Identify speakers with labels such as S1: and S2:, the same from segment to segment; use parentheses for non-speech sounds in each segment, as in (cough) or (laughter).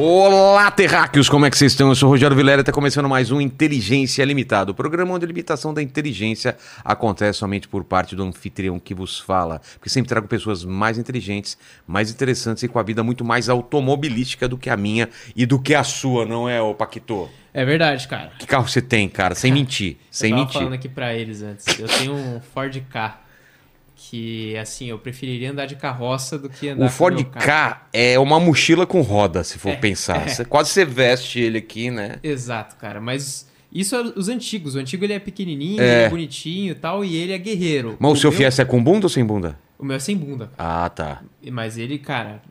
S1: Olá, terráqueos, como é que vocês estão? Eu sou o Rogério Vilela e está começando mais um Inteligência Limitada, o programa onde a limitação da inteligência acontece somente por parte do anfitrião que vos fala, porque sempre trago pessoas mais inteligentes, mais interessantes e com a vida muito mais automobilística do que a minha e do que a sua, não é, ô Paquito?
S2: É verdade, cara.
S1: Que carro você tem, cara? Sem mentir, sem
S2: (laughs) eu tava
S1: mentir.
S2: falando aqui pra eles antes. Eu tenho um Ford K. Que, assim, eu preferiria andar de carroça do que andar
S1: O Ford
S2: com meu carro.
S1: K é uma mochila com roda, se for pensar.
S2: (laughs) é.
S1: Você- Quase você veste ele aqui, né?
S2: Exato, cara. Mas isso é os antigos. O antigo ele é pequenininho,
S1: É.
S2: ele é bonitinho e tal, e ele é guerreiro.
S1: Mas o, seu
S2: meu,
S1: Fiesta é com bunda ou sem bunda?
S2: O meu é sem bunda.
S1: Ah, tá.
S2: Mas ele, cara,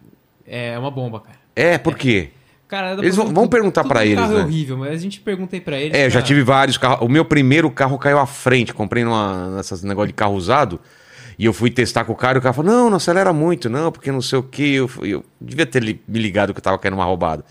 S2: é uma bomba, cara.
S1: É, por quê?
S2: Cara, dá pra
S1: Eles vão-
S2: fazer
S1: vão
S2: tudo-
S1: perguntar
S2: tudo
S1: pra
S2: no
S1: eles,
S2: carro
S1: né?
S2: é horrível, mas a gente pergunta aí pra eles.
S1: É, eu já
S2: cara.
S1: tive vários carros. O meu primeiro carro caiu à frente. Comprei numa, nessas negócio de carro usado. E eu fui testar com o cara e o cara falou: não, não acelera muito, não, porque não sei o quê. Eu, fui- eu devia ter li- me ligado que eu tava caindo uma roubada.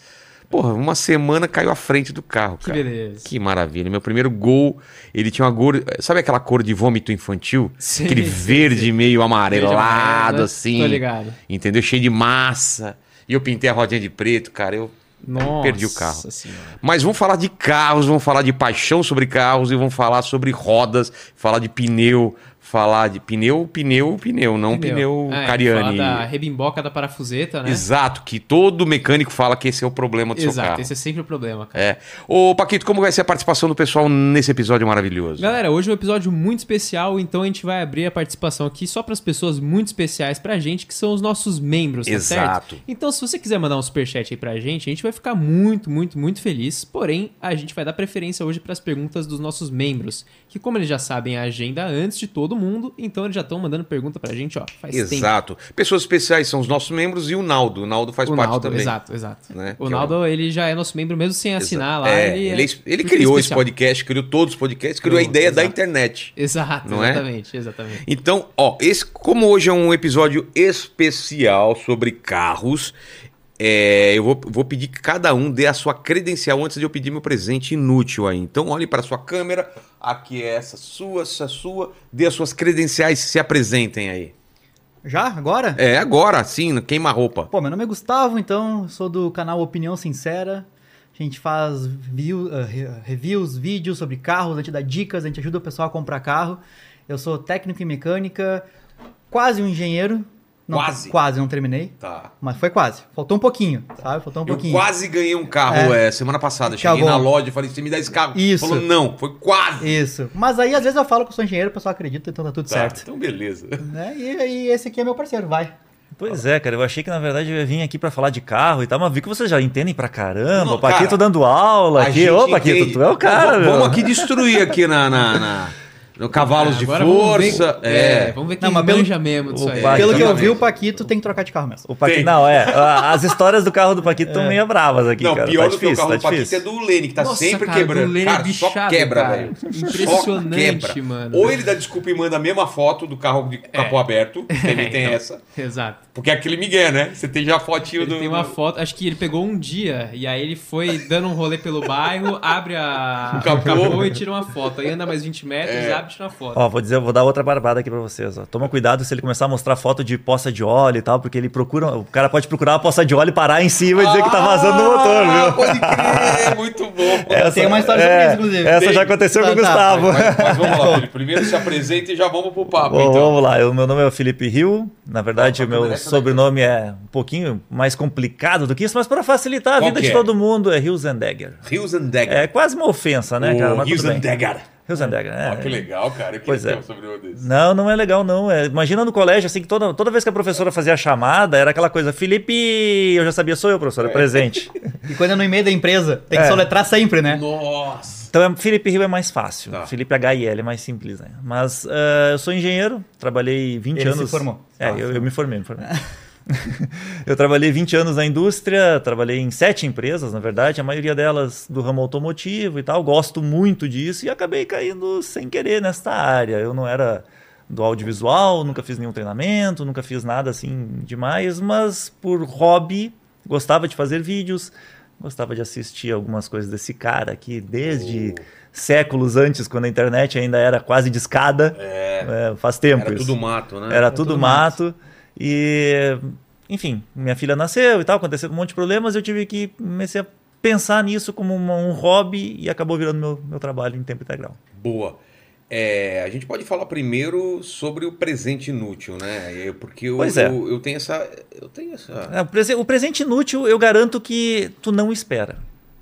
S1: Porra, uma semana caiu à frente do carro,
S2: Que
S1: cara.
S2: beleza.
S1: Que maravilha. Meu primeiro gol, ele tinha uma cor. Sabe aquela cor de vômito infantil?
S2: Sim,
S1: Aquele
S2: sim,
S1: verde meio
S2: Verde
S1: amarelado,
S2: amarelo, né?
S1: assim.
S2: Tô ligado.
S1: Entendeu? Cheio de massa. E eu pintei a rodinha de preto, cara. Eu
S2: Nossa
S1: perdi o carro.
S2: Senhora.
S1: mas vamos falar de carros, vamos falar de paixão sobre carros e vamos falar sobre rodas, falar de pneu, falar de pneu, pneu, pneu, não Um pneu,
S2: Ah, é,
S1: Cariani.
S2: falar da rebimboca da parafuseta, né?
S1: Exato, que todo mecânico fala que esse é o problema do seu
S2: Exato,
S1: carro.
S2: esse é sempre o problema, cara.
S1: É. Ô, Paquito, como vai ser a participação do pessoal nesse episódio maravilhoso?
S2: Galera, hoje é um episódio muito especial, então a gente vai abrir a participação aqui só para as pessoas muito especiais pra gente, que são os nossos membros, tá
S1: Exato.
S2: certo? Então, se você quiser mandar um superchat aí pra gente, a gente vai ficar muito, muito, muito feliz. Porém, a gente vai dar preferência hoje pras perguntas dos nossos membros, que como eles já sabem a agenda antes de todo mundo, então eles já estão mandando pergunta pra gente, ó, faz tempo.
S1: Exato. Pessoas especiais são os nossos membros e o Naldo. O Naldo faz
S2: O
S1: parte
S2: Naldo,
S1: também.
S2: exato, exato.
S1: Né?
S2: O
S1: Que é
S2: Naldo, ele já é nosso membro mesmo sem assinar lá.
S1: É, ele,
S2: é
S1: ele,
S2: porque
S1: criou esse
S2: especial.
S1: podcast, criou todos os podcasts, criou a
S2: Criou,
S1: ideia da
S2: exato.
S1: internet.
S2: Exato,
S1: não é?
S2: exatamente, exatamente.
S1: Então, ó, esse, como hoje é um episódio especial sobre carros, é, eu vou, vou pedir que cada um dê a sua credencial antes de eu pedir meu presente inútil aí. Então, olhe para a sua câmera, aqui é essa sua, essa sua, dê as suas credenciais, se apresentem aí.
S3: Já? Agora?
S1: É, agora sim, queima a roupa.
S3: Pô, meu nome é Gustavo, então, sou do canal Opinião Sincera. A gente faz view- eh, re- reviews, vídeos sobre carros, a gente dá dicas, a gente ajuda o pessoal a comprar carro. Eu sou técnico em mecânica, quase um engenheiro. Não,
S1: Quase?
S3: Quase, não terminei.
S1: Tá.
S3: Mas foi quase. Faltou um pouquinho, sabe? Faltou um
S1: Eu
S3: pouquinho.
S1: quase ganhei um carro é, semana passada. Cheguei
S3: Acabou.
S1: na loja e falei, você me dá esse carro?
S3: Isso.
S1: Falou, não, foi quase.
S3: Isso. Mas aí, às vezes, eu falo que eu sou engenheiro, o pessoal acredita, então tá tudo
S1: Tá,
S3: certo.
S1: Então, beleza.
S3: Né? E aí, esse aqui é meu parceiro, vai.
S4: Pois é, cara, eu achei que na verdade eu ia vir aqui pra falar de carro e tal, mas vi que vocês já entendem pra caramba.
S1: Não,
S4: o Paquito
S1: cara,
S4: dando aula
S1: A gente
S4: aqui. Ô, Paquito,
S1: entende.
S4: tu é o cara,
S1: vamos,
S4: meu.
S1: vamos aqui destruir aqui na, na- na- no Cavalos
S2: Ah,
S1: de
S2: agora vamos ver-
S1: Força. é.
S2: vamos ver quem
S3: Não, mas pelo-
S2: manja mesmo disso
S4: Opa,
S2: aí.
S1: Ah,
S4: Vai,
S3: Pelo que eu
S1: exatamente.
S3: vi, o Paquito tem que trocar de carro mesmo.
S4: O Paquito,
S1: Tem.
S4: não, é. a- As histórias do carro do Paquito estão meio bravas aqui,
S1: Não,
S4: cara.
S1: pior
S4: tá
S1: do que o
S4: difícil,
S1: carro
S4: tá
S1: do Paquito é
S4: difícil.
S1: do Lene, que tá
S2: Nossa,
S1: sempre
S2: cara,
S1: quebrando.
S2: do Lene é
S1: cara, só
S2: bichado,
S1: quebra,
S2: cara.
S1: velho.
S2: Impressionante,
S1: Só quebra.
S2: mano. É.
S1: Ou ele dá desculpa e manda a mesma foto do carro de capô
S2: (laughs)
S1: aberto. Ele tem essa.
S2: Exato.
S1: Porque é aquele Miguel, né? Você tem já a fotinho
S2: Então. Ele
S1: do.
S2: tem uma foto, acho que ele pegou um dia, e aí ele foi dando um rolê pelo bairro, abre
S1: O
S2: a...
S1: capô.
S2: e tira uma foto. Aí anda mais 20 metros,
S1: É.
S2: abre e tira uma foto.
S4: Ó, vou dizer, vou dar outra barbada aqui pra vocês, ó. Toma cuidado se ele começar a mostrar foto de poça de óleo e tal, porque ele procura. O cara pode procurar a poça de óleo e parar em cima e dizer que tá vazando o motor,
S1: Ah,
S4: viu?
S1: Pode crer, é muito bom.
S4: (laughs)
S3: tenho uma história sobre
S4: é,
S3: isso, inclusive.
S4: Essa
S3: Tem.
S4: já aconteceu com o
S3: Tá, tá, vai,
S4: Gustavo.
S1: Mas, mas vamos lá, Felipe. Primeiro se apresenta e já vamos pro papo,
S4: Bom,
S1: então.
S4: vamos lá. O meu nome é Felipe Rio. Na verdade,
S1: Ah,
S4: o
S1: câmera,
S4: meu
S1: essa
S4: sobrenome é um pouquinho mais complicado do que isso, mas para facilitar a
S1: Qual
S4: vida
S1: que
S4: de
S1: é?
S4: todo mundo, é Rio Zendegger.
S1: Rios and Dagger.
S4: É quase uma ofensa, né, cara?
S1: O
S4: Mas
S1: Rios
S4: tudo
S1: and
S4: bem.
S1: Dagger.
S4: Rio Zendegger, é.
S1: Ah, que legal, cara. Eu queria
S4: Pois
S1: ter
S4: é.
S1: um sobrenome desse.
S4: Não, não é legal, não. É, imagina no colégio, assim, que toda, toda vez que a professora fazia a chamada, era aquela coisa, Felipe, eu já sabia, sou eu,
S1: É.
S4: professora,
S1: (laughs)
S4: presente.
S3: E quando é no e-mail da empresa, tem que
S4: É.
S3: soletrar sempre, né?
S1: Nossa.
S4: Então, é- Felipe Rio é mais fácil.
S1: Tá.
S4: Felipe HIL é mais simples, né? Mas eh, eu sou engenheiro, trabalhei 20
S3: Ele se
S4: anos.
S3: formou.
S4: É,
S1: Tá.
S3: Ah,
S4: eu, eu me formei, me formei. (laughs) eu trabalhei 20 anos na indústria, trabalhei em sete empresas, na verdade, a maioria delas do ramo automotivo e tal. Gosto muito disso e acabei caindo sem querer nesta área. Eu não era do audiovisual, nunca fiz nenhum treinamento, nunca fiz nada assim demais, mas por hobby gostava de fazer vídeos, gostava de assistir algumas coisas desse cara aqui desde séculos antes, quando a internet ainda era quase discada. É, faz tempo
S1: Era
S4: isso.
S1: tudo mato, né?
S4: Era Ah, tá tudo mato. E, enfim, minha filha nasceu e tal, aconteceu um monte de problemas, eu tive que comecei a pensar nisso como uma- um hobby e acabou virando meu, meu trabalho em tempo integral.
S1: Boa. É, a gente pode falar primeiro sobre o presente inútil, né? Eu- Porque eu,
S4: Pois é.
S1: eu, eu tenho essa. Eu tenho essa.
S4: É, o, prese- o presente inútil, eu garanto que tu não espera.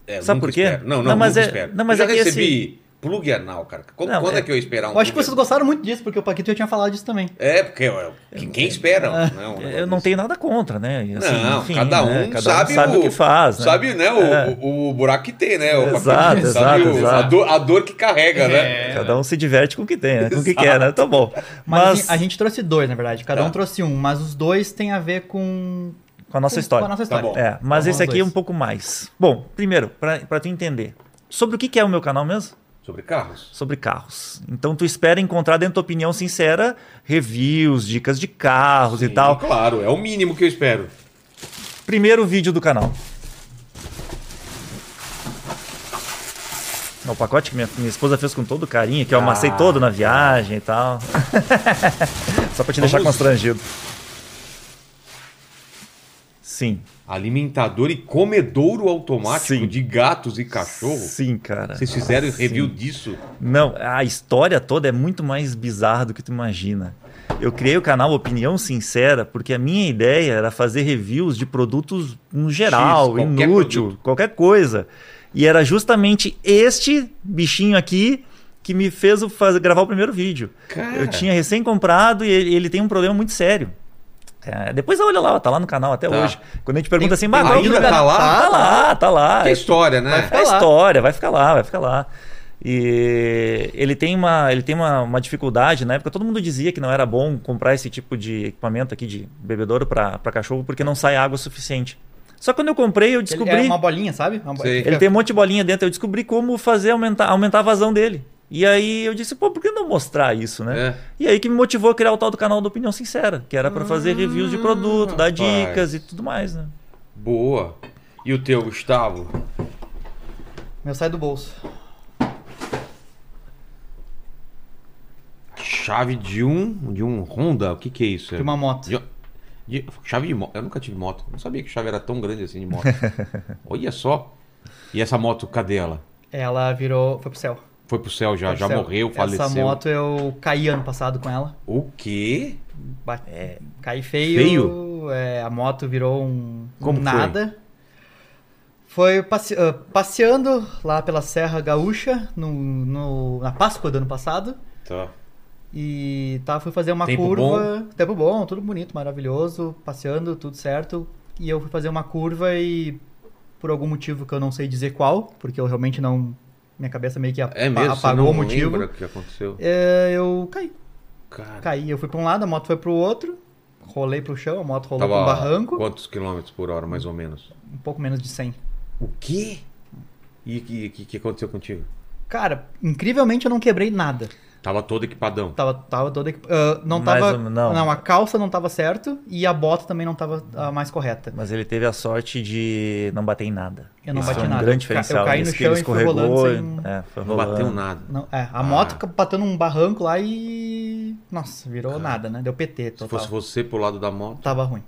S1: É, eu
S4: Sabe
S1: nunca
S4: por quê?
S1: espero. Não, não,
S4: Não, mas
S1: nunca
S4: é-
S1: espero.
S4: não, mas
S1: eu
S4: é
S1: já
S4: que esse-
S1: recebi plug anal, cara. Quando,
S4: Não,
S1: quando é...
S4: é-
S1: que eu ia esperar um
S3: Eu acho que
S1: plug
S3: vocês
S1: anal?
S3: gostaram muito disso, porque o Paquito já tinha falado disso também.
S1: É, porque ó, quem, quem espera? né, um
S4: Ah, Eu não
S1: negócio
S4: tenho nada contra, né? E, assim,
S1: Não,
S4: enfim,
S1: cada um
S4: né?
S1: sabe
S4: sabe
S1: o-
S4: o, que faz.
S1: desse.
S4: Né?
S1: Sabe, né? O,
S4: É.
S1: o, o buraco que tem, né? O
S4: Exato,
S1: papinho, sabe?
S4: exato,
S1: o- A,
S4: exato.
S1: dor, a dor que carrega, né?
S2: É,
S4: Cada um se diverte com o que tem, né? com o que quer, né? Tá bom.
S3: Mas, assim,
S4: Mas
S3: a gente trouxe dois, na verdade. Cada
S1: Tá.
S3: um trouxe um, mas os dois têm a ver com,
S4: com a nossa
S3: com-
S4: história.
S3: com a nossa história.
S1: bom.
S4: É, mas
S3: Então,
S4: esse aqui é
S3: dois.
S4: um pouco mais. Bom, primeiro, pra pra tu entender, sobre o que que é o meu canal mesmo?
S1: Sobre carros.
S4: Sobre carros. Então tu espera encontrar dentro da tua opinião sincera reviews, dicas de carros e
S1: Sim,
S4: tal.
S1: Claro, é o mínimo que eu espero.
S4: Primeiro vídeo do canal. É O pacote que minha, minha esposa fez com todo carinho, que eu amassei
S1: Ah.
S4: todo na viagem e tal. (laughs) Só pra te deixar
S1: Vamos-
S4: constrangido. Sim.
S1: Alimentador e comedouro automático
S4: Sim.
S1: de gatos e cachorro.
S4: Sim, cara.
S1: Vocês fizeram review disso?
S4: Não, a história toda é muito mais bizarra do que tu imagina. Eu criei o canal Opinião Sincera porque a minha ideia era fazer reviews de produtos no geral,
S1: qualquer
S4: inútil,
S1: produto.
S4: qualquer coisa. E era justamente este bichinho aqui que me fez o faz- gravar o primeiro vídeo.
S1: Cara.
S4: Eu tinha recém comprado e ele, ele tem um problema muito sério. É, depois olha lá, ó, tá lá no canal até
S1: Tá.
S4: hoje. Quando a gente pergunta
S1: Tem-
S4: assim, "Mas
S1: ainda
S4: qual o problema?"
S1: tá lá?
S4: Tá lá, tá lá.
S1: Que história, né?
S4: É a história, vai ficar lá, vai ficar lá. E ele tem uma, ele tem uma, uma dificuldade. Na época, todo mundo dizia que não era bom comprar esse tipo de equipamento aqui de bebedouro para cachorro porque não sai água o suficiente. Só que quando eu comprei, eu
S3: Ele
S4: descobri.
S3: é uma bolinha, sabe? Uma bo-
S1: Sei.
S4: Ele tem um monte de bolinha dentro. Eu descobri como fazer aumentar, aumentar a vazão dele. E aí eu disse, pô, por que não mostrar isso, né?
S1: É.
S4: E aí que me motivou a criar o tal do canal da Opinião Sincera, que era para
S3: Hum,
S4: fazer reviews de produto, dar
S1: rapaz.
S4: dicas e tudo mais, né?
S1: Boa. E o teu, Gustavo?
S3: Meu sai do bolso.
S1: Chave de um, de um Honda? O que que é isso?
S3: De uma moto.
S1: De- de- chave de moto. Eu nunca tive moto. Não sabia que chave era tão grande assim de
S4: (laughs)
S1: moto. Olha só. E essa moto, cadê ela?
S3: Ela virou. Foi pro céu.
S1: Foi pro céu já,
S3: Foi pro
S1: já
S3: céu.
S1: morreu, faleceu.
S3: Essa moto eu caí ano passado com ela.
S1: O quê?
S3: Bate... Caí feio.
S1: É. Feio?
S3: É, a moto virou um, um
S1: Como foi?
S3: nada. Foi passe- ah, passeando lá pela Serra Gaúcha no, no- na Páscoa do ano passado.
S1: Tá.
S3: E tá, fui fazer uma
S1: Tempo
S3: curva. Tempo bom, tudo bonito, maravilhoso. Passeando, tudo certo. E eu fui fazer uma curva e por algum motivo que eu não sei dizer qual, porque eu realmente não. Minha cabeça meio que apa-
S1: É mesmo? você
S3: apagou
S1: não
S3: o motivo.
S1: lembra o que aconteceu?
S3: É, eu caí.
S1: Cara,
S3: Caí, eu fui pra um lado, a moto foi pro outro, rolei pro chão, a moto rolou
S1: tava
S3: pra um barranco,
S1: quantos quilômetros por hora, mais ou menos?
S3: um pouco menos de 100.
S1: O quê? E o que, que, que aconteceu contigo?
S3: Cara, incrivelmente eu não quebrei nada.
S1: Tava todo equipadão.
S3: Tava, tava toda. equip- ah, não
S4: Mais
S3: tava.
S4: ou- não.
S3: a calça não tava certo e a bota também não tava a mais correta.
S4: Mas ele teve a sorte de não bater em nada.
S3: Eu não
S4: Isso
S3: bati
S4: foi um
S3: nada.
S4: grande
S3: Eu ca- eu
S4: diferencial.
S3: caí
S4: Ele
S3: no
S4: disse que
S3: chão
S4: ele
S3: e fui rolando
S4: escorregou
S3: sem-
S4: e- é, foi
S1: Não bateu
S4: rolando.
S1: nada.
S3: Não, é, a
S1: Ah.
S3: moto ca- bateu num barranco lá e. Nossa, virou nada, né? Deu PT
S1: Se
S3: total.
S1: fosse você pro lado da moto.
S3: Tava ruim.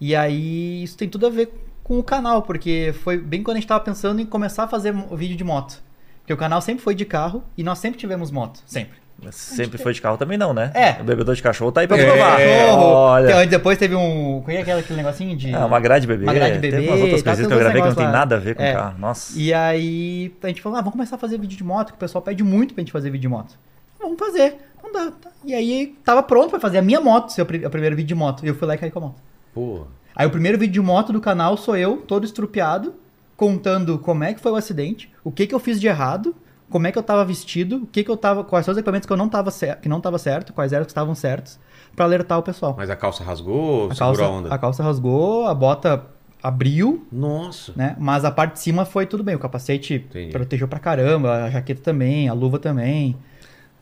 S3: E aí, isso tem tudo a ver com o canal, porque foi bem quando a gente tava pensando em começar a fazer mo- vídeo de moto. Porque o canal sempre foi de carro e nós sempre tivemos moto. Sempre.
S4: Mas Sempre foi de carro também não, né?
S3: É.
S4: O bebedor de cachorro tá aí pra
S1: É.
S4: provar.
S3: Cachorro,
S4: Olha.
S3: que Depois teve um. Como é aquele, aquele negocinho de.
S4: Ah, uma grade bebê.
S3: Uma grade bebê,
S4: Tem umas outras
S3: tá,
S4: coisinhas
S3: tem
S4: que eu
S3: uns
S4: gravei que não
S3: negócios
S4: tem
S3: lá.
S4: nada a ver com
S3: É.
S4: carro. Nossa.
S3: E aí a gente falou, ah, vamos começar a fazer vídeo de moto, que o pessoal pede muito pra gente fazer vídeo de moto. Vamos fazer. Não dá. tá. E aí tava pronto pra fazer a minha moto, seu pri- o primeiro vídeo de moto. E eu fui lá e caí com a moto.
S1: Pô.
S3: Aí o primeiro vídeo de moto do canal sou eu, todo estrupiado, contando como é que foi o acidente, o que que eu fiz de errado, como é que eu tava vestido, o que que eu tava, quais são os equipamentos que eu não tava certo, que não tava certo, quais eram os que estavam certos, pra alertar o pessoal.
S1: Mas a calça rasgou,
S3: A
S1: segurou
S3: calça,
S1: a onda.
S3: a calça rasgou, a bota abriu,
S1: Nossa.
S3: né? Mas a parte de cima foi tudo bem, o capacete
S1: Entendi.
S3: protegeu pra caramba, a jaqueta também, a luva também.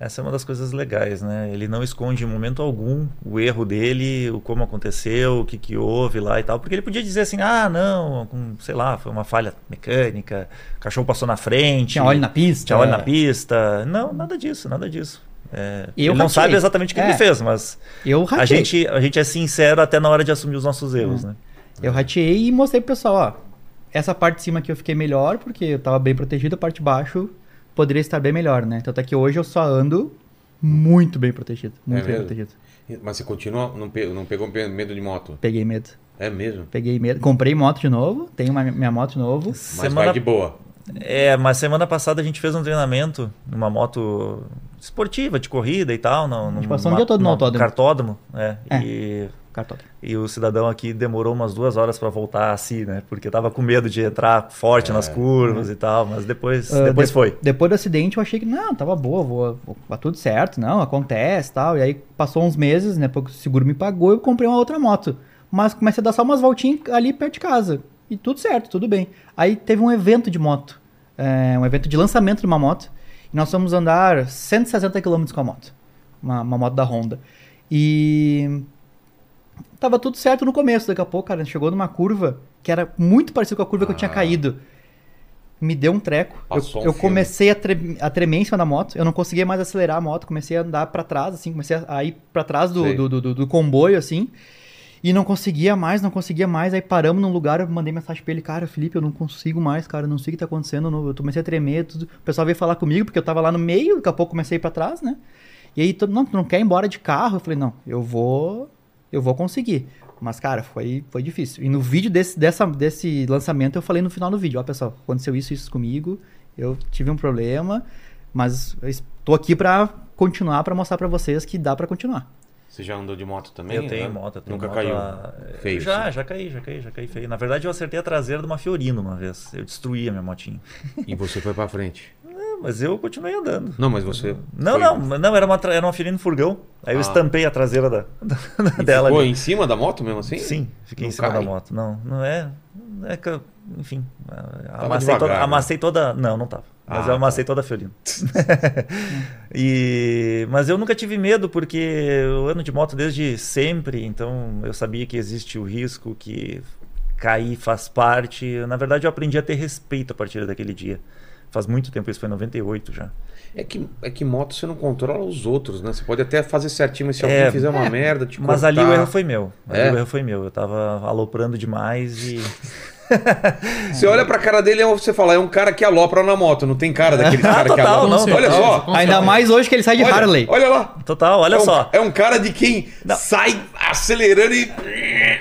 S4: Essa é uma das coisas legais, né? Ele não esconde em momento algum o erro dele, o como aconteceu, o que, que houve lá e tal. Porque ele podia dizer assim, ah, não, com, sei lá, foi uma falha mecânica, o cachorro passou na frente.
S3: Tinha óleo na É. pista.
S4: Tinha óleo na pista. Não, nada disso, nada disso. É,
S3: Eu
S4: ele não
S3: hackeei.
S4: sabe exatamente o que
S3: É.
S4: ele fez, mas
S3: Eu
S4: a é
S3: rateei. Hum.
S4: gente, a gente é sincero até na hora de assumir os nossos erros, né?
S3: Eu rateei e mostrei pro pessoal, ó. Essa parte de cima aqui eu fiquei melhor, porque eu tava bem protegido, a parte de baixo poderia estar bem melhor, né? Tanto é que hoje eu só ando muito bem protegido.
S4: É
S3: Muito bem
S1: mesmo?
S3: protegido.
S1: Mas você continua, não, pe- não pegou pe- medo de moto?
S3: Peguei medo.
S1: É mesmo?
S3: Peguei medo. Comprei moto de novo. Tenho uma- minha moto de novo.
S1: Mas vai de boa.
S4: É, mas semana passada a gente fez um treinamento numa moto esportiva, de corrida e tal. No, num
S3: passou um dia todo no
S4: num
S3: autódromo.
S4: Cartódromo, é.
S3: É.
S4: E,
S3: Cartola.
S4: e o cidadão aqui demorou umas duas horas para voltar a si, né? Porque tava com medo de entrar forte nas curvas e tal, mas depois,
S3: É, Ah,
S4: depois
S3: de-
S4: foi.
S3: Depois do acidente eu achei que não, tava boa, vou, vou- tá tudo certo, não, acontece tal. E aí passou uns meses, né? Porque o seguro me pagou eu comprei uma outra moto. Mas comecei a dar só umas voltinhas ali perto de casa. E tudo certo, tudo bem. Aí teve um evento de moto. é, um evento de lançamento de uma moto. E nós fomos andar 160 km com a moto. Uma, uma moto da Honda. E tava tudo certo no começo. Daqui a pouco, cara, chegou numa curva que era muito parecida com a curva que eu tinha
S1: Ah.
S3: caído. Me deu um treco. Eu,
S1: Passou um
S3: eu
S1: filme.
S3: comecei a, tre- a tremer em cima da moto. Eu não conseguia mais acelerar a moto. Comecei a andar pra trás, assim. Comecei a- a ir pra trás do,
S1: Sei.
S3: do, do- do- do comboio, assim. E não conseguia mais, não conseguia mais. Aí paramos num lugar, eu mandei mensagem pra ele. Cara, Felipe, eu não consigo mais, cara. eu Não sei o que tá acontecendo. eu não- Eu comecei a tremer. Tudo. O pessoal veio falar comigo, porque eu tava lá no meio. Daqui a pouco comecei a ir pra trás, né? E aí, todo, não, tu não quer ir embora de carro? Eu falei, não, eu vou, eu vou conseguir. Mas, cara, foi, foi difícil. E no vídeo desse, dessa, desse lançamento, eu falei no final do vídeo, ó, pessoal, aconteceu isso e isso comigo, eu tive um problema, mas eu estou aqui pra continuar, pra mostrar pra vocês que dá pra continuar.
S1: Você já andou de moto também?
S4: Eu tenho
S1: né?
S4: moto, eu tenho
S1: Nunca
S4: moto
S1: caiu.
S4: a-
S1: Feio.
S4: Já,
S1: assim.
S4: já caí, já caí, já caí feio. Na verdade, eu acertei a traseira de uma Fiorino uma vez. Eu destruí a minha motinha.
S1: E você foi pra frente.
S4: É, mas eu continuei andando.
S1: Não, mas você.
S4: Não,
S1: foi-
S4: não, mas não, era uma, tra- era uma Fiorino furgão. Aí eu
S1: Ah.
S4: estampei a traseira da, da-
S1: E
S4: (laughs) dela
S1: ficou
S4: ali.
S1: em cima da moto mesmo assim?
S4: Sim, fiquei em
S1: Não
S4: cima da
S1: cai?
S4: moto. Não, não é. é que eu- enfim, amassei,
S1: devagar,
S4: toda,
S1: né?
S4: amassei toda. Não, não tava. Mas
S1: Ah,
S4: eu amassei toda
S1: (laughs)
S4: a Fiorino. e, mas eu nunca tive medo, porque eu ando de moto desde sempre, então eu sabia que existe o risco que cair faz parte. Na verdade, eu aprendi a ter respeito a partir daquele dia. Faz muito tempo, isso foi em 98 já.
S1: É que, é que moto você não controla os outros, né? Você pode até fazer certinho, mas se alguém
S4: É,
S1: fizer uma merda, te
S4: Mas
S1: cortar-
S4: ali o erro foi meu. Ali
S1: É?
S4: o erro foi meu. Eu tava aloprando demais e. (laughs)
S1: Você olha pra cara dele e você fala, é um cara que alopra na moto, não tem cara daquele
S4: Ah,
S1: cara que
S4: total,
S1: alopra.
S4: não,
S1: olha
S4: total.
S1: só.
S2: Com
S3: Ainda
S2: certeza.
S3: mais hoje que ele sai de
S1: olha,
S3: Harley.
S1: Olha lá.
S4: Total, olha
S1: é um,
S4: só.
S1: É um cara de quem
S4: Não.
S1: sai acelerando e.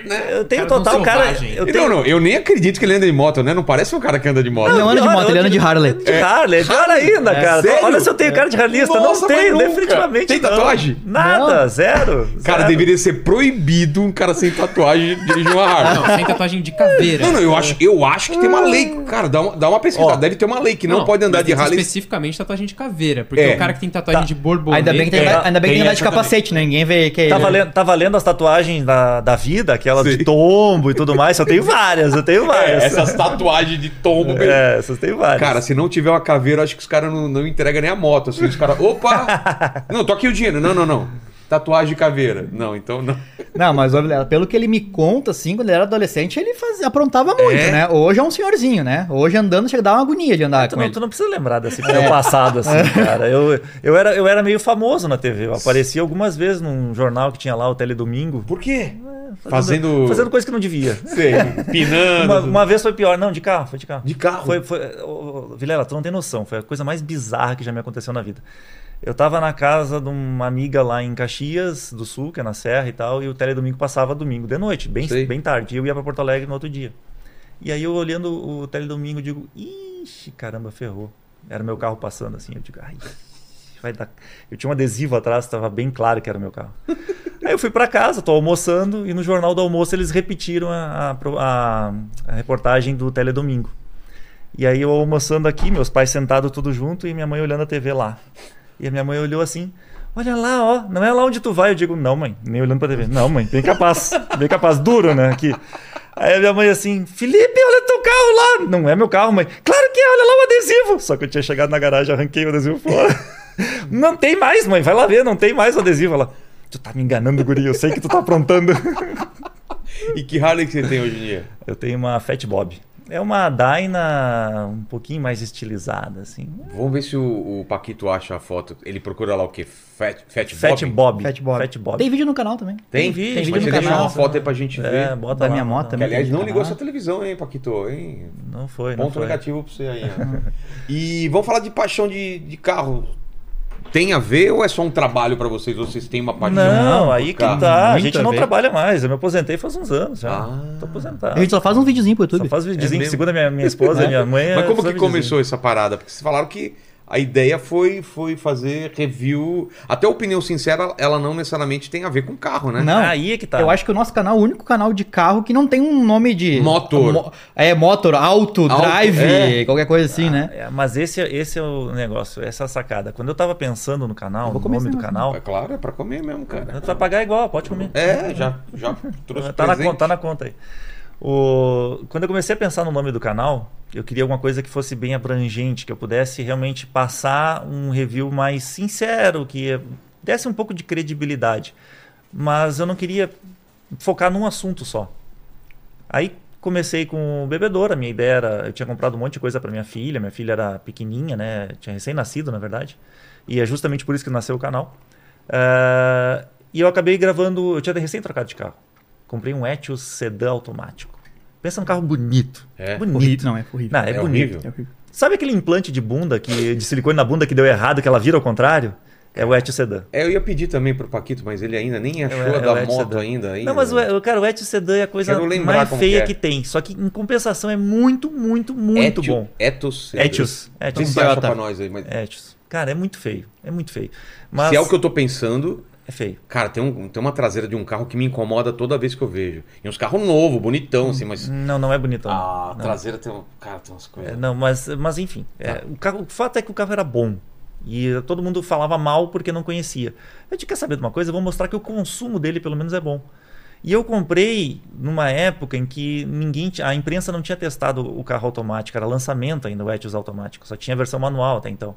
S1: Né?
S4: Eu tenho
S2: Cara,
S4: total,
S2: não
S4: cara.
S2: selvagem.
S4: Eu
S1: Eu
S4: tenho.
S1: não, não, eu nem acredito que ele anda de moto, né? Não parece um cara que anda de moto.
S3: Ele não anda de
S4: pior,
S3: moto, ele
S4: eu-
S3: anda de Harley.
S4: De Harley, pior ainda, cara.
S1: sério?
S4: Olha se eu tenho cara de harlista.
S1: Nossa,
S4: não
S1: mas
S4: tenho,
S1: nunca.
S4: definitivamente.
S1: Tem
S4: não.
S1: tatuagem?
S4: Nada,
S3: Não.
S4: zero.
S1: Cara,
S4: zero.
S1: deveria ser proibido um cara sem tatuagem dirigir uma Harley.
S2: Não, sem tatuagem de caveira.
S1: Não, não, eu acho, eu acho que tem uma lei. Cara, dá uma, dá uma pesquisada.
S4: Ó.
S1: Deve ter uma lei que não,
S2: Não,
S1: pode andar
S2: mas
S1: de
S2: tem que ser
S1: Harley.
S2: Especificamente tatuagem de caveira. Porque
S1: É.
S2: o cara que tem tatuagem
S4: Tá.
S2: de borboleta...
S3: Ainda bem que tem,
S2: É.
S3: ainda bem
S1: tem
S3: que tem andar de
S1: essa também.
S3: capacete, né? Ninguém vê que é
S4: Tá
S3: ele.
S4: valendo, tá valendo as tatuagens da, da vida, aquela
S1: Sim.
S4: de tombo e tudo mais? Eu tenho várias, eu tenho
S1: (laughs)
S4: várias.
S1: É, essas tatuagens de tombo. velho.
S4: É, essas tenho várias.
S1: Cara, se não tiver uma caveira, eu acho que os caras não, não entregam nem a moto. Assim, os caras, opa! não, tô aqui o dinheiro. Não, não, não. Tatuagem de caveira. Não, então não.
S3: Não, mas olha, pelo que ele me conta, assim, quando ele era adolescente, ele fazia, aprontava muito,
S1: É?
S3: né? Hoje é um senhorzinho, né? Hoje andando chega a dar uma agonia de andar
S4: Tu
S3: com
S4: não,
S3: ele. É.
S4: tu não precisa lembrar desse meu passado, assim, cara. Eu, eu, era, eu era meio famoso na TV. Eu aparecia algumas vezes num jornal que tinha lá, o Teledomingo.
S1: Por quê? Fazendo.
S4: Fazendo coisa que não devia.
S1: Sei, pinando.
S4: Uma, uma vez foi pior. Não, de carro, foi de carro.
S1: De carro?
S4: Foi, foi, ô, ô, Vilela, tu não tem noção. Foi a coisa mais bizarra que já me aconteceu na vida. Eu tava na casa de uma amiga lá em Caxias do Sul, que é na Serra e tal, e o Teledomingo passava domingo de noite, bem,
S1: Sei.
S4: bem tarde. E eu ia pra Porto Alegre no outro dia. E aí eu olhando o Teledomingo, eu digo, ixi, caramba, ferrou. Era o meu carro passando assim. Eu digo, ai, vai dar. Eu tinha um adesivo atrás, tava bem claro que era o meu carro. Aí eu fui pra casa, tô almoçando, e no jornal do almoço eles repetiram a, a pro- a- a reportagem do Teledomingo. E aí eu almoçando aqui, meus pais sentados tudo junto e minha mãe olhando a TV lá. E a minha mãe olhou assim: Olha lá, ó, não é lá onde tu vai. Eu digo: Não, mãe, nem olhando pra TV. Não, mãe,
S3: (laughs)
S4: bem capaz, bem capaz, duro, né? Aqui. Aí a minha mãe assim: Felipe, olha teu carro lá. Não é meu carro, mãe. Claro que é, olha lá o adesivo. Só que eu tinha chegado na garagem, arranquei o adesivo fora. (laughs) Não tem mais, mãe, vai lá ver, não tem mais o adesivo. Ela: Tu tá me enganando, guri, eu sei que tu tá aprontando. (laughs)
S1: E que Harley que você tem hoje em dia?
S4: Eu tenho uma Fat Bob. É uma Dyna um pouquinho mais estilizada, assim.
S5: Vamos ver se o, o Paquito acha a foto. Ele procura lá o quê? Fat, Fat,
S4: Fat
S5: Bob?
S4: Bob.
S3: Fat Bob.
S4: um Fat Bob.
S3: Tem vídeo no canal também.
S5: Tem?
S4: Tem vídeo,
S5: Mas
S3: tem vídeo
S5: você
S3: no
S5: deixa uma
S3: canal.
S5: foto aí pra gente
S4: É,
S5: ver.
S4: bota
S3: Da
S4: lá,
S3: minha
S4: bota
S3: moto
S4: lá.
S5: Que,
S3: também.
S5: aliás,
S3: tem no
S5: não ligou
S3: canal.
S5: essa televisão, hein, Paquito? Hein?
S4: Não foi, não
S5: Ponto
S4: foi.
S5: negativo pra você aí.
S4: (laughs)
S5: ó. e vamos falar de paixão de, de carro. Tem a ver ou é só um trabalho pra vocês? Ou vocês têm uma paixão?
S4: Não,
S5: por
S4: aí que
S5: carro?
S4: tá. A
S2: Muita
S4: gente não
S2: vez.
S4: trabalha mais. Eu me aposentei faz uns anos já.
S5: Ah.
S4: Tô
S3: A
S4: aposentado.
S3: gente só faz um videozinho pro
S4: Só
S3: YouTube. Né?
S4: faz videozinho,
S5: É
S4: que
S5: mesmo?
S4: segundo a minha,
S3: (laughs)
S4: minha esposa, minha mãe. é
S5: Mas como
S4: só
S5: que
S4: videozinho.
S5: começou essa parada? Porque vocês falaram que a ideia foi, foi fazer review. Até a opinião sincera, ela não necessariamente tem a ver com carro,
S1: um-
S5: né?
S3: Não.
S4: Aí é que tá.
S3: Eu acho que o nosso canal é o único canal de carro que não tem um nome de.
S5: Motor.
S3: Mo- É, motor, auto,
S5: Auto,
S3: drive,
S5: é.
S3: qualquer coisa assim, né?
S4: É, mas esse, esse é o negócio, essa é a sacada. Quando eu tava pensando no canal,
S3: Eu
S4: no
S3: vou comer
S4: nome
S3: esse
S4: do
S3: negócio.
S4: canal,
S5: É claro, é pra comer mesmo, cara.
S4: tu vai pagar igual, pode comer.
S5: É, já, já trouxe
S4: tá na
S5: presente.
S4: conta, tá na conta aí. O... Quando eu comecei a pensar no nome do canal, eu queria alguma coisa que fosse bem abrangente, que eu pudesse realmente passar um review mais sincero, que desse um pouco de credibilidade. Mas eu não queria focar num assunto só. Aí comecei com o bebedouro, a minha ideia era, eu tinha comprado um monte de coisa para minha filha, minha filha era pequenininha, né, tinha recém-nascido, na verdade. E é justamente por isso que nasceu o canal. Ah, e eu acabei gravando, eu tinha recém trocado de carro. Comprei um Etios sedã automático. Pensa num carro bonito.
S5: É.
S4: bonito.
S3: Horrível, não, é horrível.
S4: Não, é,
S5: É
S4: bonito.
S5: horrível.
S3: É horrível.
S4: Sabe aquele implante de bunda que de silicone na bunda que deu errado, que ela vira ao contrário? É o Etios sedã.
S5: É, eu ia pedir também pro Paquito, mas ele ainda nem achou
S4: É,
S5: a
S4: é,
S5: da
S4: é o
S5: moto
S4: sedã.
S5: ainda, ainda.
S4: Não, mas o, o- cara, o Etios sedã é a coisa
S5: Quero lembrar
S4: mais
S5: como
S4: feia
S5: que é.
S4: que, tem. Só que em compensação é muito, muito, é muito
S5: Etio-
S4: bom.
S5: Etos.
S4: Etios.
S5: Então
S1: É
S5: Não sei
S4: Etios.
S5: se acha
S3: Toyota.
S5: pra nós aí, mas
S4: Etios. Cara, é muito feio. É muito feio. Mas
S5: se é o que eu tô pensando,
S4: é feio.
S5: cara, tem, um, tem uma traseira de um carro que me incomoda toda vez que eu vejo. E uns carros novos, bonitão, assim, mas
S4: Não, não é bonitão.
S5: a
S4: não.
S5: traseira tem, um- cara, tem umas
S4: É,
S5: coisas.
S4: não, mas, mas enfim. é,
S5: Tá.
S4: o, carro- o fato é que o carro era bom. E todo mundo falava mal porque não conhecia. Eu te quer saber de uma coisa? Eu vou mostrar que o consumo dele pelo menos é bom. E eu comprei numa época em que ninguém, ti- a imprensa não tinha testado o carro automático, era lançamento ainda o Etios automático, só tinha a versão manual até então.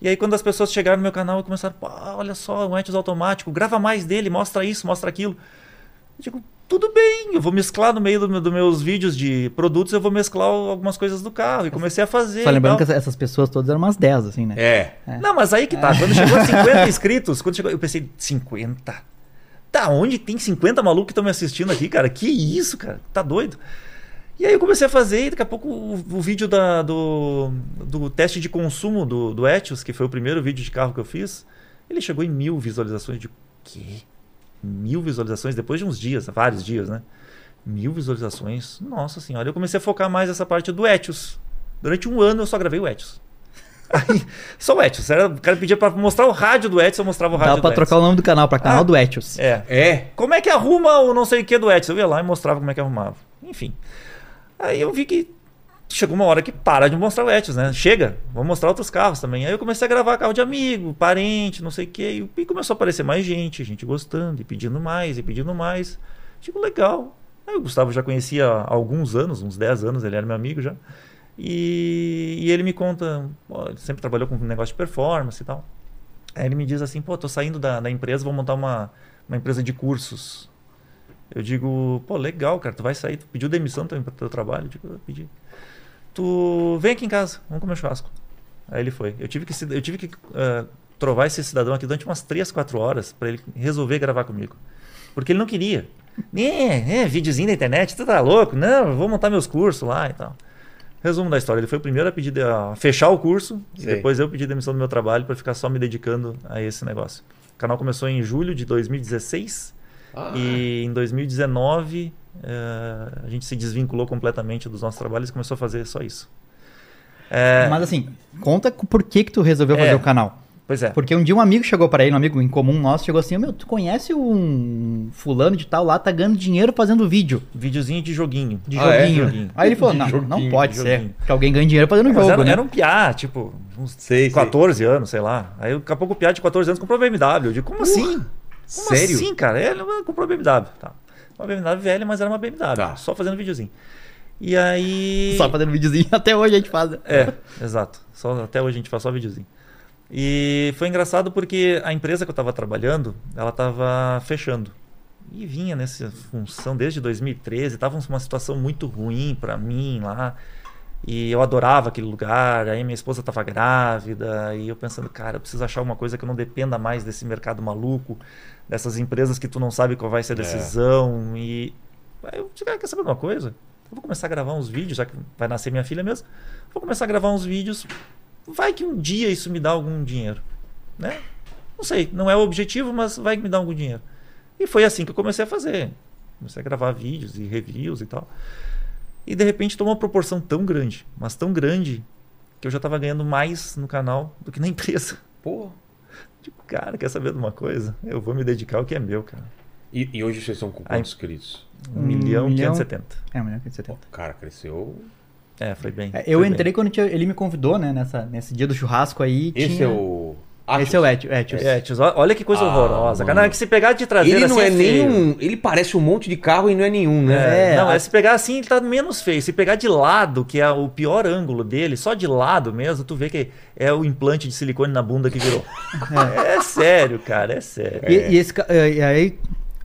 S4: E aí quando as pessoas chegaram no meu canal e começaram, Pá, olha só, o Etios automático, grava mais dele, mostra isso, mostra aquilo. Eu digo, tudo bem, eu vou mesclar no meio do meu- dos meus vídeos de produtos, eu vou mesclar o- algumas coisas do carro. E comecei a fazer.
S3: Só
S4: e
S3: lembrando que
S4: tal.
S3: essa- essas pessoas todas eram umas 10, assim, né?
S5: É.
S4: Não, mas aí que tá. Quando chegou a 50 inscritos, quando chegou, eu pensei, 50? Tá, onde tem 50 malucos que estão me assistindo aqui, cara? Que isso, cara? Tá doido? E aí eu comecei a fazer, e daqui a pouco o, o vídeo da- do, do teste de consumo do, do Etios, que foi o primeiro vídeo de carro que eu fiz, ele chegou em mil visualizações. De quê? Mil visualizações depois de uns dias, vários dias, né? Mil visualizações. Nossa senhora, eu comecei a focar mais essa parte do Etios. Durante um ano eu só gravei o Etios. (laughs) Aí, só o Etios. Era- O cara pedia pra mostrar o rádio do Etios, eu mostrava o rádio
S3: Dava pra
S4: do
S3: trocar o nome do canal pra canal
S4: Ah.
S3: do Etios.
S4: Etios. É.
S5: É.
S4: Como é que arruma o não sei o que do Edson? Eu ia lá e mostrava como é que arrumava. Enfim. Aí eu vi que chegou uma hora que para de mostrar o Etios, né? Chega, vou mostrar outros carros também. Aí eu comecei a gravar carro de amigo, parente, não sei o que. E começou a aparecer mais gente, gente gostando e pedindo mais e pedindo mais. Digo, legal. Aí o Gustavo já conhecia há alguns anos, uns 10 anos, ele era meu amigo já. E, e ele me conta, ó, ele sempre trabalhou com um negócio de performance e tal. Aí ele me diz assim, pô, tô saindo da, da empresa, vou montar uma, uma empresa de cursos. Eu digo, pô, legal, cara, tu vai sair, tu pediu demissão do teu, teu trabalho? Eu digo, eu pedi. Tu vem aqui em casa, vamos comer um churrasco. Aí ele foi. Eu tive que, cid- eu tive que eh, trovar esse cidadão aqui durante umas 3, 4 horas pra ele resolver gravar comigo. Porque ele não queria. É, é, videozinho da internet, tu tá louco? Não, eu vou montar meus cursos lá e tal. Resumo da história, ele foi o primeiro a pedir de- a fechar o curso
S5: Sei.
S4: e depois eu pedi demissão do meu trabalho pra ficar só me dedicando a esse negócio. O canal começou em julho de 2016
S5: Ah,
S4: e em 2019 eh, a gente se desvinculou completamente dos nossos trabalhos e começou a fazer só isso. É,
S3: Mas assim, conta com- por que que tu resolveu
S4: É.
S3: fazer o canal.
S4: pois é.
S3: Porque um dia um amigo chegou pra ele, um amigo em comum nosso, chegou assim, meu, tu conhece um fulano de tal lá, tá ganhando dinheiro fazendo vídeo,
S4: Videozinho de joguinho.
S3: de
S5: Ah, é?
S3: joguinho.
S4: Joguinho.
S3: Aí ele falou,
S5: De
S3: não, não
S5: joguinho,
S3: pode
S4: de
S3: ser
S4: joguinho.
S3: que alguém ganhe dinheiro fazendo
S4: Mas
S3: jogo,
S4: era,
S3: né?
S4: era um piá, tipo, uns
S5: sei, sei.
S4: 14 anos, sei lá. Aí daqui a pouco o piá de 14 anos comprou BMW. Eu digo, como assim? Como
S5: Sério?
S4: assim, cara? Ele comprou BMW. Tá. Uma BMW velha, mas era uma BMW.
S5: Tá.
S4: Só fazendo videozinho. E aí.
S3: Só fazendo videozinho, (laughs) até hoje a gente faz. né?
S4: É, exato. Só, até hoje a gente faz só videozinho. E foi engraçado porque a empresa que eu tava trabalhando, ela tava fechando. E vinha nessa função desde 2013, tava uma situação muito ruim para mim lá. E eu adorava aquele lugar, aí minha esposa estava grávida, e eu pensando, cara, eu preciso achar uma coisa que eu não dependa mais desse mercado maluco, dessas empresas que tu não sabe qual vai ser a decisão. E aí eu disse, cara, quer saber de uma coisa? Eu vou começar a gravar uns vídeos, já que vai nascer minha filha mesmo. Vou começar a gravar uns vídeos. Vai que um dia isso me dá algum dinheiro, né? Não sei, não é o objetivo, mas vai que me dá algum dinheiro. E foi assim que eu comecei a fazer. Comecei a gravar vídeos e reviews e tal. E de repente tomou uma proporção tão grande, mas tão grande, que eu já estava ganhando mais no canal do que na (laughs) empresa. Pô, tipo, cara, quer saber de uma coisa? Eu vou me dedicar ao que é meu, cara.
S1: E, e hoje vocês estão com
S4: Ai.
S1: quantos inscritos?
S4: Um
S3: Um
S4: milhão e
S3: milhão?
S4: 570.
S3: É, melhor que 70.
S1: Cara, cresceu.
S4: É, foi bem.
S3: É, Eu
S4: foi bem.
S3: entrei quando tinha- ele me convidou, né? Nessa, nesse dia do churrasco aí.
S1: Esse
S3: tinha-
S1: é o.
S3: Esse é o Etios. Etios.
S4: É, tios, ó- olha que coisa
S1: Ah,
S4: horrorosa.
S1: mano.
S4: Cara, Não, é que se pegar de traseira
S1: Ele não
S4: assim
S1: é
S4: feio.
S1: nenhum. Ele parece um monte de carro e não é nenhum, né?
S4: É,
S3: É,
S4: não,
S3: a-
S4: é se pegar assim, ele tá menos feio. Se pegar de lado, que é o pior ângulo dele, só de lado mesmo, tu vê que é o implante de silicone na bunda que virou. é sério, cara, é sério.
S3: E, e esse, ca- é, e aí,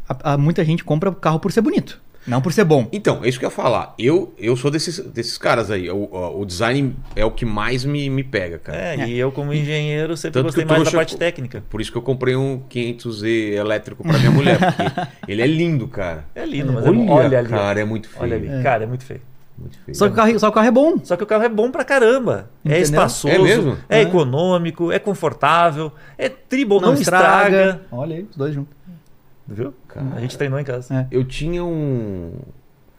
S3: a- a- muita gente compra o carro por ser bonito, não por ser bom.
S1: Então, é isso que eu ia falar. Eu, eu sou desses, desses caras aí. O, o- o design é o que mais me, me pega, cara.
S4: É, e eu, como engenheiro, sempre
S1: Tanto
S4: gostei
S1: que o
S4: mais da
S1: trouxa-
S4: parte técnica.
S1: Por isso que eu comprei um 500Z elétrico pra minha mulher,
S4: (laughs)
S1: porque ele é lindo, cara.
S4: É lindo, mas é
S1: Olha,
S4: bom. Olha ali.
S1: cara, é muito feio.
S4: Olha ali, cara, é muito feio.
S1: Muito feio.
S3: Só que, o carro, só que o carro é bom.
S4: Só que o carro é bom pra caramba. É
S3: Entendeu?
S4: espaçoso,
S1: É mesmo?
S4: é
S3: É.
S4: econômico, é confortável, é tribal, não, estraga.
S3: Olha aí, os dois juntos.
S4: Viu?
S1: Cara.
S4: A gente treinou em casa.
S3: É.
S1: Eu tinha um.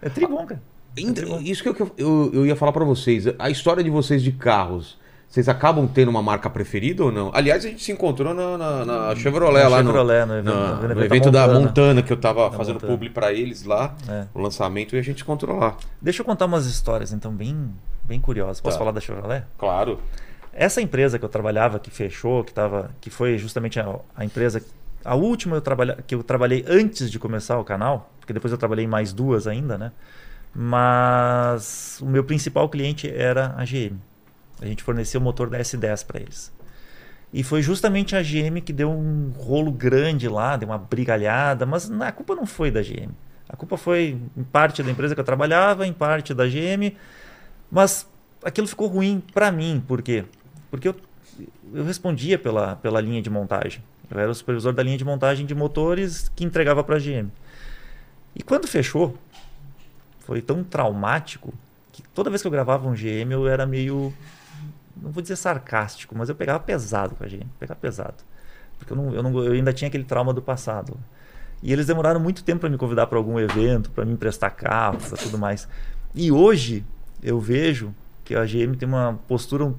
S4: É, tribom, cara.
S1: Ainda- Isso que eu, eu, eu ia falar pra vocês. A história de vocês de carros. Vocês acabam tendo uma marca preferida ou não? Aliás, a gente se encontrou na, na- na Chevrolet
S4: Na
S1: lá no-
S4: É um Chevrolet, no
S1: na-
S4: evento-
S1: no,
S4: no evento da
S1: evento da
S4: Montana.
S1: Montana, que eu tava fazendo
S4: Montana.
S1: publi pra eles lá,
S4: É.
S1: o lançamento, e a gente se encontrou lá.
S4: Deixa eu contar umas histórias, então, bem, bem curiosas. Posso
S1: Tá.
S4: falar da Chevrolet?
S1: Claro.
S4: Essa empresa que eu trabalhava, que fechou, que, tava, que foi justamente a, a empresa, a última eu trabalha, que eu trabalhei antes de começar o canal, porque depois eu trabalhei em mais duas ainda, né? Mas o meu principal cliente era a GM. A gente forneceu o motor da S10 para eles. E foi justamente a GM que deu um rolo grande lá, deu uma brigalhada, mas na- a culpa não foi da GM. A culpa foi em parte da empresa que eu trabalhava, em parte da GM, mas aquilo ficou ruim para mim, por quê? Porque eu, eu respondia pela, pela linha de montagem. Eu era o supervisor da linha de montagem de motores que entregava para a GM. E quando fechou, foi tão traumático que toda vez que eu gravava um GM eu era meio não vou dizer sarcástico, mas eu pegava pesado com a gente, pegava pesado. Porque eu, não, eu, não- eu ainda tinha aquele trauma do passado. E eles demoraram muito tempo para me convidar para algum evento, para me emprestar carro, para tudo mais. E hoje eu vejo que a GM tem uma postura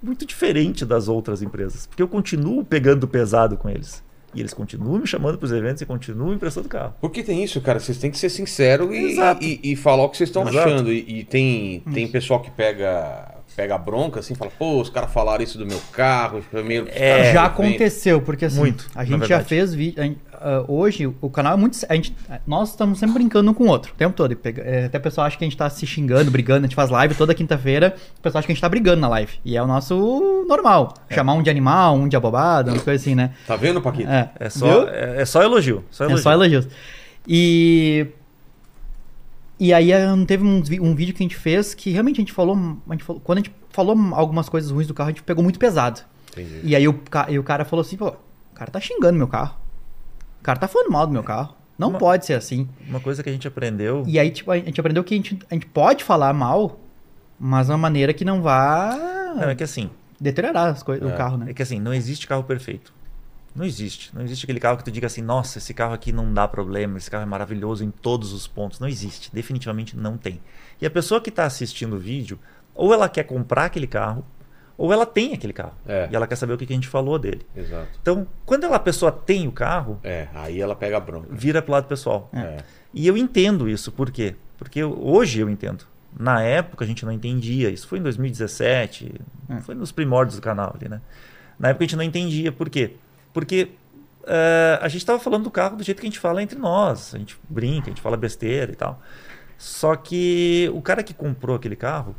S4: muito diferente das outras empresas, porque eu continuo pegando pesado com eles. E eles continuam me chamando para os eventos e continuam me emprestando carro.
S1: Porque tem isso, cara. Vocês têm que ser sincero e,
S4: Exato.
S1: e, e falar o que vocês estão
S4: Exato.
S1: achando. E, e tem, tem pessoal que pega pega bronca assim, fala, pô, os caras falaram isso do meu carro, os primeiros.
S4: É,
S3: Ah, já aconteceu, porque assim,
S4: Muito, na
S3: a gente já
S4: verdade.
S3: fez vídeo. a gente- ah, hoje, o canal é muito. sé- A gente, nós estamos sempre brincando um com o outro o tempo todo. E pega- é, até o pessoal acha que a gente tá se xingando, brigando, a gente faz live toda quinta-feira, o pessoal acha que a gente tá brigando na live. E é o nosso normal.
S4: É.
S3: Chamar um de animal, um de abobado, umas coisas assim, né?
S1: Tá vendo, Paquito?
S3: É,
S4: É
S3: Viu?
S4: só, é, é só elogio. Só
S3: É
S4: elogio.
S3: só elogios. E. E aí eh, não teve um, vi- um vídeo que a gente fez que realmente a gente falou. a gente falou- Quando a gente falou algumas coisas ruins do carro, a gente pegou muito pesado.
S1: Entendi.
S3: E aí o, ca- e o cara falou assim, pô, o cara tá xingando meu carro. O cara tá falando mal do meu carro. Não
S4: Uma-
S3: pode ser assim.
S4: Uma coisa que a gente aprendeu
S3: E aí, tipo, a gente aprendeu que a gente, a gente pode falar mal, mas de uma maneira que não vá
S4: não, é que assim,
S3: deteriorar as coisas
S1: É.
S3: do carro, né?
S4: É que assim, não existe carro perfeito. Não existe. Não existe aquele carro que tu diga assim, nossa, esse carro aqui não dá problema, esse carro é maravilhoso em todos os pontos. Não existe. Definitivamente não tem. E a pessoa que está assistindo o vídeo, ou ela quer comprar aquele carro, ou ela tem aquele carro.
S1: É.
S4: E ela quer saber o que que a gente falou dele.
S1: Exato.
S4: Então, quando ela, a pessoa tem o carro,
S1: É, aí ela pega a bronca.
S4: vira pro lado pessoal.
S1: É.
S4: E eu entendo isso, por quê? Porque eu- hoje eu entendo. Na época a gente não entendia. Isso foi em 2017, foi nos primórdios do canal ali, né? Na época a gente não entendia. Por quê? Porque eh, a gente estava falando do carro do jeito que a gente fala entre nós. A gente brinca, a gente fala besteira e tal. Só que o cara que comprou aquele carro,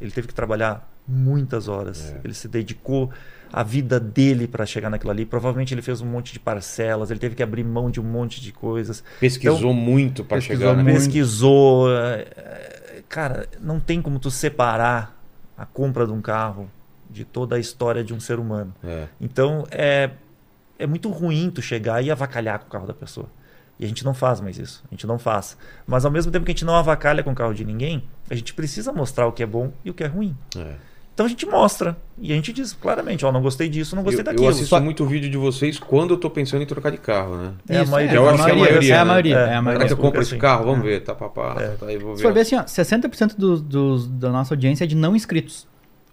S4: ele teve que trabalhar muitas horas. Ele se dedicou a vida dele para chegar naquilo ali. Provavelmente ele fez um monte de parcelas, ele teve que abrir mão de um monte de coisas.
S1: Pesquisou muito para
S3: pesquisou
S1: chegar, né?
S3: muito.
S4: Pesquisou. é, é, Cara, não tem como tu separar a compra de um carro de toda a história de um ser humano.
S1: É.
S4: Então é, é muito ruim tu chegar e avacalhar com o carro da pessoa. E a gente não faz mais isso. A gente não faz. Mas ao mesmo tempo que a gente não avacalha com o carro de ninguém, a gente precisa mostrar o que é bom e o que é ruim.
S1: É.
S4: Então a gente mostra. E a gente diz claramente: ó, não gostei disso, não gostei
S1: eu,
S4: daquilo.
S1: Eu assisto
S4: tá Só-
S1: muito vídeo de vocês quando eu tô pensando em trocar de carro, né?
S4: É a
S3: Isso,
S4: maioria.
S3: é,
S1: Eu
S3: a
S1: acho que é a
S3: maioria,
S1: maioria,
S3: é a
S1: né?
S3: maioria,
S4: É.
S3: é a
S1: Será que
S3: maioria.
S1: eu compro
S4: Assim.
S1: esse carro? Vamos ver. Tá papá, tá aí, vou
S3: Se for ver
S1: ver.
S3: assim, ó, 60% dos, dos, da nossa audiência é de não inscritos.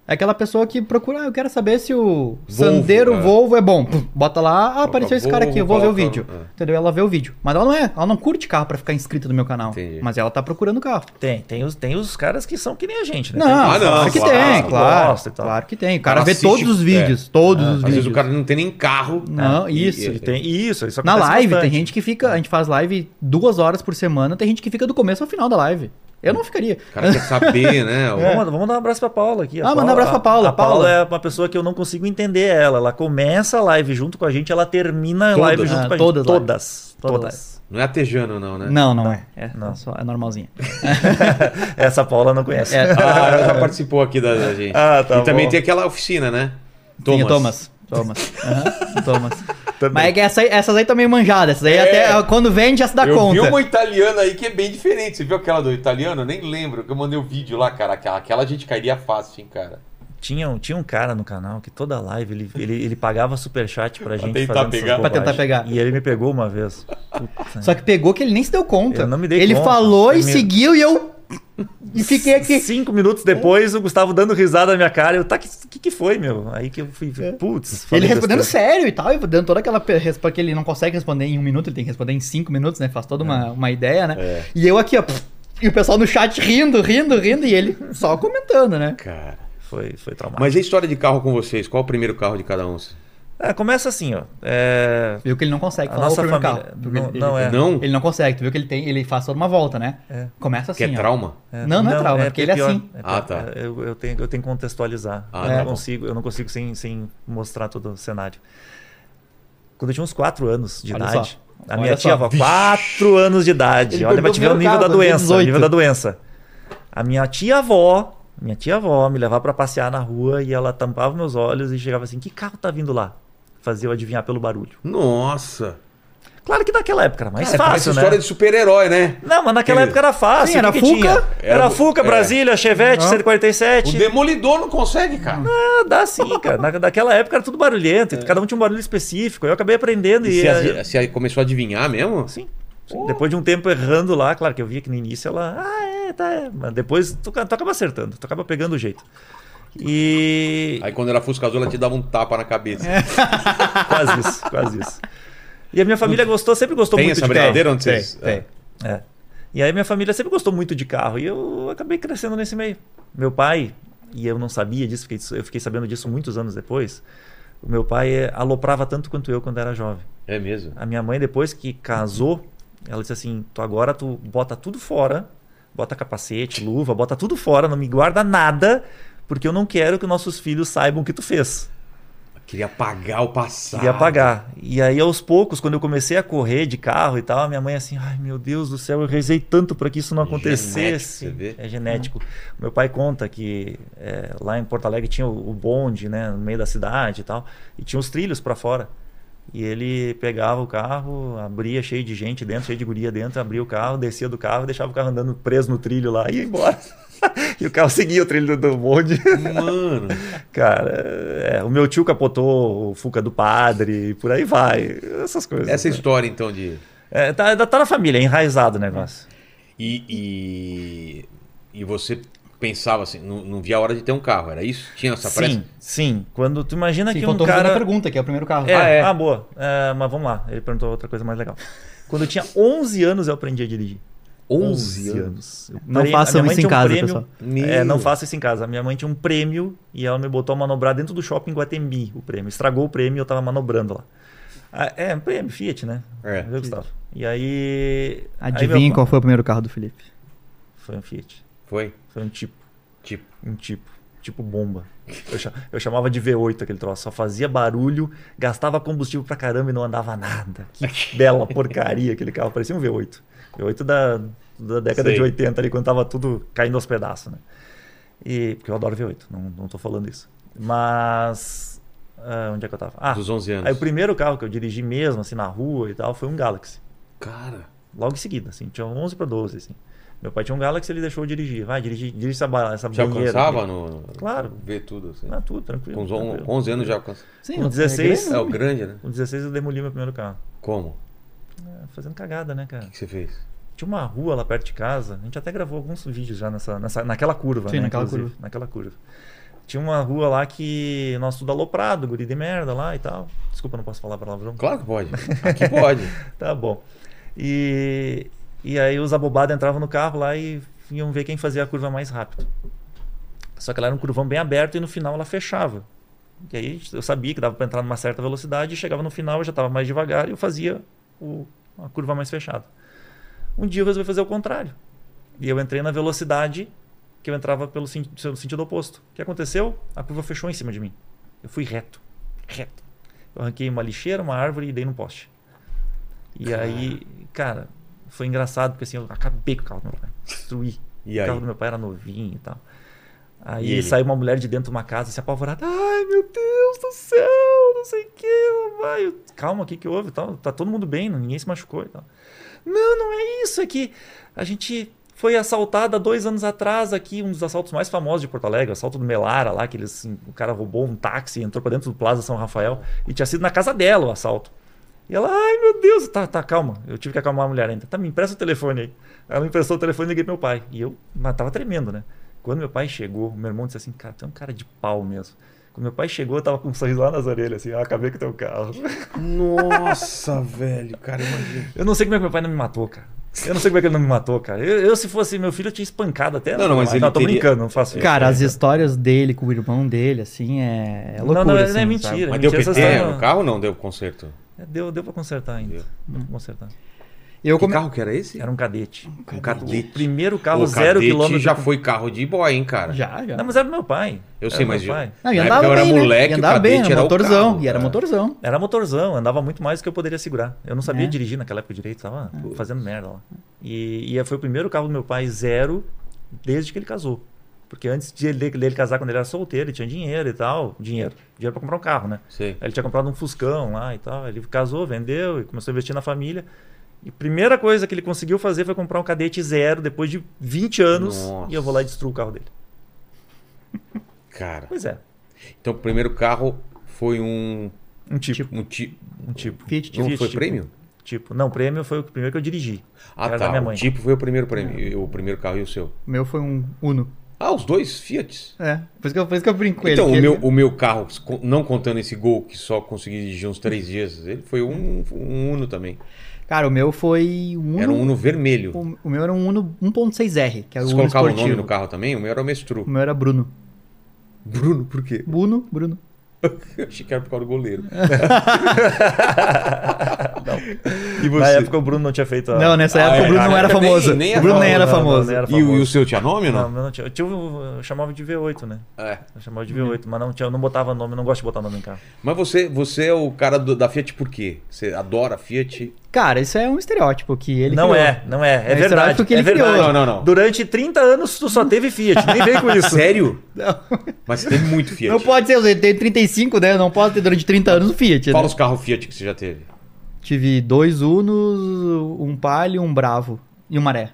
S3: É aquela pessoa que procura, ah, eu quero saber se o Sandero
S1: é.
S3: Volvo é bom. Pum, Bota lá, ah, apareceu esse cara aqui, eu vou ver o
S1: coloca-
S3: vídeo.
S1: é.
S3: Entendeu? Ela vê o vídeo. Mas ela não é, ela não curte carro pra ficar inscrita no meu canal.
S1: Entendi.
S3: Mas ela tá procurando carro.
S4: Tem, tem os, tem os caras que são que nem a gente, né?
S3: Não,
S4: Tem-
S1: Ah, não,
S3: claro que
S1: claro,
S3: tem,
S1: gosta
S3: claro.
S4: e tal.
S3: Claro que tem. O cara
S1: Ela
S3: vê
S1: assiste- é.
S3: todos os vídeos, todos os
S1: Às
S3: vídeos.
S1: vezes o cara não tem nem carro.
S3: Não,
S1: É.
S3: isso,
S1: E-
S4: Ele tem isso, isso
S3: Na
S4: acontece
S3: live,
S4: bastante.
S3: tem gente que fica.
S1: É.
S3: A gente faz live duas horas por semana, tem gente que fica do começo ao final da live. Eu não ficaria.
S1: O É. cara quer saber, né? O-
S4: Vamos, vamos dar um abraço pra Paula aqui. A
S3: Ah, manda um abraço pra
S4: a-
S3: Paula,
S4: A Paula,
S3: Paula.
S4: é uma pessoa que eu não consigo entender ela. Ela começa a live junto com a gente, ela termina a
S1: Todas.
S4: live junto
S3: Ah,
S4: com a
S3: todas
S4: gente.
S3: live.
S4: Todas.
S3: Todas
S4: Todas.
S1: Não é a Tejano, não, né?
S3: Não, não é. É,
S4: não.
S3: é só- é normalzinha.
S4: Essa a Paula não conhece.
S3: (laughs) É.
S1: Ah, ela já participou aqui da, da gente.
S4: (laughs) Ah, tá
S1: E também
S4: bom.
S1: tem aquela oficina, né?
S3: Sim, o Thomas. Thomas. Aham, o Thomas.
S4: Também. É.
S3: Mas é que essa aí- essas aí também manjadas. Essas aí até quando vende já se dá
S1: eu
S3: conta.
S1: vi uma italiana aí que é bem diferente. Você viu aquela do italiano? Eu nem lembro, que eu mandei o vídeo lá, cara. Aquela, aquela gente cairia fácil, hein, cara.
S4: Tinha, um- tinha um cara no canal que toda live ele, ele, ele pagava superchat pra gente
S1: tentar
S4: fazendo
S1: pegar.
S4: essas
S1: Pra
S4: bobagens.
S3: tentar pegar.
S4: E ele me pegou uma vez. Puta,
S3: Só que pegou que ele nem se deu conta.
S4: Eu não me dei
S3: ele
S4: conta.
S3: falou e
S4: Eu me-
S3: seguiu e eu. E fiquei aqui.
S4: Cinco minutos depois, o Gustavo dando risada na minha cara. Eu, tá, que, que que foi, meu? Aí que eu fui, ver. putz. falei
S3: É. Ele respondendo
S4: besteira.
S3: sério e tal, e dando toda aquela pe- resposta que ele não consegue responder em um minuto, ele tem que responder em cinco minutos, né? Faz toda
S4: É.
S3: uma, uma ideia, né? E eu aqui, ó. pff, E o pessoal no chat rindo, rindo, rindo, e ele só comentando, né?
S1: Cara.
S4: Foi, foi traumático.
S1: Mas e a história de carro com vocês? Qual o primeiro carro de cada um?
S4: Ah, começa assim, ó. É,
S3: Viu que ele não consegue
S4: A
S3: falar
S4: nossa
S3: o primeiro
S4: família-
S3: carro.
S4: não-
S3: ele,
S4: não
S3: ele,
S4: é.
S1: Não?
S3: ele não consegue, tu viu que ele tem, ele faz toda uma volta, né?
S4: É.
S3: Começa assim.
S1: Que é
S3: ó.
S1: trauma?
S3: Não, não é trauma, porque ele é
S4: pior.
S3: assim.
S4: pior.
S1: Ah, tá.
S4: Eu, eu tenho, eu tenho que contextualizar.
S1: Ah,
S4: eu,
S1: tá
S4: não
S1: bom.
S4: consigo, eu não consigo sem, sem mostrar todo o cenário. Quando eu tinha uns 4 anos de
S3: Olha
S4: idade,
S3: só.
S4: a
S3: Olha
S4: minha
S3: só.
S4: tia avó, 4 anos de idade.
S3: Ele
S4: Olha
S3: perdeu
S4: pra
S3: o
S4: te ver o
S3: primeiro
S4: nível da
S3: carro, quando ele
S4: doença. O nível
S3: 18.
S4: da doença. A minha tia avó, minha tia avó me levava pra passear na rua e ela tampava meus olhos e chegava assim: que carro tá vindo lá? Fazia eu adivinhar pelo barulho.
S1: Nossa!
S4: Claro que naquela época era mais
S3: É,
S1: Cara, parece
S4: fácil, né?
S1: história de super-herói, né?
S4: Não, mas naquela
S1: Entendi.
S4: época era fácil.
S3: Sim,
S4: o que
S3: era
S4: que
S3: Fuca.
S4: tinha? Era
S1: Era-
S4: Fuca,
S1: é.
S4: Brasília, Chevette,
S1: O
S4: 147.
S1: Demolidor não consegue, cara.
S4: Ah, dá sim, cara. Na, naquela época era tudo barulhento. Cada um tinha um barulho específico. Eu acabei aprendendo. E,
S1: E
S4: eh,
S1: se, se começou a adivinhar mesmo?
S4: sim, sim. Depois de um tempo errando lá, claro que eu via que no início ela... Ah, é, tá, é. Mas depois tu, ca- tu acaba acertando. Tu acaba pegando o jeito. E...
S1: Aí quando era Fusca Azul, ela te dava um tapa na cabeça.
S4: (laughs) Quase isso, quase isso. E a minha família gostou, sempre gostou
S1: Tem
S4: muito
S1: essa
S4: de carro.
S1: brincadeira onde
S3: Tem,
S1: vocês...
S3: tem.
S4: É. E aí minha família sempre gostou muito de carro e eu acabei crescendo nesse meio. Meu pai, e eu não sabia disso, fiquei, eu fiquei sabendo disso muitos anos depois, o meu pai eh, aloprava tanto quanto eu quando era jovem.
S1: É mesmo.
S4: A minha mãe, depois que casou, ela disse assim, tu agora tu bota tudo fora, bota capacete, luva, bota tudo fora, não me guarda nada, porque eu não quero que nossos filhos saibam o que tu fez.
S1: Queria apagar o passado.
S4: Queria pagar. E aí, aos poucos, quando eu comecei a correr de carro e tal, a minha mãe assim, ai meu Deus do céu, eu rezei tanto para que isso não acontecesse.
S1: Genético, você vê?
S4: é genético. Meu pai conta que é, lá em Porto Alegre tinha o o bonde, né, no meio da cidade e tal, e tinha os trilhos para fora. E ele pegava o carro, abria cheio de gente dentro, cheio de guria dentro, abria o carro, descia do carro, deixava o carro andando preso no trilho lá e ia embora. (laughs) e o carro seguia o trilho do do bonde. (laughs)
S1: Mano,
S4: Cara, é, o meu tio capotou o Fuca do Padre, e por aí vai. Essas coisas. né?
S1: essa história então de...
S4: É, tá, tá na família, é enraizado o negócio.
S1: E, e, e você pensava assim, não, não via a hora de ter um carro, era isso? Tinha essa pressa?
S4: Sim, sim. Quando tu imagina
S3: Sim,
S4: que um
S3: faltou fazer uma
S4: cara.
S3: pergunta, que é o primeiro carro.
S4: É, ah,
S1: Ah, é.
S4: boa. É, mas vamos lá. Ele perguntou outra coisa mais legal. Quando eu tinha 11 anos, eu aprendi a dirigir.
S1: 11 anos.
S4: Eu
S3: Não
S4: pre-
S3: façam
S4: a minha mãe
S3: isso em
S4: tinha um
S3: casa,
S4: prêmio-
S3: pessoal.
S4: É, não
S1: Meu.
S4: faça isso em casa. A minha mãe tinha um prêmio e ela me botou a manobrar dentro do shopping Guatemi, o prêmio. Estragou o prêmio e eu tava manobrando lá. Ah, é, um prêmio, Fiat, né?
S1: É.
S4: Viu, Gustavo? E aí. aí meu
S3: Adivinha
S4: pai-
S3: qual foi o primeiro carro do Felipe.
S4: Foi um Fiat.
S1: Foi?
S4: Foi um tipo.
S1: Tipo,
S4: Um tipo. tipo bomba. Eu, cha- eu chamava de V8 aquele troço, só fazia barulho, gastava combustível pra caramba e não andava nada. Que bela porcaria aquele carro, parecia um V8. V8 da, da década
S6: Sei.
S4: de 80 ali, quando tava tudo caindo aos pedaços, né? E, porque eu adoro V8, não, não tô falando isso. Mas... ah, onde é que eu tava? Ah,
S1: Dos 11 anos.
S4: aí o primeiro carro que eu dirigi mesmo, assim, na rua e tal, foi um Galaxy
S1: Cara,
S4: logo em seguida, assim, tinha 11 para 12, assim. Meu pai tinha um Galaxy, ele deixou eu dirigir. Vai, dirige, dirige essa, ba- essa
S1: já
S4: banheira.
S1: alcançava
S4: aqui.
S1: no...
S4: Claro.
S1: Ver tudo, assim.
S4: Ah, tudo, tranquilo.
S1: Com os on-
S4: tranquilo.
S1: 11 anos já alcança.
S3: Sim,
S4: Com
S3: não tem
S4: 16?
S1: É
S3: grana.
S1: o grande, né?
S4: Com 16 eu demoli meu primeiro carro.
S1: Como?
S4: É, fazendo cagada, né, cara?
S1: O que você fez?
S4: Tinha uma rua lá perto de casa, a gente até gravou alguns vídeos já nessa, nessa, naquela curva,
S3: Sim,
S4: né?
S3: naquela
S4: inclusive,
S3: curva.
S4: Naquela curva. Tinha uma rua lá que. Nossa, tudo aloprado, guri de merda lá e tal. Desculpa, não posso falar palavrão.
S1: Claro que pode.
S4: (laughs)
S1: Aqui pode.
S4: Tá bom. E, e aí os abobados entravam no carro lá e iam ver quem fazia a curva mais rápido. Só que ela era um curvão bem aberto e no final ela fechava. E aí eu sabia que dava para entrar numa certa velocidade e chegava no final eu já estava mais devagar e eu fazia o, a curva mais fechada. Um dia eu resolvi fazer o contrário. E eu entrei na velocidade que eu entrava pelo sen- pelo sentido oposto. O que aconteceu? A curva fechou em cima de mim. Eu fui reto. Reto. Eu arranquei uma lixeira, uma árvore e dei num poste. E aí, cara, foi engraçado, porque assim, eu acabei com o carro do meu pai. Destruí.
S1: E
S4: O
S1: aí?
S4: carro do meu pai era novinho e tal. Aí
S1: E ele?
S4: saiu uma mulher de dentro de uma casa, se apavorada. Ai, meu Deus do céu, não sei o que, vai. eu- Calma, o que que houve? e tal? Tá todo mundo bem, ninguém se machucou e tal. Não, não é isso, é que a gente foi assaltada dois anos atrás aqui, um dos assaltos mais famosos de Porto Alegre, o assalto do Melara lá, que eles, o cara roubou um táxi, entrou pra dentro do Plaza São Rafael e tinha sido na casa dela o assalto. E ela, ai meu Deus, tá, tá, calma. Eu tive que acalmar a mulher ainda. Tá, me empresta o telefone aí. Ela me emprestou o telefone e liguei pro meu pai. E eu, mas tava tremendo, né? Quando meu pai chegou, meu irmão disse assim, cara, tu é um cara de pau mesmo. Quando meu pai chegou, eu tava com um sorriso lá nas orelhas, assim, ah, acabei com o teu carro. (laughs)
S6: Nossa, velho, cara, imagina.
S4: Eu não sei como é que meu pai não me matou, cara. Eu não sei como é que ele não me matou, cara. Eu, eu, se fosse meu filho, eu tinha espancado até.
S1: Não, não, mas ele
S4: tô
S1: teria- É.
S4: brincando, não faço isso.
S3: Cara, as histórias dele com o irmão dele, assim, é, é loucura.
S4: não, não, é-
S3: assim,
S4: não é
S3: sabe?
S4: mentira.
S1: Mas deu
S4: mentira,
S1: PT
S4: essas histórias-
S1: no carro ou não deu conserto?
S4: É, Deu, deu pra consertar ainda.
S1: Deu.
S4: Deu. pra consertar.
S3: Eu
S1: Que
S3: come...
S1: carro que era esse?
S4: Era um cadete.
S1: um cadete.
S4: Primeiro
S1: O
S4: carro, zero
S1: cadete
S4: quilômetro.
S1: já foi carro de boy, hein, cara?
S3: Já, já.
S4: Não, mas era do meu pai.
S1: Eu
S4: Era
S1: sei,
S4: do
S1: mas
S4: meu
S1: eu-
S4: pai.
S3: Não, e
S1: Na
S3: andava
S1: época eu era
S3: bem, né?
S1: moleque,
S3: e
S1: o
S3: andava bem,
S1: cadete
S3: era
S1: era o
S3: motorzão.
S1: carro,
S3: e era
S1: cara.
S3: motorzão.
S4: Era motorzão, andava muito mais do que eu poderia segurar. Eu não sabia
S3: É.
S4: dirigir naquela época direito, tava fazendo merda lá. E, e foi o primeiro carro do meu pai zero desde que ele casou. Porque antes de ele- dele casar, quando ele era solteiro, ele tinha dinheiro e tal. Dinheiro. Dinheiro pra comprar um carro, né?
S1: Sei.
S4: Aí Ele tinha comprado um Fuscão lá e tal. Ele casou, vendeu e começou a investir na família. E a primeira coisa que ele conseguiu fazer foi comprar um cadete zero depois de 20 anos.
S1: Nossa.
S4: E eu vou lá e destruo o carro dele.
S1: Cara.
S4: Pois é,
S1: Então o primeiro carro foi um.
S4: um tipo.
S1: Um tipo.
S4: Um tipo.
S3: Fiat,
S1: Não
S4: Fiat
S1: foi
S4: tipo.
S1: prêmio?
S4: Tipo. Não, prêmio foi o primeiro que eu dirigi.
S1: Ah,
S4: Era da
S1: tá.
S4: minha
S1: O
S4: mãe. É.
S1: tipo foi o primeiro prêmio. e O primeiro carro e o seu.
S3: O meu foi um Uno.
S1: Ah, os dois Fiats.
S3: É, por isso que eu, por isso que eu brinco com ele.
S1: Então,
S3: que
S1: o
S3: ele-
S1: meu, o meu carro, co- não contando esse gol que só consegui dirigir uns três dias, ele foi um, um Uno também.
S3: Cara, o meu foi um Uno.
S1: Era um Uno vermelho.
S3: o- O meu era um Uno 1.6R, que é o
S1: Vocês
S3: Uno
S1: colocavam o
S3: esportivo.
S1: nome no carro também? O meu era o Mestru.
S3: O meu era Bruno.
S1: Bruno, por quê?
S3: Uno, Bruno.
S1: Eu achei que era por causa do goleiro.
S4: E
S1: você?
S4: Na época o Bruno não tinha feito a...
S3: Não, né? nessa
S1: Ah,
S3: época
S1: é,
S3: o Bruno
S1: na
S3: não era
S1: época
S3: famoso.
S1: nem- nem
S3: o Bruno
S1: era
S3: nem era
S4: famoso, não,
S3: famoso.
S4: não era
S1: E o, e o
S4: famoso.
S1: seu tinha nome ou
S4: Não,
S1: não?
S4: mas não tinha. Eu, tinha um- eu chamava de V8, né?
S1: É.
S4: Eu chamava
S3: Uhum.
S4: de V8, mas não, tinha, eu não botava nome, eu não gosto de botar nome em carro.
S1: Mas você, você é o cara do- da Fiat por quê? Você adora a Fiat?
S3: Cara, isso é um estereótipo que ele
S4: não
S3: criou.
S4: é, não é. É,
S3: É
S4: verdade.
S3: estereótipo que ele
S4: é verdade.
S3: criou.
S1: Não, não, não.
S4: Durante 30 anos tu só teve Fiat,
S3: (laughs)
S4: nem veio com isso.
S1: Sério? Mas tem muito Fiat.
S3: Não pode ser, eu tenho 35, né? Eu não posso ter durante 30 anos o Fiat.
S1: Fala
S3: Né?
S1: os carros Fiat que você já teve.
S3: Tive dois Unos, um Palio, um Bravo e um Maré.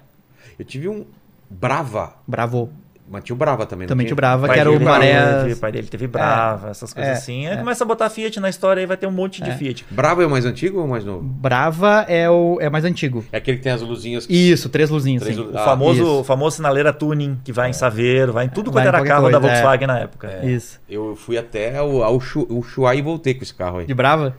S1: Eu tive um Brava,
S3: Bravo. mas
S1: mas tinha o Brava também. não
S3: Também tinha
S1: tinha?
S3: o Brava,
S4: pai
S3: que era o
S4: dele
S3: Maré.
S4: teve- pai dele teve Brava, essas coisas
S3: é,
S4: assim. Aí começa a botar Fiat na história e vai ter um monte de Fiat.
S1: Brava é o mais antigo ou o mais novo?
S3: Brava é o é mais antigo.
S1: É aquele que tem as luzinhas que
S3: Isso, três luzinhas.
S1: Três
S3: sim.
S1: lu-
S4: O
S1: Ah,
S4: famoso,
S3: isso. É.
S4: o famoso sinaleira tuning, que vai em Saveiro, vai em tudo
S3: Vai
S4: quanto
S3: em
S4: era
S3: qualquer
S4: carro da
S3: coisa, é.
S4: Volkswagen na época.
S3: Isso.
S1: Eu fui até o, ao Chu- o Chuá e voltei com esse carro aí.
S3: De Brava?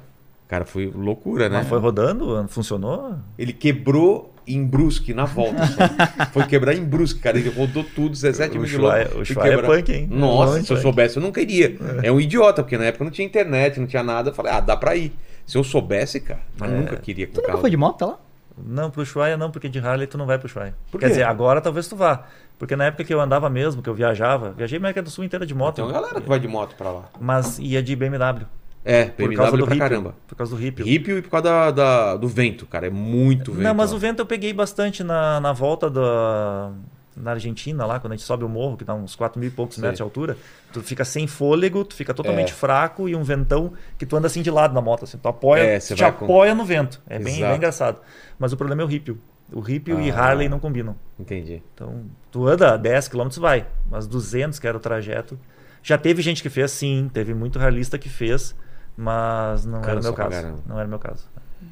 S1: Cara, foi loucura, né?
S4: Mas foi rodando, funcionou.
S1: Ele quebrou em Brusque na volta. só. foi quebrar em Brusque, cara. Ele rodou tudo, 17 mil
S4: O Chuá-
S1: quilômetros.
S4: o
S1: e
S4: Chuá é
S1: quebra-
S4: punk, hein?
S1: Nossa,
S4: É
S1: se eu
S4: punk.
S1: soubesse, eu não queria. É. um idiota, porque na época não tinha internet, não tinha nada. Eu falei, ah, dá pra ir. Se eu soubesse, cara, mas nunca queria com
S3: Tu nunca
S1: carro.
S3: foi de moto tá lá?
S4: Não, pro Ushuaia não, porque de Harley tu não vai pro Ushuaia.
S7: Por
S4: Quer
S7: quê?
S4: dizer, agora talvez tu vá. Porque na época que eu andava mesmo, que eu viajava, viajei a América do Sul inteira de moto, né?
S1: Tem uma Então, galera que vai de moto pra lá.
S4: mas ia de BMW.
S1: É,
S4: Por causa do
S1: BMW pra
S4: hippie.
S1: caramba.
S4: Por causa do hippie.
S1: Rípio e por causa da, da- do vento, cara. É muito vento.
S4: Não, mas
S1: lá.
S4: o vento eu peguei bastante na, na volta da na Argentina, lá, quando a gente sobe o morro, que dá uns 4 mil e poucos
S1: Sei.
S4: metros de altura, tu fica sem fôlego, tu fica totalmente
S1: É.
S4: fraco e um ventão que tu anda assim de lado na moto, assim, tu apoia,
S1: É, você
S4: te
S1: vai com-
S4: apoia no vento. É bem,
S1: Exato.
S4: bem engraçado. Mas o problema é o ripio. O ripio e
S1: Ah.
S4: Harley não combinam.
S1: Entendi.
S4: Então, tu anda 10 km vai, mas 200 que era o trajeto. Já teve gente que fez, sim, teve muito ralista que fez, mas não era o
S1: Cansa
S4: meu
S1: pra
S4: caso.
S1: caramba.
S4: Não era o meu caso.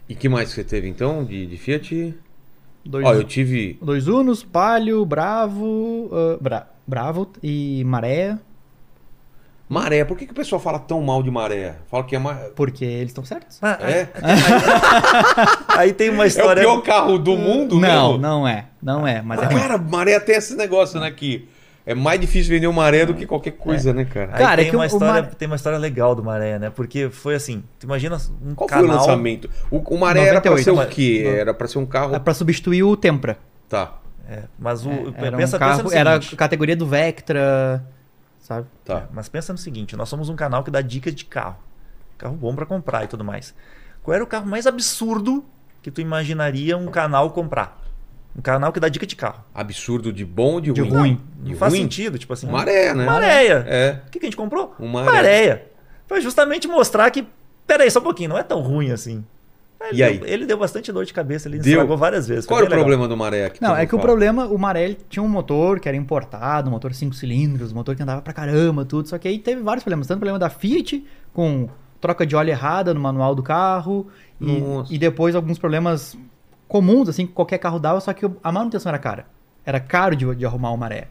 S1: E que mais que você teve então de, de Fiat?
S3: Dois,
S1: Ó, eu tive.
S3: dois Unos, Palio, Bravo, ah, Bra- Bravo e Maré,
S1: Maré, por que, que o pessoal fala tão mal de maré? Fala que é maré.
S3: porque eles estão certos.
S4: Mas
S1: É?
S4: Aí
S3: (laughs)
S4: tem uma
S1: É o
S4: história.
S1: pior carro do mundo,
S3: Não,
S1: mesmo?
S3: não é, não é, mas
S1: (laughs)
S3: é ruim.
S1: Cara, maré tem esse negócio, né? Que é mais difícil vender o maré do que qualquer coisa, né, cara?
S4: Aí
S3: Cara,
S4: tem,
S3: é que
S4: uma
S3: o- o
S4: história,
S3: Maré-
S4: tem uma história legal do Maré, né? Porque foi assim, tu imagina um
S1: Qual foi o
S4: canal...
S1: lançamento? O, o Maré era pra
S3: 98,
S1: ser o
S4: mas-
S1: quê? Era pra ser um carro.
S3: É pra substituir o Tempra.
S1: Tá,
S4: É, mas o,
S3: Era
S4: pensa,
S3: um carro,
S4: pensa no
S3: era a
S4: seguinte,
S3: categoria do Vectra, sabe?
S1: tá.
S4: mas pensa no seguinte, nós somos um canal que dá dicas de carro. Carro bom pra comprar e tudo mais. Qual era o carro mais absurdo que tu imaginaria
S1: É.
S4: um canal comprar? Um canal que dá dica de carro.
S1: Absurdo de bom ou de,
S3: De
S1: ruim?
S3: ruim.
S1: De
S4: Então, Não faz
S1: ruim?
S4: sentido, tipo assim...
S1: Maré, né?
S4: Maréia.
S1: É.
S4: O que, que a gente comprou?
S1: Uma
S4: Maréia. Foi justamente mostrar que, peraí, só um pouquinho, não é tão ruim assim. Ele,
S1: E aí?
S4: Deu, ele deu bastante dor de cabeça, ele
S1: Deu.
S4: estragou várias vezes. foi
S1: Qual era o
S4: é bem legal.
S1: problema do Maré?
S3: Não,
S1: todo
S3: é
S1: mundo
S3: que o
S1: fala?
S3: problema, o Marelli tinha um motor que era importado, um motor cinco cilindros, um motor que andava pra caramba, tudo. Só que aí teve vários problemas. Tanto o problema da Fiat, com troca de óleo errada no manual do carro,
S1: Nossa.
S3: e, e depois alguns problemas comuns, assim, que qualquer carro dava, só que o- a manutenção era cara. Era caro de, de arrumar o Maré.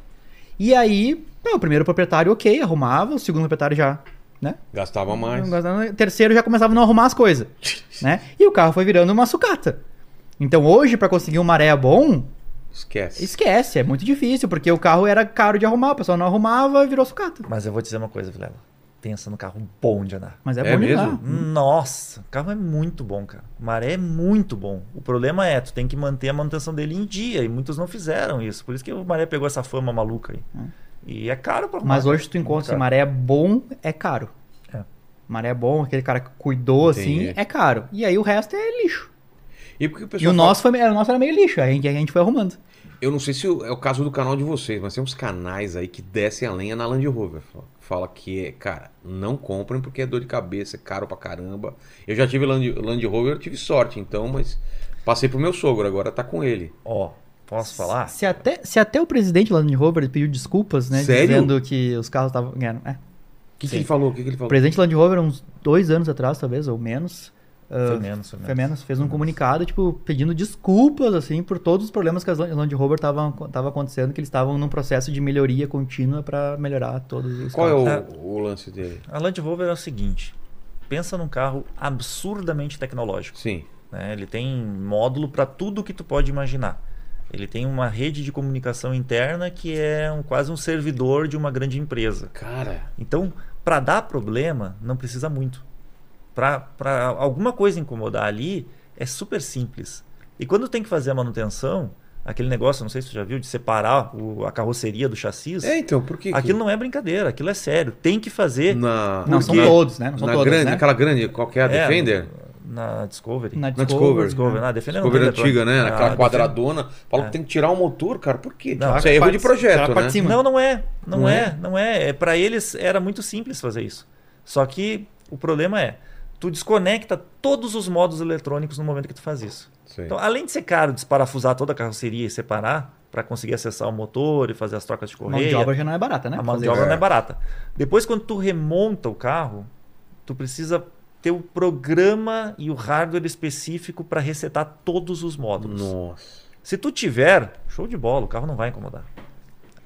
S3: E aí, pô, o primeiro proprietário, ok, arrumava, o segundo proprietário já, né?
S1: Gastava mais.
S3: Não gostava. Terceiro já começava a não arrumar as coisas.
S1: (laughs)
S3: né? E o carro foi virando uma sucata. Então hoje, pra conseguir um maré bom,
S1: Esquece.
S3: esquece, é muito difícil, porque o carro era caro de arrumar, o pessoal não arrumava e virou sucata.
S4: Mas eu vou te dizer uma coisa, Vilela. Pensa no carro bom de andar.
S3: Mas é,
S1: É
S3: bom de
S1: mesmo?
S3: andar.
S4: Nossa, o carro é muito bom, cara. O Maré é muito bom. O problema é, tu tem que manter a manutenção dele em dia, e muitos não fizeram isso. Por isso que o Maré pegou essa fama maluca aí. E é caro pra arrumar.
S3: Mas hoje tu
S1: é
S3: encontra se
S4: Cara.
S3: maré bom, é caro.
S4: É.
S3: Maré bom, aquele cara que cuidou
S1: Entendi.
S3: assim, é caro. E aí o resto é lixo.
S1: E, por que o pessoal
S3: E o
S1: fala-
S3: nosso, foi, o nosso era meio lixo, aí a gente, a gente foi arrumando.
S1: Eu não sei se o- é o caso do canal de vocês, mas tem uns canais aí que descem a lenha na Land Rover. Fala- Fala que, é, cara, não comprem porque é dor de cabeça, é caro pra caramba. Eu já tive Land, Land Rover, eu tive sorte, então, mas passei pro meu sogro, agora tá com ele.
S4: Ó, posso falar?
S3: Se até, se até o presidente lá do Land Rover pediu desculpas, né?
S1: Sério?
S3: Dizendo que os carros estavam. É,
S1: O que, que ele falou? O que, que ele
S3: O
S1: falou?
S3: presidente Land Rover, uns dois anos atrás, talvez, ou menos, ah,
S4: Foi menos, foi
S3: foi
S4: menos.
S3: menos, fez um comunicado, tipo, pedindo desculpas, assim, por todos os problemas que as Lan- Land Rover estavam tava acontecendo, que eles estavam num processo de melhoria contínua pra melhorar todos os
S1: Qual é
S3: carros.
S1: o,
S4: É.
S1: o lance dele?
S4: A Land Rover é o seguinte: pensa num carro absurdamente tecnológico.
S1: Sim.
S4: né? Ele tem módulo para tudo que tu pode imaginar. Ele tem uma rede de comunicação interna que é um- quase um servidor de uma grande empresa.
S1: Cara,
S4: Então, para dar problema, não precisa muito. Para alguma coisa incomodar ali, é super simples. E quando tem que fazer a manutenção, aquele negócio, não sei se tu já viu, de separar o- a carroceria do chassis,
S1: é então, por que? que-
S4: aquilo não é brincadeira, aquilo é sério. Tem que fazer
S1: na,
S3: Não, são
S1: porque
S3: todos, né? Não são
S1: na
S3: todos,
S1: grande,
S3: né?
S1: Aquela grande, qual que é a
S4: É,
S1: Defender?
S4: na Discovery.
S3: Na
S1: Na Discovery.
S3: Discovery. né?
S4: Discovery, na Defender não
S1: Cover
S4: tem
S1: antiga, né?
S4: eletrônica.
S1: Aquela
S4: Ah, Defender-
S1: quadradona. Fala que tem que tirar o motor, cara. Por quê?
S4: Não,
S1: Isso é erro de
S3: parte-
S1: projeto,
S3: aquela parte
S1: né?
S3: de cima.
S4: Não, não é. Não,
S1: Não
S4: é,
S1: é?
S4: não é. é para eles era muito simples fazer isso. Só que o problema é, tu desconecta todos os modos eletrônicos no momento que tu faz isso.
S1: Sim.
S4: Então, além de ser caro desparafusar toda a carroceria e separar para conseguir acessar o motor e fazer as trocas de
S3: A mão de
S4: correia,
S3: obra já não é barata, né?
S4: a mão de
S3: Fazer
S4: obra
S1: É.
S4: não é barata. Depois, quando tu remonta o carro, tu precisa ter o programa e o hardware específico para resetar todos os módulos.
S1: Nossa.
S4: Se tu tiver, show de bola, o carro não vai incomodar.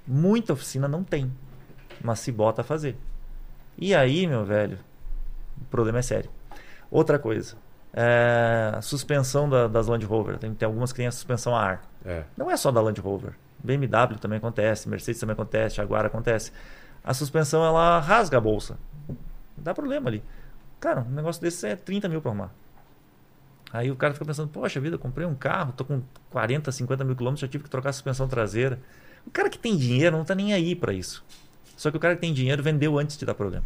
S4: Muita oficina não tem, mas se bota a fazer. E aí, meu velho, o problema é sério. Outra coisa, é, a suspensão da- das Land Rover. Tem, tem algumas que têm a suspensão a ar.
S1: É.
S4: Não é só da Land Rover. BMW também acontece, Mercedes também acontece, Jaguar acontece. A suspensão, ela rasga a bolsa. Dá problema ali. Cara, um negócio desse é 30 mil pra arrumar. Aí o cara fica pensando, poxa vida, eu comprei um carro, tô com 40, 50 mil quilômetros, já tive que trocar a suspensão traseira. O cara que tem dinheiro não tá nem aí para isso. Só que o cara que tem dinheiro vendeu antes de dar problema.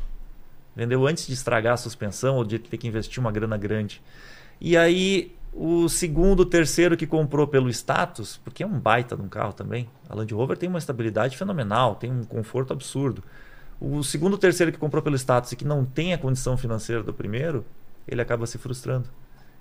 S4: Vendeu antes de estragar a suspensão ou de ter que investir uma grana grande. E aí o segundo, terceiro que comprou pelo status, porque é um baita de um carro também. A Land Rover tem uma estabilidade fenomenal, tem um conforto absurdo. O segundo, terceiro que comprou pelo status e que não tem a condição financeira do primeiro, ele acaba se frustrando.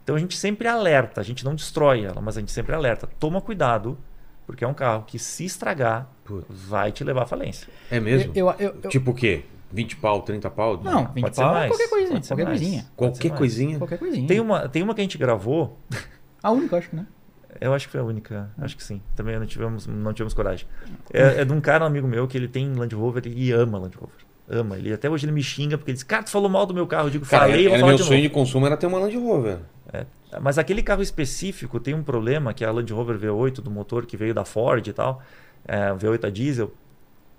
S4: Então a gente sempre alerta, a gente não destrói ela, mas a gente sempre alerta. Toma cuidado, porque é um carro que se estragar,
S5: Putz.
S4: vai te levar à falência.
S5: É mesmo?
S3: Eu, eu- eu- eu-
S5: Tipo o quê? 20 pau, 30 pau?
S3: não, 20
S4: Pode ser
S3: pau é
S4: mais,
S3: qualquer coisinha.
S4: pode ser
S3: Qualquer
S4: mais.
S3: coisinha.
S4: Pode ser
S5: Qualquer
S4: mais.
S5: coisinha.
S3: Qualquer coisinha.
S4: Tem um- uma, tem uma que a gente gravou,
S3: A única, eu acho que, né?
S4: eu acho que foi a única, acho que sim. Também não tivemos, não tivemos coragem.
S5: Hum.
S4: É, é de um cara, um amigo meu, que ele tem Land Rover e ama Land Rover. Ama. Ele até hoje ele me xinga porque ele diz: Cara, tu falou mal do meu carro. Eu digo:
S5: Cara,
S4: Falei, eu vou
S5: era
S4: falar
S5: meu
S4: de novo.
S5: sonho de consumo era ter uma Land Rover.
S4: Mas aquele carro específico tem um problema que é a Land Rover V8 do motor que veio da Ford e tal, é, o V8 a diesel.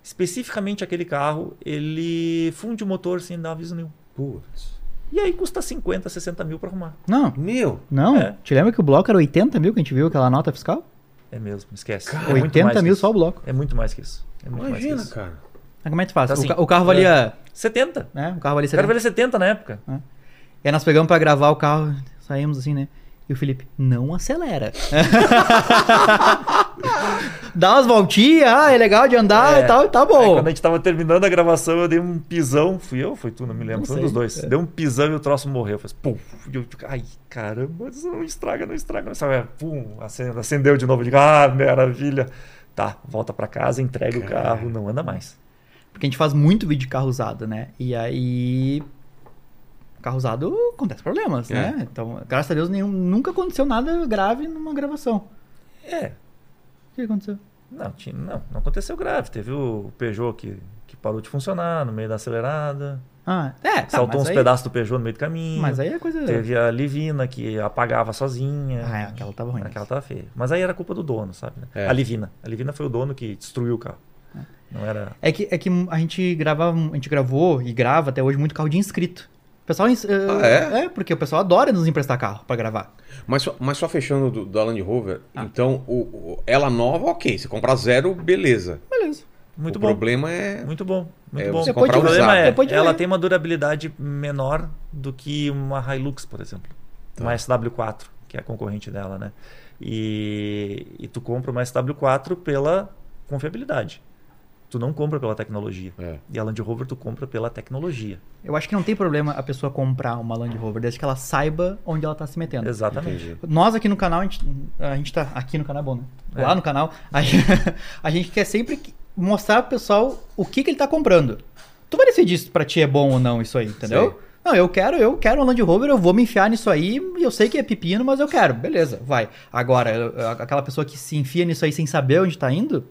S4: Especificamente aquele carro, ele funde o motor sem dar aviso nenhum.
S5: Putz.
S4: E aí custa 50, 60 mil pra arrumar.
S3: Não,
S5: Meu,
S3: não.
S4: É.
S3: Te lembra que o bloco era 80 mil que a gente viu aquela nota fiscal?
S4: É mesmo, esquece. é muito
S3: 80
S4: mais
S3: mil
S4: que
S3: só o
S4: isso.
S3: bloco.
S4: É muito mais que isso. É muito mais
S5: imagina,
S4: que isso.
S5: cara.
S3: Mas como é que tu faz?
S4: Assim,
S3: o, ca- o carro valia.
S4: 70.
S3: Né? O carro valia
S4: O
S3: 70.
S4: cara valia 70 na época.
S3: E aí nós pegamos pra gravar o carro, saímos assim, né? E o Felipe, não acelera. (laughs) Dá umas voltinhas, ah, é legal de andar
S4: É.
S3: e tal, e tá
S4: Aí,
S3: bom.
S4: quando a gente tava terminando a gravação, eu dei um pisão. Fui eu, foi tu, não me lembro.
S3: Não
S4: foi um
S3: sei, É.
S4: dos dois. Deu um pisão e o troço morreu. Fez pum. E eu, fico, ai, caramba, isso não estraga, não estraga. Não estraga. Pum, acende- acendeu de novo. Eu digo, ah, maravilha. Tá, volta pra casa, entrega o carro, não anda mais.
S3: Porque a gente faz muito vídeo de carro usado, né? E aí. Carro usado acontece problemas,
S5: É.
S3: né? Então, graças a Deus, nenhum, nunca aconteceu nada grave numa gravação.
S4: É,
S3: O que aconteceu?
S4: não, tinha, não, não aconteceu grave. Teve o Peugeot que, que parou de funcionar no meio da acelerada.
S3: Ah, é. Tá,
S4: saltou
S3: mas
S4: uns
S3: aí,
S4: pedaços do Peugeot no meio do caminho.
S3: Mas aí é coisa.
S4: Teve a Livina que apagava sozinha.
S3: Ah, é, aquela tava ruim.
S4: Aquela tava feia. Mas aí era culpa do dono, sabe? né?
S5: É.
S4: A Livina. A Livina foi o dono que destruiu o carro. Não era.
S3: É que, é que a gente gravava, a gente gravou e grava até hoje muito carro de inscrito. O pessoal. ins-
S5: Ah,
S3: é? porque o pessoal adora nos emprestar carro pra gravar.
S5: Mas só, mas só fechando do, da Land Rover,
S3: Ah.
S5: então o, o- ela nova, ok. Se comprar zero, beleza.
S3: Beleza.
S4: Muito
S5: o
S4: bom.
S5: problema é.
S4: Muito bom. Muito
S5: É,
S4: bom.
S5: você
S4: O
S3: comprar
S4: problema
S5: usado.
S4: é,
S3: Depois de
S4: ela
S3: velho.
S4: tem uma durabilidade menor do que uma Hilux, por exemplo.
S5: Tá.
S4: Uma SW4, que é a concorrente dela, né? E, e tu compra uma SW4 pela confiabilidade. Tu não compra pela tecnologia.
S5: É.
S4: E a Land Rover tu compra pela tecnologia.
S3: Eu acho que não tem problema a pessoa comprar uma Land Rover, desde que ela saiba onde ela tá se metendo.
S4: Exatamente.
S5: Entendi.
S3: Nós aqui no canal, a gente, a gente tá. Aqui no canal é bom, né?
S4: É.
S3: Lá no canal, a gente, (laughs) a gente quer sempre que- mostrar pro pessoal o que, que ele tá comprando. Tu vai decidir se pra ti é bom ou não isso aí, entendeu?
S5: Sei.
S3: Não, eu quero, eu quero um Land Rover, eu vou me enfiar nisso aí, e eu sei que é pepino, mas eu quero. Beleza, vai. Agora, eu- aquela pessoa que se enfia nisso aí sem saber onde tá indo,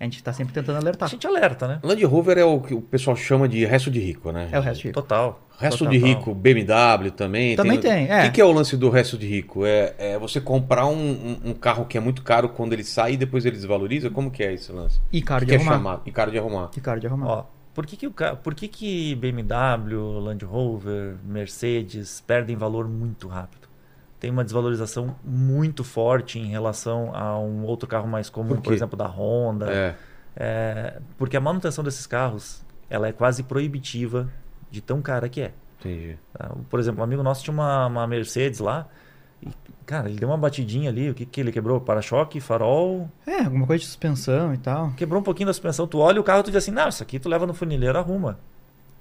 S3: a gente tá sempre tentando
S4: A
S3: alertar.
S4: gente alerta, né?
S5: Land Rover é o que o pessoal chama de resto de rico, né?
S3: É o resto. Chico.
S4: Total.
S5: Resto
S4: Total.
S5: de rico, BMW também.
S3: Também tem, é.
S5: O que, que é o lance do resto de rico? É, é você comprar um, um- um carro que é muito caro quando ele sai e depois ele desvaloriza? Como que é esse lance?
S3: E
S5: O
S3: caro
S5: que
S3: de
S5: que é
S3: arrumar.
S5: chamado? E caro de arrumar.
S3: E caro de arrumar.
S5: Hum.
S4: Ó, por que que, o ca... por que que BMW, Land Rover, Mercedes perdem valor muito rápido? Tem uma desvalorização muito forte em relação a um outro carro mais comum,
S5: Por
S4: por,
S5: quê?
S4: exemplo, da Honda.
S5: É.
S4: É, porque a manutenção desses carros, ela é quase proibitiva de tão cara que é.
S5: Entendi.
S4: Tá? Por exemplo, um amigo nosso tinha uma, uma Mercedes lá, e, cara, ele deu uma batidinha ali, o que que ele quebrou? Para-choque, farol,
S3: É, alguma coisa de suspensão e tal.
S4: quebrou um pouquinho da suspensão, tu olha o carro e tu diz assim, não, isso aqui tu leva no funileiro, arruma.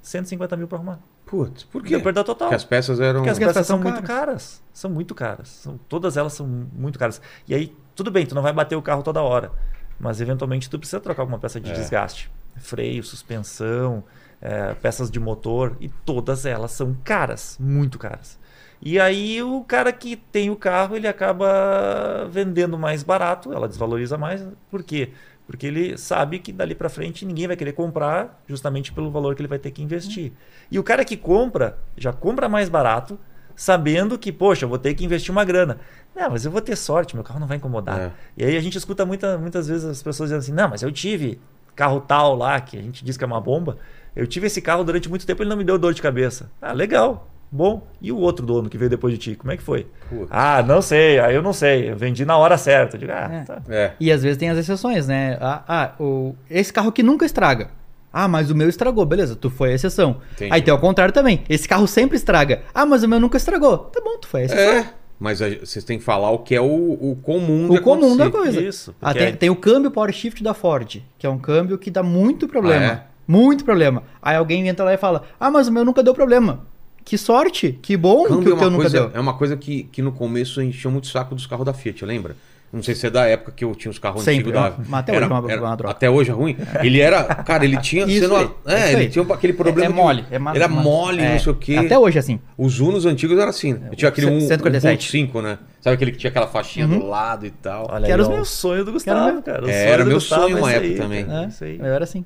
S4: 150 mil pra arrumar.
S5: Putz, por quê?
S4: Deu perda total.
S5: É, Porque as peças eram.
S4: Porque as
S3: Porque as
S4: peças são
S3: peças
S4: muito caras. São muito caras. São, todas elas são muito caras. E aí, tudo bem, tu não vai bater o carro toda hora. Mas eventualmente tu precisa trocar alguma peça de
S5: É.
S4: desgaste. Freio, suspensão, é, peças de motor. E todas elas são caras, muito caras. E aí o cara que tem o carro, ele acaba vendendo mais barato, ela desvaloriza mais. Por quê? Porque ele sabe que dali pra frente ninguém vai querer comprar justamente pelo valor que ele vai ter que investir. E o cara que compra, já compra mais barato, sabendo que, poxa, eu vou ter que investir uma grana. Não, mas eu vou ter sorte, meu carro não vai incomodar.
S5: É.
S4: E aí a gente escuta muita, muitas vezes as pessoas dizendo assim: não, mas eu tive carro tal lá, que a gente diz que é uma bomba. Eu tive esse carro durante muito tempo, ele não me deu dor de cabeça. Ah, legal. Bom, e o outro dono que veio depois de ti, como é que foi?
S8: Putz.
S4: Ah, não sei, aí eu não sei, eu vendi na hora certa. Eu digo, ah,
S3: É.
S4: tá.
S8: É.
S3: E às vezes tem as exceções, né? Ah, ah, o... esse carro que nunca estraga. Ah, mas o meu estragou, beleza, tu foi a exceção.
S8: Entendi.
S3: Aí tem ao contrário também. Esse carro sempre estraga. Ah, mas o meu nunca estragou. Tá bom, tu foi a exceção.
S8: É.
S1: Mas a- vocês têm que falar o que é o, o comum
S3: O comum da
S1: acontecer.
S3: coisa.
S4: Isso,
S3: Ah,
S4: porque
S3: tem,
S4: aí-
S3: tem o câmbio Power Shift da Ford, que é um câmbio que dá muito problema.
S1: Ah, é?
S3: Muito problema. Aí alguém entra lá e fala: Ah, mas o meu nunca deu problema. Que sorte, que bom
S1: Câmbio
S3: que
S1: é
S3: o teu
S1: uma,
S3: nunca
S1: coisa,
S3: deu.
S1: é uma coisa que, que no começo encheu muito o saco dos carros da Fiat, lembra? Não sei se é da época que eu tinha os carros
S3: Sempre,
S1: antigos da.
S3: mas até hoje é uma- uma droga.
S1: Até hoje é ruim. Ele era. Cara, ele tinha.
S3: Isso
S1: você não-
S3: aí, isso
S1: é,
S3: aí.
S1: ele tinha aquele problema.
S3: É- é
S1: de-
S3: mole, é ma-
S1: Era
S3: mole.
S1: mole,
S3: É,
S1: não sei o quê.
S3: Até É, hoje, assim.
S1: Os Unos antigos eram assim. né? Eu tinha aquele
S3: C-
S1: 1,
S3: 147.
S1: 1.5, né? Sabe aquele que tinha aquela faixinha
S3: Uhum.
S1: do lado e tal.
S4: Olha
S3: Que
S4: aí,
S3: era os
S4: ó,
S3: meus.
S4: o sonho do
S3: Que era
S4: Gustavo,
S3: meu.
S4: cara. o
S1: É,
S4: sonho
S1: era
S4: do
S1: meu
S4: Gustavo
S1: sonho
S4: é
S1: uma
S4: isso
S1: época
S4: aí,
S1: também.
S4: cara,
S3: É,
S4: é isso aí.
S3: eu era assim.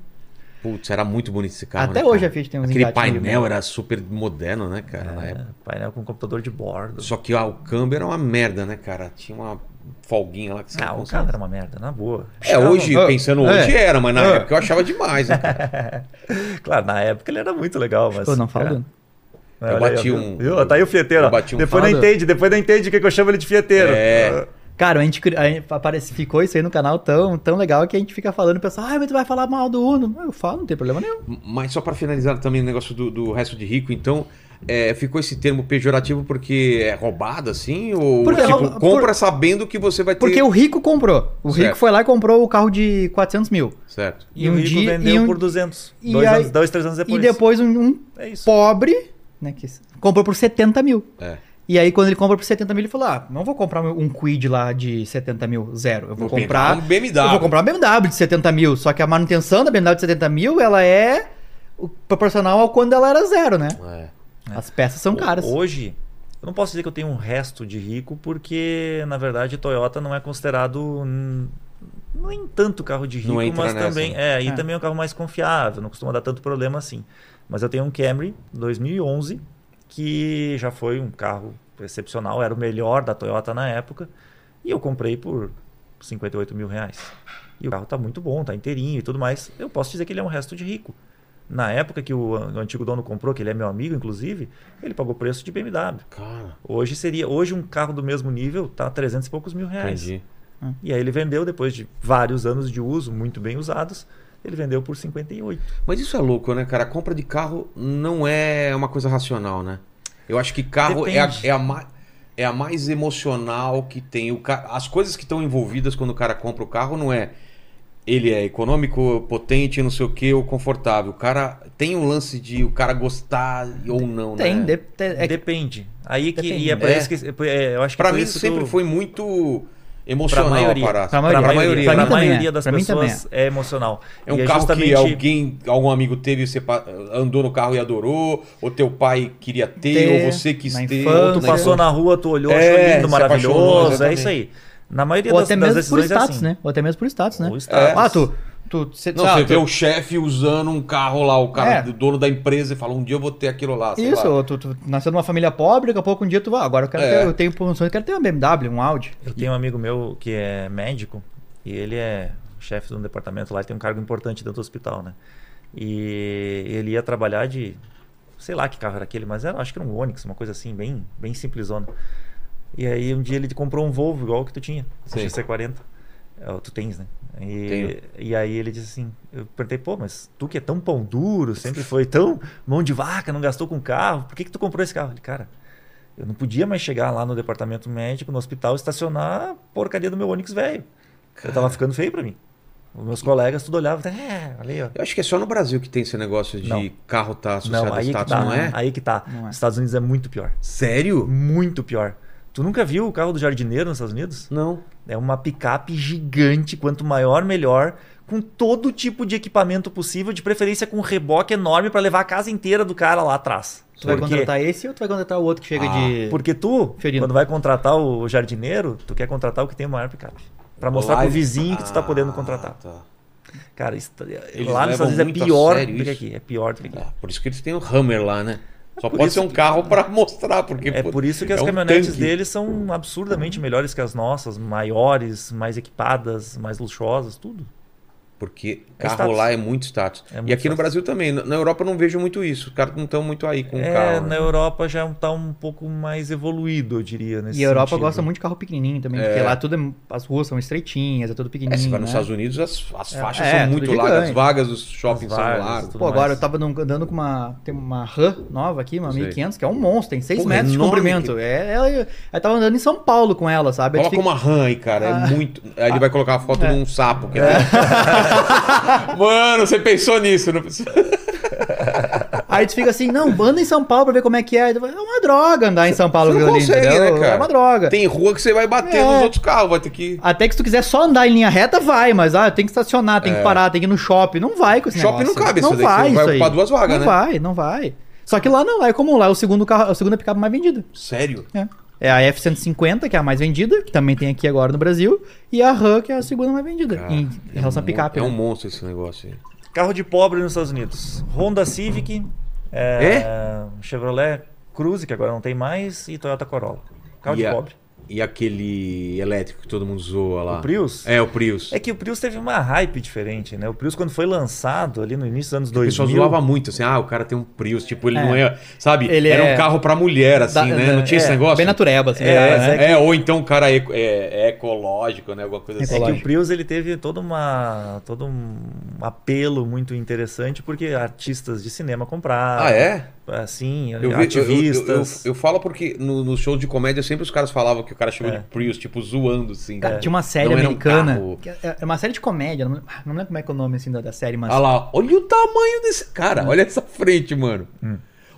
S1: Putz, era muito bonito esse carro.
S3: Até
S1: né,
S3: hoje
S1: cara?
S3: a Fiat tem uns né? É.
S1: Aquele
S3: engates meio
S1: painel era super moderno, né, cara, na época.
S4: Painel com computador de bordo.
S1: Só que ah, o câmbio era uma merda, né, cara? Tinha uma folguinha lá que você
S4: Ah, o
S1: conseguia.
S4: cara era uma merda, na boa.
S1: É, hoje,
S3: Ah,
S1: pensando
S3: é.
S1: hoje era, mas na
S3: Ah.
S1: época eu achava demais,
S3: (laughs)
S1: né, cara?
S4: (laughs) Claro, na época ele era muito legal, mas.
S3: Pô, não fala
S4: cara,
S3: do-
S4: É, olha
S1: Eu
S4: aí,
S1: bati
S4: viu?
S1: um-
S4: Viu? Tá aí o fieteiro.
S1: eu
S4: ó.
S1: bati um
S4: depois não
S3: fado.
S4: entende, depois não entende o que que eu chamo ele de fieteiro.
S1: É.
S3: Cara, a gente, cri- a gente aparece- ficou isso aí no canal tão, tão legal que a gente fica falando, o pessoal, ai, mas tu vai falar mal do Uno. Eu falo, não tem problema nenhum.
S1: Mas só pra finalizar também o negócio do, do resto de rico, então, é, ficou esse termo pejorativo porque é roubado, assim? Ou
S3: Porque é
S1: tipo,
S3: rouba-
S1: compra sabendo que você vai
S4: É
S1: ter.
S3: Porque o rico comprou. O rico
S1: Certo.
S3: foi lá e comprou o carro de 400 mil. um
S1: Certo.
S4: E, o rico vendeu por 200.
S3: e
S4: dois,
S3: aí-
S4: anos, dois, três anos depois.
S3: E depois um, um
S4: É isso.
S3: pobre, né, que s- comprou por 70 mil.
S1: É.
S3: E aí quando ele compra por 70 mil, ele falou, ah, não vou comprar meu- um Quid lá de 70 mil, zero. Eu
S1: Vou
S3: vou,
S1: pegar
S3: comprar...
S1: um BMW.
S3: Eu vou comprar uma BMW de 70 mil, só que a manutenção da BMW de 70 mil, ela é o- proporcional ao quando ela era zero, né?
S1: É.
S3: As peças são caras.
S4: Hoje, eu não posso dizer que eu tenho um resto de rico, porque, na verdade, Toyota não é considerado. hum, Nem tanto carro de rico,
S1: Não entra
S4: mas
S1: nessa,
S4: também. É, e também é um carro mais confiável, não costuma dar tanto problema assim. Mas eu tenho um Camry 2011, que já foi um carro excepcional, era o melhor da Toyota na época, e eu comprei por 58 mil reais. E o carro tá muito bom, tá inteirinho e tudo mais. Eu posso dizer que ele é um resto de rico. Na época que o an- o antigo dono comprou, que ele é meu amigo, inclusive, ele pagou preço de BMW.
S1: Cara,
S4: Hoje seria, hoje um carro do mesmo nível tá 300 e poucos mil
S3: É,
S4: reais.
S1: entendi.
S4: E aí ele vendeu depois de vários anos de uso, muito bem usados, ele vendeu por 58.
S1: Mas isso é louco, né, cara? A compra de carro não é uma coisa racional, né? Eu acho que carro é a,
S4: Depende.
S1: é, a ma- é a mais emocional que tem. O ca- As coisas que estão envolvidas quando o cara compra o carro não é. Ele é econômico, potente, não sei o que, ou confortável. O cara tem um lance de o cara gostar ou
S4: Tipo,
S1: não,
S3: Tem,
S1: né?
S3: de- te- é que-
S4: Depende. Aí que
S3: Depende.
S4: e é por
S1: É.
S4: isso que é, eu acho que
S1: Pra
S4: por
S1: mim
S4: isso que
S1: sempre
S4: eu-
S1: foi muito emocional
S4: Pra maioria.
S1: a parada.
S3: Pra
S4: Pra
S3: maioria.
S4: maioria,
S3: Pra
S4: pra
S3: mim também
S4: maioria
S3: é.
S4: das
S3: Pra mim também
S4: pessoas é. emocional.
S1: É um
S4: E
S1: carro
S4: justamente-
S1: que alguém, algum amigo teve, você pa- andou no carro e adorou, ou teu pai queria ter,
S3: Ter,
S1: ou você quis
S3: na
S1: ter.
S3: infância.
S1: ou
S4: Tu
S1: tu
S3: né?
S4: passou na rua, tu olhou,
S1: É,
S4: achou lindo,
S1: se apaixonou,
S4: maravilhoso, é
S1: exatamente.
S4: isso aí. Na maioria
S3: Ou
S4: das,
S3: até
S4: das
S3: mesmo por
S4: decisões é
S3: status,
S4: assim.
S3: né? Ou até mesmo por status, né?
S4: O status.
S3: Ah, tu... tu cê-
S1: É. Não,
S3: sei lá,
S1: você
S3: tu-
S1: vê o chefe usando um carro lá, o cara,
S3: É.
S1: o dono da empresa, e fala, um dia eu vou ter aquilo lá. sei
S3: Isso,
S1: lá.
S3: ou tu, tu nasceu numa família pobre, daqui a pouco um dia tu vai, agora eu quero
S1: É.
S3: ter, eu tenho um sonho, eu quero ter uma BMW, um Audi.
S4: Eu tenho um amigo meu que é médico e ele é chefe de um departamento lá, ele tem um cargo importante dentro do hospital, né? E ele ia trabalhar de sei lá que carro era aquele, mas era, acho que era um Onix, uma coisa assim, bem, bem simplesona. E aí um dia ele comprou um Volvo igual o que tu tinha,
S1: Sim.
S4: XC40. É, o- Tu tens, né?
S1: Tenho.
S4: E, e aí ele disse assim, eu perguntei, pô, mas tu que é tão pão duro, sempre foi tão mão de vaca, não gastou com carro, por que que tu comprou esse carro? Ele, cara, eu não podia mais chegar lá no departamento médico, no hospital, estacionar a porcaria do meu Onix velho. Eu tava ficando feio pra mim. Os meus colegas tudo olhavam, é, ali, ó.
S1: Eu acho que é só no Brasil que tem esse negócio de
S4: Não.
S1: carro tá associado
S4: Não,
S1: a
S4: aí que
S1: status,
S4: tá.
S1: não é?
S4: Aí que tá.
S3: Não é.
S4: Os Estados Unidos é muito pior.
S1: Sério?
S4: Muito pior. Tu nunca viu o carro do jardineiro nos Estados Unidos?
S1: Não.
S4: É uma picape gigante, quanto maior, melhor, com todo tipo de equipamento possível, de preferência com um reboque enorme pra levar a casa inteira do cara lá atrás.
S3: Tu vai
S4: Por quê?
S3: contratar esse ou tu vai contratar o outro que chega
S1: Ah,
S3: de...
S4: Porque tu,
S3: Ferino.
S4: quando vai contratar o jardineiro, tu quer contratar o que tem o maior picape. Pra mostrar pro
S1: Live-
S4: vizinho que tu tá podendo
S1: Então Ah,
S4: contratar.
S1: tá.
S4: Cara, isso, tá, lá
S1: levam
S4: nos Estados Unidos é
S1: muito a
S4: pior
S1: sério
S4: do que
S1: isso.
S4: aqui. É pior do que aqui.
S1: Ah, por isso que eles têm o Hammer lá, né? Só
S4: É por
S1: pode ser
S4: isso
S1: um
S4: que-
S1: carro pra mostrar, porque...
S4: É
S1: pô,
S4: por isso que
S1: é
S4: as
S1: um
S4: caminhonetes
S1: tanque.
S4: deles são absurdamente melhores que as nossas, maiores, mais equipadas, mais luxuosas, tudo.
S1: Porque
S4: É
S1: carro
S4: status.
S1: lá é muito status.
S4: É muito
S1: e aqui no
S4: status.
S1: Brasil também. Na na Europa eu não vejo muito isso. Os caras não estão muito aí com o
S4: é,
S1: Um carro. né?
S4: na Europa já tá um pouco mais evoluído, eu diria, nesse
S3: E a Europa
S4: sentido. né?
S3: gosta muito de carro pequenininho também, porque lá tudo é- as ruas são estreitinhas, é tudo
S1: É,
S3: pequenininho.
S1: você vai nos
S3: né?
S1: Estados Unidos, as, as
S3: É,
S1: faixas
S3: é,
S1: são
S3: tudo
S1: muito
S3: gigante.
S1: largas, as vagas dos shoppings
S4: As vagas,
S1: são largas.
S4: tudo
S3: Pô, agora
S4: mais.
S3: eu tava num- andando com uma. Tem uma RAM nova aqui, uma
S1: Sei.
S3: 1500, que é um monstro, tem 6
S1: Pô,
S3: metros de
S1: enorme,
S3: comprimento. É, ela, eu tava andando em São Paulo com ela, sabe? Eu
S1: Coloca
S3: tive-
S1: uma RAM aí, cara. É muito. Aí ele vai colocar a foto de um sapo. Que é. Mano, você pensou nisso? Não... pensou?
S3: Aí tu fica assim, não, anda em São Paulo pra ver como é que é. Aí tu fala, É uma droga andar em São Paulo.
S1: Você não
S3: aquilo ali,
S1: consegue,
S3: entendeu?
S1: né, cara?
S3: É uma droga.
S1: Tem rua que você vai bater
S3: É.
S1: nos outros carros, vai ter que.
S3: Até que se tu quiser só andar em linha reta, vai, mas ah, tem que estacionar, tem que parar, tem que ir no shopping. Não vai com esse
S1: É. Shopping
S3: negócio.
S1: não cabe isso
S3: não
S1: daí,
S3: vai
S1: você
S3: isso
S1: vai
S3: aí.
S1: ocupar duas vagas,
S3: não
S1: né?
S3: vai, não vai. Só que lá não, lá é comum, lá é o segundo carro, a segunda picape mais vendida.
S1: Sério?
S3: É. É a F-150, que é a mais vendida, que também tem aqui agora no Brasil, e a RAM, que é a segunda mais vendida,
S1: Cara,
S3: em, em
S1: é um
S3: relação a
S1: mon-
S3: picape.
S1: É um
S3: né?
S1: monstro esse negócio aí.
S4: Carro de pobre nos Estados Unidos. Honda Civic, é, Chevrolet Cruze, que agora não tem mais, e Toyota Corolla. Carro
S1: E a-
S4: de pobre.
S1: E aquele elétrico que todo mundo zoa lá.
S4: O Prius?
S1: É, o Prius.
S4: É que o Prius teve uma hype diferente, né? O Prius, quando foi lançado ali no início dos anos
S1: É
S4: é
S1: O
S4: 2000...
S1: pessoal zoava muito, assim, ah, o cara tem um Prius, tipo, ele
S3: É.
S1: não é. Sabe?
S3: Ele
S1: era
S3: é-
S1: um carro pra mulher, assim,
S3: Da-
S1: né?
S3: da-
S1: Não tinha esse
S3: é,
S1: negócio.
S3: Bem natureba, assim.
S1: É,
S3: né?
S1: é, é, ou então o cara é, é- é ecológico, né? Alguma coisa assim.
S4: É que o
S3: Ecológico.
S4: Prius ele teve toda uma, todo um apelo muito interessante porque artistas de cinema compraram.
S1: Ah, é?
S4: Assim,
S1: Eu, vi- eu- eu, eu, eu,
S4: ativistas.
S1: eu falo porque no, no show de comédia sempre os caras falavam que o cara chegou
S4: É.
S1: de Prius, tipo, zoando, assim.
S3: Cara,
S1: né?
S3: tinha uma série
S1: Não era um
S3: americana.
S1: carro.
S3: que é é uma série de comédia, não, não lembro como é que é o nome assim, da, da série, mas.
S1: Olha lá, olha o tamanho desse cara, olha essa frente, mano.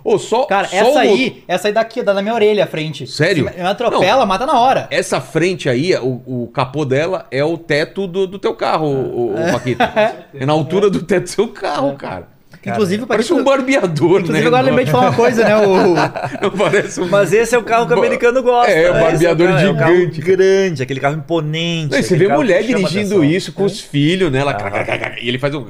S1: Ô, só,
S3: Hum. Cara,
S1: só
S3: essa
S1: o mo-
S3: aí, essa aí daqui, dá na minha orelha à frente.
S1: Sério?
S3: Se Me atropela, mata na hora.
S1: Essa frente aí, o, o capô dela é o teto do, do teu carro,
S3: É.
S1: o, o Paquita. É na altura do teto do seu carro, cara.
S3: Inclusive, pra
S1: Parece
S3: quem-
S1: um barbeador,
S3: É. Inclusive,
S1: né?
S3: agora eu lembrei de falar uma coisa,
S1: (laughs)
S3: né? O,
S1: Não parece um...
S4: Mas esse é o
S1: (laughs)
S4: carro que o americano gosta.
S1: É, o
S4: né? Esse
S1: barbeador
S4: o carro- É um
S1: gigante,
S4: carro grande, aquele carro imponente.
S1: Não, e você
S4: aquele
S1: vê
S4: carro que
S1: mulher
S4: chama
S1: dirigindo
S4: atenção. É.
S1: isso com
S3: É.
S1: os filhos, né? Ela...
S4: Aham.
S1: E ele faz um,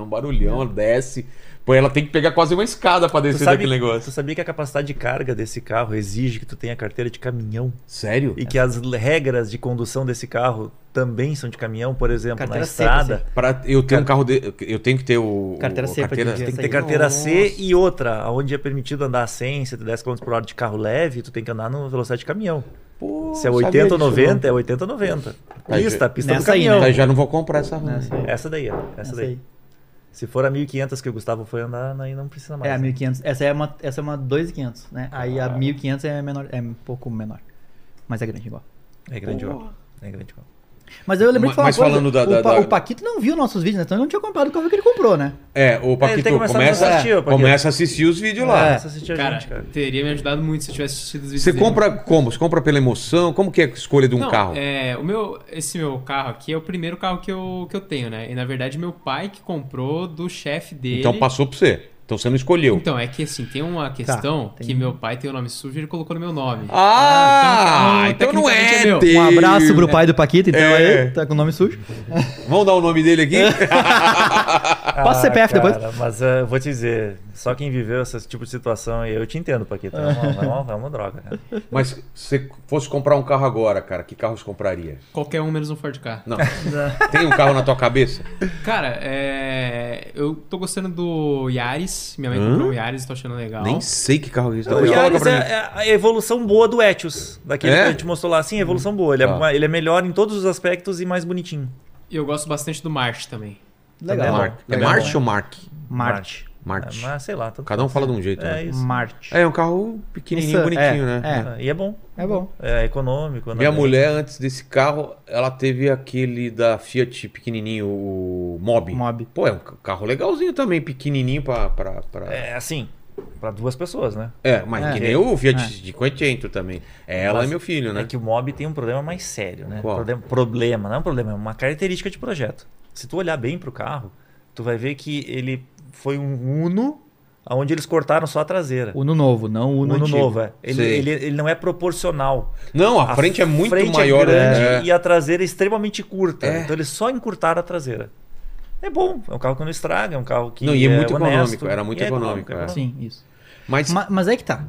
S1: um barulhão, desce. Pô, ela tem que pegar quase uma escada pra
S4: Tu
S1: descer
S4: sabe,
S1: é daquele
S4: tu
S1: negócio.
S4: sabia que a capacidade de carga desse carro exige que tu tenha carteira de caminhão?
S1: Sério?
S4: E que as regras de condução desse carro também são de caminhão, por exemplo, na
S3: Carteira seca,
S4: estrada.
S3: assim.
S1: Pra eu ter um carro de... Eu tenho que ter o...
S3: Carteira
S1: o-
S3: C pra
S1: tem
S3: dirigir
S4: Tem
S1: que ter
S3: essa
S4: que ter
S3: aí. é
S4: carteira C
S3: Nossa.
S4: e outra, onde é permitido andar 100, 110 km por hora de carro leve, tu tem que andar na velocidade de caminhão.
S1: Pô,
S4: Se é
S1: sabia
S4: 80 ou
S1: disso,
S4: 90, é 80 ou 90.
S1: Tá aí,
S4: Pista, pista do
S3: nessa aí,
S1: não.
S4: caminhão.
S1: Tá, já não vou comprar essa RAM.
S3: Nessa aí.
S4: Essa daí, é, essa,
S3: Essa
S4: daí.
S3: aí.
S4: Se for a 1500 que o Gustavo foi andar, aí não precisa mais.
S3: É, a
S4: né?
S3: 1500. Essa é uma, essa é uma 2500, né? Aí
S1: Ah.
S3: a 1500 é menor, é um pouco menor. Mas é grande igual.
S4: É grande obra. É grande obra.
S3: Mas eu lembrei de falar
S1: Mas
S3: uma coisa,
S1: falando da-
S3: o,
S1: da-
S3: Pa-
S1: da-
S3: o Paquito não viu nossos vídeos, né? Então ele não tinha comprado o carro que ele comprou, né?
S1: É, o Paquito
S4: tem que começar a
S1: começa,
S4: assistir, ô, Paquito.
S1: começa a assistir os vídeos lá.
S3: É.
S4: Essa assistiu a
S2: Cara,
S4: gente, cara.
S2: teria me ajudado muito se eu tivesse assistido os vídeos.
S1: Você
S2: dele.
S1: compra como? Você compra pela emoção? Como que é a escolha de um
S2: Não,
S1: carro?
S2: É, o meu, esse meu carro aqui é o primeiro carro que eu, que eu tenho, né? E na verdade, meu pai que comprou do chefe dele.
S1: Então passou pra você. Então você não escolheu.
S2: Então, é que assim, tem uma questão
S3: tem-
S2: que meu pai tem o nome sujo e ele colocou no meu nome.
S1: Ah,
S2: Ah, então,
S1: então, não
S2: tecnicamente
S1: é,
S2: é meu.
S1: teu.
S3: Um abraço pro pai do Paquito, então
S1: né? É.
S3: aí, tá com o nome sujo.
S1: Vamos dar o nome dele aqui?
S3: Passa o CPF depois.
S4: Ah, Mas eh, vou te dizer, só quem viveu esse tipo de situação, e eu te entendo, Paquito. É uma, é uma, é uma droga, cara.
S1: (laughs) Mas se você fosse comprar um carro agora, cara, que carro você compraria?
S2: Qualquer um menos um Ford K.
S1: Não. Tem um carro na tua cabeça?
S2: Cara, é, eu tô gostando do Yaris. Minha mãe comprou um Yaris, tô achando legal.
S1: Nem sei que carro é esse.
S4: O
S1: Depois coloca
S4: Yaris
S1: pra
S4: é,
S1: mim.
S4: é a evolução boa do Etios. Daquele
S1: É?
S4: que a gente mostrou lá. Sim, a evolução boa. Ele,
S1: Tá.
S4: é, uma- ele é melhor em todos os aspectos e mais bonitinho.
S2: E eu gosto bastante do March também.
S1: É,
S3: Legal. né?
S1: Mark. é
S4: Também é
S1: March ou Mark?
S3: Marte.
S1: Marte.
S4: É, mas sei lá. tanto
S1: Cada um
S4: faz.
S1: fala de um jeito,
S4: É
S1: né?
S4: isso.
S3: Marte.
S1: É, é um carro pequenininho,
S3: Isso,
S1: bonitinho,
S3: é,
S1: né?
S4: É, E é bom.
S3: É bom.
S4: É econômico.
S1: Minha
S4: né?
S1: mulher, antes desse carro, ela teve aquele da Fiat pequenininho, o Mob.
S3: Mobi.
S1: Pô, é um ca- carro legalzinho também, pequenininho pra... pra, pra... É.
S4: É assim, pra duas pessoas, né?
S1: mas
S3: É.
S1: que nem o Fiat
S3: É.
S1: 500 também. É ela
S4: Mas
S1: e meu filho, né?
S4: É que o Mob tem um problema mais sério, né?
S1: Qual?
S4: Problema, problema, não é um problema, é uma característica de projeto. Se tu olhar bem pro carro, tu vai ver que ele foi um Uno, onde eles cortaram só a traseira.
S3: Uno novo, não Uno,
S4: Uno
S3: antigo.
S4: novo, é. Ele,
S1: Sei.
S4: ele, ele não é proporcional.
S1: Não, a, frente é muito
S4: frente
S1: maior.
S4: É grande
S1: né?
S4: E a traseira é extremamente curta.
S1: É.
S4: Então eles só encurtaram a traseira. É bom, é um carro que não estraga, é um carro que.
S1: Não, e é muito econômico,
S4: honesto.
S1: era muito
S4: E é
S1: econômico, é.
S3: Sim, isso.
S1: Mas
S3: Ma- Mas, é que tá.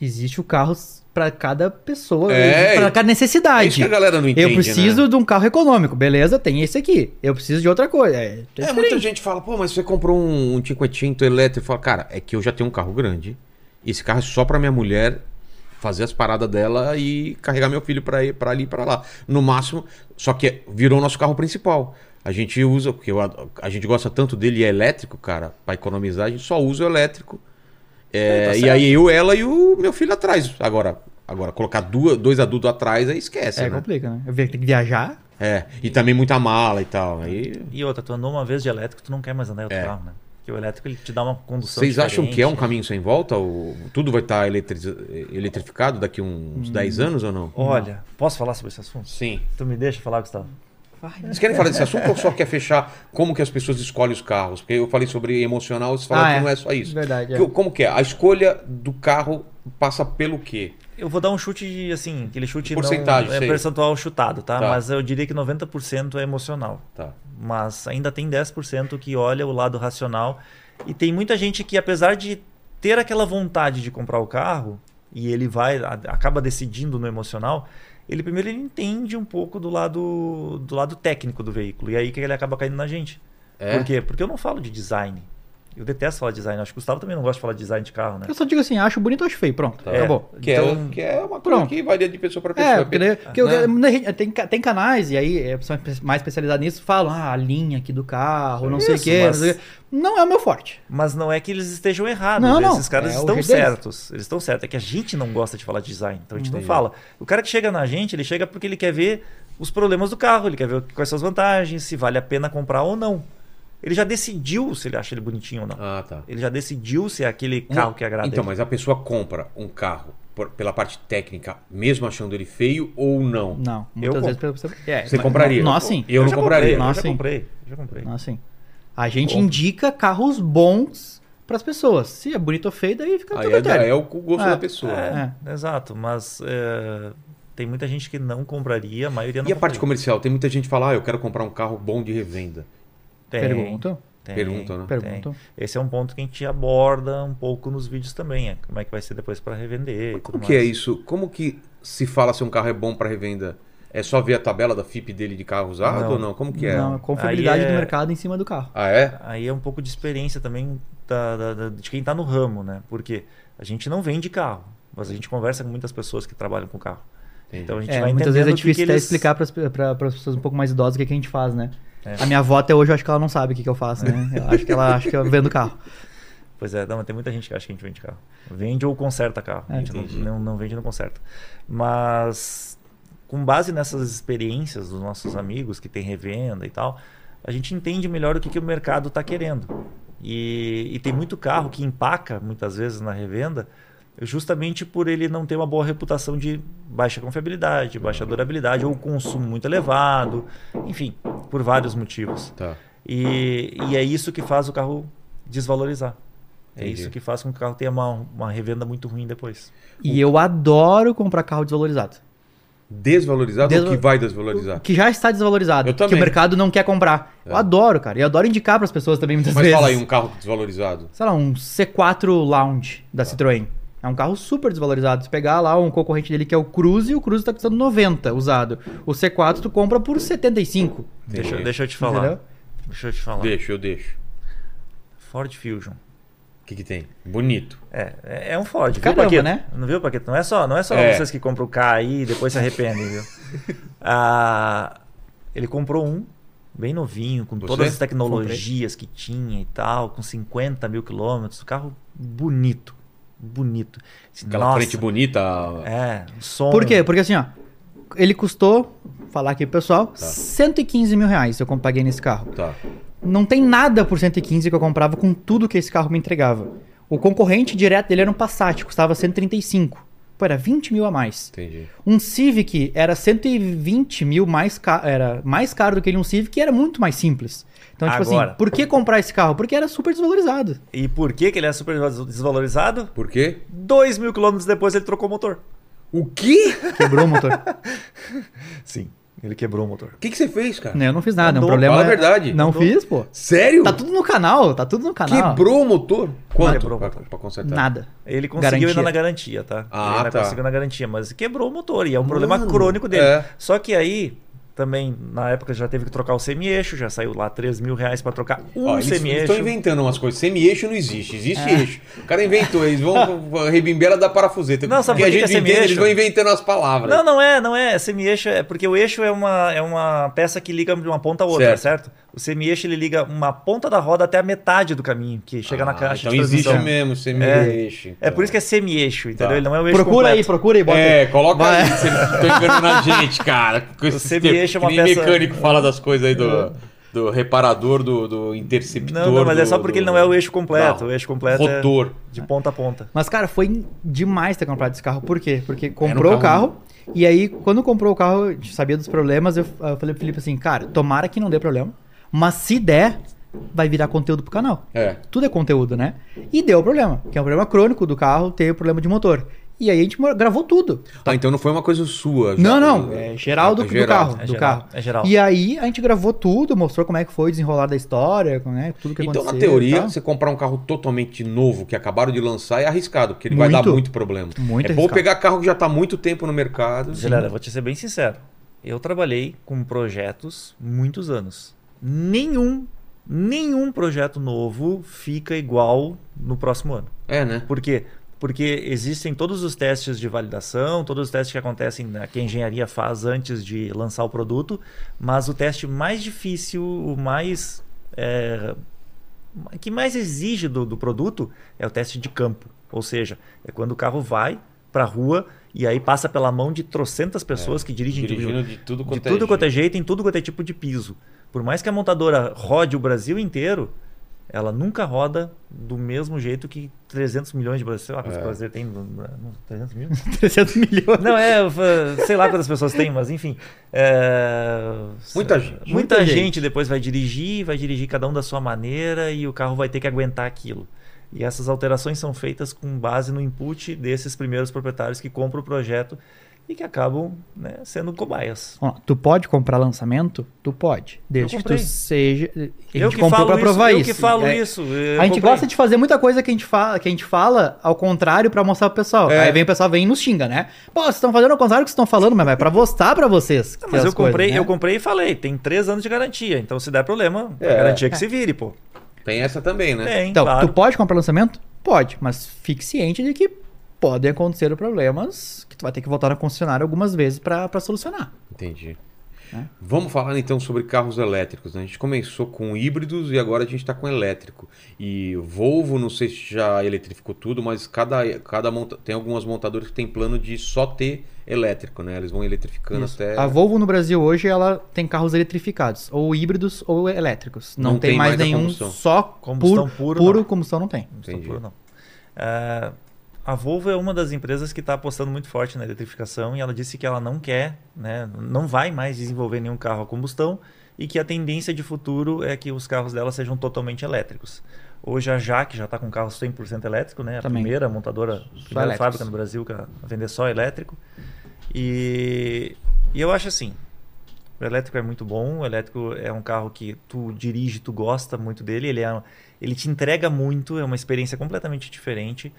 S3: Existe o carro para cada pessoa,
S1: É,
S3: para cada
S1: É isso
S3: necessidade.
S1: que a galera não entende, né?
S3: eu preciso de um carro econômico, beleza? Tem esse aqui. Eu preciso de outra coisa. É,
S1: Né? É, muita gente fala, pô, mas você comprou um, um Cinquetinto elétrico. Fala, cara, é que eu já tenho um carro grande. E esse carro é só pra minha mulher fazer as paradas dela e carregar meu filho pra, ir- pra ali e pra lá. No máximo, só que é- virou o nosso carro principal. A gente usa, porque eu ad- a gente gosta tanto dele e é elétrico, cara, pra economizar, a gente só usa o elétrico. É, e aí eu, ela e o meu filho atrás. Agora, agora colocar duas, dois adultos atrás, aí esquece,
S3: é
S1: né?
S3: complica, né? Eu vi- Tem que viajar.
S1: É, e também muita mala e tal. Aí
S4: E outra, tu andou uma vez de elétrico, tu não quer mais andar em outro carro, né? Porque o elétrico ele te dá uma condução
S1: É. Vocês acham que é um
S4: diferente.
S1: caminho sem volta? Ou tudo vai estar eletriz- eletrificado daqui
S3: Hum.
S1: uns 10 anos ou não?
S4: Olha, posso falar sobre esse assunto?
S1: Sim.
S4: Tu me deixa falar, Gustavo?
S1: Vocês querem falar desse assunto ou só quer fechar como que as pessoas escolhem os carros? Porque eu falei sobre emocional, vocês falaram
S3: Ah,
S1: que
S3: é.
S1: não é só isso.
S3: Verdade, é.
S1: Que- Como que é? A escolha do carro passa pelo quê?
S4: Eu vou dar um chute, de, assim, aquele chute
S1: Porcentagem,
S4: não é
S1: sei.
S4: percentual chutado, tá?
S1: Tá.
S4: Mas eu diria que 90% é emocional.
S1: Tá.
S4: Mas ainda tem 10% que olha o lado racional. E tem muita gente que, apesar de ter aquela vontade de comprar o carro, e ele vai, a- acaba decidindo no emocional, ele primeiro ele entende um pouco do lado, do lado técnico do veículo. E aí que ele acaba caindo na gente.
S1: É?
S4: Por quê? Porque eu não falo de design. Eu detesto falar de design. Acho que o Gustavo também não gosta de falar de design de carro, né?
S3: Eu só digo assim, acho bonito ou acho feio. Pronto,
S1: Tá.
S3: acabou.
S1: Que,
S4: Então-
S1: é, que é uma coisa
S3: Pronto.
S1: que varia de pessoa para pessoa.
S3: É, porque, daí- porque eu-
S1: né?
S3: né, gente, tem, ca- tem canais, e aí é pessoa mais especializada nisso, falam, ah, a linha aqui do carro, não sei o
S4: Isso,
S3: quê. não
S4: mas-
S3: sei o quê. Não é o meu forte.
S4: Mas não é que eles estejam errados. né?
S3: Não, não.
S4: Esses caras
S3: É o
S4: estão
S3: jeito deles.
S4: certos. Eles estão certos. É que a gente não gosta de falar de design. Então a gente não fala. O cara que chega na gente, ele chega porque ele quer ver os problemas do carro, ele quer ver quais são as vantagens, se vale a pena comprar ou não. Ele já decidiu se ele acha ele bonitinho ou não.
S1: Ah, tá.
S4: Ele já decidiu se é aquele carro que agrada
S1: Então,
S4: ele.
S1: mas a pessoa compra um carro por- pela parte técnica, mesmo achando ele feio ou não?
S3: Não, muitas
S4: Eu
S3: vezes... Você, é,
S1: Você
S3: mas-
S1: compraria?
S3: Nós sim.
S1: Eu não
S4: já
S1: compraria. Ah,
S4: Comprei, eu
S3: Nossa,
S4: já
S3: sim.
S4: comprei. eu Já comprei.
S3: Nós sim. A gente
S1: Bom.
S3: indica carros bons pras pessoas. Se é bonito ou feio, daí fica
S1: Aí
S3: tudo
S1: é, da-
S3: critério.
S1: é o gosto
S3: É,
S1: da pessoa. né?
S4: É, Exato. Mas é, tem muita gente que não compraria, a maioria não
S1: E a parte
S4: compraria.
S1: comercial? Tem muita gente que fala, ah, eu quero comprar um carro bom de revenda.
S4: Tem,
S3: Pergunta,
S4: tem,
S1: Pergunta, né?
S4: é um tem.
S3: pergunta.
S4: Esse é um ponto que a gente aborda um pouco nos vídeos também, é como é que vai ser depois para revender. e
S1: Como
S4: tudo
S1: que é
S4: mais.
S1: isso? Como que se fala se um carro é bom para revenda? É só ver a tabela da FIP dele de carro usado
S4: Não.
S1: ou não? Como que é?
S3: Não, a confiabilidade
S4: Aí é-
S3: do mercado em cima do carro.
S1: Ah, é?
S4: Aí é um pouco de experiência também da- da- da- de quem está no ramo, né? Porque a gente não vende carro, mas a gente conversa com muitas pessoas que trabalham com carro. Então a gente
S3: É,
S4: vai
S3: muitas
S4: entendendo
S3: vezes é
S4: o que que
S3: difícil até
S4: eles-
S3: explicar pras, pra, pras pessoas um pouco mais idosas o que, que a gente faz, né?
S4: É.
S3: A minha avó até hoje eu acho que ela não sabe o que, que eu faço, né? Eu acho que ela acha que eu vendo
S4: (laughs)
S3: carro.
S4: Pois é, não, mas tem muita gente que acha que a gente vende carro. Vende ou conserta carro. a gente não, não, não vende, não conserta. Mas com base nessas experiências dos nossos amigos que tem revenda e tal, a gente entende melhor o que, que o mercado está querendo. E, e tem muito carro que empaca muitas vezes na revenda justamente por ele não ter uma boa reputação de baixa confiabilidade, baixa durabilidade ou consumo muito elevado, enfim, por vários motivos.
S1: Tá.
S4: E, e é isso que faz o carro desvalorizar. É
S1: Entendi.
S4: isso que faz com que o carro tenha uma, uma revenda muito ruim depois.
S3: E eu adoro comprar carro desvalorizado.
S1: Desvalorizado
S3: Desva-
S1: ou que vai desvalorizar?
S3: Que já está desvalorizado.
S1: Eu também. É.
S3: Que o mercado não quer comprar. Eu adoro, cara. E eu adoro indicar pras pessoas também muitas
S1: Mas
S3: vezes.
S1: fala aí um carro desvalorizado.
S3: Sei lá, um C4 Lounge
S1: Ah.
S3: da Citroën. É um carro super desvalorizado. Se pegar lá um concorrente dele que é o Cruze, o Cruze tá custando 90 usado. O C4 tu compra por 75.
S4: Deixa,
S1: Entendi.
S4: deixa eu te falar.
S3: Entendeu?
S4: Deixa eu te falar.
S1: Deixa, eu deixo.
S4: Ford Fusion.
S1: O que que tem? Bonito.
S4: É, é- é um Ford. viu,
S3: Caramba,
S4: Paquito?
S3: né?
S4: Não viu, Paquito? Não é só, não é só
S1: É.
S4: vocês que compram o K aí e depois se
S1: (laughs)
S4: arrependem, viu? Ah, ele comprou um, bem novinho, com
S1: Você?
S4: todas as tecnologias que tinha e tal, com 50 mil quilômetros. Um Carro bonito. Bonito. Assim,
S1: Aquela
S4: Nossa,
S1: frente bonita.
S4: É, som.
S3: Por quê? Porque assim, ó. Ele custou, vou falar aqui pro pessoal, 115 mil reais eu comp- paguei nesse carro.
S1: Tá.
S3: Não tem nada por 115 que eu comprava com tudo que esse carro me entregava. O concorrente direto dele era um Passat, custava 135. Pô, era 20 mil a mais.
S1: Entendi.
S3: Um Civic era 120 mil mais caro, era mais caro do que ele um Civic e era muito mais simples. Então, tipo
S4: Agora.
S3: assim, por que comprar esse carro? Porque era super desvalorizado.
S4: E por que, que ele é super desvalorizado?
S1: Por quê?
S4: 2 mil quilômetros depois ele trocou o motor.
S1: (laughs) O quê?
S3: Quebrou o motor.
S4: Sim. Ele quebrou o motor.
S1: O que, que você fez, cara?
S3: Eu não fiz nada, é um
S1: Mandou,
S3: problema.
S1: fala a verdade.
S3: Não
S1: Mandou.
S3: fiz, pô.
S1: Sério?
S3: Tá tudo no canal, tá tudo no canal.
S1: Quebrou o motor? Quanto
S4: Ah, Quebrou o
S1: pra,
S4: motor.
S1: pra consertar?
S3: Nada.
S4: Ele conseguiu
S3: Garantia.
S4: ainda na garantia, tá?
S1: Ah,
S4: ele ainda
S1: tá.
S4: conseguiu na garantia, mas quebrou o motor e é um problema
S1: Mano,
S4: crônico dele.
S1: é.
S4: Só que aí, também, na época já teve que trocar o semi-eixo, já saiu lá 3 mil reais pra trocar um
S1: Ó, eles
S4: semi-eixo.
S1: estão inventando umas coisas. Semi-eixo não existe, existe
S4: É.
S1: eixo. O cara inventou, eles
S4: (laughs)
S1: vão rebimbela da parafuseta.
S4: Não, sabe
S1: Porque
S4: por que
S1: a gente
S4: que
S1: não
S4: é
S1: entende,
S4: semi-eixo?
S1: eles vão inventando as palavras.
S4: Não, não é, não é. Semi-eixo é porque o eixo é uma, é uma peça que liga de uma ponta a outra,
S1: Certo.
S4: certo? O semi-eixo ele liga uma ponta da roda até a metade do caminho, que chega na
S1: Ah,
S4: caixa
S1: Então
S4: de
S1: existe
S4: transmissão.
S1: mesmo, semi-eixo.
S4: É por isso que é semi-eixo, entendeu?
S1: Tá.
S4: Ele não é o eixo
S3: Procura aí,
S4: completo.
S3: procura aí, bota aí.
S1: É, coloca aí, se eles estão enganando a gente,
S4: (laughs)
S1: cara. Com esse
S4: Você me
S1: sistema,
S4: enche
S1: que
S4: uma
S1: nem
S4: peça-
S1: mecânico fala das coisas aí do, do reparador, do, do interceptor.
S4: Não, não, mas é
S1: do-
S4: só
S1: do-
S4: porque ele não é o eixo completo.
S1: Não.
S4: O eixo completo
S1: Rotor.
S4: é de ponta a ponta.
S3: Mas, cara, foi demais ter comprado esse carro. Por quê? Porque comprou
S1: Era um
S3: o
S1: carro-
S3: carro. E aí, quando comprou o carro, a gente sabia dos problemas. Eu, eu falei pro Felipe assim, cara, tomara que não dê problema. Mas se der, vai virar conteúdo pro canal.
S1: É.
S3: Tudo é conteúdo, né? E deu problema, que é um problema crônico do carro, teve problema de motor. E aí a gente mo- gravou tudo.
S1: Ah, então não foi uma coisa sua. já.
S3: Não, não, é geral do,
S1: É
S3: do
S1: geral.
S3: carro.
S4: É
S3: do
S4: geral,
S3: carro.
S4: é geral.
S3: E aí a gente gravou tudo, mostrou como é que foi o desenrolar da história, como é, tudo que
S1: Então,
S3: aconteceu.
S1: na
S3: e
S1: teoria,
S3: tal.
S1: você comprar um carro totalmente novo que acabaram de lançar é arriscado, porque ele vai
S3: Muito.
S1: dar muito problema.
S3: Muito
S1: é bom
S3: arriscado. (laughs)
S1: pegar carro que já está há muito tempo no mercado.
S4: Galera, vou te ser bem sincero. Eu trabalhei com projetos muitos anos. Nenhum, nenhum projeto novo fica igual no próximo ano.
S1: É, né?
S4: Por quê? Porque existem todos os testes de validação, todos os testes que acontecem, né, que a engenharia faz antes de lançar o produto, mas o teste mais difícil, o mais. é, que mais exige do, do produto é o teste de campo. Ou seja, é quando o carro vai para a rua e aí passa pela mão de trocentas pessoas que dirigem de- um
S1: Dirigindo de tudo
S4: de
S1: quanto é
S4: tudo quanto é
S1: jeito.
S4: jeito, em tudo quanto é tipo de piso. Por mais que a montadora rode o Brasil inteiro, ela nunca roda do mesmo jeito que 300 milhões de brasileiros. Sei lá
S1: É.
S4: quantos brasileiros tem. no- no- 300 mil? (laughs)
S3: 300 milhões.
S4: Não, é. eu fa- Sei lá quantas pessoas tem, mas enfim. é,
S1: Muita gente.
S4: Muita,
S3: Muita
S4: gente.
S3: gente.
S4: depois vai dirigir, vai dirigir cada um da sua maneira e o carro vai ter que aguentar aquilo. E essas alterações são feitas com base no input desses primeiros proprietários que compram o projeto e que acabam né, sendo cobaias.
S3: Ó, tu pode comprar lançamento? Tu pode. Desde que tu
S4: comprei.
S3: seja. eh, A gente
S4: Eu que
S3: comprou
S4: falo
S3: pra
S4: isso,
S3: provar
S4: eu
S3: isso.
S4: que falo
S3: É,
S4: isso.
S3: A gente gosta de fazer muita coisa que a gente fala, que a gente fala ao contrário pra mostrar pro pessoal.
S1: É.
S3: Aí vem o pessoal vem e nos xinga, né? Pô, vocês estão fazendo ao contrário do que vocês estão falando, mas é pra mostrar pra vocês.
S4: Mas eu
S3: as coisas,
S4: comprei,
S3: né?
S4: eu comprei e falei, tem três anos de garantia, então se der problema, a
S1: É.
S4: garantia que se vire, pô.
S1: Tem essa também, né?
S4: Tem,
S3: Então,
S4: claro.
S3: tu pode comprar lançamento? Pode, mas fique ciente de que podem acontecer problemas que tu vai ter que voltar na concessionária algumas vezes pra pra solucionar.
S1: Entendi.
S3: Né?
S1: Vamos falar então sobre carros elétricos. né? A gente começou com híbridos e agora a gente está com elétrico. E Volvo, não sei se já eletrificou tudo, mas cada, cada monta... tem algumas montadoras que tem plano de só ter elétrico, né? Eles vão eletrificando até.
S3: A Volvo no Brasil hoje ela tem carros eletrificados, ou híbridos ou elétricos. Não,
S1: Não
S3: tem,
S1: tem
S3: mais
S1: mais a
S3: nenhum
S1: combustão.
S3: só
S4: Combustão
S3: puro,
S4: puro,
S3: puro,
S4: não.
S3: combustão não tem.
S4: Não
S1: Entendi.
S4: estou puro, não. Ah, a Volvo é uma das empresas que está apostando muito forte na eletrificação e ela disse que ela não quer, né, não vai mais desenvolver nenhum carro a combustão e que a tendência de futuro é que os carros dela sejam totalmente elétricos. Hoje a Jaque já está com carro 100% elétrico, né? A
S3: Também.
S4: primeira montadora, primeira
S3: elétricos.
S4: fábrica no Brasil que é a vender só elétrico. E, e eu acho assim, o elétrico é muito bom, o elétrico é um carro que tu dirige, tu gosta muito dele, ele, é, ele te entrega muito, é uma experiência completamente diferente,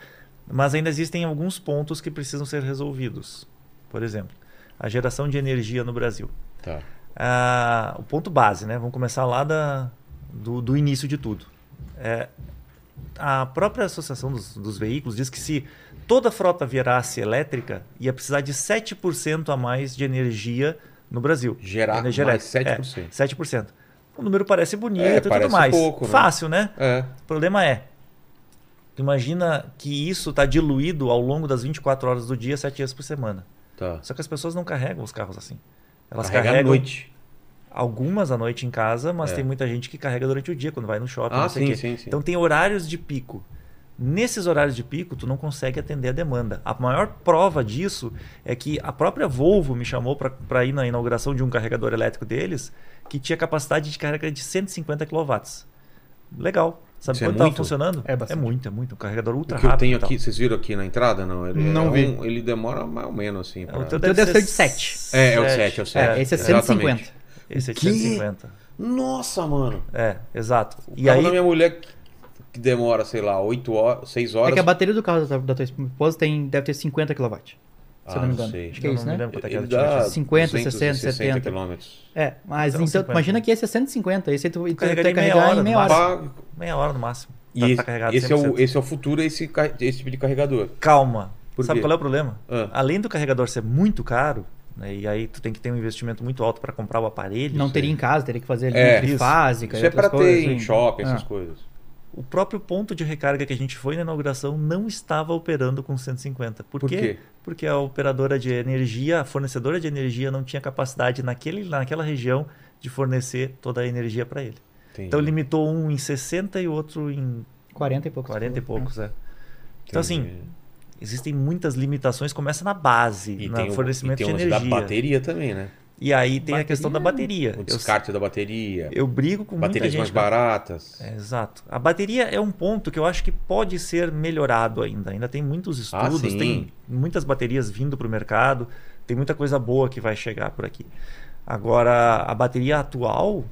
S4: mas ainda existem alguns pontos que precisam ser resolvidos. Por exemplo, a geração de energia no Brasil.
S1: Tá.
S4: Ah, o ponto base, né? Vamos começar lá da, do, do início de tudo. É, a própria Associação dos, dos Veículos diz que se toda a frota virasse elétrica, ia precisar de 7% a mais de energia no Brasil.
S1: Gerar
S4: energia
S1: mais
S4: elétrica.
S1: 7%.
S4: É, 7%. O número parece bonito
S1: É,
S4: e tudo
S1: parece
S4: mais.
S1: pouco, né?
S4: Fácil, né?
S1: É.
S4: O problema é, tu imagina que isso está diluído ao longo das 24 horas do dia, 7 dias por semana.
S1: Tá.
S4: Só que as pessoas não carregam os carros assim. Elas
S1: Carrega à
S4: carregam
S1: noite.
S4: algumas à noite em casa, mas
S1: É.
S4: tem muita gente que carrega durante o dia, quando vai no shopping,
S1: Ah,
S4: não sei o
S1: sim,
S4: quê.
S1: sim, sim.
S4: Então tem horários de pico. Nesses horários de pico, tu não consegue atender a demanda. A maior prova disso é que a própria Volvo me chamou para ir na inauguração de um carregador elétrico deles que tinha capacidade de carga de 150 kW. Legal. Sabe
S1: Isso é
S4: quanto estava
S1: muito?
S4: funcionando?
S3: É bastante.
S4: muito, é muito. Um carregador
S1: O
S4: ultra
S1: que eu
S4: rápido.
S1: tenho
S4: e tal.
S1: aqui, vocês viram aqui na entrada? Não, ele,
S3: Não
S1: é
S3: vi.
S1: um- ele demora mais ou menos assim. pra-
S4: É, O teu
S3: teu deve ser de sete.
S1: É, é o 7, é o 7.
S3: É, esse é
S1: Exatamente.
S3: 150.
S4: Esse é de
S1: Que?
S4: 150.
S1: Nossa, mano.
S4: É, exato.
S1: O
S4: E
S1: carro
S4: aí,
S1: da minha mulher que- que demora, sei lá, 8 horas, 6 horas.
S3: É que a bateria do carro da tua, da tua esposa tem, deve ter 50 kW. Se
S1: Ah,
S3: eu não me engano.
S1: sei.
S3: Acho que
S4: eu
S3: é
S4: não
S3: isso,
S4: me
S3: né?
S4: lembro quanto é que
S1: Ele
S4: era
S1: dá
S4: ultimamente.
S3: 50,
S1: 260
S3: 70.
S1: quilômetros.
S3: É, mas
S4: Então,
S3: então,
S4: 50.
S3: imagina que esse é 150, esse tu, tu, tu
S4: Carregaria em meia
S3: carregar
S4: hora,
S3: em meia
S4: no
S3: hora.
S4: máximo.
S1: Pá,
S4: Meia hora no máximo.
S1: E
S4: Tá-
S1: esse,
S4: tá carregado
S1: esse é o,
S4: 100%.
S1: esse é o futuro, esse, ca- esse tipo de carregador.
S4: Calma.
S1: Por
S4: Sabe
S1: quê?
S4: qual é o problema?
S1: Ah.
S4: Além do carregador ser muito caro, né, e aí tu tem que ter um investimento muito alto para comprar o aparelho,
S3: Não teria em casa, teria que fazer ali
S1: É,
S3: trifásica.
S1: Isso
S3: e
S1: é
S3: outras
S1: pra
S3: coisas,
S1: ter em
S3: hein?
S1: shopping, essas
S3: Ah.
S1: coisas.
S4: o próprio ponto de recarga que a gente foi na inauguração não estava operando com 150. Por,
S1: Por quê?
S4: Porque a operadora de energia, a fornecedora de energia não tinha capacidade naquele, naquela região de fornecer toda a energia para ele.
S1: Entendi.
S4: Então limitou um em 60 e outro em
S3: 40 Ah, e poucos.
S4: 40 e poucos, é. Então
S1: Entendi.
S4: assim, existem muitas limitações, começa na base,
S1: E
S4: no
S1: tem o-
S4: fornecimento
S1: e tem
S4: de
S1: o da
S4: energia.
S1: bateria também, né?
S4: E aí tem a questão da bateria.
S1: O
S4: Eu-
S1: descarte da bateria,
S4: Eu brigo com
S1: baterias
S4: muita
S1: mais
S4: gente.
S1: baratas.
S4: É, exato. A bateria é um ponto que eu acho que pode ser melhorado ainda. Ainda tem muitos
S1: Ah,
S4: estudos,
S1: sim.
S4: tem muitas baterias vindo para o mercado, tem muita coisa boa que vai chegar por aqui. Agora, a bateria atual,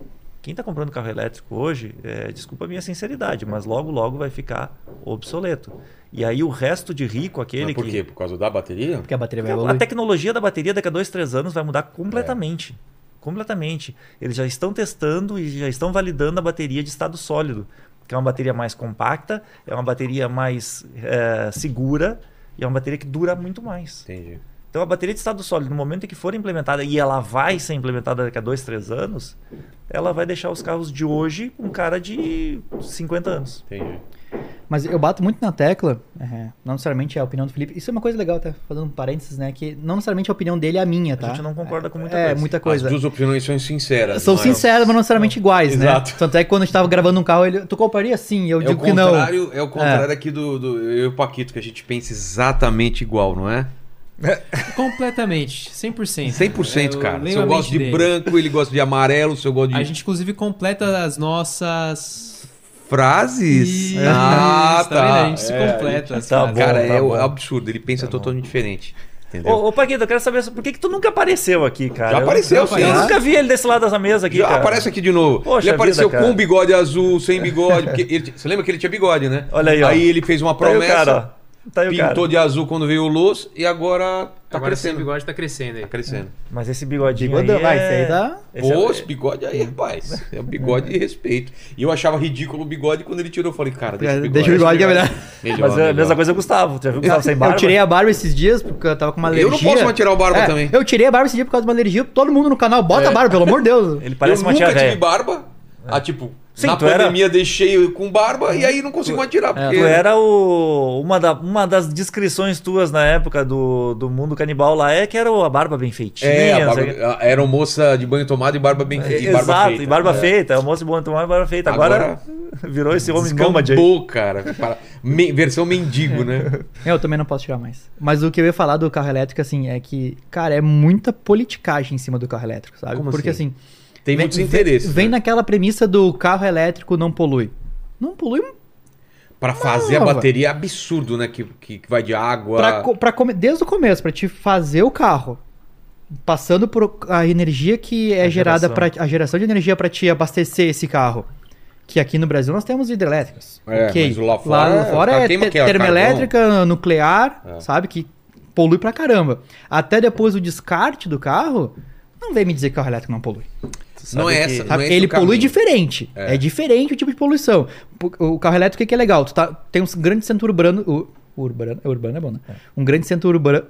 S4: quem está comprando carro elétrico hoje, é, desculpa a minha sinceridade, mas logo, logo vai ficar obsoleto. E aí o resto de rico, aquele
S1: Mas por
S4: que...
S1: quê? Por causa da bateria?
S3: Porque a bateria vai
S4: Porque a
S3: evoluir.
S4: tecnologia da bateria daqui a dois, três anos vai mudar completamente.
S3: É.
S4: Completamente. Eles já estão testando e já estão validando a bateria de estado sólido, que é uma bateria mais compacta, é uma bateria mais eh, segura e é uma bateria que dura muito mais.
S1: Entendi.
S4: Então a bateria de estado sólido, no momento em que for implementada, e ela vai ser implementada daqui a dois, três anos, ela vai deixar os carros de hoje com cara de 50 anos.
S1: Entendi.
S3: Mas eu bato muito na tecla, é, não necessariamente é a opinião do Felipe. Isso é uma coisa legal, tá? Fazendo um parênteses, né? Que não necessariamente a opinião dele é a minha, tá?
S4: A gente não concorda com muita
S3: é,
S4: coisa.
S3: muita coisa.
S1: As duas opiniões são sinceras.
S3: São
S1: não é?
S3: sinceras, mas não necessariamente iguais,
S1: Exato.
S3: né? Tanto é que quando a gente tava gravando um carro, ele. Tu compraria sim, eu
S1: É o
S3: digo que não.
S1: contrário, é o contrário aqui do, do eu e o Paquito, que a gente pensa exatamente igual, não é?
S2: Completamente,
S4: É,
S2: 100%.
S1: 100%,
S2: Eu
S1: cara.
S2: leio
S1: Se eu
S2: a
S1: gosto
S2: mente
S1: de
S2: dele.
S1: branco, ele gosta de amarelo, se eu gosto de
S2: A gente, inclusive, completa as nossas.
S1: frases.
S2: Isso,
S1: Ah,
S2: tá vendo?
S1: tá.
S2: A gente se
S1: É,
S2: completa. as
S4: tá
S2: frases.
S4: bom.
S1: Cara, é
S4: tá bom.
S1: absurdo, ele pensa totalmente diferente. Entendeu?
S4: Ô, ô Paquito, eu quero saber por que, que tu nunca apareceu aqui, cara?
S1: Já
S4: Eu-
S1: apareceu,
S4: eu,
S1: sim.
S4: eu nunca vi ele desse lado dessa mesa aqui.
S1: Já
S4: cara.
S1: aparece aqui de novo.
S4: Poxa
S1: ele apareceu
S4: vida, cara.
S1: com um bigode azul, sem bigode. porque ele t- você lembra que ele tinha bigode, né?
S4: Olha aí, ó.
S1: Aí ele fez uma
S4: Tá aí o
S1: promessa,
S4: cara, ó. Tá aí o
S1: pintou
S4: cara.
S1: de azul quando veio o Luz e agora tá
S9: Agora esse
S1: crescendo.
S9: bigode tá crescendo aí.
S1: Tá crescendo.
S4: Mas esse bigodinho
S3: Bigodão,
S4: aí
S3: vai,
S4: é...
S3: esse aí tá-
S4: Esse é-
S1: Pô, esse bigode aí, rapaz. É um bigode de respeito. E eu achava ridículo o bigode quando ele tirou. Eu falei, cara, deixa o bigode.
S3: Deixa o bigode que é melhor.
S1: Melhor,
S4: Mas é a
S1: melhor.
S4: mesma coisa o Gustavo. Tu já viu o Gustavo sem barba?
S3: Eu tirei a barba esses dias porque eu tava com uma
S1: Eu
S3: alergia.
S1: não posso mais tirar o barba
S3: É,
S1: também.
S3: Eu tirei a barba esse dia por causa de uma alergia. Todo mundo no canal bota a barba, pelo amor de (laughs) Deus.
S4: Ele parece
S1: eu
S4: uma tia
S1: nunca tive
S4: velha. É.
S1: barba. Ah, tipo,
S4: Sim,
S1: na
S4: tu era-
S1: pandemia deixei eu com barba e aí não consigo mais tirar. Porque...
S4: Tu era o... uma, da- uma das descrições tuas na época do, do mundo canibal lá é que era o- a barba bem feitinha.
S1: É, a
S4: não
S1: barba-
S4: sei o quê.
S1: a- era moça de banho tomado e barba bem
S4: É,
S1: e barba
S4: né? Exato,
S1: feita.
S4: e barba
S1: É.
S4: feita. É o moço bom tomar barba feita. Agora,
S1: Agora-
S4: virou esse homem nômade aí.
S1: Descambou, cara. Para- Me- Versão mendigo, né?
S3: Eu também não posso tirar mais. Mas o que eu ia falar do carro elétrico, assim, é que, cara, é muita politicagem em cima do carro elétrico, sabe?
S1: Como
S3: Porque
S1: assim?
S3: assim,
S1: Tem muitos interesses.
S3: Vem
S1: né?
S3: naquela premissa do carro elétrico não polui. Não polui
S1: Pra fazer
S3: Não,
S1: a bateria é absurdo, né? Que, que que vai de água.
S3: pra, co- pra come- desde o começo, pra te fazer o carro. Passando por a energia que é
S4: A
S3: gerada,
S4: geração.
S3: pra, a geração de energia pra te abastecer esse carro. Que aqui no Brasil nós temos hidrelétricas.
S1: É,
S3: ok.
S1: mas lá fora-
S3: lá fora
S1: cara,
S3: é
S1: queima
S3: te-
S1: que é
S3: termoelétrica, nuclear,
S1: É.
S3: sabe? Que polui pra caramba. Até depois o descarte do carro, não vem me dizer que carro elétrico não polui.
S1: não é
S4: Sabe que-
S1: essa. Não é esse
S3: ele
S1: o caminho.
S3: polui diferente.
S1: É.
S3: É. diferente o tipo de poluição. P- O carro elétrico, o que que é legal? Tu tá, tem um grande centro urbano. u- urbano, é urbano é bom, né? Um grande centro urbano.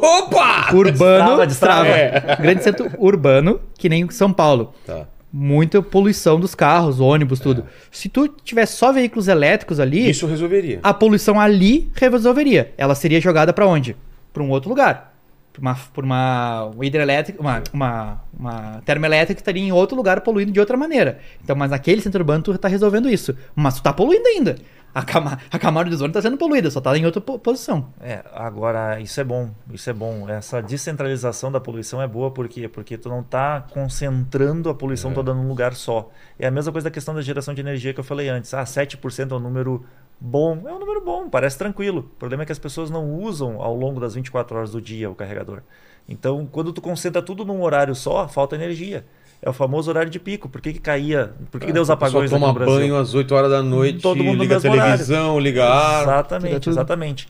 S1: Opa!
S3: Urbano.
S4: destrava, destrava.
S3: destrava. Um (laughs) grande centro urbano, que nem São Paulo.
S1: Tá.
S3: Muita poluição dos carros, ônibus, tudo. Se tu tivesse só veículos elétricos ali,
S1: Isso resolveria.
S3: a poluição ali resolveria. Ela seria jogada pra onde? Pra um outro lugar. por uma, por uma hidrelétrica, uma, uma, uma termoelétrica que estaria em outro lugar poluindo de outra maneira. Então, mas naquele centro urbano tu tá resolvendo isso. Mas tu tá poluindo ainda. A, cama, a Camargo de Zona tá sendo poluída, só tá em outra po- posição.
S4: É, agora isso é bom, isso é bom. Essa descentralização da poluição é boa porque porque tu não tá concentrando a poluição toda num lugar só. É a mesma coisa da questão da geração de energia que eu falei antes. Ah, 7% é um número bom, é um número bom, parece tranquilo. O problema é que as pessoas não usam ao longo das 24 horas do dia o carregador. Então, quando tu concentra tudo num horário só, falta energia. É o famoso horário de pico. Por que que caía? Por que, que deu os
S1: A pessoa
S4: apagões aqui
S1: toma
S4: no Brasil?
S1: banho às 8 horas da noite,
S4: Todo mundo no
S1: liga a
S4: mesmo horário.
S1: televisão, liga a ar.
S4: Exatamente,
S3: tudo é tudo.
S4: exatamente.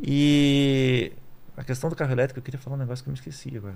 S4: E a questão do carro elétrico, eu queria falar um negócio que eu me esqueci agora.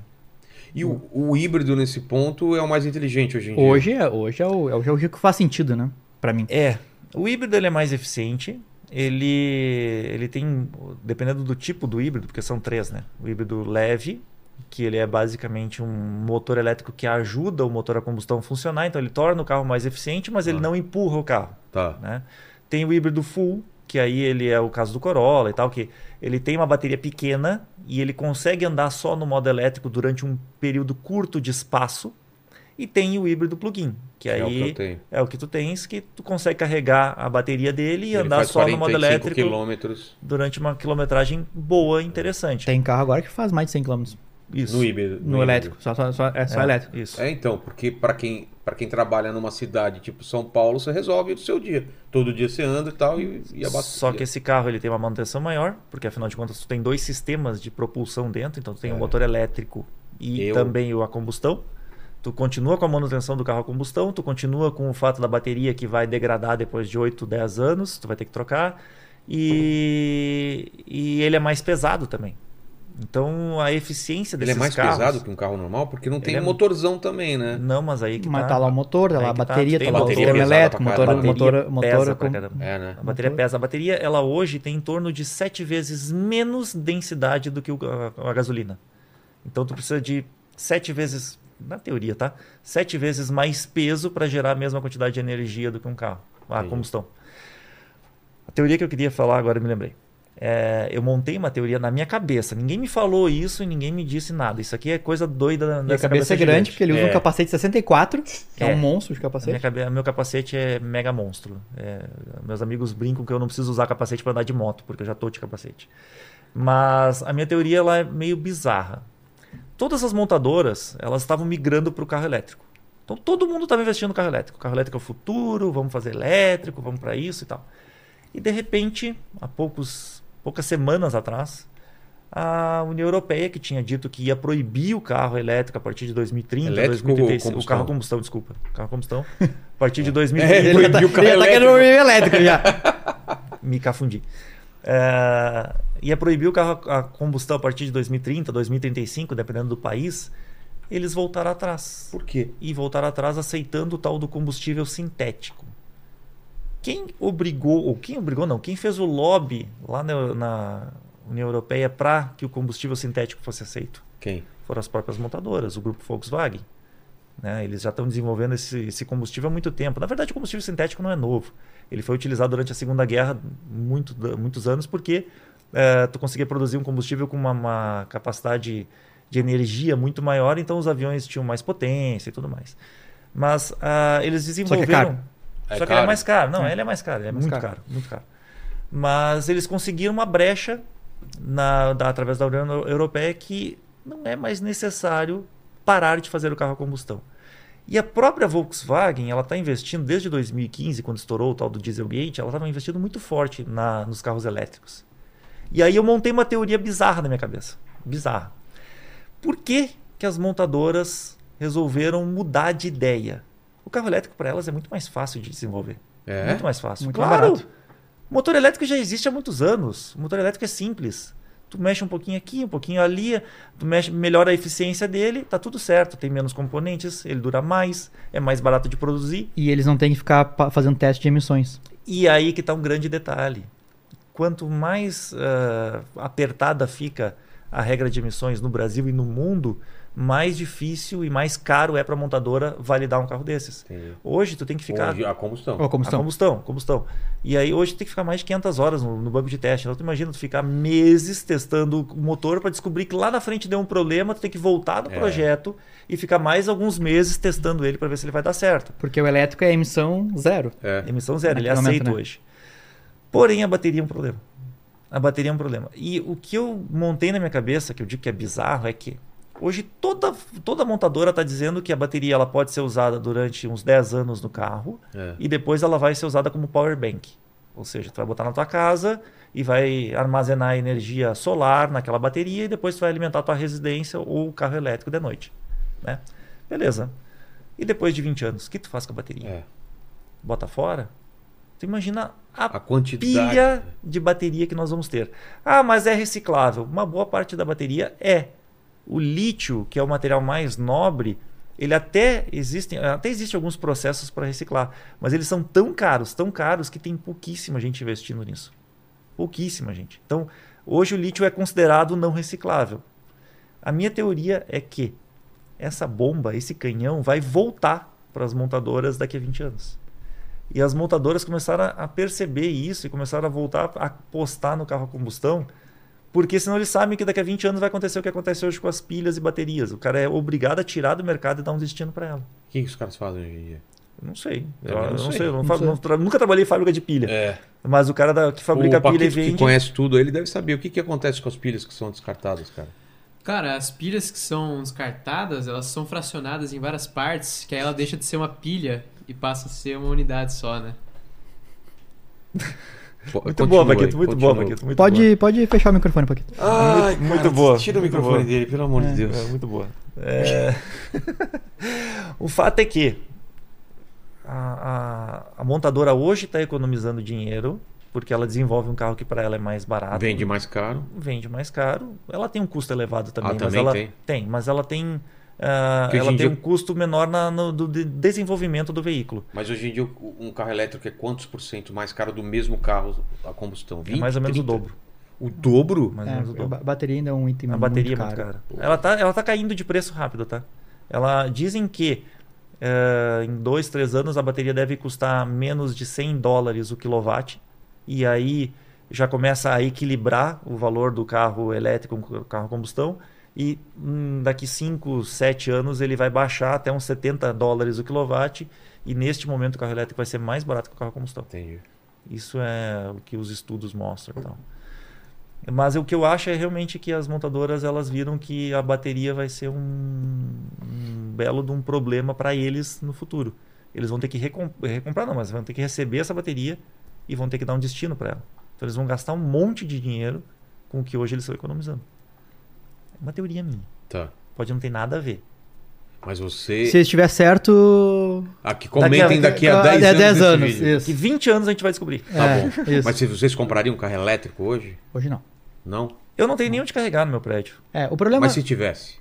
S1: E o, o híbrido nesse ponto é o mais inteligente hoje em dia.
S3: Hoje, é- hoje é o, é o jogo que faz sentido, né? Pra mim.
S4: É, o híbrido ele é mais eficiente. Ele, ele tem, dependendo do tipo do híbrido, porque são três, né? O híbrido leve, que ele é basicamente um motor elétrico que ajuda o motor a combustão a funcionar, então ele torna o carro mais eficiente, mas ele não empurra o carro.
S1: Tá.
S4: né? Tem o híbrido full, que aí ele é o caso do Corolla e tal, que ele tem uma bateria pequena e ele consegue andar só no modo elétrico durante um período curto de espaço. E tem o híbrido plug-in, que
S1: É o que
S4: aí
S1: eu tenho.
S4: é o que tu tens, que tu consegue carregar a bateria dele e
S1: Ele
S4: andar
S1: faz
S4: só no modo
S1: 45
S4: elétrico
S1: quilômetros
S4: durante uma quilometragem boa e interessante.
S3: Tem carro agora que faz mais de 100 km
S4: Isso.
S1: no híbrido.
S3: no,
S1: híbrido.
S3: elétrico. Só, só- só- é só
S4: É,
S3: elétrico.
S4: Isso.
S1: É, então, porque para quem, pra quem trabalha numa cidade tipo São Paulo, você resolve o seu dia. Todo dia você anda e tal e, e abate.
S4: Só que esse carro ele tem uma manutenção maior, porque afinal de contas tu tem dois sistemas de propulsão dentro, então tu tem o motor elétrico e
S1: É. Eu-
S4: também o a combustão. Tu continua com a manutenção do carro a combustão, tu continua com o fato da bateria que vai degradar depois de 8, 10 anos, tu vai ter que trocar. E, e ele é mais pesado também. Então a eficiência
S1: Ele
S4: desses
S1: é mais
S4: carros-
S1: pesado que um carro normal, porque não tem
S4: Ele é-
S1: motorzão também, né?
S4: Não, mas aí que
S3: Mas
S4: tá.
S3: tá lá o motor, tá
S4: Aí
S3: lá a
S4: que tá,
S3: bateria,
S4: tem
S3: tá lá o
S4: bateria
S3: sistema
S1: pesada
S3: elétrico,
S1: pra
S3: motor,
S1: caralho.
S3: motor,
S4: pesa
S3: motor,
S4: pra
S3: com-
S4: caramba.
S1: É,
S3: Uhum.
S1: né?
S4: A bateria pesa. A bateria, ela hoje tem em torno de sete vezes menos densidade do que o- a, a gasolina. Então tu precisa de sete vezes, na teoria, tá? Sete vezes mais peso para gerar a mesma quantidade de energia do que um carro, a
S1: Entendi.
S4: combustão. A teoria que eu queria falar agora, eu me lembrei. É, eu montei uma teoria na minha cabeça. Ninguém me falou isso e ninguém me disse nada. Isso aqui é coisa doida da
S3: E a
S4: dessa
S3: cabeça é grande,
S4: gigante.
S3: porque ele usa um
S4: É.
S3: capacete 64, que é,
S4: É.
S3: um monstro de
S4: A minha
S3: capacete.
S4: cabe- meu capacete é mega monstro. É, meus amigos brincam que eu não preciso usar capacete para andar de moto, porque eu já tô de capacete. Mas a minha teoria ela é meio bizarra. Todas as montadoras elas estavam migrando para o carro elétrico. Então todo mundo estava investindo no carro elétrico. Carro elétrico é o futuro, vamos fazer elétrico, vamos para isso e tal. E de repente, há poucos, poucas semanas atrás, a União Europeia, que tinha dito que ia proibir o carro elétrico a partir de 2030,
S1: Elétrico ou
S4: 2035, o
S1: combustão?
S4: carro combustão, desculpa, o carro combustão, a partir
S1: (laughs)
S4: de
S1: É,
S4: 2030,
S1: ele- proibiu o carro
S3: já tá querendo
S1: elétrico.
S3: o elétrico já.
S4: me cafundi. É, ia proibir o carro a combustão a partir de 2030, 2035, dependendo do país, eles voltaram atrás
S1: Por quê?
S4: e voltaram atrás aceitando o tal do combustível sintético. Quem obrigou, ou quem obrigou não, quem fez o lobby lá na, na União Europeia para que o combustível sintético fosse aceito?
S1: Quem?
S4: Foram as próprias montadoras, o grupo Volkswagen. né? Eles já estão desenvolvendo esse, esse combustível há muito tempo. Na verdade, o combustível sintético não é novo. Ele foi utilizado durante a Segunda Guerra muito, muitos anos porque eh, tu conseguia produzir um combustível com uma, uma capacidade de energia muito maior, então os aviões tinham mais potência e tudo mais. Mas ah, eles
S3: caro.
S4: desenvolveram.
S1: É
S4: Só que ele é
S1: caro.
S4: mais caro. Não, ele é mais caro. Ele é muito caro. muito caro. Mas eles conseguiram uma brecha na- da- através da União Europeia que não é mais necessário parar de fazer o carro a combustão. E a própria Volkswagen, ela está investindo desde 2015, quando estourou o tal do Dieselgate, ela estava investindo muito forte na- nos carros elétricos. E aí eu montei uma teoria bizarra na minha cabeça. Bizarra. Por que, que as montadoras resolveram mudar de ideia? O carro elétrico para elas é muito mais fácil de desenvolver.
S1: É?
S4: Muito mais fácil.
S3: Muito mais
S4: claro.
S3: barato.
S4: Motor elétrico já existe há muitos anos. O motor elétrico é simples. Tu mexe um pouquinho aqui, um pouquinho ali, tu mexe, melhora a eficiência dele, tá tudo certo. Tem menos componentes, ele dura mais, é mais barato de produzir.
S3: E eles não têm que ficar pa- fazendo teste de emissões.
S4: E aí que tá um grande detalhe. Quanto mais ah, apertada fica a regra de emissões no Brasil e no mundo, mais difícil e mais caro é para a montadora validar um carro desses.
S1: Entendi.
S4: Hoje tu tem que ficar
S1: Hoje, a combustão.
S3: Ó, como
S4: A
S3: estão?
S4: combustão, combustão. E aí hoje tem que ficar mais de 500 horas no, no banco de teste. Então tu imagina tu ficar meses testando o motor para descobrir que lá na frente deu um problema, tu tem que voltar do
S1: É.
S4: projeto e ficar mais alguns meses testando ele para ver se ele vai dar certo.
S3: Porque o elétrico é emissão zero.
S1: É.
S4: Emissão zero, ele é
S3: Naquele
S4: aceito
S3: momento, né?
S4: hoje. Porém a bateria é um problema. A bateria é um problema. E o que eu montei na minha cabeça, que eu digo que é bizarro, é que hoje toda, toda montadora está dizendo que a bateria ela pode ser usada durante uns 10 anos no carro
S1: É.
S4: e depois ela vai ser usada como power bank. Ou seja, tu vai botar na tua casa e vai armazenar energia solar naquela bateria e depois tu vai alimentar a tua residência ou o carro elétrico de noite, né? Beleza. E depois de 20 anos, o que tu faz com a bateria?
S1: É.
S4: Bota fora? Tu imagina a
S1: A quantidade.
S4: pilha de bateria que nós vamos ter. Ah, mas é reciclável. Uma boa parte da bateria é. O lítio, que é o material mais nobre, ele até existem, até existem alguns processos para reciclar, mas eles são tão caros, tão caros que tem pouquíssima gente investindo nisso. Pouquíssima gente. Então, hoje o lítio é considerado não reciclável. A minha teoria é que essa bomba, esse canhão, vai voltar para as montadoras daqui a 20 anos. E as montadoras começaram a perceber isso e começaram a voltar a apostar no carro a combustão, porque senão eles sabem que daqui a 20 anos vai acontecer o que acontece hoje com as pilhas e baterias. O cara é obrigado a tirar do mercado e dar um destino para ela.
S1: O que, que os caras fazem hoje em dia?
S4: Eu Não sei.
S1: Também É,
S4: Eu,
S1: não
S4: eu não sei.
S1: sei.
S4: eu não
S3: Não
S4: fa-
S3: sei.
S4: não tra- nunca trabalhei em fábrica de pilha.
S1: É.
S4: Mas o cara da- que fabrica
S1: O
S4: pilha e
S1: Paquito que
S4: vende.
S1: conhece tudo, ele deve saber. O que, que acontece com as pilhas que são descartadas, cara?
S2: Cara, as pilhas que são descartadas, elas são fracionadas em várias partes, que aí ela deixa de ser uma pilha e passa a ser uma unidade só, né?
S1: Po-
S4: Muito
S1: continua
S4: boa,
S1: aí,
S4: Paquito. Muito
S1: continua.
S4: boa, Paquito. Muito boa.
S3: Pode, pode fechar o microfone, um Paquito.
S1: Ai,
S4: Muito- muito
S1: cara,
S4: boa,
S1: Tira o
S4: muito
S1: microfone
S4: boa.
S1: dele, pelo amor de Deus.
S4: É, muito boa. É. o fato é que a, a- a montadora hoje está economizando dinheiro porque ela desenvolve um carro que para ela é mais barato.
S1: Vende mais caro.
S4: Vende mais caro. Ela tem um custo elevado também.
S1: Ah,
S4: mas
S1: também
S4: ela
S1: tem?
S4: mas ela tem, ah,
S1: Porque hoje
S4: ela
S1: em
S4: tem
S1: dia-
S4: um custo menor na- no do de- desenvolvimento do veículo.
S1: Mas hoje em dia o- um carro elétrico é quantos por cento mais caro do mesmo carro a combustão?
S4: É mais ou menos o dobro.
S1: O dobro?
S4: Mais ou
S3: É,
S4: menos o dobro.
S3: a bateria ainda é um item
S4: A
S3: muito
S4: bateria é muito
S3: caro.
S4: cara. Ela tá, ela tá caindo de preço rápido, tá? Ela dizem que eh, em dois, três anos a bateria deve custar menos de 100 dólares o quilowatt. E aí já começa a equilibrar o valor do carro elétrico com o carro a combustão. E hum, daqui 5, 7 anos ele vai baixar até uns 70 dólares o quilowatt. E neste momento o carro elétrico vai ser mais barato que o carro a combustão.
S1: Entendi.
S4: Isso é o que os estudos mostram e tal. Mas o que eu acho é realmente que as montadoras elas viram que a bateria vai ser um, um belo de um problema para eles no futuro. Eles vão ter que recom- recomprar, não, mas vão ter que receber essa bateria e vão ter que dar um destino para ela. Então eles vão gastar um monte de dinheiro com o que hoje eles estão economizando. É uma teoria minha.
S1: Tá.
S4: Pode não ter nada a ver.
S1: Mas você.
S3: Se estiver certo.
S1: Aqui, Ah, comentem daqui
S4: Daqui
S1: a, 10 anos. desse
S3: anos,
S1: vídeo.
S4: Daqui
S3: isso.
S4: 20 anos a gente vai descobrir.
S1: Tá
S3: É,
S1: bom.
S3: isso.
S1: Mas se vocês comprariam um carro elétrico hoje?
S3: Hoje não.
S1: Não?
S4: Eu não tenho nem onde carregar no meu prédio.
S3: É, o problema.
S1: Mas se tivesse?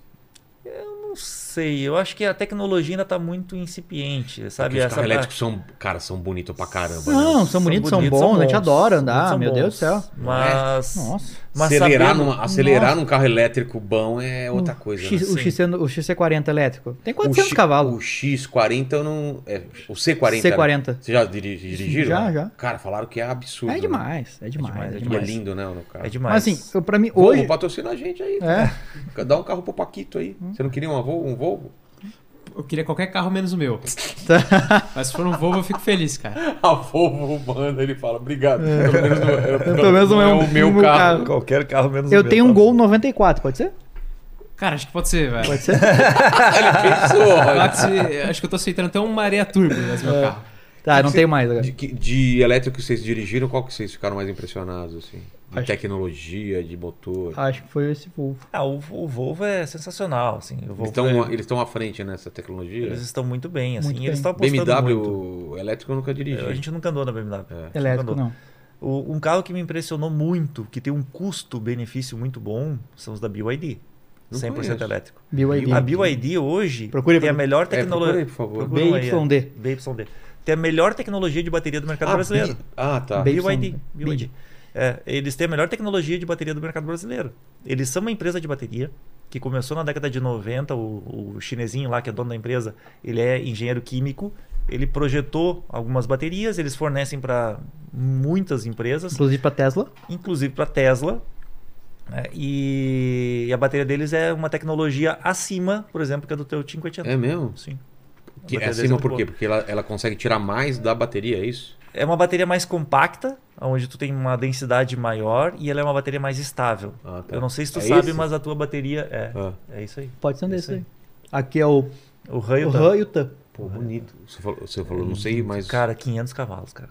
S4: Não sei, eu acho que a tecnologia ainda tá muito incipiente, sabe?
S1: Porque os carros
S4: Essa pa-
S1: elétricos são. Cara, são bonitos pra caramba. né?
S3: Não, são bonitos, são, bons, a gente adora andar,
S4: são
S3: meu
S4: bons.
S3: Deus do céu. É.
S4: Mas.
S3: Nossa.
S4: mas
S1: acelerar
S4: sabendo-
S1: numa- acelerar num carro elétrico bom é outra coisa.
S3: Hum. X-
S1: né?
S3: o,
S4: Sim.
S3: XC, no- o XC40 elétrico. Tem
S1: o
S3: 400
S1: X-
S3: cavalos.
S1: O X40 eu não. é, o C40. né?
S3: C40.
S1: Vocês já diri- dirigiram?
S3: Já,
S1: né?
S3: já.
S1: Cara, falaram que é absurdo.
S3: É
S1: né?
S3: demais, é demais, é
S4: demais, é
S1: E é
S3: demais.
S1: lindo, né, no carro.
S4: É demais.
S3: Mas assim, eu, pra mim,
S1: Volvo,
S3: hoje.
S1: patrocina a gente aí.
S3: É, Hum.
S1: Dá um carro pro Paquito aí. Você não queria uma Volvo, um Volvo?
S2: Eu queria qualquer carro menos o meu. Mas se for um Volvo, eu fico feliz, cara.
S1: A Volvo manda, ele fala, obrigado. Pelo menos não é,
S3: pelo menos não é um-
S1: meu
S3: meu
S1: carro.
S3: carro.
S4: Qualquer carro menos o
S3: eu
S4: meu,
S3: tenho um
S4: tá
S3: Gol
S4: bom.
S3: 94, pode ser?
S2: Cara, acho que pode ser, velho.
S4: (laughs)
S3: Pode ser?
S1: (laughs) Pensou,
S2: Eu
S1: olha.
S2: Acho que- acho que eu tô aceitando até um Maria Turbo nesse meu carro.
S3: Tá, não tenho mais agora.
S1: De, que- de elétrico que vocês dirigiram, qual que vocês ficaram mais impressionados, assim? De
S3: Acho- Ah,
S1: tecnologia, de motor.
S3: Acho que foi esse Volvo.
S4: Ah, o, o Volvo é sensacional, assim. O Volvo
S1: Eles tão-
S4: é-
S1: eles estão à frente né, nessa tecnologia?
S4: eles estão muito bem, assim.
S3: Muito bem.
S4: eles estão apostando
S1: BMW
S4: muito.
S1: elétrico eu nunca dirigi.
S4: É, A gente nunca andou na BMW. A gente nunca
S3: Elétrico,
S4: andou.
S3: não.
S4: O- um carro que me impressionou muito, que tem um custo-benefício muito bom, são os da BYD.
S1: Não
S4: 100%
S1: conheço.
S4: elétrico.
S3: BYD.
S4: A BYD hoje
S3: Procure
S4: tem a
S3: por-
S4: melhor
S1: É, procura aí,
S4: tecnologia.
S1: por favor.
S4: Procura um aí, é.
S3: BYD.
S4: BYD. Tem a melhor tecnologia de bateria do mercado
S1: Ah,
S4: brasileiro.
S1: bi- Ah, tá.
S3: Bi-
S4: BYD.
S3: BYD.
S4: BYD. É, eles têm a melhor tecnologia de bateria do mercado brasileiro. Eles são uma empresa de bateria que começou na década de 90. O, o chinesinho lá, que é dono da empresa, ele é engenheiro químico. Ele projetou algumas baterias, eles fornecem para muitas empresas,
S3: Inclusive pra Tesla.
S4: inclusive para Tesla. né? E, e a bateria deles é uma tecnologia acima, por exemplo, que a do teu 580.
S1: É mesmo?
S4: Sim. A
S1: Que é
S4: bateria deles
S1: acima
S4: muito
S1: por quê?
S4: boa.
S1: Porque ela, ela consegue tirar mais da bateria, é isso?
S4: É uma bateria mais compacta, onde tu tem uma densidade maior e ela é uma bateria mais estável.
S1: Ah, tá.
S4: Eu não sei se tu
S1: É
S4: sabe,
S1: isso?
S4: mas a tua bateria é.
S1: Ah.
S4: É isso aí.
S3: Pode ser um desses
S4: Isso aí.
S3: aí. Aqui é o,
S4: O raio
S3: o
S4: tá-
S3: RAM e o TAP.
S1: Pô, bonito. Você falou, você falou
S4: É
S1: não sei, mas
S4: Cara, 500 cavalos, cara.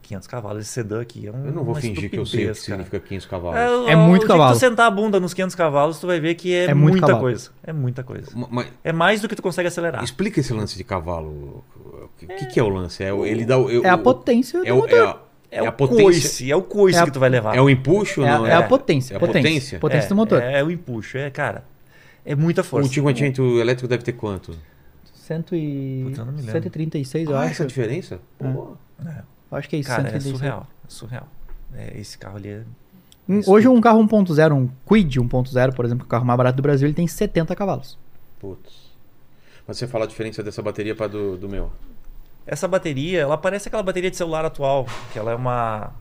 S4: 500 cavalos. Esse sedã aqui é um.
S1: eu não vou
S4: uma
S1: fingir que eu sei o que
S4: estupidez, cara.
S1: significa 500 cavalos.
S4: É, o-
S3: É muito
S4: o
S3: cavalo.
S4: Se tu sentar a bunda nos 500 cavalos, tu vai ver que é,
S3: É muito
S4: muita
S3: cavalo.
S4: coisa. É muita coisa.
S1: Ma- Mas
S4: É mais do que tu consegue acelerar.
S1: explica esse lance de cavalo. O que, que que é o lance? É, o- ele dá, o-
S3: É a
S1: o-
S3: potência
S1: É,
S3: do
S1: o,
S3: motor.
S1: é, a, é a potência.
S4: coice. É o coice
S3: É a-
S4: que tu vai levar.
S1: É o empuxo,
S3: É, a-
S1: não?
S3: é a potência.
S1: É a
S3: potência.
S1: potência?
S3: Potência, do motor.
S4: É, é o empuxo. É, cara. É muita
S1: O
S4: força.
S1: 580 Um elétrico deve ter quanto?
S3: Cento e...
S4: Puta, eu não me lembro.
S3: 136, eu
S1: Ah,
S3: acho.
S1: essa diferença? Pô,
S3: Eu acho que é isso.
S4: Cara, é
S1: né?
S3: 136.
S4: surreal. É surreal. É, esse carro ali é.
S3: Hum, Hoje um carro 1.0, um Quid 1.0, por exemplo, que é o carro mais barato do Brasil, ele tem 70 cavalos.
S1: putz. Mas você fala a diferença dessa bateria para do, do meu.
S4: Essa bateria, ela parece aquela bateria de celular atual, que ela é uma.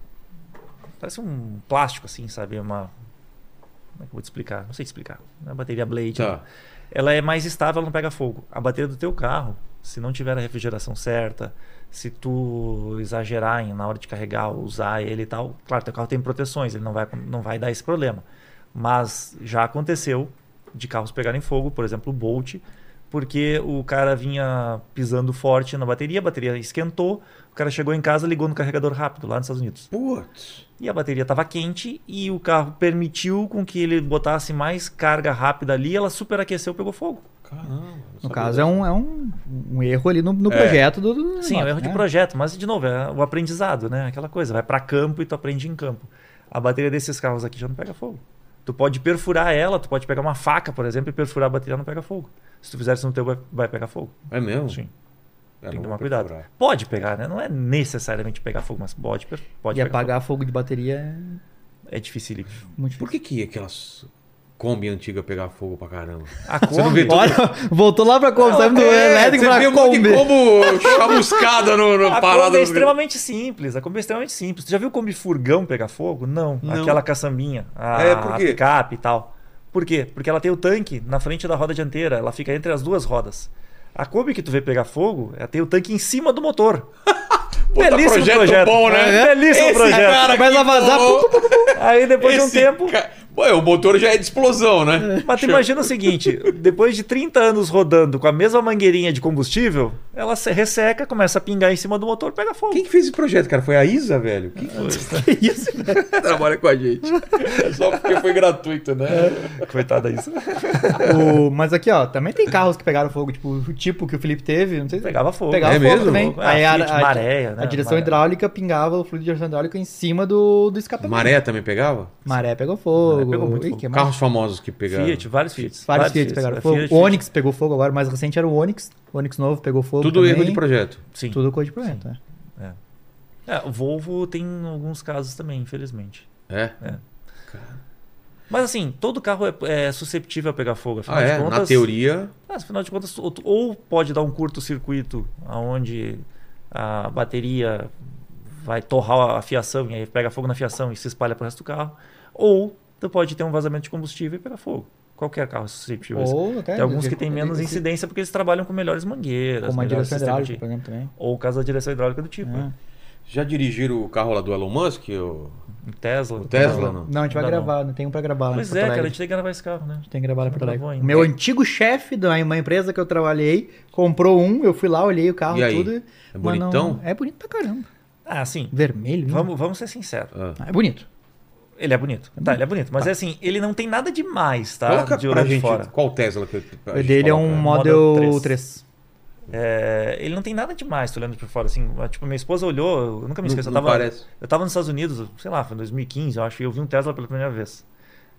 S4: Parece um plástico, assim, sabe? Uma. Como é que eu vou te explicar? Não sei te explicar. Não é bateria Blade. né?
S1: Tá.
S4: Ela é mais estável, ela não pega fogo. A bateria do teu carro, se não tiver a refrigeração certa, se tu exagerar em- na hora de carregar, usar ele e tal, claro, teu carro tem proteções, ele não vai, não vai dar esse problema. Mas já aconteceu de carros pegarem fogo, por exemplo, o Bolt, porque o cara vinha pisando forte na bateria, a bateria esquentou, o cara chegou em casa, ligou no carregador rápido lá nos Estados Unidos.
S1: Putz.
S4: E a bateria estava quente e o carro permitiu com que ele botasse mais carga rápida ali, ela superaqueceu, pegou fogo.
S1: Caramba. não
S3: No
S1: sabia
S3: caso,
S1: dessa.
S3: é um, é um, um erro ali no, no projeto do, do
S4: Sim, é um
S3: negócio,
S4: erro de
S3: né?
S4: projeto, mas de novo, é o aprendizado, né? Aquela coisa, vai para campo e tu aprende em campo. A bateria desses carros aqui já não pega fogo. Tu pode perfurar ela, tu pode pegar uma faca, por exemplo, e perfurar a bateria não pega fogo. Se tu fizer isso no teu, vai, vai pegar fogo.
S1: É mesmo?
S4: Sim,
S1: É,
S4: tem
S1: não
S4: que
S1: vou
S4: tomar cuidado.
S1: procurar.
S4: Pode pegar, né? Não é necessariamente pegar fogo, mas pode, per- pode
S3: E
S4: pegar
S3: apagar fogo de bateria é
S4: fogo. É difícil.
S3: muito difícil.
S1: Por que que aquelas Kombi antiga pegar fogo pra
S3: (laughs)
S1: caramba?
S4: A
S1: não
S4: Kombi-
S1: vê
S4: (laughs)
S1: tudo?
S3: Olha, voltou lá pra Kombi, saímos do é elétrico
S1: você vê
S3: pra
S1: um monte de (laughs)
S3: Kombi.
S1: Kombi chamuscada no,
S3: (laughs)
S1: no
S4: A
S1: parada.
S4: Kombi é
S1: do-
S4: extremamente simples. A Kombi é extremamente simples. Tu já viu o Kombi furgão pegar fogo? Não.
S1: Não.
S4: Aquela caçambinha. A,
S1: É, por quê?
S4: a picape e tal. Por quê? Porque ela tem o tanque na frente da roda dianteira. Ela fica entre as duas rodas. A Kombi que tu vê pegar fogo, ela tem o tanque em cima do
S1: (laughs)
S4: motor.
S1: Puta projeto bom, né?
S4: Belíssimo
S1: Esse
S4: projeto.
S1: cara
S3: Começa
S1: aqui,
S3: a vazar,
S1: pô,
S4: Aí depois de um
S1: esse
S4: tempo...
S1: ca- Pô, é, o motor já é de explosão, né?
S4: Mas tu imagina o seguinte, depois de 30 anos rodando com a mesma mangueirinha de combustível, ela se resseca, começa a pingar em cima do motor, pega fogo.
S1: Quem que fez esse projeto, cara? Foi a Isa, velho? Quem
S3: Que isso, velho?
S1: trabalha com a gente? É (laughs) só porque foi gratuito, né?
S4: Coitada isso.
S3: O- mas aqui, ó, também tem carros que pegaram fogo, tipo o tipo que o Felipe teve, não sei se
S4: Pegava fogo.
S3: Pegava
S1: É
S3: fogo
S1: mesmo?
S3: também.
S4: Ah, Fiat Maré, né?
S3: a direção
S4: Maré.
S3: hidráulica pingava o fluido de direção hidráulica em cima do, do escapamento.
S1: Maré também pegava?
S3: Maré pegou fogo.
S4: Maré pegou muito
S3: Ih,
S4: fogo.
S3: É. que mais?
S1: Carros famosos que pegaram.
S4: Fiat, vários Fiats. É,
S3: Vários Fiat pegaram fogo.
S4: Fiat,
S3: o Onix pegou fogo agora, o mais recente era o Onix. O Onix novo pegou fogo.
S1: Tudo
S3: também.
S1: erro de projeto.
S4: Sim.
S3: Tudo coisa de projeto, né?
S4: É, o Volvo tem alguns casos também, infelizmente.
S1: É.
S4: Mas assim, todo carro é, é susceptível a pegar fogo. Afinal
S1: Ah,
S4: de
S1: é.
S4: contas,
S1: Na teoria.
S4: Ah, afinal de contas, ou, tu- ou pode dar um curto-circuito onde a bateria vai torrar a fiação e aí pega fogo na fiação e se espalha para o resto do carro. Ou tu pode ter um vazamento de combustível e pegar fogo. Qualquer carro é susceptível. a isso.
S3: Ou é, até.
S4: Tem alguns que têm
S3: esse-
S4: menos
S3: esse-
S4: incidência porque eles trabalham com melhores mangueiras,
S3: Como a
S4: melhores
S3: direção
S4: sistemas
S3: hidráulica, né? É. por
S4: de...
S3: exemplo, também.
S4: ou caso da direção hidráulica do tipo, né?
S1: Já dirigiram o carro lá do Elon Musk? O,
S4: Um Tesla.
S1: o Tesla, Ah, não?
S3: Não, a gente vai
S4: Ainda não.
S3: gravar, não tem um pra gravar. lá em
S4: Pois
S3: Porto
S4: é,
S3: Alegre.
S4: cara, a gente tem que gravar esse carro, né?
S3: Tem que gravar lá
S4: Não
S3: pra
S4: gravou
S3: Alegre.
S4: ainda.
S3: Meu antigo chefe da uma empresa que eu trabalhei comprou um, eu fui lá, olhei o carro
S1: E aí?
S3: tudo.
S1: É
S3: mas não-
S1: bonitão?
S3: É bonito pra caramba.
S4: Ah, sim.
S1: Hum.
S3: Vermelho, lindo.
S4: Vamos, vamos ser sinceros.
S1: Ah.
S3: Ah, é bonito.
S4: Ele é bonito. Tá, ele é bonito. Mas é assim, ele não tem nada demais, tá?
S1: Hum. Coloca
S4: de
S1: pra
S4: olho de
S1: gente
S4: fora.
S1: qual Tesla que que a
S3: O
S1: gente
S3: dele é um
S1: coloca.
S3: Model,
S4: Model Tipo 3.
S3: 3.
S4: É, ele não tem nada demais, tô olhando por fora. Assim, tipo, minha esposa olhou, eu nunca
S1: Não-
S4: me esqueço. Eu
S1: não
S4: tava,
S1: parece.
S4: eu tava nos Estados Unidos, sei lá, foi em 2015, eu acho, e eu vi um Tesla pela primeira vez.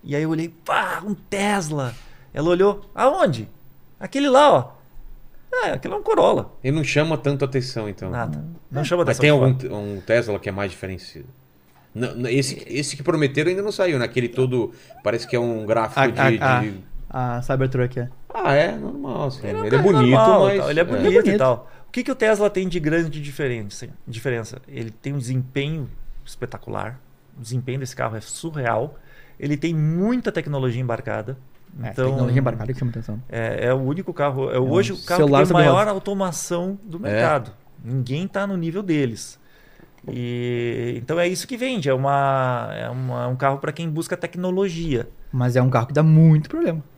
S4: E aí eu olhei, pá, um Tesla. Ela olhou, aonde? Aquele lá, ó. É, aquele é um Corolla.
S1: Ele não chama tanto atenção, então.
S4: Ah, tá. Nada. Não chama
S1: Mas
S4: atenção.
S1: tem
S4: de fora.
S1: algum t- um Tesla que é mais diferenciado? Não, não, esse, esse que prometeram ainda não saiu, naquele todo. Parece que é um gráfico
S3: A,
S1: de.
S3: a,
S1: de-
S3: a, a Cybertruck é.
S1: Ah, é normal. assim, Ele, é
S4: um cara
S1: bonito,
S4: normal,
S1: mas.
S4: tal, Ele é bonito,
S3: bonito.
S4: e tal. O que, que o Tesla tem de grande diferença? diferença? Ele tem um desempenho espetacular. O desempenho desse carro é surreal. Ele tem muita tecnologia embarcada.
S3: É,
S4: Então,
S3: tecnologia embarcada que chama atenção.
S4: É, é o único carro. É, hoje o carro que
S3: celular
S4: tem a
S3: sobre
S4: maior
S3: roda.
S4: automação do mercado. Ninguém está no nível deles. E, então é isso que vende. É, uma, é uma- um carro para quem busca tecnologia.
S3: Mas é um carro que dá muito problema.
S1: é.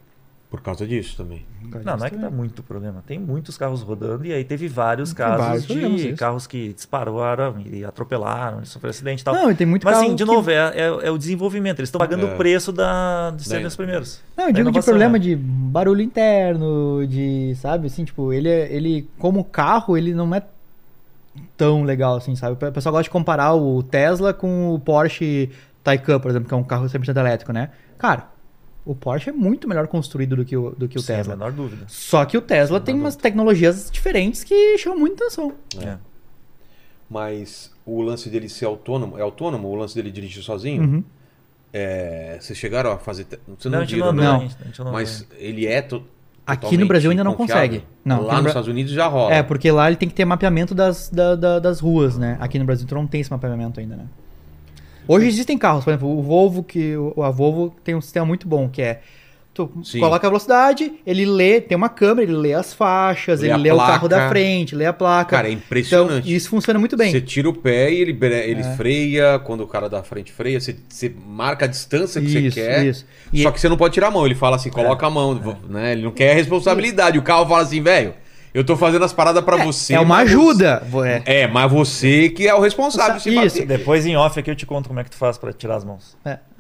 S1: Por causa disso também.
S4: Não, não é que dá muito problema. Tem muitos carros rodando e aí teve vários
S3: Tem
S4: casos
S3: vários problemas, é
S4: de
S3: isso.
S4: carros que dispararam e atropelaram, e sofreram acidente e tal.
S3: Não, e tem muito
S4: Mas
S3: carro
S4: assim, de
S3: que-
S4: novo, é, é- é o desenvolvimento. Eles estão pagando
S1: É.
S4: o preço da, de serem
S1: Da-
S4: os primeiros.
S3: Não, eu digo de
S4: inovação,
S3: problema
S4: né?
S3: de barulho interno, de, sabe, assim, tipo, ele, é- ele como carro, ele não é tão legal, assim, sabe? O pessoal gosta de comparar o Tesla com o Porsche Taycan, por exemplo, que é um carro 100% elétrico, né? Cara, o Porsche é muito melhor construído do que o, do que o
S4: Sem a
S3: Tesla.
S4: menor dúvida.
S3: Só que o Tesla tem umas tecnologias diferentes que chamam muita atenção.
S4: É.
S1: Mas o lance dele ser autônomo. É autônomo? O lance dele dirigir sozinho?
S3: Uhum.
S1: É, vocês chegaram a fazer. te- Vocês
S4: Não,
S1: não,
S4: a gente não
S1: viram,
S4: andou,
S1: né?
S4: a
S3: Não.
S4: gente- a gente não andou.
S1: Mas ele é. To...
S3: Aqui no Brasil ainda não
S1: totalmente
S3: consegue.
S1: confiável?
S3: Não, aqui
S1: Lá
S3: no
S1: nos
S3: Bra-
S1: Estados Unidos já rola.
S3: É, porque lá ele tem que ter mapeamento das, da- da- das ruas, né? Aqui no Brasil tu não tem esse mapeamento ainda, né? Hoje existem carros, por exemplo, o Volvo, que o- a Volvo tem um sistema muito bom, que é tu
S1: Sim.
S3: coloca a velocidade, ele lê, tem uma câmera, ele lê as faixas,
S1: Lê
S3: ele
S1: a
S3: lê o carro
S1: placa.
S3: da frente, lê a placa.
S1: Cara, é
S3: então,
S1: impressionante.
S3: isso funciona muito bem. É.
S1: Você tira o pé e ele, bre- ele freia, quando o cara da frente freia, você, você marca a distância que
S3: isso,
S1: você quer.
S3: isso. E é
S1: Só que você não pode tirar a mão, ele fala assim, coloca a mão, né? Ele não quer a responsabilidade. O carro fala assim, velho, eu tô fazendo as paradas pra você.
S3: é uma
S1: mas
S3: ajuda.
S1: você-
S3: É.
S1: É, mas você que é o responsável se
S3: Isso.
S1: bater.
S4: Depois em off aqui eu te conto como é que tu faz pra tirar as mãos.
S3: (laughs)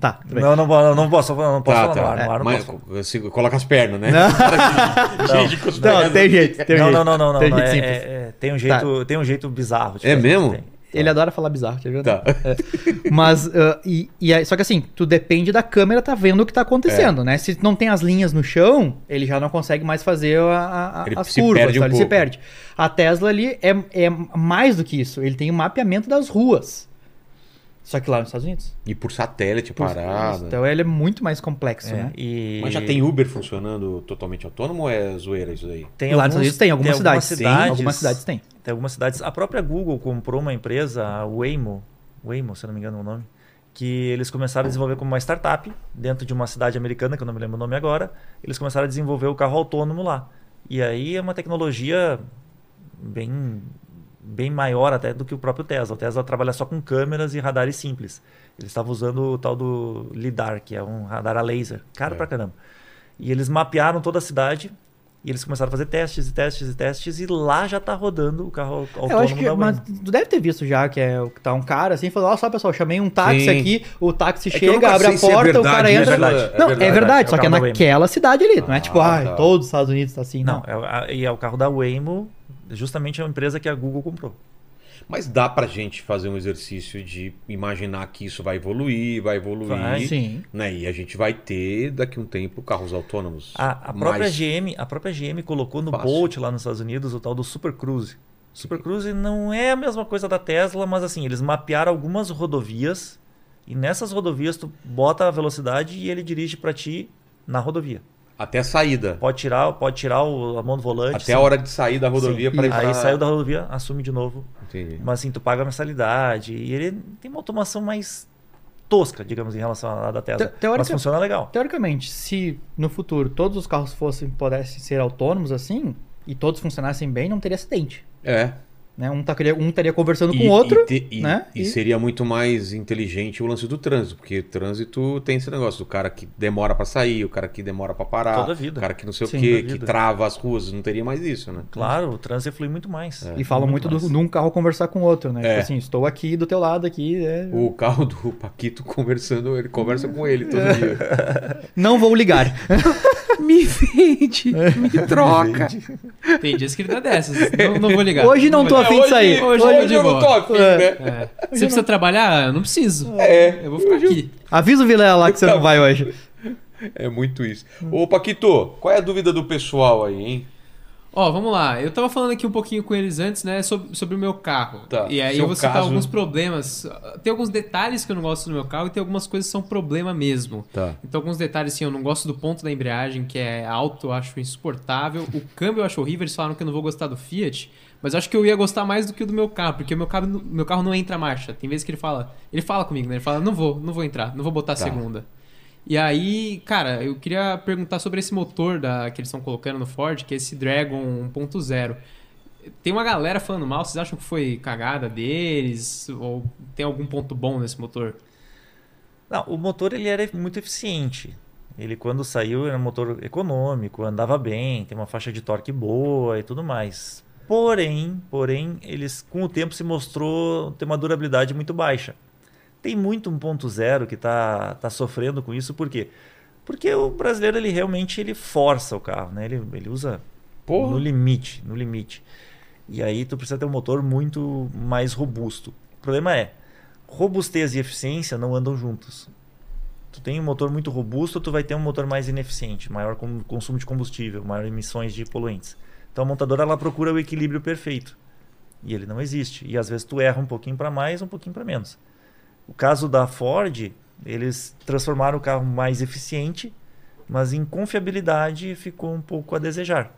S4: Tá,
S3: Tá, tudo bem.
S4: Não, não, não, não posso, não posso falar no ar, no ar não
S1: Tá, Mas
S4: posso.
S1: você coloca as pernas, né? (laughs) Gente, com os
S3: Não,
S1: pés.
S3: tem jeito, tem um
S4: Não,
S3: jeito.
S4: não, não, não, não,
S3: Tem
S4: não,
S3: jeito
S4: é-
S3: simples. Tá.
S4: é- é, tem um jeito, tem um jeito bizarro. de
S1: É
S4: fazer,
S1: mesmo?
S4: tem.
S3: Ele adora falar bizarro, tá vendo?
S1: Tá.
S3: É. Mas, ah, e, e aí- só que assim, tu depende da câmera tá vendo o que
S1: É.
S3: tá acontecendo, né? Se não tem as linhas no chão, ele já não consegue mais fazer a- a- a-
S1: Ele
S3: as
S1: se
S3: curvas,
S1: perde um
S3: tá? ele se
S1: pouco.
S3: perde. A Tesla ali é, é mais do que isso, ele tem o mapeamento das ruas. Só que lá nos Estados Unidos.
S1: E por satélite,
S3: por-
S1: parada.
S3: Então ele é muito mais complexo,
S4: É,
S3: né?
S4: e-
S1: Mas já tem Uber funcionando totalmente autônomo ou é zoeira isso aí?
S4: Tem
S3: lá nos Estados
S4: alguns-
S3: Unidos tem algumas cidades.
S4: cidades-
S3: Tem, algumas cidades tem.
S4: Tem algumas cidades. A própria Google comprou uma empresa, a Waymo, Waymo, se eu não me engano é o nome, que eles começaram a desenvolver como uma startup dentro de uma cidade americana, que eu não me lembro o nome agora. Eles começaram a desenvolver o carro autônomo lá. E aí é uma tecnologia bem bem maior até do que o próprio Tesla. O Tesla trabalha só com câmeras e radares simples. Eles estavam usando o tal do lidar, que é um radar a laser, caro
S1: É.
S4: pra caramba. E eles mapearam toda a cidade e eles começaram a fazer testes e testes e testes e lá já tá rodando o carro autônomo
S3: É, Eu acho que
S4: da
S3: mas
S4: Waymo.
S3: tu deve ter visto já que é o que tá um cara assim, falou: "Ó, só pessoal, chamei um táxi
S1: Sim.
S3: aqui, o táxi
S1: que eu
S3: chega,
S1: nunca
S3: abre
S1: sei
S3: a
S1: se é
S3: porta, o
S1: verdade,
S3: cara
S1: né?
S3: entra".
S1: É verdade, é
S3: não, é
S1: verdade,
S3: verdade,
S4: é o
S3: só que é
S4: carro da Waymo.
S3: naquela cidade ali, não é tipo,
S1: Ah,
S3: ah,
S1: tá.
S3: todos os Estados Unidos tá assim,
S4: Não,
S3: não.
S4: é, a- e é o carro da Waymo, justamente a empresa que a Google comprou.
S1: Mas dá pra gente fazer um exercício de imaginar que isso vai evoluir, vai evoluir.
S4: Vai,
S3: Sim.
S1: Né? E a gente vai ter daqui um tempo carros autônomos.
S4: A, a própria
S1: mais-
S4: GM, a própria GM colocou no
S1: Fácil.
S4: Bolt lá nos Estados Unidos o tal do Super Cruise. Super Cruise não é a mesma coisa da Tesla, mas assim, eles mapearam algumas rodovias e nessas rodovias tu bota a velocidade e ele dirige pra ti na rodovia.
S1: Até a saída.
S4: Pode tirar, pode tirar o- a mão do volante.
S1: Até a hora de sair da rodovia
S3: Sim.
S1: para ir
S4: Aí
S1: pra-
S4: saiu da rodovia, assume de novo.
S1: Entendi.
S4: Mas assim, tu paga a mensalidade e ele tem uma automação mais tosca, digamos, em relação à da Tesla.
S3: Te- teórica-
S4: Mas funciona legal.
S3: Teoricamente, se no futuro todos os carros fossem pudessem ser autônomos assim e todos funcionassem bem, não teria acidente,
S1: É.
S3: né? Um estaria um estaria conversando com
S1: E-
S3: o outro.
S1: E, te- e-
S3: né?
S1: e
S3: E-
S1: seria muito mais inteligente o lance do trânsito, porque trânsito tem esse negócio do cara que demora pra sair, o cara que demora pra parar,
S4: Toda a vida.
S1: o cara que não sei
S3: Sim,
S1: o quê,
S4: toda a
S1: que
S4: vida.
S1: trava as ruas, não teria mais isso, né?
S4: Claro, o trânsito flui muito mais.
S3: E falam muito, do, de um carro conversar com o outro, né?
S1: Uhum. É.
S3: Tipo assim, estou aqui do teu lado aqui, é...
S1: O carro do Paquito conversando, ele conversa com ele todo
S3: É. (laughs)
S1: dia.
S3: não vou
S1: (laughs)
S3: ligar.
S5: (laughs) Me vende, me troca.
S2: Tem dias que ele dá dessas. Não, não vou ligar.
S3: Hoje não tô
S2: vou
S1: É,
S3: afim de sair.
S2: hoje-
S3: Hoje-
S2: hoje- eu não tô
S1: afim,
S3: É.
S1: né?
S2: ligar. É. Você precisa trabalhar? Eu não preciso. É. Eu vou ficar aqui.
S3: Avisa o Vilela lá que
S1: Então,
S3: você não vai hoje.
S1: É muito isso. Ô, Paquito, qual é a dúvida do pessoal aí, hein?
S2: Ó, vamos lá. Eu tava falando aqui um pouquinho com eles antes, né, sobre, sobre o meu carro.
S1: Tá.
S2: E aí
S1: Seu
S2: eu vou citar
S1: caso.
S2: alguns problemas. ah, Tem alguns detalhes que eu não gosto do meu carro e tem algumas coisas que são problema mesmo.
S1: Tá.
S2: Então, alguns detalhes, assim, eu não gosto do ponto da embreagem, que é alto, eu acho insuportável. O câmbio eu acho horrível, eles falaram que eu não vou gostar do Fiat, mas eu acho que eu ia gostar mais do que o do meu carro, porque o meu carro, não- meu carro não entra marcha. Tem vezes que ele fala, ele fala comigo, né? Ele fala, não vou, não vou entrar, não vou botar a
S1: Tá.
S2: segunda. E aí, cara, eu queria perguntar sobre esse motor da, que eles estão colocando no Ford, que é esse Dragon 1.0. Tem uma galera falando mal, vocês acham que foi cagada deles? Ou tem algum ponto bom nesse motor?
S4: Não, o motor ele era muito eficiente. Ele quando saiu era um motor econômico, andava bem, tem uma faixa de torque boa e tudo mais. Porém, porém, eles com o tempo se mostrou ter uma durabilidade muito baixa. Tem muito 1.0 que tá, tá sofrendo com isso, por quê? Porque o brasileiro ele realmente ele força o carro, né? Ele, ele usa no
S1: Porra.
S4: limite, no limite. E aí tu precisa ter um motor muito mais robusto. O problema é, robustez e eficiência não andam juntos. Tu tem um motor muito robusto, tu vai ter um motor mais ineficiente, maior com- consumo de combustível, maior emissões de poluentes. Então a montadora ela procura o equilíbrio perfeito. E ele não existe. E às vezes tu erra um pouquinho para mais, um pouquinho para menos. O caso da Ford, eles transformaram o carro mais eficiente, mas em confiabilidade ficou um pouco a desejar.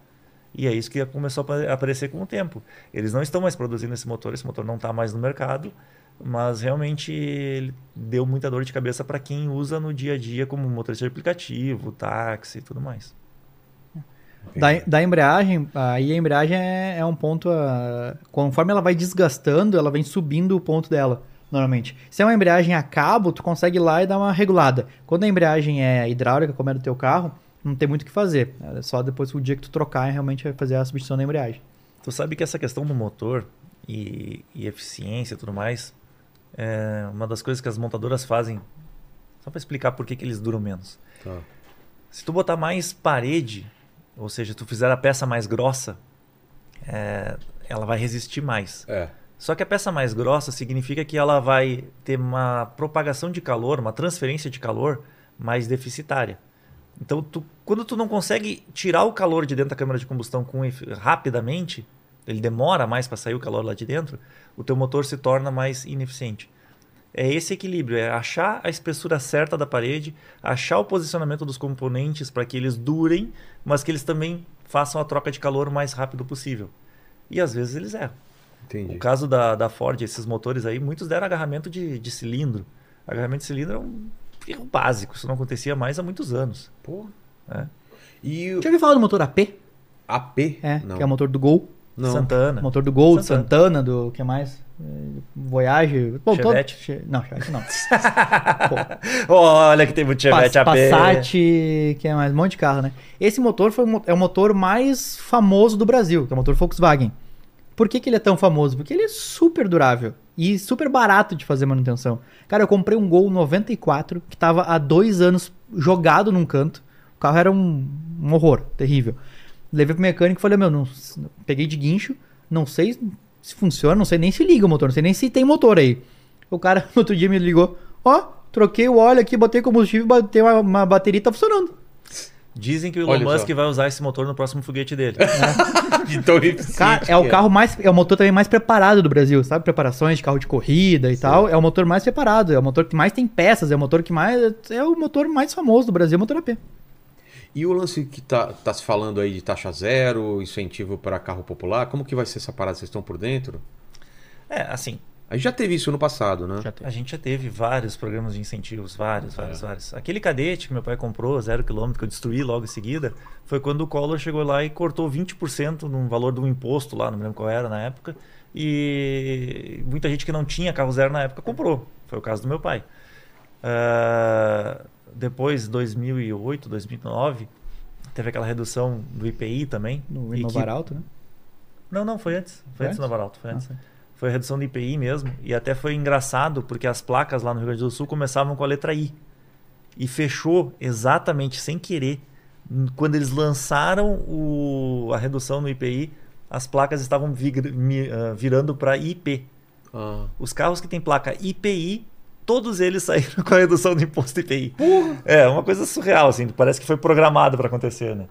S4: E é isso que começou a apare- aparecer com o tempo. Eles não estão mais produzindo esse motor, esse motor não está mais no mercado, mas realmente ele deu muita dor de cabeça para quem usa no dia a dia como motorista de aplicativo, táxi e tudo mais.
S3: Da, da embreagem, aí a embreagem é, é um ponto. ah, conforme ela vai desgastando, ela vem subindo o ponto dela, normalmente. Se é uma embreagem a cabo, tu consegue ir lá e dar uma regulada. Quando a embreagem é hidráulica, como é do teu carro, não tem muito o que fazer. É só depois o dia que tu trocar realmente vai fazer a substituição da embreagem.
S4: Tu sabe que essa questão do motor e, e eficiência e tudo mais é uma das coisas que as montadoras fazem só para explicar por que, que eles duram menos.
S1: Tá.
S4: Se tu botar mais parede, ou seja, tu fizer a peça mais grossa, é, ela vai resistir mais.
S1: É.
S4: Só que a peça mais grossa significa que ela vai ter uma propagação de calor, uma transferência de calor mais deficitária. Então, tu- quando tu não consegue tirar o calor de dentro da câmara de combustão com efe- rapidamente, ele demora mais para sair o calor lá de dentro, o teu motor se torna mais ineficiente. É esse equilíbrio, é achar a espessura certa da parede, achar o posicionamento dos componentes para que eles durem, mas que eles também façam a troca de calor o mais rápido possível. E às vezes eles erram.
S1: Entendi.
S4: O caso da, da Ford, esses motores aí, muitos deram agarramento de, de cilindro. Agarramento de cilindro é um erro básico, isso não acontecia mais há muitos anos.
S1: Porra.
S4: É.
S1: E o
S3: Já ouviu falar do motor AP?
S1: AP?
S3: É,
S1: não.
S3: que é o motor do Gol.
S1: Não.
S4: Santana.
S3: Motor do Gol, do
S4: Santana.
S3: Santana, do que mais? Eh, Voyage. Bom, todo-
S4: Chevette.
S3: Che- Não, Chevette não.
S4: (laughs) Olha que tem muito Chevette
S3: Pass-
S4: AP.
S3: Passat, que é mais um monte de carro, né? Esse motor foi, o mo- é o motor mais famoso do Brasil, que é o motor Volkswagen. Por que, que ele é tão famoso? Porque ele é super durável e super barato de fazer manutenção. Cara, eu comprei um Gol 94 que tava há dois anos jogado num canto. O carro era um, um horror, terrível. Levei pro mecânico e falei, meu, não, s- peguei de guincho, não sei se funciona, não sei nem se liga o motor, não sei nem se tem motor aí. O cara (laughs) no outro dia me ligou, ó, troquei o óleo aqui, botei combustível, botei uma, uma bateria e tá funcionando.
S4: Dizem que o
S1: Olha
S4: Elon
S1: só.
S4: Musk vai usar esse motor no próximo foguete dele.
S1: Então, eficiente
S3: Cara,
S1: que
S3: é o carro mais, é o motor também mais preparado do Brasil, sabe? Preparações de carro de corrida e tal, é o motor mais preparado, é o motor que mais tem peças, é o motor que mais, é o motor mais famoso do Brasil, é o motor AP.
S1: E o lance que tá, tá se falando aí de taxa zero, incentivo para carro popular, como que vai ser essa parada? Vocês estão por dentro?
S4: é, assim,
S1: A gente já teve isso no passado, né?
S4: a gente já teve vários programas de incentivos, vários, vários,
S1: É.
S4: vários. Aquele cadete que meu pai comprou, zero quilômetro, que eu destruí logo em seguida, foi quando o Collor chegou lá e cortou 20% no valor de um imposto lá, não me lembro qual era na época, e muita gente que não tinha carro zero na época comprou. Foi o caso do meu pai. Ah, depois, 2008, 2009, teve aquela redução do IPI também.
S3: No
S4: e que-
S3: Inovar Alto, né?
S4: Não, não, foi antes. Foi
S3: Foi
S4: antes do Nova Arauto, foi
S3: Ah,
S4: antes.
S3: foi.
S4: Foi a redução do IPI mesmo. E até foi engraçado, porque as placas lá no Rio Grande do Sul começavam com a letra I. E fechou exatamente sem querer. n- Quando eles lançaram o- a redução no IPI, as placas estavam vigr- mi- ah, virando para IP.
S1: Ah,
S4: Os carros que têm placa IPI, todos eles (laughs) saíram com a redução do imposto IPI. É, uma coisa surreal, assim. Parece que foi programado para acontecer, né?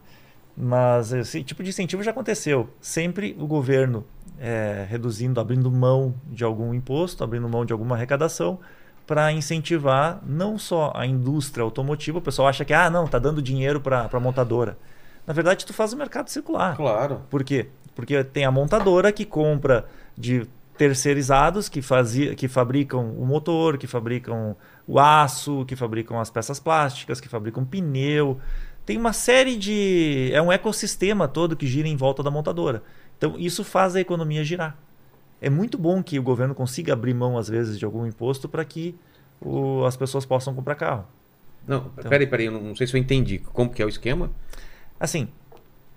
S4: Mas esse tipo de incentivo já aconteceu. Sempre o governo é, reduzindo, abrindo mão de algum imposto, abrindo mão de alguma arrecadação, para incentivar não só a indústria automotiva, o pessoal acha que, ah, não, tá dando dinheiro para a montadora. Na verdade, tu faz o mercado circular.
S1: Claro.
S4: Por quê? Porque tem a montadora que compra de terceirizados que, fazia, que fabricam o motor, que fabricam o aço, que fabricam as peças plásticas, que fabricam pneu. Tem uma série de. É um ecossistema todo que gira em volta da montadora. Então, isso faz a economia girar. É muito bom que o governo consiga abrir mão, às vezes, de algum imposto para que o- as pessoas possam comprar carro.
S1: Não,
S3: Então.
S1: peraí, peraí, eu não sei se eu entendi. Como que é o esquema?
S4: Assim,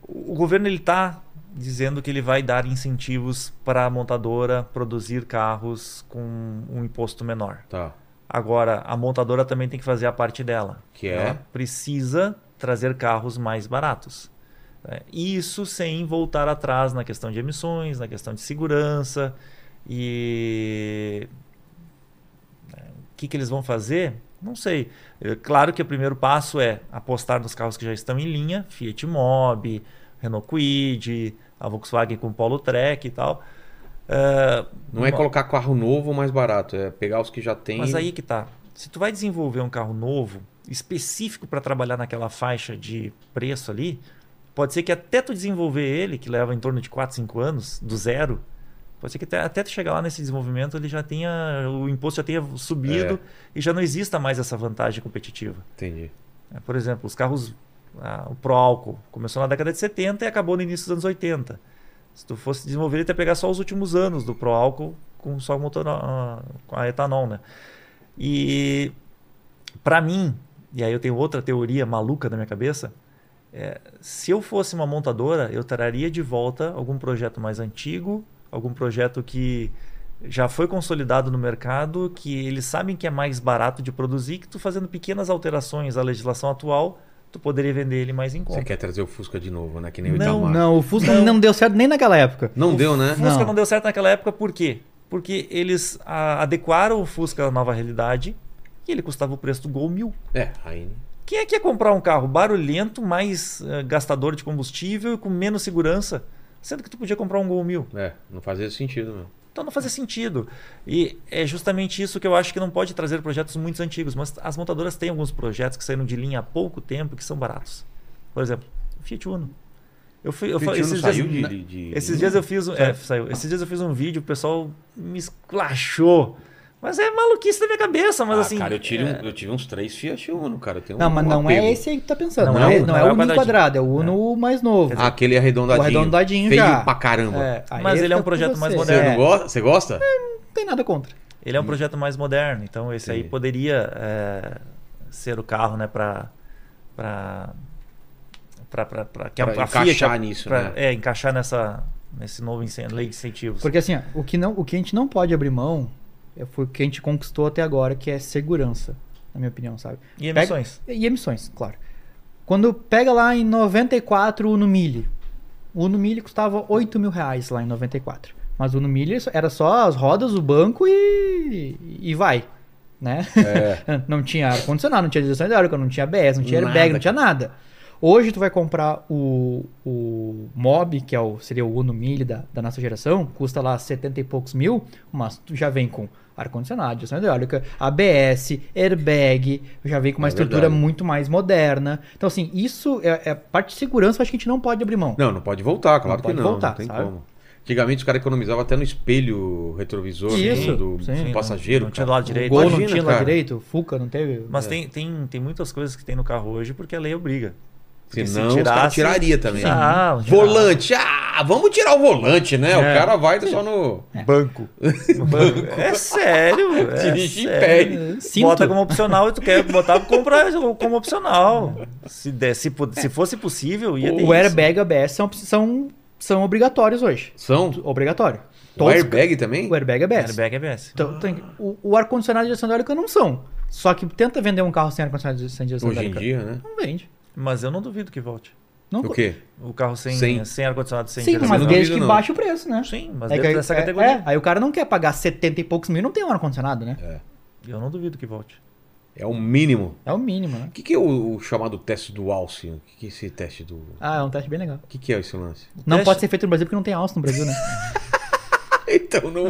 S4: o o governo ele está dizendo que ele vai dar incentivos para a montadora produzir carros com um imposto menor.
S1: Tá.
S4: Agora, a montadora também tem que fazer a parte dela.
S1: Que é?
S3: Né?
S4: Ela precisa trazer carros mais baratos. né? Isso sem voltar atrás na questão de emissões, na questão de segurança. E. né, O que, que eles vão fazer? Não sei. É Claro que o primeiro passo é apostar nos carros que já estão em linha Fiat Mobi, Renault Kwid, a Volkswagen com Polo Trek e tal. Ah,
S1: Não é
S4: uma-
S1: colocar carro novo mais barato, é pegar os que já tem.
S4: mas aí que tá. Se tu vai desenvolver um carro novo, específico para trabalhar naquela faixa de preço ali, pode ser que até tu desenvolver ele, que leva em torno de 4, 5 anos, do zero, pode ser que até, até tu chegar lá nesse desenvolvimento ele já tenha. O imposto já tenha subido
S1: É.
S4: e já não exista mais essa vantagem competitiva.
S1: Entendi.
S4: É, Por exemplo, os carros, ah, o Proalco, começou na década de 70 e acabou no início dos anos 80. Se tu fosse desenvolver, ele ia pegar só os últimos anos do Proalco com só o motor, ah, com a etanol, né? E para mim, e aí eu tenho outra teoria maluca na minha cabeça, é, se eu fosse uma montadora, eu traria de volta algum projeto mais antigo, algum projeto que já foi consolidado no mercado, que eles sabem que é mais barato de produzir, que tu fazendo pequenas alterações à legislação atual, tu poderia vender ele mais
S1: Você
S4: em conta.
S1: quer trazer o Fusca de novo, né? Que nem o
S4: Não,
S1: Itamar.
S3: Não, o Fusca não. deu certo nem naquela época.
S1: Não deu, né?
S4: O Fusca não.
S3: Não.
S4: deu certo naquela época, por quê? Porque eles ah, adequaram o Fusca à nova realidade e ele custava o preço do Gol mil.
S1: É, aí.
S4: Quem é que ia comprar um carro barulhento, mais eh, gastador de combustível e com menos segurança? Sendo que tu podia comprar um Gol 1000.
S1: É, não fazia sentido mesmo.
S4: Então não fazia sentido. E é justamente isso que eu acho que não pode trazer projetos muito antigos. Mas as montadoras têm alguns projetos que saíram de linha há pouco tempo que são baratos. Por exemplo, o Fiat Uno. Eu fui, eu
S1: O
S4: falei,
S1: Fiat Uno
S4: esses
S1: saiu
S4: dias,
S1: de, de- de-
S4: esses dias eu fiz um, é, saiu. Esses dias eu fiz um vídeo, o pessoal me esclachou. Mas é maluquice da minha cabeça, mas
S1: Ah,
S4: assim.
S1: Cara, eu tive,
S4: é-
S1: um- eu tive uns três Fiat Uno, cara. Eu tenho
S3: Não,
S1: um
S3: mas não
S1: apego.
S3: é esse aí que tu tá pensando.
S4: Não
S3: Não,
S4: é
S3: é,
S4: o-
S3: não é
S4: não é o
S3: o Uno
S4: quadradinho.
S3: quadrado, é o Uno mais novo.
S1: Ah, aquele arredondadinho.
S3: O arredondadinho
S1: Feio
S3: já.
S1: pra caramba.
S3: É, aí
S4: Mas ele é
S3: fica
S4: um
S3: com
S4: projeto mais
S3: você.
S1: Você,
S4: moderno.
S1: não gosta? Você gosta?
S3: Não tem nada contra.
S4: Ele é um projeto mais moderno, então esse aí
S1: Entendi.
S4: poderia é, ser o carro, né, para para para que é a,
S1: Pra
S4: a Fiat-
S1: encaixar nisso,
S4: pra-
S1: né?
S4: É, encaixar nessa nesse novo incen- lei de incentivos.
S3: Porque assim, ó, o que, não, o que a gente não pode abrir mão é- foi o que a gente conquistou até agora, que é segurança, na minha opinião, sabe?
S4: E emissões.
S3: E emissões, claro. Quando pega lá em 94 o Uno Mille. O Uno Mille custava 8 mil reais lá em 94. Mas o Uno Mille era só as rodas, o banco e, e vai, né? (laughs) não tinha ar-condicionado, não tinha direção hidráulica, não tinha ABS, não tinha airbag,
S1: Nada.
S3: não tinha nada. Hoje tu vai comprar o, o Mob, que é o, seria o Uno Mille da, da nossa geração, custa lá 70 e poucos mil, mas tu já vem com ar-condicionado, direção hidráulica, ABS, airbag, já vem com uma
S1: É
S3: estrutura
S1: verdade.
S3: muito mais moderna. Então assim, isso é, é parte de segurança, eu acho que a gente não pode abrir mão.
S1: Não, não pode voltar, claro
S3: Não
S1: que
S3: pode
S1: não. não
S3: voltar,
S1: tem
S3: sabe?
S1: como. Antigamente os caras economizavam até no espelho retrovisor né,
S3: Isso,
S1: do, do
S3: sim.
S1: passageiro.
S4: não tinha do
S1: cara.
S4: lado direito.
S3: o Gol
S1: Imagina,
S3: não tinha lá
S1: cara.
S3: direito, o Fuca não teve.
S1: É.
S4: Mas tem, tem tem muitas coisas que tem no carro hoje porque a lei obriga. Porque
S1: Senão os caras tiraria também.
S4: Ah,
S1: Volante! Ah, vamos tirar o volante, né? O
S4: É.
S1: cara vai só no.
S4: banco. tá? (laughs) banco. É sério, é
S1: Dirigir em
S4: sério.
S1: pé.
S3: Cinto.
S4: Bota como opcional e tu quer botar, compra como opcional. Se, der, se, pu- se fosse
S1: um
S4: possível, ia ter
S3: O
S4: isso.
S3: airbag e ABS são, são, são obrigatórios hoje.
S1: São?
S3: Obrigatório.
S1: O
S3: Todos-
S1: airbag também?
S3: O airbag é ABS.
S4: Airbag ABS.
S3: Então, tem- o, o ar-condicionado e a direção hidráulica não são. Só que tenta vender um carro sem ar-condicionado e sem direção
S1: Hoje em
S3: hidráulica.
S1: dia, né?
S3: Não vende.
S4: Mas eu não duvido que volte.
S3: Não
S1: O quê?
S4: O carro sem, sem.
S1: Sem.
S4: ar-condicionado, sem
S3: Sim,
S4: direção
S3: mas
S1: não
S4: hidráulica.
S3: desde
S1: duvido,
S3: que
S1: não.
S3: baixe o preço, né?
S4: Sim, mas
S3: É que
S4: dentro
S3: aí-
S4: dessa
S3: é-
S4: categoria.
S3: é, aí o cara não quer pagar 70 e poucos mil e não tem um ar-condicionado, né?
S4: Eu não duvido que volte.
S1: É o mínimo.
S3: É o mínimo, né?
S1: O que, que é o, o chamado teste do Alce? O que, que é esse teste do. O
S3: Ah, é um teste bem legal.
S1: que, que é esse lance? (laughs)
S3: Não
S4: teste-
S3: pode ser feito no Brasil porque não tem alça no Brasil, né? (laughs)
S1: Então não,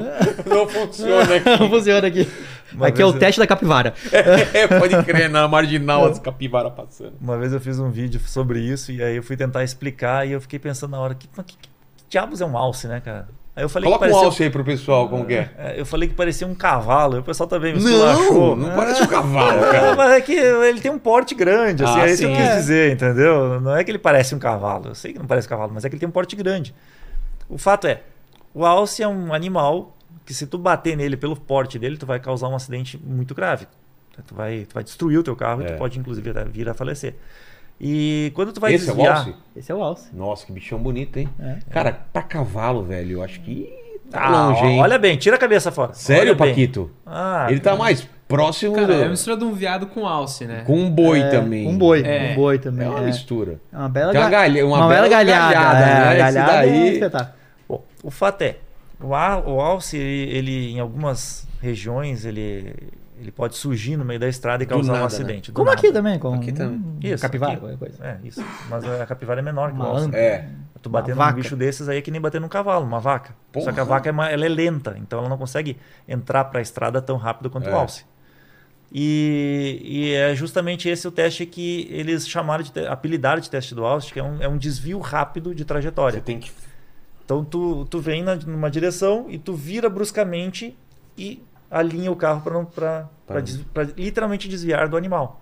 S1: não funciona
S4: (laughs)
S3: Não
S1: aqui.
S3: funciona aqui.
S4: Uma
S3: aqui é
S4: vez
S3: o
S4: eu-
S3: teste da capivara.
S1: É, pode crer, na marginal as capivara passando.
S4: Uma vez eu fiz um vídeo sobre isso e aí eu fui tentar explicar e eu fiquei pensando na hora, que, mas que, que diabos é um alce, né, cara? Aí eu falei
S1: Coloca
S4: que
S1: um
S4: parecia...
S1: alce aí pro pessoal, como que é?
S4: é, Eu falei que parecia um cavalo, aí o pessoal também me
S1: Não,
S4: esculachou.
S1: não
S4: Ah,
S1: parece um cavalo,
S4: É,
S1: cara.
S4: mas é que ele tem um porte grande, assim,
S1: Ah,
S4: é isso que eu
S1: sim.
S4: quis
S1: É.
S4: dizer, entendeu? Não é que ele parece um cavalo, eu sei que não parece um cavalo, mas é que ele tem um porte grande. O fato é, o alce é um animal que se tu bater nele pelo porte dele, tu vai causar um acidente muito grave. Tu vai, tu vai destruir o teu carro e
S1: É.
S4: tu pode inclusive até vir a falecer. E quando tu vai
S1: Esse é o
S4: desviar...
S1: alce?
S3: Esse é o alce.
S1: Nossa, que bichão bonito, hein?
S3: É.
S1: Cara, pra cavalo, velho, eu acho que tá
S4: Ah,
S1: longe,
S4: ó,
S1: hein?
S4: Olha bem, tira a cabeça fora.
S1: Sério,
S4: Olha bem.
S1: Paquito?
S4: Ah,
S1: Ele tá mais próximo
S2: Cara, é a
S1: do...
S2: mistura de um viado com alce, né?
S1: com um boi também.
S3: Um boi,
S2: É.
S3: um boi também.
S1: É uma
S3: é.
S1: mistura.
S3: É uma bela
S1: Tem uma
S3: ga-
S1: galha- uma
S3: bela
S1: bela
S3: galhada.
S1: galhada,
S3: é,
S1: né?
S3: a
S1: Esse
S3: galhada
S1: daí-
S3: é espetáculo.
S4: Bom, o fato é, o, a, o alce, ele, ele, em algumas regiões, ele, ele pode surgir no meio da estrada e
S1: Do
S4: causar um
S1: nada, né?
S4: acidente. do
S3: Como
S4: nada.
S3: aqui também, com
S1: Aqui também.
S3: um
S4: Isso,
S3: capivara,
S4: aqui.
S3: qualquer coisa.
S4: É, isso. Mas a capivara é menor que o
S3: Uma
S4: alce.
S3: anta.
S1: É.
S4: Tu bater
S3: Uma
S4: num
S3: vaca.
S4: bicho desses aí é que nem bater num cavalo, uma vaca. Só que
S1: Porra.
S4: a vaca é, ma- ela é lenta, então ela não consegue entrar pra estrada tão rápido quanto
S1: É.
S4: o alce. E, e é justamente esse o teste que eles chamaram de te- apelidaram de teste do alce, que é um, é um desvio rápido de trajetória.
S1: Você tem que...
S4: Então tu, tu vem na- numa direção e tu vira bruscamente e alinha o carro para para
S1: Tá.
S4: literalmente desviar do animal.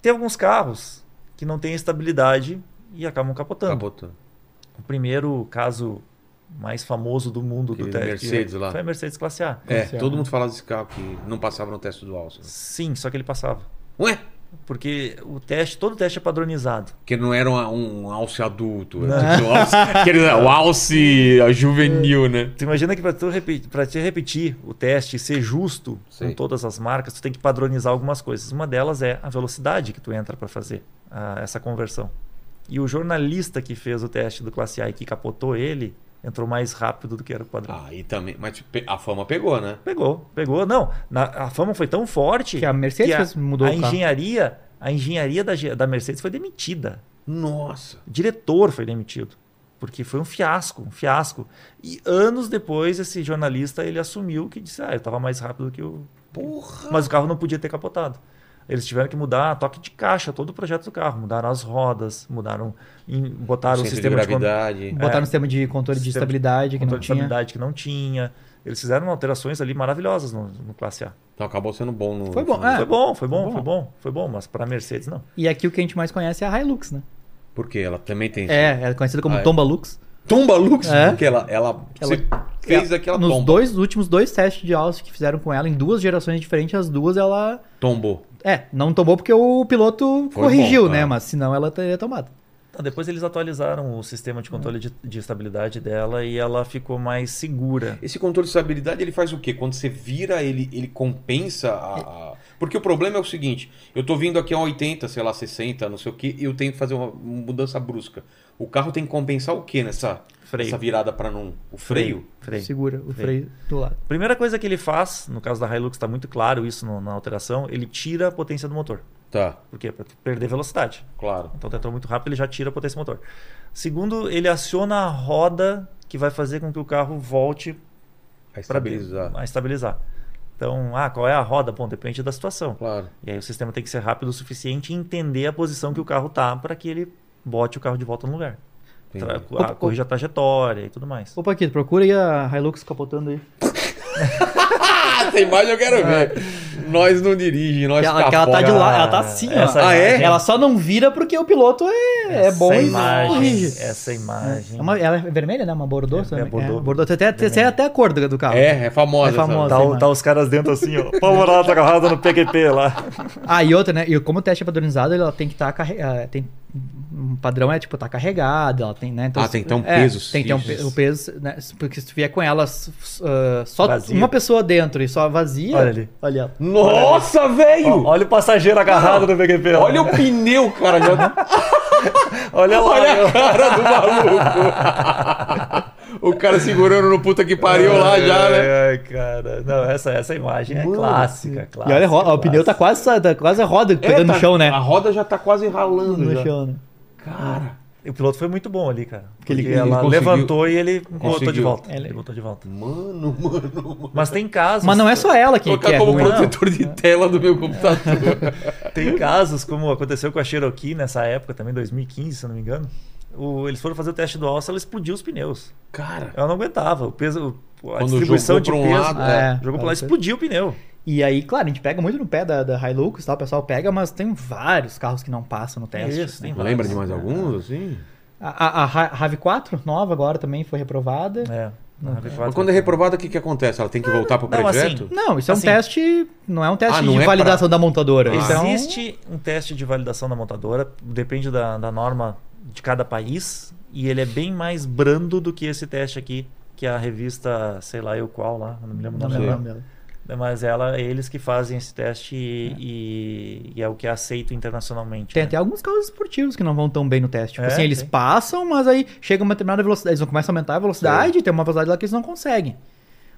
S4: Tem alguns carros que não têm estabilidade e acabam capotando.
S1: Tá botando.
S4: O primeiro caso mais famoso do mundo do
S1: Aquele
S4: teste
S1: Mercedes lá.
S4: foi a Mercedes classe A.
S1: É, todo mundo falava desse carro que não passava no teste do alce. né?
S4: Sim, só que ele passava,
S1: Ué?
S4: porque o teste, todo teste é padronizado.
S1: Que não era uma- um, alce adulto. Era tipo um alce,
S3: (laughs)
S1: aquele, o alce
S3: É.
S1: juvenil, né?
S4: Tu imagina que para tu repetir, pra te repetir o teste e ser justo
S1: Sei.
S4: com todas as marcas, tu tem que padronizar algumas coisas. Uma delas é a velocidade que tu entra para fazer ah, essa conversão. E o jornalista que fez o teste do classe A e que capotou ele, entrou mais rápido do que era o padrão.
S1: Ah, e também... Mas pe- a fama pegou, né?
S4: Pegou, pegou. Não, na- a fama foi tão forte
S3: Que a Mercedes fez- mudou
S4: a
S3: o carro.
S4: engenharia, a engenharia da, ge- da Mercedes foi demitida.
S1: Nossa.
S4: O diretor foi demitido, porque foi um fiasco, um fiasco. E anos depois esse jornalista ele assumiu que disse: "Ah, eu estava mais rápido que o
S1: Porra.
S4: mas o carro não podia ter capotado. Eles tiveram que mudar a toque de caixa, todo o projeto do carro. Mudaram as rodas, mudaram, em- botaram o
S1: Centro
S4: sistema
S1: de
S4: de, controle
S1: gravidade.
S3: Botaram um sistema de controle de
S4: Sistema de
S3: estabilidade que não
S4: de
S3: tinha.
S4: estabilidade que não tinha. Eles fizeram alterações ali maravilhosas no, no Classe A.
S1: Então acabou sendo bom no...
S3: Foi bom,
S1: no-
S3: é.
S4: Foi bom, foi bom, foi bom, foi bom, mas para Mercedes não.
S3: E aqui o que a gente mais conhece é a Hilux, né?
S1: Porque ela também tem...
S3: É, é conhecida como
S1: Ah, é.
S3: Tomba Lux.
S1: Tomba Lux?
S3: É.
S1: Porque ela, ela,
S3: Ela-
S1: você fez aquela
S3: Nos
S1: tomba.
S3: dois últimos dois testes de alce que fizeram com ela, em duas gerações diferentes, as duas ela.
S1: Tombou.
S3: É, não tomou porque o piloto
S1: Foi
S3: corrigiu,
S1: bom,
S3: né?
S1: é.
S3: Mas senão ela teria tomado.
S4: Então, depois eles atualizaram o sistema de
S3: É.
S4: controle de, de estabilidade dela e ela ficou mais segura.
S1: Esse controle de estabilidade ele faz o quê? Quando você vira, ele, ele compensa a, a- Porque o problema é o seguinte: eu tô vindo aqui a 80, sei lá, 60, não sei o quê, e eu tenho que fazer uma mudança brusca. O carro tem que compensar o quê nessa,
S4: Freio.
S1: nessa virada para não. O freio?
S4: Freio.
S3: Segura o freio do lado.
S4: Primeira coisa que ele faz, no caso da Hilux está muito claro isso no- na alteração, ele tira a potência do motor.
S1: Tá,
S4: Por quê? Para perder velocidade.
S1: claro.
S4: Então tu entrou muito rápido, ele já tira a potência do motor. Segundo, ele aciona a roda que vai fazer com que o carro volte
S1: A
S4: pra-
S1: estabilizar.
S4: a estabilizar. Então, ah, qual é a roda? Bom, depende da situação.
S1: Claro. (laughs)
S4: E aí o sistema tem que ser rápido o suficiente e entender a posição que o carro tá para que ele bote o carro de volta no lugar.
S1: Entendi.
S4: Tra-
S3: Opa,
S4: a- corrija a trajetória e tudo mais.
S3: Ô, Paquito, procura aí a Hilux capotando aí.
S1: Ah, essa imagem eu quero ver. Nós não dirige, nós
S3: Que ela, que ela É. tá de
S1: capota.
S3: lado, ela tá assim,
S4: Essa
S3: ó.
S1: Ah, é?
S4: imagem-
S3: Ela só não vira porque o piloto é, é
S4: essa
S3: bom e
S4: imagem,
S3: corrige.
S4: Essa imagem.
S3: É uma- ela é vermelha, né? Uma Bordeaux.
S4: É,
S3: também.
S4: é Bordeaux.
S3: Tem até, tem- tem até a cor do, do carro.
S1: É, é famosa.
S3: É famosa.
S1: essa-
S4: Tá, o-
S3: Sim,
S4: tá os caras dentro assim, ó. Pavorado, agarrado no PQP lá.
S3: Ah, e outra, né? E como o teste é padronizado, ela tem que estar carregada. Tem... Um padrão é, tipo, tá carregada, ela tem, né?
S1: Ah, tem que ter um
S3: é,
S1: peso,
S3: Tem que ter um
S1: isso.
S3: pe- o peso, né? Porque se tu vier com ela ah, só
S4: Vazia.
S3: uma pessoa dentro e só vazia...
S4: Olha ali.
S3: Olha ela.
S1: Nossa, velho!
S4: Ó, olha o passageiro agarrado no PQP lá.
S1: Olha o pneu, cara. Já...
S4: Olha lá,
S1: Olha
S4: meu.
S1: a cara do maluco. (laughs) O cara segurando no puta que pariu lá já, né?
S4: Ai, cara. Não, essa, essa imagem é
S3: Mano,
S4: clássica,
S3: e
S4: clássica.
S3: olha, ro- ó, o
S4: clássica.
S3: pneu tá quase, tá quase a roda pegando
S1: tá-
S3: no chão, né?
S1: A roda já tá quase ralando.
S3: No
S1: Já.
S3: chão, né?
S1: Cara,
S4: O piloto foi muito bom ali, cara. Porque,
S3: ele-
S4: ela
S1: ele conseguiu-
S4: levantou e ele botou de
S1: conseguiu.
S4: volta.
S3: Ele-
S4: Ele botou de volta.
S1: mano, mano, mano.
S4: Mas tem casos.
S3: Mas não é só ela que, que
S1: Colocar
S3: é
S1: como
S3: ruim.
S4: não.
S1: protetor de tela do meu (laughs) computador.
S4: Tem casos, como aconteceu com a Cherokee nessa época também, 2015, se eu não me engano. O- eles foram fazer o teste do alça, ela explodiu os pneus.
S1: Cara,
S4: Ela não aguentava. O peso, o- a
S1: Quando
S4: distribuição de
S1: jogou pra um
S4: peso.
S1: lado,
S4: é,
S3: é,
S4: jogou pra lá,
S3: pode ser.
S4: explodiu o pneu.
S3: E aí, claro, a gente pega muito no pé da, da Hilux, tá? o pessoal pega, mas tem vários carros que não passam no teste.
S4: Isso, tem
S1: lembra
S4: vários.
S1: de mais alguns, assim?
S3: A, a, a RAV4 nova agora também foi reprovada.
S4: É. na RAV4.
S1: Mas quando é reprovada, o que, que acontece? Ela tem que voltar pro
S4: não,
S1: projeto?
S4: assim,
S3: Não, isso é um
S4: Assim.
S3: teste, não é um teste
S1: Ah, não
S3: de
S1: é Ah.
S3: validação da montadora. Isso é um-
S4: Existe um teste de validação da montadora, depende da, da norma de cada país, e ele é bem mais brando do que esse teste aqui, que a revista, sei lá eu qual lá, não me lembro o
S3: Não
S4: nome
S3: lembro o
S4: dela.
S3: nome dela.
S4: Mas ela, é eles que fazem esse teste e e- e é, o que é aceito internacionalmente.
S3: Tem
S4: né?
S3: até alguns carros esportivos que não vão tão bem no teste. Tipo
S4: É,
S3: assim, eles
S4: tem.
S3: passam, mas aí chega uma determinada velocidade. Eles vão começar a aumentar a velocidade, tem uma velocidade lá que eles não conseguem.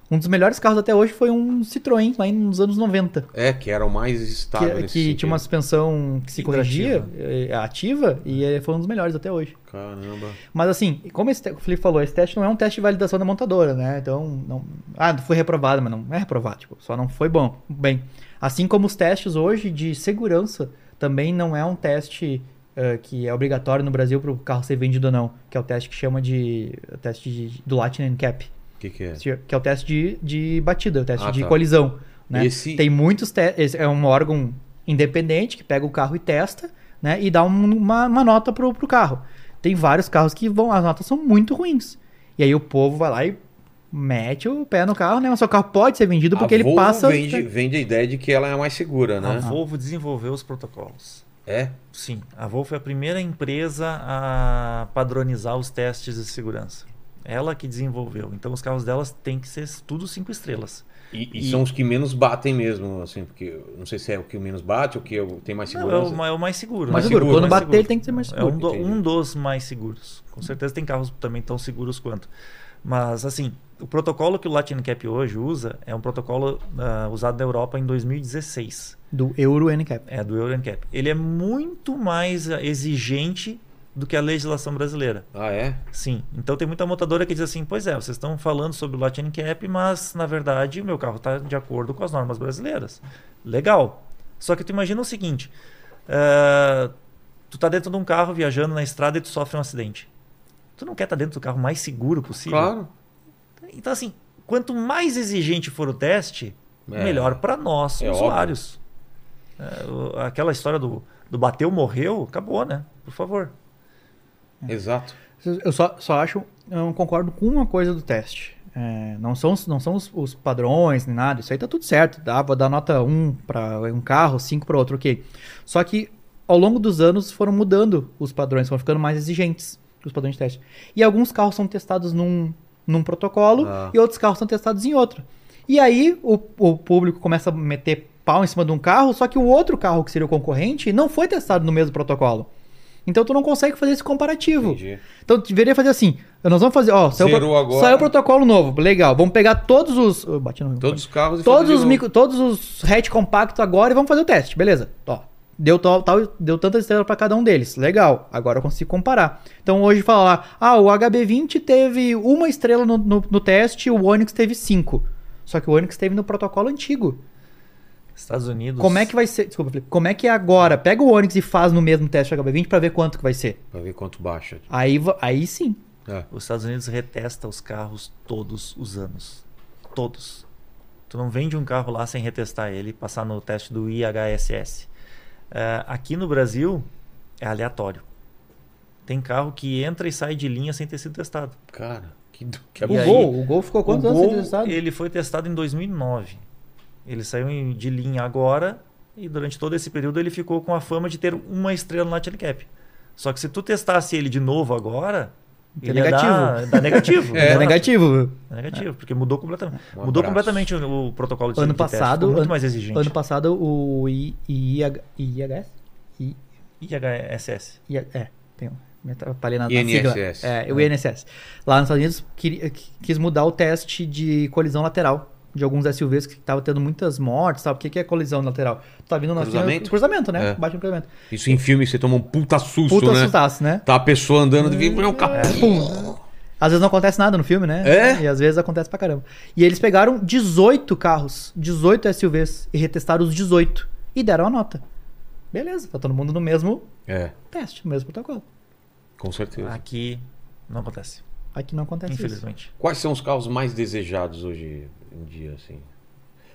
S3: Um dos melhores carros até hoje foi um Citroën, lá nos anos 90.
S1: É, que era o mais estável
S3: que, é
S1: nesse
S3: que tinha uma
S1: sentido.
S3: suspensão que se corrigia, eh, ativa, e eh, foi um dos melhores até hoje.
S1: Caramba.
S3: Mas assim, como esse te- o Felipe falou, esse teste não é um teste de validação da montadora, né? Então, não, ah, foi reprovado, mas não é reprovado, tipo, só não foi bom. Bem, assim como os testes hoje de segurança também não é um teste eh, que é obrigatório no Brasil para o carro ser vendido ou não, que é o teste que chama de o teste de- do Latin NCAP,
S1: O que, que é?
S3: que é o teste de, de batida, o teste
S1: Ah,
S3: de
S1: tá.
S3: colisão. Né?
S1: Esse-
S3: Tem muitos testes. É um órgão independente que pega o carro e testa, né? E dá um- uma, uma nota pro, pro carro. Tem vários carros que vão. As notas são muito ruins. E aí o povo vai lá e mete o pé no carro, né? Mas seu carro pode ser vendido
S1: a
S3: porque ele
S1: Volvo
S3: passa.
S1: Vende, vende a ideia de que ela é a mais segura, né?
S4: A Volvo desenvolveu os protocolos.
S1: É.
S4: Sim, a Volvo foi a primeira empresa a padronizar os testes de segurança. Ela que desenvolveu. Então os carros delas têm que ser tudo cinco estrelas.
S1: E, e
S4: E-
S1: são os que menos batem mesmo, assim, porque eu não sei se é o que menos bate, o que eu- tem mais
S4: Não,
S1: segurança.
S4: é o, ma- é o mais seguro.
S3: Mais
S4: né?
S3: seguro. Quando
S4: mais
S3: bater,
S4: seguro.
S3: ele tem que ser mais
S4: É um,
S3: seguro.
S4: do-
S1: Entendi.
S4: um dos mais seguros. Com certeza tem carros também tão seguros quanto. Mas, assim, o protocolo que o Latin Cap hoje usa é um protocolo ah, usado na Europa em 2016.
S3: Do Euro NCAP.
S4: É do Euro NCAP. Ele é muito mais ah, exigente do que a legislação brasileira.
S1: Ah, é?
S4: Sim. Então tem muita montadora que diz assim: pois é, vocês estão falando sobre o Latin Cap, mas na verdade o meu carro está de acordo com as normas brasileiras. Legal. Só que tu imagina o seguinte: ah, tu tá dentro de um carro viajando na estrada e tu sofre um acidente. Tu não quer estar dentro do carro mais seguro possível.
S1: Claro.
S4: Então, assim, quanto mais exigente for o teste,
S1: É.
S4: melhor para nós,
S1: É
S4: usuários. É, o- aquela história do, do bateu, morreu, acabou, né? Por favor.
S3: É.
S1: Exato.
S3: Eu só, só acho. Eu não concordo com uma coisa do teste. É, não são, os- não são os, os padrões nem nada. Isso aí tá tudo certo. Dá, vou dar nota 1 para um carro, 5 para outro, ok. Só que ao longo dos anos foram mudando os padrões, foram ficando mais exigentes os padrões de teste. E alguns carros são testados num, num protocolo
S1: Ah.
S3: e outros carros são testados em outro. E aí o, o público começa a meter pau em cima de um carro, só que o outro carro, que seria o concorrente, não foi testado no mesmo protocolo. Então tu não consegue fazer esse comparativo.
S1: Entendi.
S3: Então deveria fazer assim. Nós vamos fazer, ó, saiu,
S1: Zerou
S3: pro-
S1: agora.
S3: saiu o protocolo novo, legal. Vamos pegar todos os, eu bati no
S1: Todos os carros e
S3: todos
S1: fazer
S3: os
S1: um-
S3: micro, todos os hatch compacto agora e vamos fazer o teste, beleza? Ó, deu tal, tal- deu tantas estrelas pra cada um deles. Legal. Agora eu consigo comparar. Então hoje falar, ah, o HB20 teve uma estrela no, no, no teste, o Onix teve cinco. Só que o Onix teve no protocolo antigo.
S4: Estados Unidos.
S3: Como é que vai ser? Desculpa, Felipe. Como é que é agora? Pega o Onix e faz no mesmo teste do HB20 pra ver quanto que vai ser.
S1: Pra ver quanto baixa.
S3: Aí, va- aí sim.
S1: É.
S4: Os Estados Unidos retesta os carros todos os anos. Todos. Tu não vende um carro lá sem retestar ele, passar no teste do IHSS. Eh, aqui no Brasil, é aleatório. Tem carro que entra e sai de linha sem ter sido testado.
S1: Cara, que, do- que
S3: É o
S4: aí-
S3: gol, o gol ficou quantos
S4: o
S3: anos
S4: Gol,
S3: sem testado?
S4: ele foi testado em 2009. Ele saiu em- de linha agora e durante todo esse período ele ficou com a fama de ter uma estrela no Latin Cap. Só que se tu testasse ele de novo agora,
S3: É
S4: ele ia dar- dá negativo.
S3: (laughs) É,
S4: Exato.
S3: negativo.
S4: É negativo, porque mudou completamente.
S1: Um
S4: mudou
S1: abraço.
S4: completamente o, o protocolo de
S3: Ano
S4: de teste,
S3: passado,
S4: ficou muito
S3: ano-
S4: mais exigente.
S3: Ano passado o I- IH IHS? I-
S4: IHSS.
S3: I- é, tem um. me atrapalhei na, na sigla.
S1: INSS.
S3: É, o INSS. Lá nos Estados Unidos queria- quis mudar o teste de colisão lateral de alguns SUVs que estavam tendo muitas mortes, sabe? O que que é colisão lateral? Tu tá vindo nós temos
S1: Cruzamento?
S3: cruzamento, né?
S1: É.
S3: Bate no cruzamento.
S1: Isso em filme você toma um puta susto,
S3: Puta
S1: né?
S3: assustaço, né?
S1: Tá a pessoa andando de vir, é um capum.
S3: Às vezes não acontece nada no filme, né?
S1: É?
S3: E às vezes acontece pra caramba. E eles pegaram 18 carros, 18 SUVs, e retestaram os 18. E deram a nota. Beleza, tá todo mundo no mesmo
S1: É,
S3: teste, no mesmo protocolo.
S1: com certeza.
S4: Aqui não acontece,
S3: Aqui não acontece isso.
S4: infelizmente.
S1: Quais são os carros mais desejados hoje em dia, assim?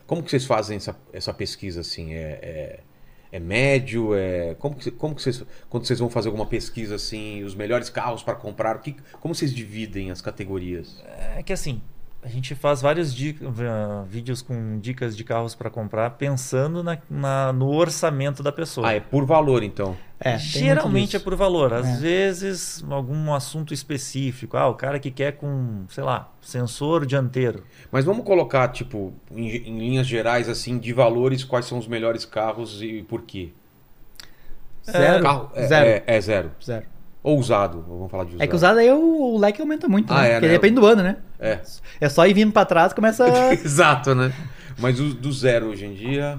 S1: Como que vocês fazem essa, essa pesquisa, assim? É, é, é médio? É, como que, como que vocês, quando vocês vão fazer alguma pesquisa, assim, os melhores carros para comprar, o que, como vocês dividem as categorias?
S4: É que assim, a gente faz vários di- ah, vídeos com dicas de carros para comprar pensando na- na- no orçamento da pessoa.
S1: Ah, é por valor, então.
S3: É, tem muito
S4: Geralmente é
S3: disso.
S4: por valor. Às
S3: É.
S4: vezes, algum assunto específico. Ah, o cara que quer com, sei lá, sensor dianteiro.
S1: Mas vamos colocar, tipo, em, em linhas gerais, assim, de valores, quais são os melhores carros e por quê?
S3: Zero.
S1: Carro, é,
S3: zero.
S1: É, é zero.
S3: Zero.
S1: Ou usado, vamos falar de usado.
S3: É que usado aí o, o leque aumenta muito,
S1: Ah,
S3: né?
S1: é,
S3: Porque
S1: né?
S3: depende do ano, né?
S1: É.
S3: É só ir vindo pra trás, começa.
S1: (laughs) (laughs) Exato, né? Mas o- do zero hoje em dia,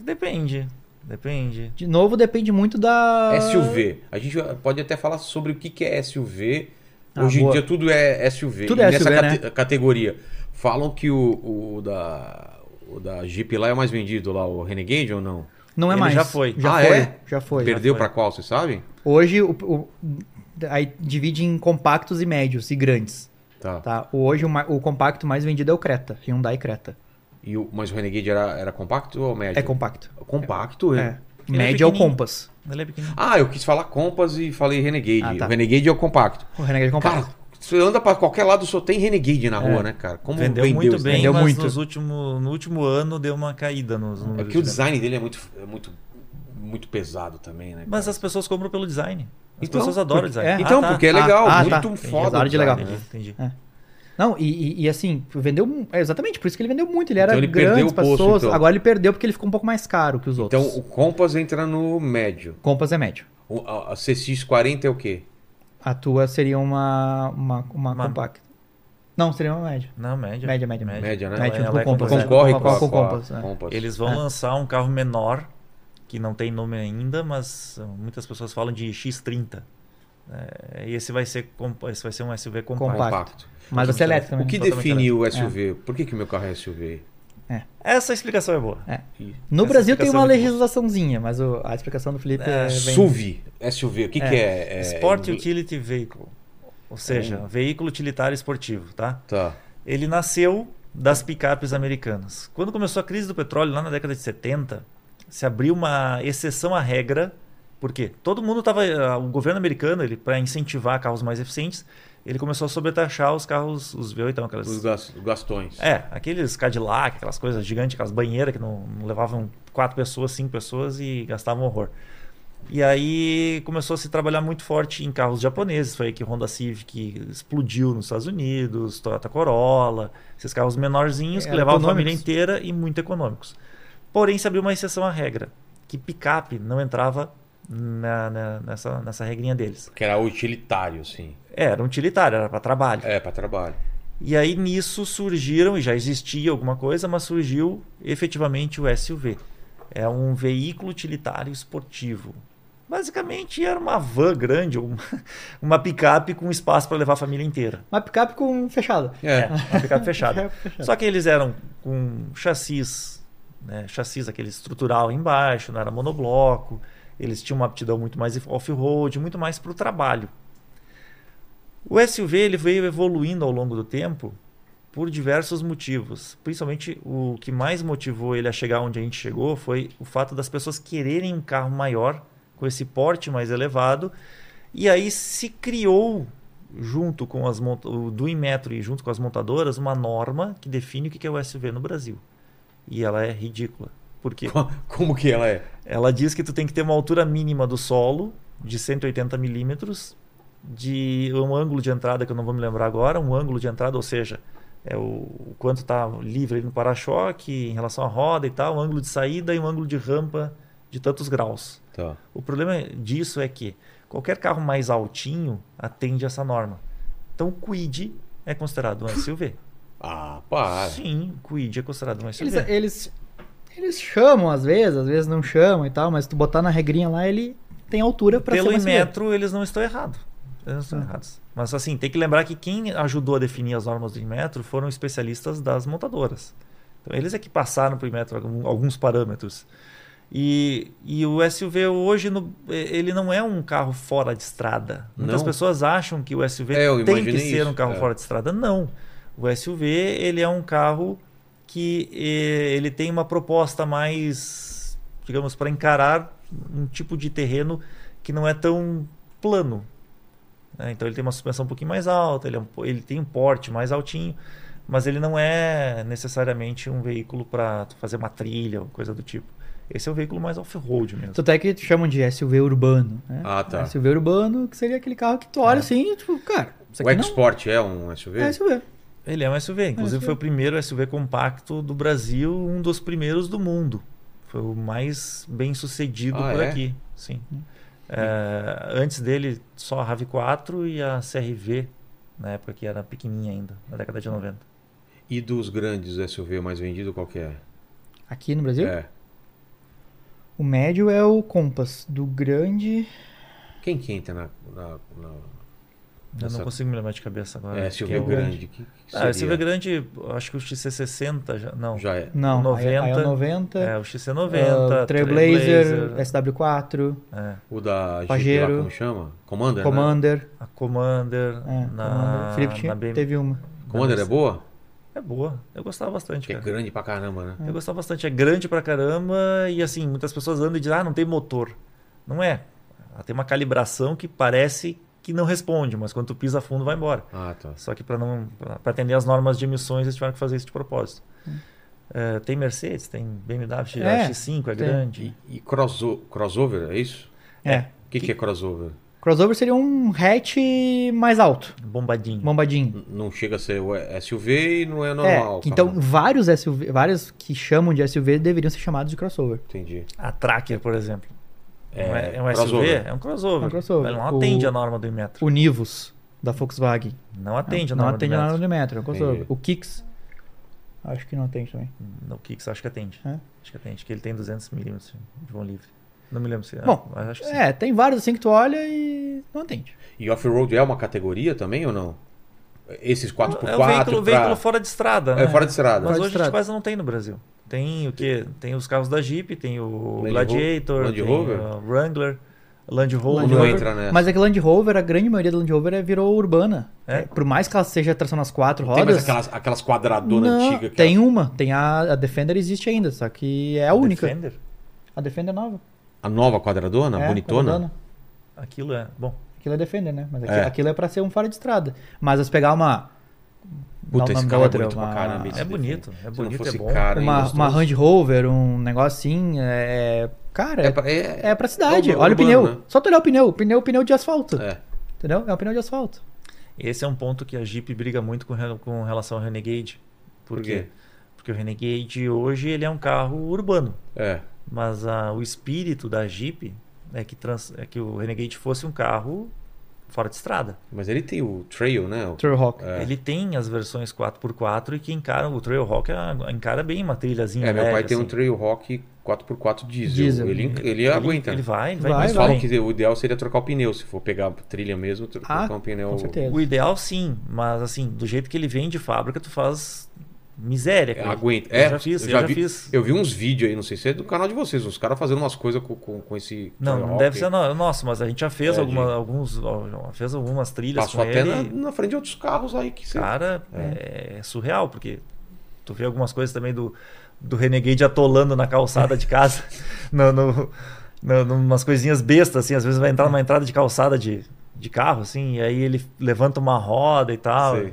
S4: Depende. Depende.
S3: De novo, depende muito da.
S1: SUV. A gente pode até falar sobre o que que é SUV.
S3: Ah,
S1: Hoje em
S3: boa.
S1: dia tudo é SUV.
S3: Tudo
S1: E
S3: é
S1: nessa
S3: SUV, né?
S1: categoria. Falam que o, o da, o da Jeep lá é o mais vendido lá, o Renegade ou não?
S3: Não é
S4: Ele
S3: mais.
S4: já foi.
S3: Já
S1: Ah,
S3: foi.
S1: é?
S3: Já foi.
S1: Perdeu
S4: foi.
S1: pra qual, vocês sabem?
S3: Hoje, o, o- aí divide em compactos e médios e grandes.
S1: Tá.
S3: Tá? O- Hoje, o, ma- o compacto mais vendido é o Creta, Hyundai Creta.
S1: E o, mas o Renegade era, era compacto ou médio?
S3: É compacto.
S1: Compacto, é.
S3: É.
S4: Ele é
S3: Médio é o
S4: pequenininho.
S3: Compass.
S4: Ele é pequenininho.
S1: Ah, eu quis falar Compass e falei Renegade.
S3: Ah, tá.
S1: O Renegade é o compacto.
S3: O Renegade é compacto.
S1: Cara, você anda pra qualquer lado, só tem Renegade na rua, né, cara? Como né?
S4: Vendeu,
S1: esse
S4: muito bem,
S3: É. Vendeu
S4: mas
S3: muito.
S4: Nos último, no último ano deu uma caída nos
S1: É
S4: números.
S1: porque o
S4: de venda.
S1: design dele é muito, é muito, muito pesado também, né?
S4: Mas
S1: cara?
S4: as pessoas compram pelo design. As
S1: Então,
S4: pessoas adoram o
S3: porque-
S4: design.
S3: é.
S1: Então,
S4: Ah, tá.
S1: porque é
S3: ah,
S1: legal,
S3: ah,
S1: muito
S3: tá.
S1: foda.
S3: Exato, de
S1: o
S3: legal.
S1: design,
S4: Entendi,
S1: né?
S4: entendi.
S3: Não, e, e- e assim, vendeu. mu- é exatamente, por isso que ele vendeu muito. Ele era
S1: Então ele perdeu
S3: grande
S1: o
S3: para
S1: posto,
S3: pessoas.
S1: então.
S3: Agora ele perdeu porque ele ficou um pouco mais caro que os
S1: Então,
S3: outros.
S1: o Compass entra no médio.
S3: Compass é médio.
S1: O- A a CX40 é o quê?
S3: A tua seria uma, uma, uma
S4: Uma-
S3: compacta. Não, seria uma média.
S4: Não, média.
S3: Média,
S1: Média,
S3: média,
S1: né?
S4: Ela é-
S3: Média,
S4: ela é
S3: com Compass,
S4: completa.
S1: Concorre
S3: com-
S1: com, a-
S3: com
S1: com a
S3: Compass, é.
S1: Compass.
S4: Eles vão
S3: É.
S4: lançar um carro menor, que não tem nome ainda, mas uh, muitas pessoas falam de X30. É, e esse vai ser compa- esse vai ser um SUV compacto.
S3: Compacto.
S1: Compacto.
S3: Mas você é elétrico
S1: O
S3: também.
S1: que
S4: Totalmente
S1: define o SUV? Por que, que meu carro é SUV?
S4: Essa explicação é boa.
S3: No
S4: Essa
S3: Brasil tem
S4: explicação
S3: uma
S4: é muito boa.
S3: legislaçãozinha, mas o- a explicação do Felipe é. bem-
S1: SUV, SUV, o que é? Que é, é
S4: Sport
S1: em inglês?
S4: Utility Vehicle, ou seja, veículo utilitário esportivo, tá?
S1: Tá.
S4: Ele nasceu das picapes americanas. Quando começou a crise do petróleo lá na década de 70, se abriu uma exceção à regra, porque todo mundo estava, o governo americano, ele para incentivar carros mais eficientes, ele começou a sobretaxar os carros, os V8, então, aquelas
S1: Os gas- gastões.
S4: É, aqueles Cadillac, aquelas coisas gigantes, aquelas banheiras que não, não levavam quatro pessoas, cinco pessoas e gastavam horror. E aí começou a se trabalhar muito forte em carros japoneses. Foi aí que Honda Civic explodiu nos Estados Unidos, Toyota Corolla, esses carros menorzinhos que
S3: Era
S4: levavam a
S3: econômicos.
S4: família inteira e muito econômicos. Porém, se abriu uma exceção à regra, que picape não entrava na- na- nessa, nessa regrinha deles.
S1: Que era utilitário, assim.
S4: É, Era um utilitário, era para trabalho.
S1: É, para trabalho.
S4: E aí nisso surgiram, e já existia alguma coisa, mas surgiu efetivamente o SUV. É um veículo utilitário esportivo. Basicamente era uma van grande, uma, (laughs) uma picape com espaço para levar a família inteira.
S3: Uma picape com fechada.
S1: É.
S4: uma picape fechada.
S3: Fechada.
S4: Só que eles eram com chassis, né, chassis aquele estrutural embaixo, não era monobloco. Eles tinham uma aptidão muito mais off-road, muito mais para o trabalho. O SUV ele veio evoluindo ao longo do tempo por diversos motivos. Principalmente o que mais motivou ele a chegar onde a gente chegou foi o fato das pessoas quererem um carro maior, com esse porte mais elevado. E aí se criou, junto com as mont- o do Inmetro e junto com as montadoras, uma norma que define o que que é o SUV no Brasil. E ela é ridícula. Por
S1: (laughs)
S3: É.
S4: quê?
S1: Como que ela é?
S4: Ela diz que tu tem que ter uma altura mínima do solo de 180 milímetros, de um ângulo de entrada que eu não vou me lembrar agora, um ângulo de entrada, ou seja, é o, o quanto está livre ali no para-choque em relação à roda e tal, um ângulo de saída e um ângulo de rampa de tantos graus.
S1: Tá.
S4: O problema disso é que Qualquer carro mais altinho atende essa norma. Então o Kwid é considerado um SUV.
S1: Ah, para.
S4: Sim, o Kwid é considerado um SUV.
S3: Eles, eles, eles chamam às vezes, às vezes não chamam e tal, mas se tu botar na regrinha lá, ele tem altura pra
S4: Pelo
S3: ser mais grande.
S4: metro, eles não estão errados. Eles não estão
S3: Ah.
S4: errados. Mas assim, tem que lembrar que quem ajudou a definir as normas do Inmetro foram especialistas das montadoras. Então, eles é que passaram para o Inmetro algum- alguns parâmetros. E, e o SUV hoje no- eh, ele não é um carro fora de estrada. Muitas
S1: Não.
S4: pessoas acham que o SUV
S1: É, eu
S4: tem que
S1: imaginei
S4: ser
S1: isso,
S4: um carro
S1: é.
S4: fora de estrada. Não. O SUV ele é um carro que eh, ele tem uma proposta mais, digamos, para encarar um tipo de terreno que não é tão plano. né? Então ele tem uma suspensão um pouquinho mais alta, ele, é um po- ele tem um porte mais altinho, mas ele não é necessariamente um veículo para fazer uma trilha ou coisa do tipo. Esse é um veículo mais off-road mesmo.
S3: Tanto é que chamam de SUV urbano, né?
S1: Ah, tá. É.
S3: SUV urbano, que seria aquele carro que tu olha assim, tipo, cara, isso
S1: O
S3: aqui não
S1: Export é um SUV?
S3: é SUV.
S4: Ele é um SUV, inclusive
S3: SUV.
S4: foi o primeiro SUV compacto do Brasil, um dos primeiros do mundo. Foi o mais bem sucedido
S1: Ah,
S4: por
S1: é?
S4: aqui, sim. É, antes dele, só a RAV4 e a CRV, na época que era pequenininha ainda, na década de 90.
S1: E dos grandes SUV mais vendido, qual que é?
S3: Aqui no Brasil,
S1: É.
S3: o médio é o Compass, do grande...
S1: Quem que entra na... na, na-
S4: Eu
S1: Essa-
S4: não consigo me lembrar de cabeça agora.
S1: é,
S4: acho que
S1: SUV
S4: é o-
S1: grande? Que, que seria?
S4: Ah, SUV grande, acho que o XC60 já. Não.
S1: Já é.
S3: Não,
S4: O
S3: aí é- aí é o
S4: 90,
S3: 90,
S4: É, o
S3: ah,
S4: XC90,
S3: Trailblazer, SW4,
S4: é,
S1: O da Jeep
S3: Pajero.
S1: lá, como chama? Commander, né?
S3: Commander,
S4: a Commander.
S3: é,
S4: na,
S3: Commander. Felipe tinha,
S4: na BM.
S3: teve uma.
S1: Commander é boa?
S4: É boa. Eu gostava bastante,
S1: Que é
S4: cara.
S1: grande pra caramba, né?
S4: Eu gostava bastante. É grande pra caramba e assim, muitas pessoas andam e dizem, ah, não tem motor. Não é. Ela tem uma calibração que parece que não responde, mas quando tu pisa fundo vai embora.
S1: Ah, tá.
S4: Só que para não pra pra atender as normas de emissões eles tiveram que fazer isso de propósito. É, tem Mercedes, tem BMW,
S3: Hum. É,
S4: a X5 é
S3: tem.
S4: grande.
S1: E, e crosso- crossover, é isso?
S3: É.
S1: O que, que é crossover?
S3: Crossover seria um hatch mais alto,
S4: Bombadinho.
S3: bombadinho.
S1: N- Não chega a ser o SUV e não é normal.
S3: é, que então
S1: carro.
S3: vários SUV, vários que chamam de SUV deveriam ser chamados de crossover.
S1: Entendi.
S4: A Tracker, por exemplo.
S1: É,
S4: Não É, é um
S1: crossover.
S4: SUV? É um crossover.
S3: É um crossover.
S4: Ela
S3: O-
S4: não atende a norma do Inmetro.
S3: O Nivus da Volkswagen.
S4: Não atende a
S3: não
S4: norma
S3: atende
S4: do
S3: a
S4: Inmetro.
S3: norma do metro, é um crossover.
S1: Entendi.
S3: O Kicks acho que não atende também.
S4: No Kicks, acho que atende.
S3: É?
S4: Acho que atende, que ele tem 200 milímetros de vão livre. Não me lembro se é.
S3: Bom,
S4: mas acho que sim.
S3: É, tem vários assim que tu olha e não atende.
S1: E off-road é uma categoria também ou não? Esses 4x4
S4: É o veículo,
S1: Tipo pra-
S4: veículo fora de estrada, né?
S1: É fora de estrada.
S4: Mas
S3: Fora de
S4: hoje a
S3: estrada.
S4: gente quase não tem no Brasil. Tem o quê? Tem os carros da Jeep, tem o
S1: Land
S4: Gladiator,
S1: Rover? Land
S4: tem
S1: Rover?
S4: o Wrangler, Land Rover.
S1: Land Não Rover. entra né? nessa.
S3: Mas é que Land Rover, a grande maioria da Land Rover é, virou urbana.
S4: É?
S3: por mais que ela seja tração nas quatro
S1: Tem mais
S3: rodas.
S1: aquelas, aquelas quadradonas
S3: não,
S1: antigas que é
S3: tem uma, tem a, a Defender existe ainda, só que é a única.
S4: Defender?
S3: A Defender é nova.
S1: A nova quadradona,
S3: é,
S1: bonitona?
S3: quadradona.
S4: Aquilo é. Bom,
S3: Aquilo é defender, né? Mas aqui-
S1: É.
S3: aquilo é pra ser um fora de estrada. Mas se pegar uma.
S1: Puta,
S3: dar o
S1: esse
S3: nome da
S1: carro é
S3: outra,
S1: bonito pra caramba,
S4: é
S1: esse
S3: Uma,
S4: bonito.
S1: defende.
S4: É
S1: Se não
S4: bonito,
S1: fosse
S4: é bom.
S1: caro, hein,
S3: uma,
S1: gostoso.
S3: uma Land Rover, um negócio assim. É, cara,
S1: É
S3: é,
S1: pra, é-
S3: é pra cidade.
S1: é
S3: Olha o pneu.
S1: urbano, né?
S3: Só tu olhar o pneu. O pneu é pneu de asfalto.
S1: é.
S3: Entendeu? É um pneu de asfalto.
S4: Esse é um ponto que a Jeep briga muito com, re- com relação ao Renegade. Por,
S1: Por quê?
S4: Porque o Renegade hoje ele é um carro urbano.
S1: É.
S4: Mas a- o espírito da Jeep é que, trans- é que o Renegade fosse um carro fora de estrada.
S1: Mas ele tem o trail, né? O-
S3: Trail Rock.
S1: É.
S4: Ele tem as versões 4x4 e que encaram o Trailhawk a- encara bem uma trilhazinha.
S1: É, meu
S4: leve,
S1: pai tem um
S4: assim.
S1: Trail Rock 4x4 diesel.
S3: Diesel.
S1: Ele, ele, aguenta.
S4: Ele vai, ele vai.
S3: Vai,
S1: Mas
S4: muito
S3: vai.
S1: falam
S4: bem.
S1: que o ideal seria trocar o pneu. Se for pegar trilha mesmo, tro- trocar um pneu.
S3: Ah, com certeza.
S4: O ideal sim, mas assim, do jeito que ele vem de fábrica, tu faz miséria.
S1: É,
S4: com ele.
S1: aguenta.
S4: Eu
S1: É,
S4: já fiz,
S1: eu
S4: eu,
S1: já
S4: já,
S1: vi-
S4: fiz.
S1: Eu vi uns vídeos aí, não sei se é do canal de vocês, os caras fazendo umas coisas com, com, com esse.
S4: Não,
S1: Trail
S4: não
S1: Rock.
S4: deve ser no- nosso, mas a gente já fez
S1: É,
S4: alguma-
S1: de-
S4: alguns, ó, fez algumas trilhas
S1: Passou
S4: com
S1: até
S4: ele.
S1: na, na frente de outros carros aí que você.
S4: Cara, é. é surreal, porque tu vê algumas coisas também do, do Renegade atolando na calçada de casa, (laughs) no, no, no- numas coisinhas bestas, assim, às vezes vai entrar numa entrada de calçada de, de carro, assim, e aí ele levanta uma roda e tal.
S1: Sei.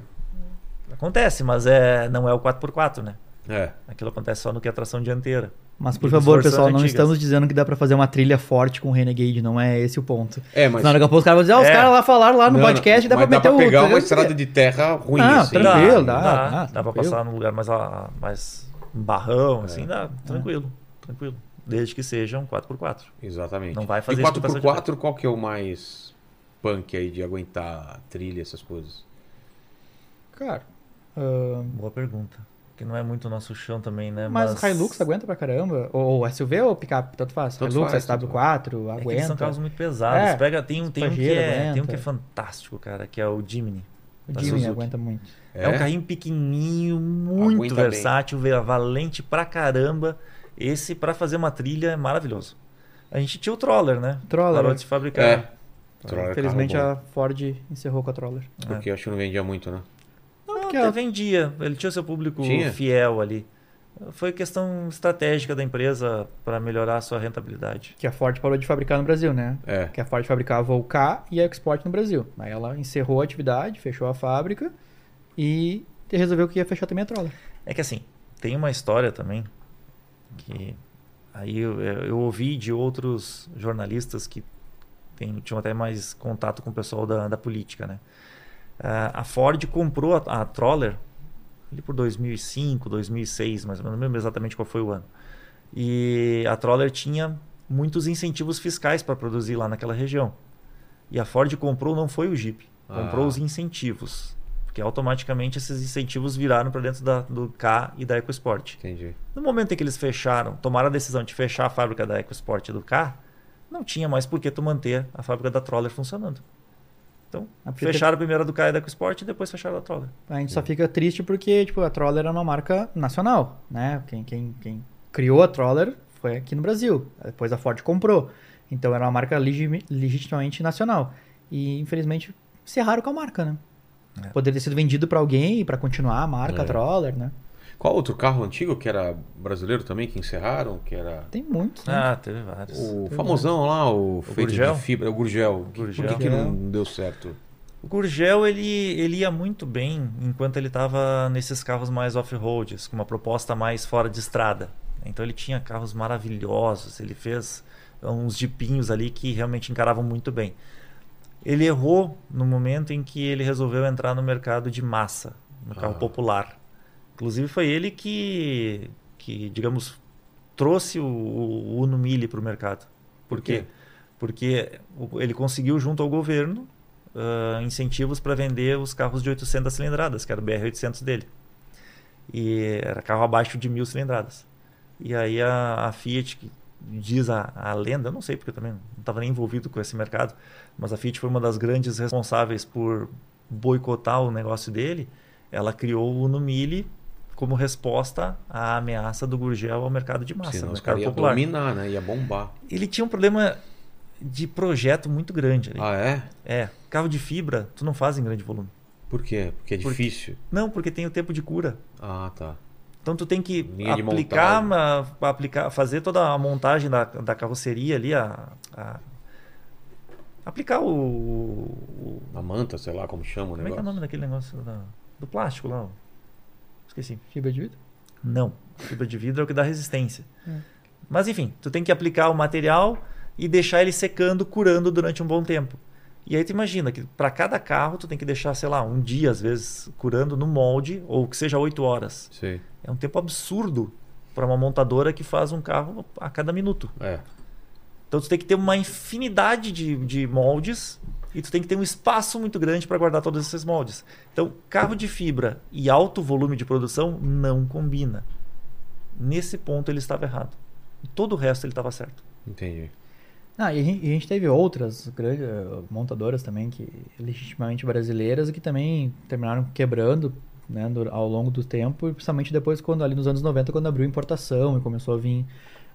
S4: Acontece, mas é, não é o 4x4, né?
S1: É.
S4: Aquilo acontece só no que é tração dianteira.
S3: Mas
S4: E
S3: por
S4: das
S3: favor,
S4: versões
S3: pessoal, não
S4: antigas.
S3: estamos dizendo que dá pra fazer uma trilha forte com o Renegade. Não é esse o ponto.
S1: É, mas.
S3: Senão daqui a pouco os caras vão dizer, ah, os
S4: É.
S3: caras lá falaram lá no
S1: Não,
S3: podcast, dá
S1: mas
S3: pra meter o.
S1: pegar uma
S3: entendeu?
S1: estrada de terra ruim,
S3: Não,
S1: assim.
S3: tranquilo,
S1: Dá.
S3: dá.
S4: dá, dá,
S3: dá,
S4: pra
S3: tranquilo.
S4: passar num lugar mais, a- mais barrão, assim, dá, tranquilo, tranquilo. desde que sejam 4x4.
S1: Exatamente.
S4: Não vai fazer
S1: e
S4: isso com bastante
S1: 4x4, qual que é o mais punk aí de aguentar trilha, essas coisas?
S3: Cara.
S4: Boa pergunta. Que não é muito o nosso chão também, né?
S3: Mas, Hilux aguenta pra caramba. Ou, ou SUV ou picape, tanto faz.
S1: Tanto
S3: Hilux,
S1: faz, tanto
S3: SW4,
S4: É que eles são
S3: aguenta.
S4: carros muito pesados.
S3: É,
S4: Pega, tem, um, tem, um que
S3: Pajero
S4: é, tem um
S3: aguenta.
S4: que é fantástico, cara, que é o Jimny.
S3: O
S4: da
S3: Jimmy
S4: Suzuki.
S3: aguenta muito.
S4: É, um carrinho pequenininho, muito
S1: Aguenta bem.
S4: versátil, ve- valente pra caramba. Esse, pra fazer uma trilha, é maravilhoso. A gente tinha o Troller, né?
S3: Troller.
S4: Parou de se fabricar.
S1: É. Troller é
S3: Infelizmente
S1: carro
S3: a Ford encerrou com a Troller.
S1: bom, Porque eu acho que não vendia muito, né?
S4: Não,
S3: Porque é
S4: até
S3: a-
S4: vendia. Ele tinha seu público
S1: Tinha?
S4: fiel ali. Foi questão estratégica da empresa pra melhorar a sua rentabilidade.
S3: Que a Ford parou de fabricar no Brasil, né?
S1: É.
S3: Que a Ford fabricava o K e a Export no Brasil. Aí ela encerrou a atividade, fechou a fábrica e resolveu que ia fechar também a Troller.
S4: É que assim, tem uma história também que aí eu, eu- eu ouvi de outros jornalistas que tem, tinham até mais contato com o pessoal da, da política, né? Ah, a Ford comprou a, a Troller ali por 2005, 2006, mas eu não lembro exatamente qual foi o ano. E a Troller tinha muitos incentivos fiscais para produzir lá naquela região. E a Ford comprou não foi o Jeep, comprou
S1: Ah.
S4: os incentivos. Porque automaticamente esses incentivos viraram para dentro da- do K e da EcoSport.
S1: Entendi.
S4: No momento em que eles fecharam, tomaram a decisão de fechar a fábrica da EcoSport e do K, não tinha mais por que tu manter a fábrica da Troller funcionando. Então,
S3: Ah, porque
S4: fecharam a primeira do K e da EcoSport e depois fecharam a Troller.
S3: A gente só fica triste porque, tipo, a Troller é uma marca nacional, né? Quem, quem, quem criou a Troller foi aqui no Brasil. Depois a Ford comprou. Então era uma marca legi- legitimamente nacional. E, infelizmente, encerraram com a marca, né?
S4: É.
S3: Poderia ter sido vendido pra alguém pra continuar a marca
S1: É.
S3: Troller, né?
S1: Qual outro carro antigo que era brasileiro também, que encerraram? Que era
S3: Tem muitos, né?
S4: Ah, teve vários.
S1: o famosão lá, o, feito
S4: Gurgel?
S1: de fibra, o Gurgel. Que- Por
S4: Gurgel. é
S1: que, que não deu certo?
S4: O Gurgel ele, ele ia muito bem enquanto ele estava nesses carros mais off-road, com uma proposta mais fora de estrada. Então ele tinha carros maravilhosos, ele fez uns jipinhos ali que realmente encaravam muito bem. Ele errou no momento em que ele resolveu entrar no mercado de massa, no carro
S1: Ah.
S4: popular. Inclusive foi ele que, que digamos, trouxe o, o Uno Mille para o mercado. Por,
S1: Por
S4: quê?
S1: quê?
S4: Porque o- ele conseguiu, junto ao governo, ah, incentivos para vender os carros de 800 cilindradas, que era o BR-800 dele. E era carro abaixo de 1.000 cilindradas. E aí a, a Fiat, que diz a, a lenda, eu não sei porque eu também não estava nem envolvido com esse mercado, mas a Fiat foi uma das grandes responsáveis por boicotar o negócio dele. Ela criou o Uno Mille como resposta à ameaça do Gurgel ao mercado de massa,
S1: Senão
S4: ao
S1: os
S4: mercado
S1: caras iam
S4: é popular.
S1: dominar, né? Ia bombar.
S4: Ele tinha um problema de projeto muito grande ali.
S1: Ah, é?
S4: É, carro de fibra, tu não faz em grande volume.
S1: Por quê? Porque é
S4: Por-
S1: difícil.
S4: Não, porque tem o tempo de cura.
S1: Ah, tá.
S4: Então tu tem que
S1: Linha de
S4: aplicar, ma- aplicar, fazer toda a montagem da, da carroceria ali, a, a- aplicar o, o-
S1: A manta, sei lá como chama o
S4: como é que
S1: negócio.
S4: é o nome daquele negócio da- do plástico lá? ó? Esqueci.
S3: Fibra de vidro.
S4: Não, fibra de vidro é o que dá resistência.
S3: É.
S4: Mas enfim, tu tem que aplicar o material e deixar ele secando, curando durante um bom tempo. E aí tu imagina que para cada carro tu tem que deixar, sei lá, um dia às vezes curando no molde ou que seja 8 horas.
S1: Sei.
S4: É um tempo absurdo para uma montadora que faz um carro a cada minuto.
S1: É.
S4: Então tu tem que ter uma infinidade de, de moldes e tu tem que ter um espaço muito grande para guardar todos esses moldes. Então, carro de fibra e alto volume de produção não combina. Nesse ponto ele estava errado. Em Todo o resto ele estava certo.
S1: Entendi.
S3: Ah, e a gente, e a gente teve outras grandes eh, montadoras também, que legitimamente brasileiras, e que também terminaram quebrando né, dur- ao longo do tempo, e principalmente depois, quando ali nos anos 90, quando abriu importação e começou a vir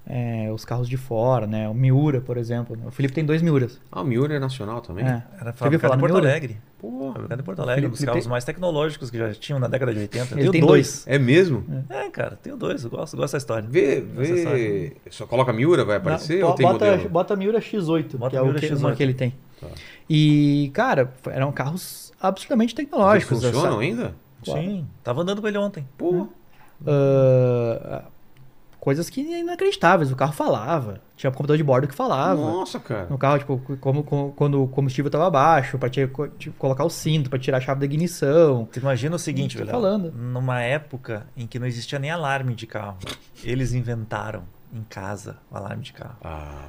S3: eh, os carros de fora, né? O Miura, por exemplo. né? O Felipe tem dois Miuras.
S1: Ah, o Miura é nacional também?
S3: É.
S4: Era
S3: Você ouviu falar
S4: em
S3: no
S4: Porto
S3: Miura?
S4: Alegre.
S1: Pô,
S4: Fabricado em Porto Alegre, um dos
S3: Ele- ele
S4: carros
S3: tem-
S4: mais tecnológicos que já tinham na década de 80.
S3: Ele
S4: Eu
S3: tem
S4: tenho dois.
S3: dois. né?
S1: é mesmo?
S4: É, cara, tenho dois. Eu gosto, gosto da história.
S1: Vê,
S4: Necessário.
S1: vê. Só coloca Miura, vai aparecer?
S3: É Não,
S1: ou
S3: bo-
S1: tem
S3: bota,
S1: modelo?
S3: bota Miura X8,
S4: Bota
S3: que é o
S4: Miura
S3: que,
S4: X8.
S3: uma que ele tem.
S1: Tá.
S3: E, cara, f- eram carros absolutamente
S1: Eles
S3: tecnológicos. essa-
S1: funcionam ainda?
S3: Claro.
S4: Sim, tava andando com ele ontem.
S1: Pô,
S3: Ah, coisas que inacreditáveis. O carro falava. Tinha um computador de bordo que falava.
S1: nossa, cara.
S3: No carro, tipo, como, como- quando o combustível tava baixo, pra te- tipo, colocar o cinto, pra tirar a chave da ignição.
S4: Tu imagina o seguinte,
S3: Tô
S4: velho.
S3: falando.
S4: Numa época em que não existia nem alarme de carro, eles inventaram em casa, o alarme de carro.
S1: Ah,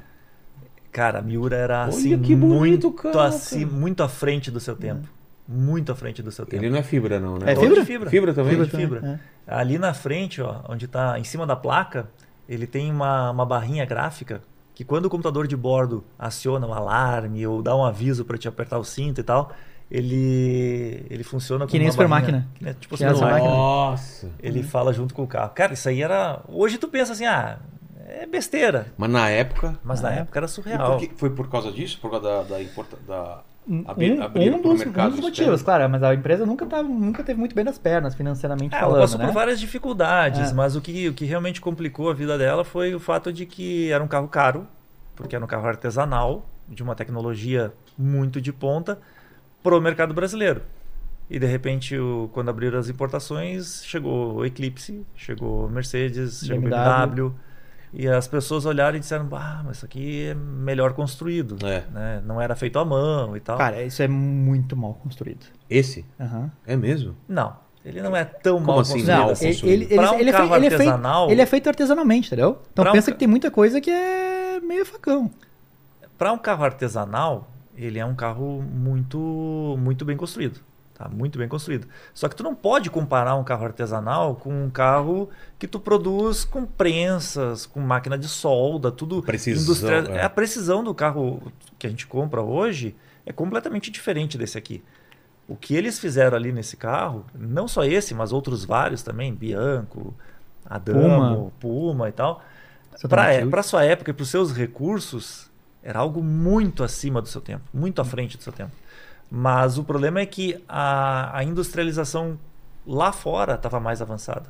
S4: Cara, a Miura era
S1: Olha
S4: assim,
S1: que bonito,
S4: muito,
S1: cara,
S4: assim
S1: cara.
S4: muito à frente do seu tempo. Muito à frente do seu tempo.
S1: ele não é fibra, não, né?
S3: É
S4: Todo
S3: fibra?
S4: de fibra.
S1: Fibra também?
S4: Todo de
S3: Fibra
S4: fibra.
S3: também, é.
S4: Ali na frente, ó, onde tá em cima da placa, ele tem uma, uma barrinha gráfica que quando o computador de bordo aciona um alarme ou dá um aviso para te apertar o cinto e tal, ele ele funciona
S3: Que
S4: como
S3: nem
S4: uma
S3: Super
S4: barrinha.
S3: Máquina.
S4: Que nem- tipo
S3: Que é
S4: Super
S3: essa
S4: Máquina.
S1: Nossa!
S3: Uhum.
S4: Ele fala junto com o carro. Cara, isso aí era. Hoje tu pensa assim, ah, é besteira.
S1: Mas na época.
S4: Mas na
S3: Ah, é?
S4: época era
S1: E
S4: surreal.
S1: por que- foi por causa disso? Por causa da, da, importa, da
S3: Um,
S1: abrir, abrir
S3: um
S1: pro
S3: dos, um
S1: mercado
S3: dos
S1: externo?
S3: motivos, claro, mas a empresa nunca, tá, nunca teve muito bem nas pernas, financeiramente
S4: É, ela
S3: falando,
S4: passou
S3: né?
S4: por várias dificuldades,
S3: É.
S4: mas o que, o que realmente complicou a vida dela foi o fato de que era um carro caro, porque era um carro artesanal, de uma tecnologia muito de ponta, pro mercado brasileiro. E de repente, o- quando abriram as importações, chegou o Eclipse, chegou o Mercedes, chegou o
S3: BMW.
S4: BMW. E as pessoas olharam e disseram: Ah, mas isso aqui é melhor construído.
S1: É.
S4: Né? Não era feito à mão e tal.
S3: Cara, isso é muito mal construído.
S1: Esse?
S3: Aham.
S1: É mesmo?
S4: Não, ele não é tão
S1: Como
S4: mal
S1: assim,
S4: construído
S1: não?
S3: Não,
S1: assim,
S3: ele,
S1: sim.
S3: ele, ele,
S4: Pra um
S3: ele é
S4: carro
S3: fei- ele é feito,
S4: artesanal-
S3: ele é feito artesanalmente, entendeu? Então
S4: Pra um
S3: pensa
S4: ca-
S3: que tem muita coisa que é meio facão.
S4: Para um carro artesanal, ele é um carro muito muito bem construído. Tá muito bem construído. Só que tu não pode comparar um carro artesanal com um carro que tu produz com prensas, com máquina de solda, tudo
S1: Precisão,
S4: industrial.
S1: é.
S4: A precisão do carro que a gente compra hoje é completamente diferente desse aqui. O que eles fizeram ali nesse carro, não só esse, mas outros vários também, Bianco, Adamo, Puma e tal,
S3: Você
S4: para
S3: tá
S4: é,
S3: maluco?
S4: pra sua época e para os seus recursos, era algo muito acima do seu tempo, muito à frente do seu tempo. Mas o problema é que a, a industrialização lá fora estava mais avançada.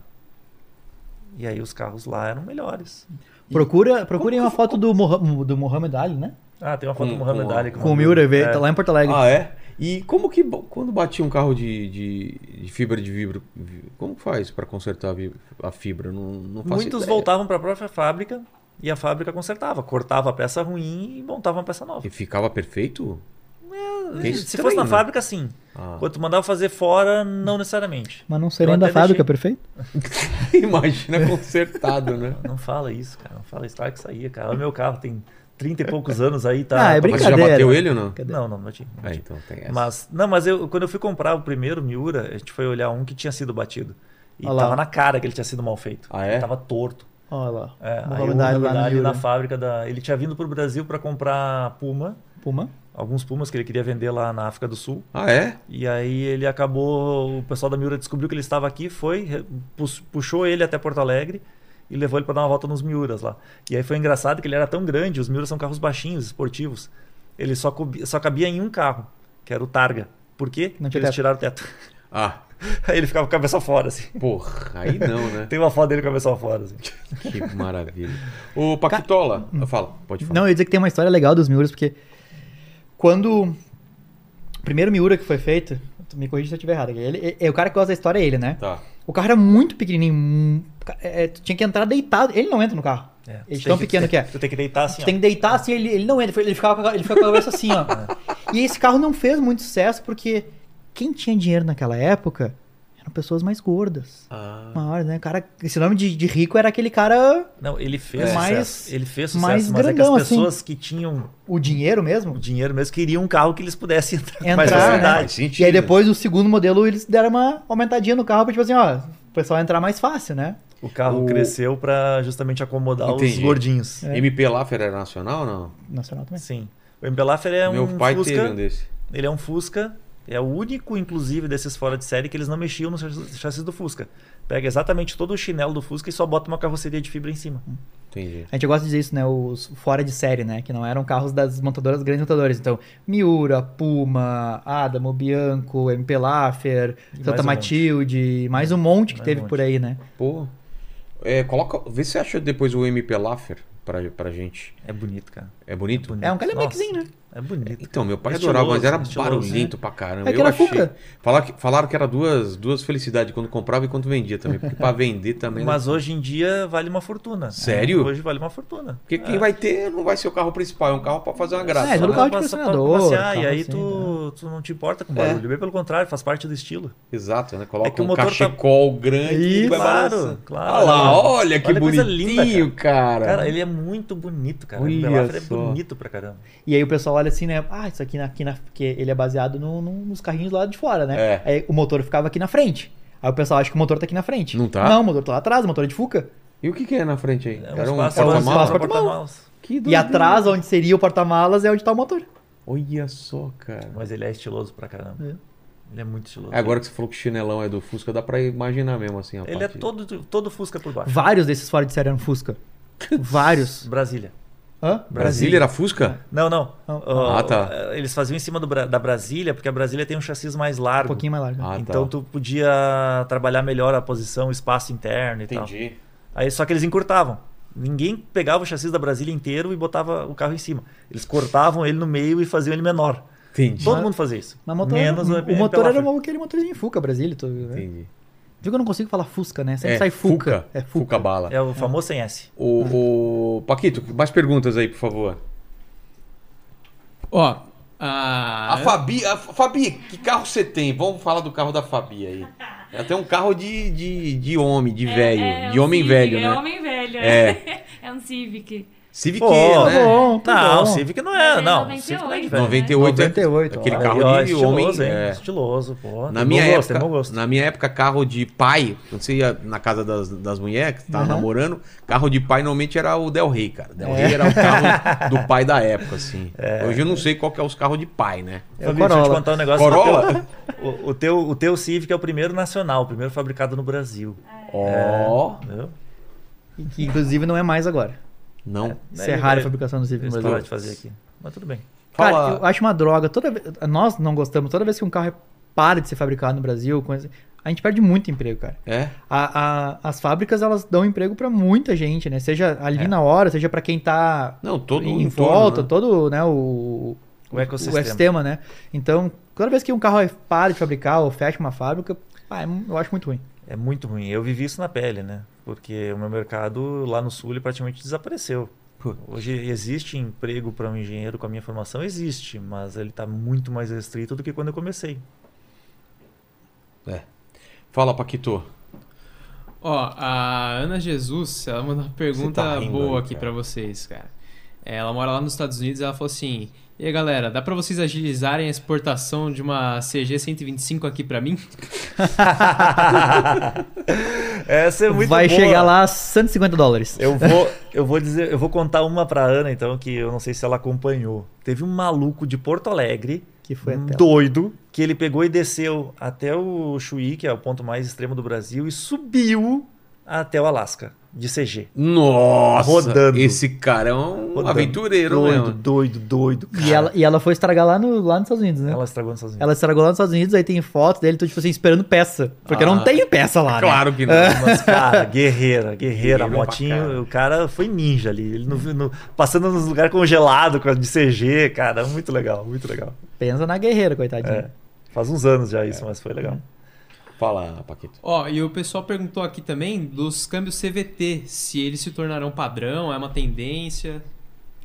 S4: E aí os carros lá eram melhores.
S3: Procura, procurem uma foto do, Moha- do Mohamed Ali, né?
S4: Ah, tem uma foto
S1: Com-
S4: do Muhammad
S1: com-
S4: Ali. que
S3: Com
S4: mandou.
S3: o Miura, vê-
S4: É.
S3: tá lá em Porto Alegre.
S1: Ah, é? E como que. Quando batia um carro de, de, de fibra de vidro. Como que faz pra consertar a vi- a fibra? Não, não faço
S4: Muitos
S1: ideia.
S4: voltavam para a própria fábrica e a fábrica consertava. Cortava a peça ruim e montava uma peça nova.
S1: E ficava perfeito? É,
S4: Se fosse
S3: né?
S4: na fábrica, sim.
S1: Ah. (laughs)
S4: Quando tu mandava fazer fora, não necessariamente.
S3: Mas não seria
S4: Eu
S3: da
S4: até
S3: fábrica,
S4: deixei.
S3: perfeito?
S1: Imagina consertado, né?
S4: Não fala isso, cara. Não fala isso. Claro que saía, cara. Olha O meu carro tem 30 e poucos anos aí, tá?
S3: (laughs) Ah, é
S4: tá-
S1: Mas você já
S3: Brincadeira.
S1: bateu ele ou não?
S4: Não, não, não tinha. não
S1: É,
S4: tinha.
S1: então tem essa.
S4: Mas, não, mas eu, quando eu fui comprar o primeiro Miura, a gente foi olhar um que tinha sido batido. E
S3: Olha lá.
S4: tava na cara que ele tinha sido mal feito.
S1: Ah, é?
S4: Ele tava torto.
S3: Olha lá.
S4: É, aí o
S3: Mohamed Ali lá no né?
S4: Ali na
S3: Miura.
S4: fábrica da. Ele tinha vindo pro Brasil para comprar Puma,
S3: Puma.
S4: alguns Pumas que ele queria vender lá na África do Sul.
S1: Ah, é?
S4: E aí ele acabou, o pessoal da Miura descobriu que ele estava aqui, foi, re- pus- puxou ele até Porto Alegre e levou ele para dar uma volta nos Miuras lá. E aí foi engraçado que ele era tão grande, os Miuras são carros baixinhos, esportivos. Ele só, cobi- só cabia em um carro, que era o Targa. Por quê?
S3: Não
S4: Porque
S3: tinha
S4: eles
S3: teto.
S4: tiraram o teto. (laughs)
S1: Ah,
S4: Aí ele ficava com a cabeça fora, assim.
S1: porra, aí não, né?
S4: (laughs) Tem uma foto dele com a cabeça fora, assim.
S1: Que maravilha. Ô, Paquitola, fala, pode falar.
S3: Não, eu ia dizer que tem uma história legal dos Miuras, porque quando. O primeiro Miura que foi feito, tu me corrija se eu estiver errado, ele, é, é o cara que gosta da história é ele, né?
S1: Tá.
S3: O carro era muito pequenininho, hum, ca- é, é, tu tinha que entrar deitado, ele não entra no carro.
S4: É,
S3: Ele
S4: tu
S3: de
S4: tem
S3: tão pequeno que é.
S4: Tu tem que deitar assim,
S3: Tu
S4: ó.
S3: tem que deitar assim, ele, ele não entra, ele ficava, com a- ele ficava com a cabeça assim, ó.
S4: (laughs)
S3: E esse carro não fez muito sucesso porque quem tinha dinheiro naquela época eram pessoas mais gordas.
S1: Ah,
S3: Maiores, né? Cara, esse nome de, de rico era aquele cara,
S4: Não, ele fez
S3: É. Mais-
S4: sucesso. Ele fez sucesso,
S3: mais
S4: mas é
S3: grandão,
S4: que as
S3: assim.
S4: pessoas que tinham
S3: o dinheiro mesmo.
S4: o dinheiro mesmo queriam um carro que eles pudessem entrar, com mais
S3: Entrar, né?
S4: facilidade.
S1: Tá. É, faz sentido.
S3: E aí depois o segundo modelo eles deram uma aumentadinha no carro pra tipo assim, ó, o pessoal entrar mais fácil, né?
S4: O carro
S1: O-
S4: cresceu pra justamente acomodar os
S1: Entendi.
S4: gordinhos.
S3: É.
S1: MP Laffer era nacional ou não?
S3: Nacional também.
S4: Sim. O MPLafer é
S1: Meu
S4: um
S1: pai teve
S4: Fusca.
S1: um desse.
S4: ele é um Fusca. É o único, inclusive, desses fora de série que eles não mexiam no chassi chassi do Fusca. Pega exatamente todo o chinelo do Fusca e só bota uma carroceria de fibra em cima.
S1: Entendi.
S3: A gente gosta de dizer isso, né? Os fora de série, né? Que não eram carros das montadoras, grandes montadoras. Então, Miura, Puma, Adamo, Bianco, MP Laffer,
S4: E mais
S3: Santa
S4: um
S3: Matilde, mais um monte que
S4: Mais um
S3: teve
S4: monte.
S3: por aí, né?
S1: Pô. É, coloca. Vê se acha depois o MP Laffer pra, pra gente.
S4: É bonito, cara.
S1: É bonito?
S4: bonito.
S3: É um Cadillac, né?
S4: É bonito.
S1: Então, meu pai
S4: Estiloso,
S1: adorava, mas era
S4: estiloso,
S1: barulhento pra caramba.
S3: É que
S1: eu
S3: era
S1: achei.
S3: Fuca.
S1: Falar que- falaram que era duas, duas felicidades, quando comprava e quando vendia também. Porque pra vender também. né?
S4: Mas hoje em dia vale uma fortuna.
S1: Sério?
S4: Hoje vale uma fortuna.
S1: Porque quem vai ter não vai ser o carro principal, é um carro pra fazer uma graça.
S3: É, todo
S1: né?
S3: carro de
S4: Passa-
S3: colecionador,
S4: pra passear, E
S3: carro
S4: aí
S3: assim,
S4: tu, tu não te importa
S1: É.
S4: com barulho. Bem pelo contrário, faz parte do estilo.
S1: Exato, né? Coloca
S4: É que o
S1: um
S4: motor tá-
S1: cachecol grande e vai
S4: Claro,
S1: balançando.
S4: claro.
S1: Olha Ah lá, olha que
S4: Olha a coisa
S1: bonitinho,
S4: linda,
S1: cara.
S4: Cara, ele é muito bonito, cara.
S1: Olha
S4: o Belafre é
S1: só.
S4: bonito pra caramba.
S3: E aí o pessoal olha assim, né? Ah, isso aqui na, aqui na- porque ele é baseado no- no- nos carrinhos lá de fora, né?
S1: É.
S3: Aí o motor ficava aqui na frente. Aí o pessoal acha que o motor tá aqui na frente.
S1: Não tá?
S3: Não, o motor tá lá atrás, o motor é de Fuca.
S1: E o que, que é na frente aí?
S4: É
S1: era um
S4: espaço
S3: um
S1: porta-malas?
S3: espaço pra-
S4: porta-malas.
S1: Que
S3: E
S1: doideira.
S3: atrás, onde seria o porta-malas, é onde tá o motor.
S1: Olha só, cara.
S4: Mas ele é estiloso pra caramba.
S3: É.
S4: Ele é muito estiloso.
S1: É, Agora que você falou que o chinelão é do Fusca, dá pra imaginar mesmo assim a
S4: Ele é
S1: parte-
S4: todo, todo Fusca por baixo.
S3: Vários desses fora de série eram Fusca. Vários.
S4: Brasília.
S3: Hã?
S1: Brasília era Fusca?
S4: Não, não.
S3: Ah,
S4: Ah,
S1: tá.
S4: Eles faziam em cima do Bra- da Brasília, porque a Brasília tem um chassis mais largo.
S3: Um pouquinho mais largo.
S1: Ah, tá.
S4: Então tu podia trabalhar melhor a posição, o espaço interno e tal.
S1: Entendi.
S4: Aí só que eles encurtavam. Ninguém pegava o chassis da Brasília inteiro e botava o carro em cima. Eles cortavam ele no meio e faziam ele menor.
S1: Entendi.
S4: Todo mundo fazia isso.
S3: Mas o motor,
S4: Menos
S3: o,
S4: MP
S3: o motor era
S4: Pelafre.
S3: uma- aquele motorzinho Fuca, Brasília. Tu, né?
S1: Entendi.
S3: Viu que eu não consigo falar Fusca, né? Sempre
S1: É,
S3: sai Fuca.
S1: Fuca.
S3: É Fuca.
S1: Fuca bala.
S4: É o famoso sem S.
S1: O, o- Paquito, mais perguntas aí, por favor.
S2: Ó, a...
S1: A Fabi, a Fabi, que carro você tem? Vamos falar do carro da Fabi aí. Ela tem um carro de, de, de homem, de velho. de
S9: um
S1: homem
S9: Civic,
S1: velho,
S9: é
S1: né?
S9: homem velho.
S1: É.
S9: (laughs) É um Civic.
S1: Civic,
S4: Pô,
S1: né?
S3: Bom, tá
S4: Não, o
S3: bom.
S4: Civic não é.
S9: Mas é
S4: Não, Civic
S9: 98,
S4: não é de
S9: né?
S4: velho.
S1: 98, é
S3: 98,
S1: aquele
S3: olha
S4: Olha
S1: carro
S4: aí, ó,
S1: de
S4: estiloso,
S1: homem.
S4: hein?
S1: é.
S4: Estiloso, pô.
S1: Na
S4: Ah, Tem
S1: minha,
S4: bom gosto, tem
S1: época,
S4: bom gosto.
S1: na minha época, carro de pai, quando você ia na casa das, das mulheres que tava
S3: Aham.
S1: namorando, carro de pai normalmente era o Del Rey, cara. Del
S4: É.
S1: Rey era o carro
S4: (laughs)
S1: do pai da época, assim. Hoje eu não sei qual que é os carros de pai, né?
S3: É o
S4: Fabinho, deixa eu te
S3: Corolla.
S4: contar um negócio.
S1: Corolla?
S4: O, o teu, o teu Civic é o primeiro nacional, o primeiro fabricado no Brasil. É.
S1: Ó,
S4: Entendeu?
S3: E que inclusive não é mais agora.
S1: não.
S3: Isso é raro a
S4: vai-
S3: fabricação do Civic no
S4: Eles
S3: Brasil.
S4: pararam de fazer aqui. Mas tudo bem.
S3: Cara,
S1: Fala-
S3: eu acho uma droga. Toda vez, nós não gostamos. Toda vez que um carro é- para de ser fabricado no Brasil, coisa- a gente perde muito emprego, cara.
S1: É?
S3: A- a- as fábricas elas dão emprego pra muita gente, né? Seja
S4: É.
S3: ali na hora, seja pra quem tá
S1: Não, todo
S3: em
S1: entorno,
S3: volta,
S1: né?
S3: todo né, o,
S4: O ecossistema.
S3: né? Então, toda vez que um carro é- para de fabricar ou fecha uma fábrica, ah, é mu- eu acho muito ruim.
S4: É muito ruim. Eu vivi isso na pele, né? Porque o meu mercado lá no sul ele praticamente desapareceu.
S1: Putz.
S4: Hoje existe emprego para um engenheiro com a minha formação? Existe, mas ele está muito mais restrito do que quando eu comecei. (laughs)
S1: É. Fala, Paquito.
S2: Ó, a Ana Jesus, ela mandou uma pergunta
S1: tá rindo
S2: boa
S1: aí,
S2: aqui
S1: cara.
S2: pra vocês, cara. Ela mora lá nos Estados Unidos e ela falou assim: E aí, galera, dá pra vocês agilizarem a exportação de uma CG 125 aqui pra mim? (laughs)
S4: Essa é muito
S3: Vai
S4: boa.
S3: chegar lá 150 dólares.
S4: Eu vou, eu vou dizer, eu vou contar uma pra Ana, então, que eu não sei se ela acompanhou. Teve um maluco de Porto Alegre,
S3: Que foi
S4: um
S3: até lá.
S4: doido, que ele pegou e desceu até o Chuí, que é o ponto mais extremo do Brasil, e subiu até o Alasca, de CG.
S1: Nossa!
S4: Rodando.
S1: Esse cara é um
S4: Rodando.
S1: aventureiro
S4: doido,
S1: mesmo.
S4: doido, doido,
S3: E ela, e ela foi estragar lá, no, lá nos Estados Unidos, né? Ela...
S4: Ela estragou nos Estados Unidos.
S3: estragou lá nos Estados Unidos, aí tem foto dele, tu, tipo assim, esperando peça. Porque
S1: Ah.
S3: não tem peça
S1: (laughs)
S3: lá, né?
S1: Claro
S4: (laughs)
S1: que não.
S4: Mas, cara, guerreira, guerreira,
S1: Guerreiro pra
S4: motinho.
S1: caralho.
S4: O cara foi ninja ali. Ele no, no- passando nos lugares congelados com a de CG, cara. Muito legal, muito legal.
S3: Pensa na guerreira, coitadinha.
S4: É. Faz uns anos já
S3: É.
S4: isso, mas foi legal.
S1: Fala, Paquito.
S2: Ó, e o pessoal perguntou aqui também dos câmbios CVT, se eles se tornarão padrão, é uma tendência.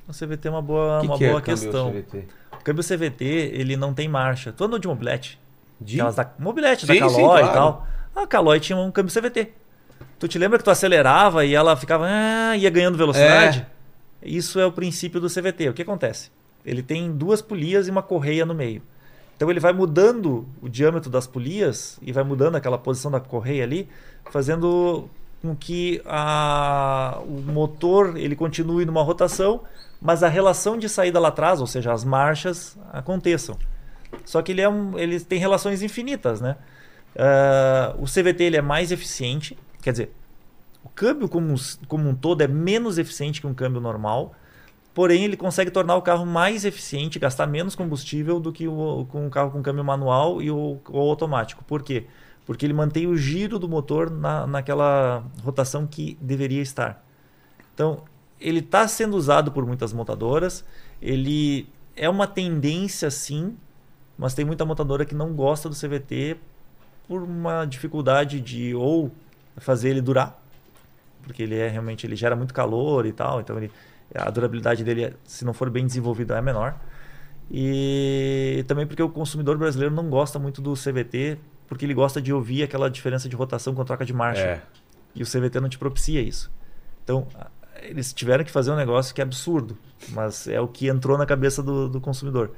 S4: O CVT é uma boa,
S1: Que
S4: uma
S1: que é
S4: boa
S1: câmbio
S4: questão.
S1: CVT?
S4: O câmbio CVT, ele não tem marcha. Tu andou de mobilete?
S1: De-
S4: Aquelas da mobilete,
S1: Sim,
S4: da Caloi
S1: sim, claro.
S4: e tal. A Caloi tinha um câmbio CVT. Tu te lembra que tu acelerava e ela ficava, ah, ia ganhando velocidade? Isso é o princípio do CVT. O que acontece? Ele tem duas polias e uma correia no meio. Então ele vai mudando o diâmetro das polias e vai mudando aquela posição da correia ali, fazendo com que a- o motor ele continue numa rotação, mas a relação de saída lá atrás, ou seja, as marchas, aconteçam. Só que ele, é um, ele tem relações infinitas, né? Ah, o CVT ele é mais eficiente, quer dizer, o câmbio como, um s- como um todo é menos eficiente que um câmbio normal, porém ele consegue tornar o carro mais eficiente, gastar menos combustível do que o, com um carro com câmbio manual e o, o automático. Por quê? Porque ele mantém o giro do motor na, naquela rotação que deveria tá estar. Então, ele está sendo usado por muitas montadoras, ele é uma tendência sim, mas tem muita montadora que não gosta do CVT por uma dificuldade de ou fazer ele durar, porque ele é realmente ele gera muito calor e tal, então ele, a durabilidade dele, se não for bem desenvolvida, é menor. E também porque o consumidor brasileiro não gosta muito do CVT, porque ele gosta de ouvir aquela diferença de rotação com troca de marcha.
S1: É.
S4: E o CVT não te propicia isso. Então, a- eles tiveram que fazer um negócio que é absurdo, mas é o que entrou na cabeça do, do consumidor.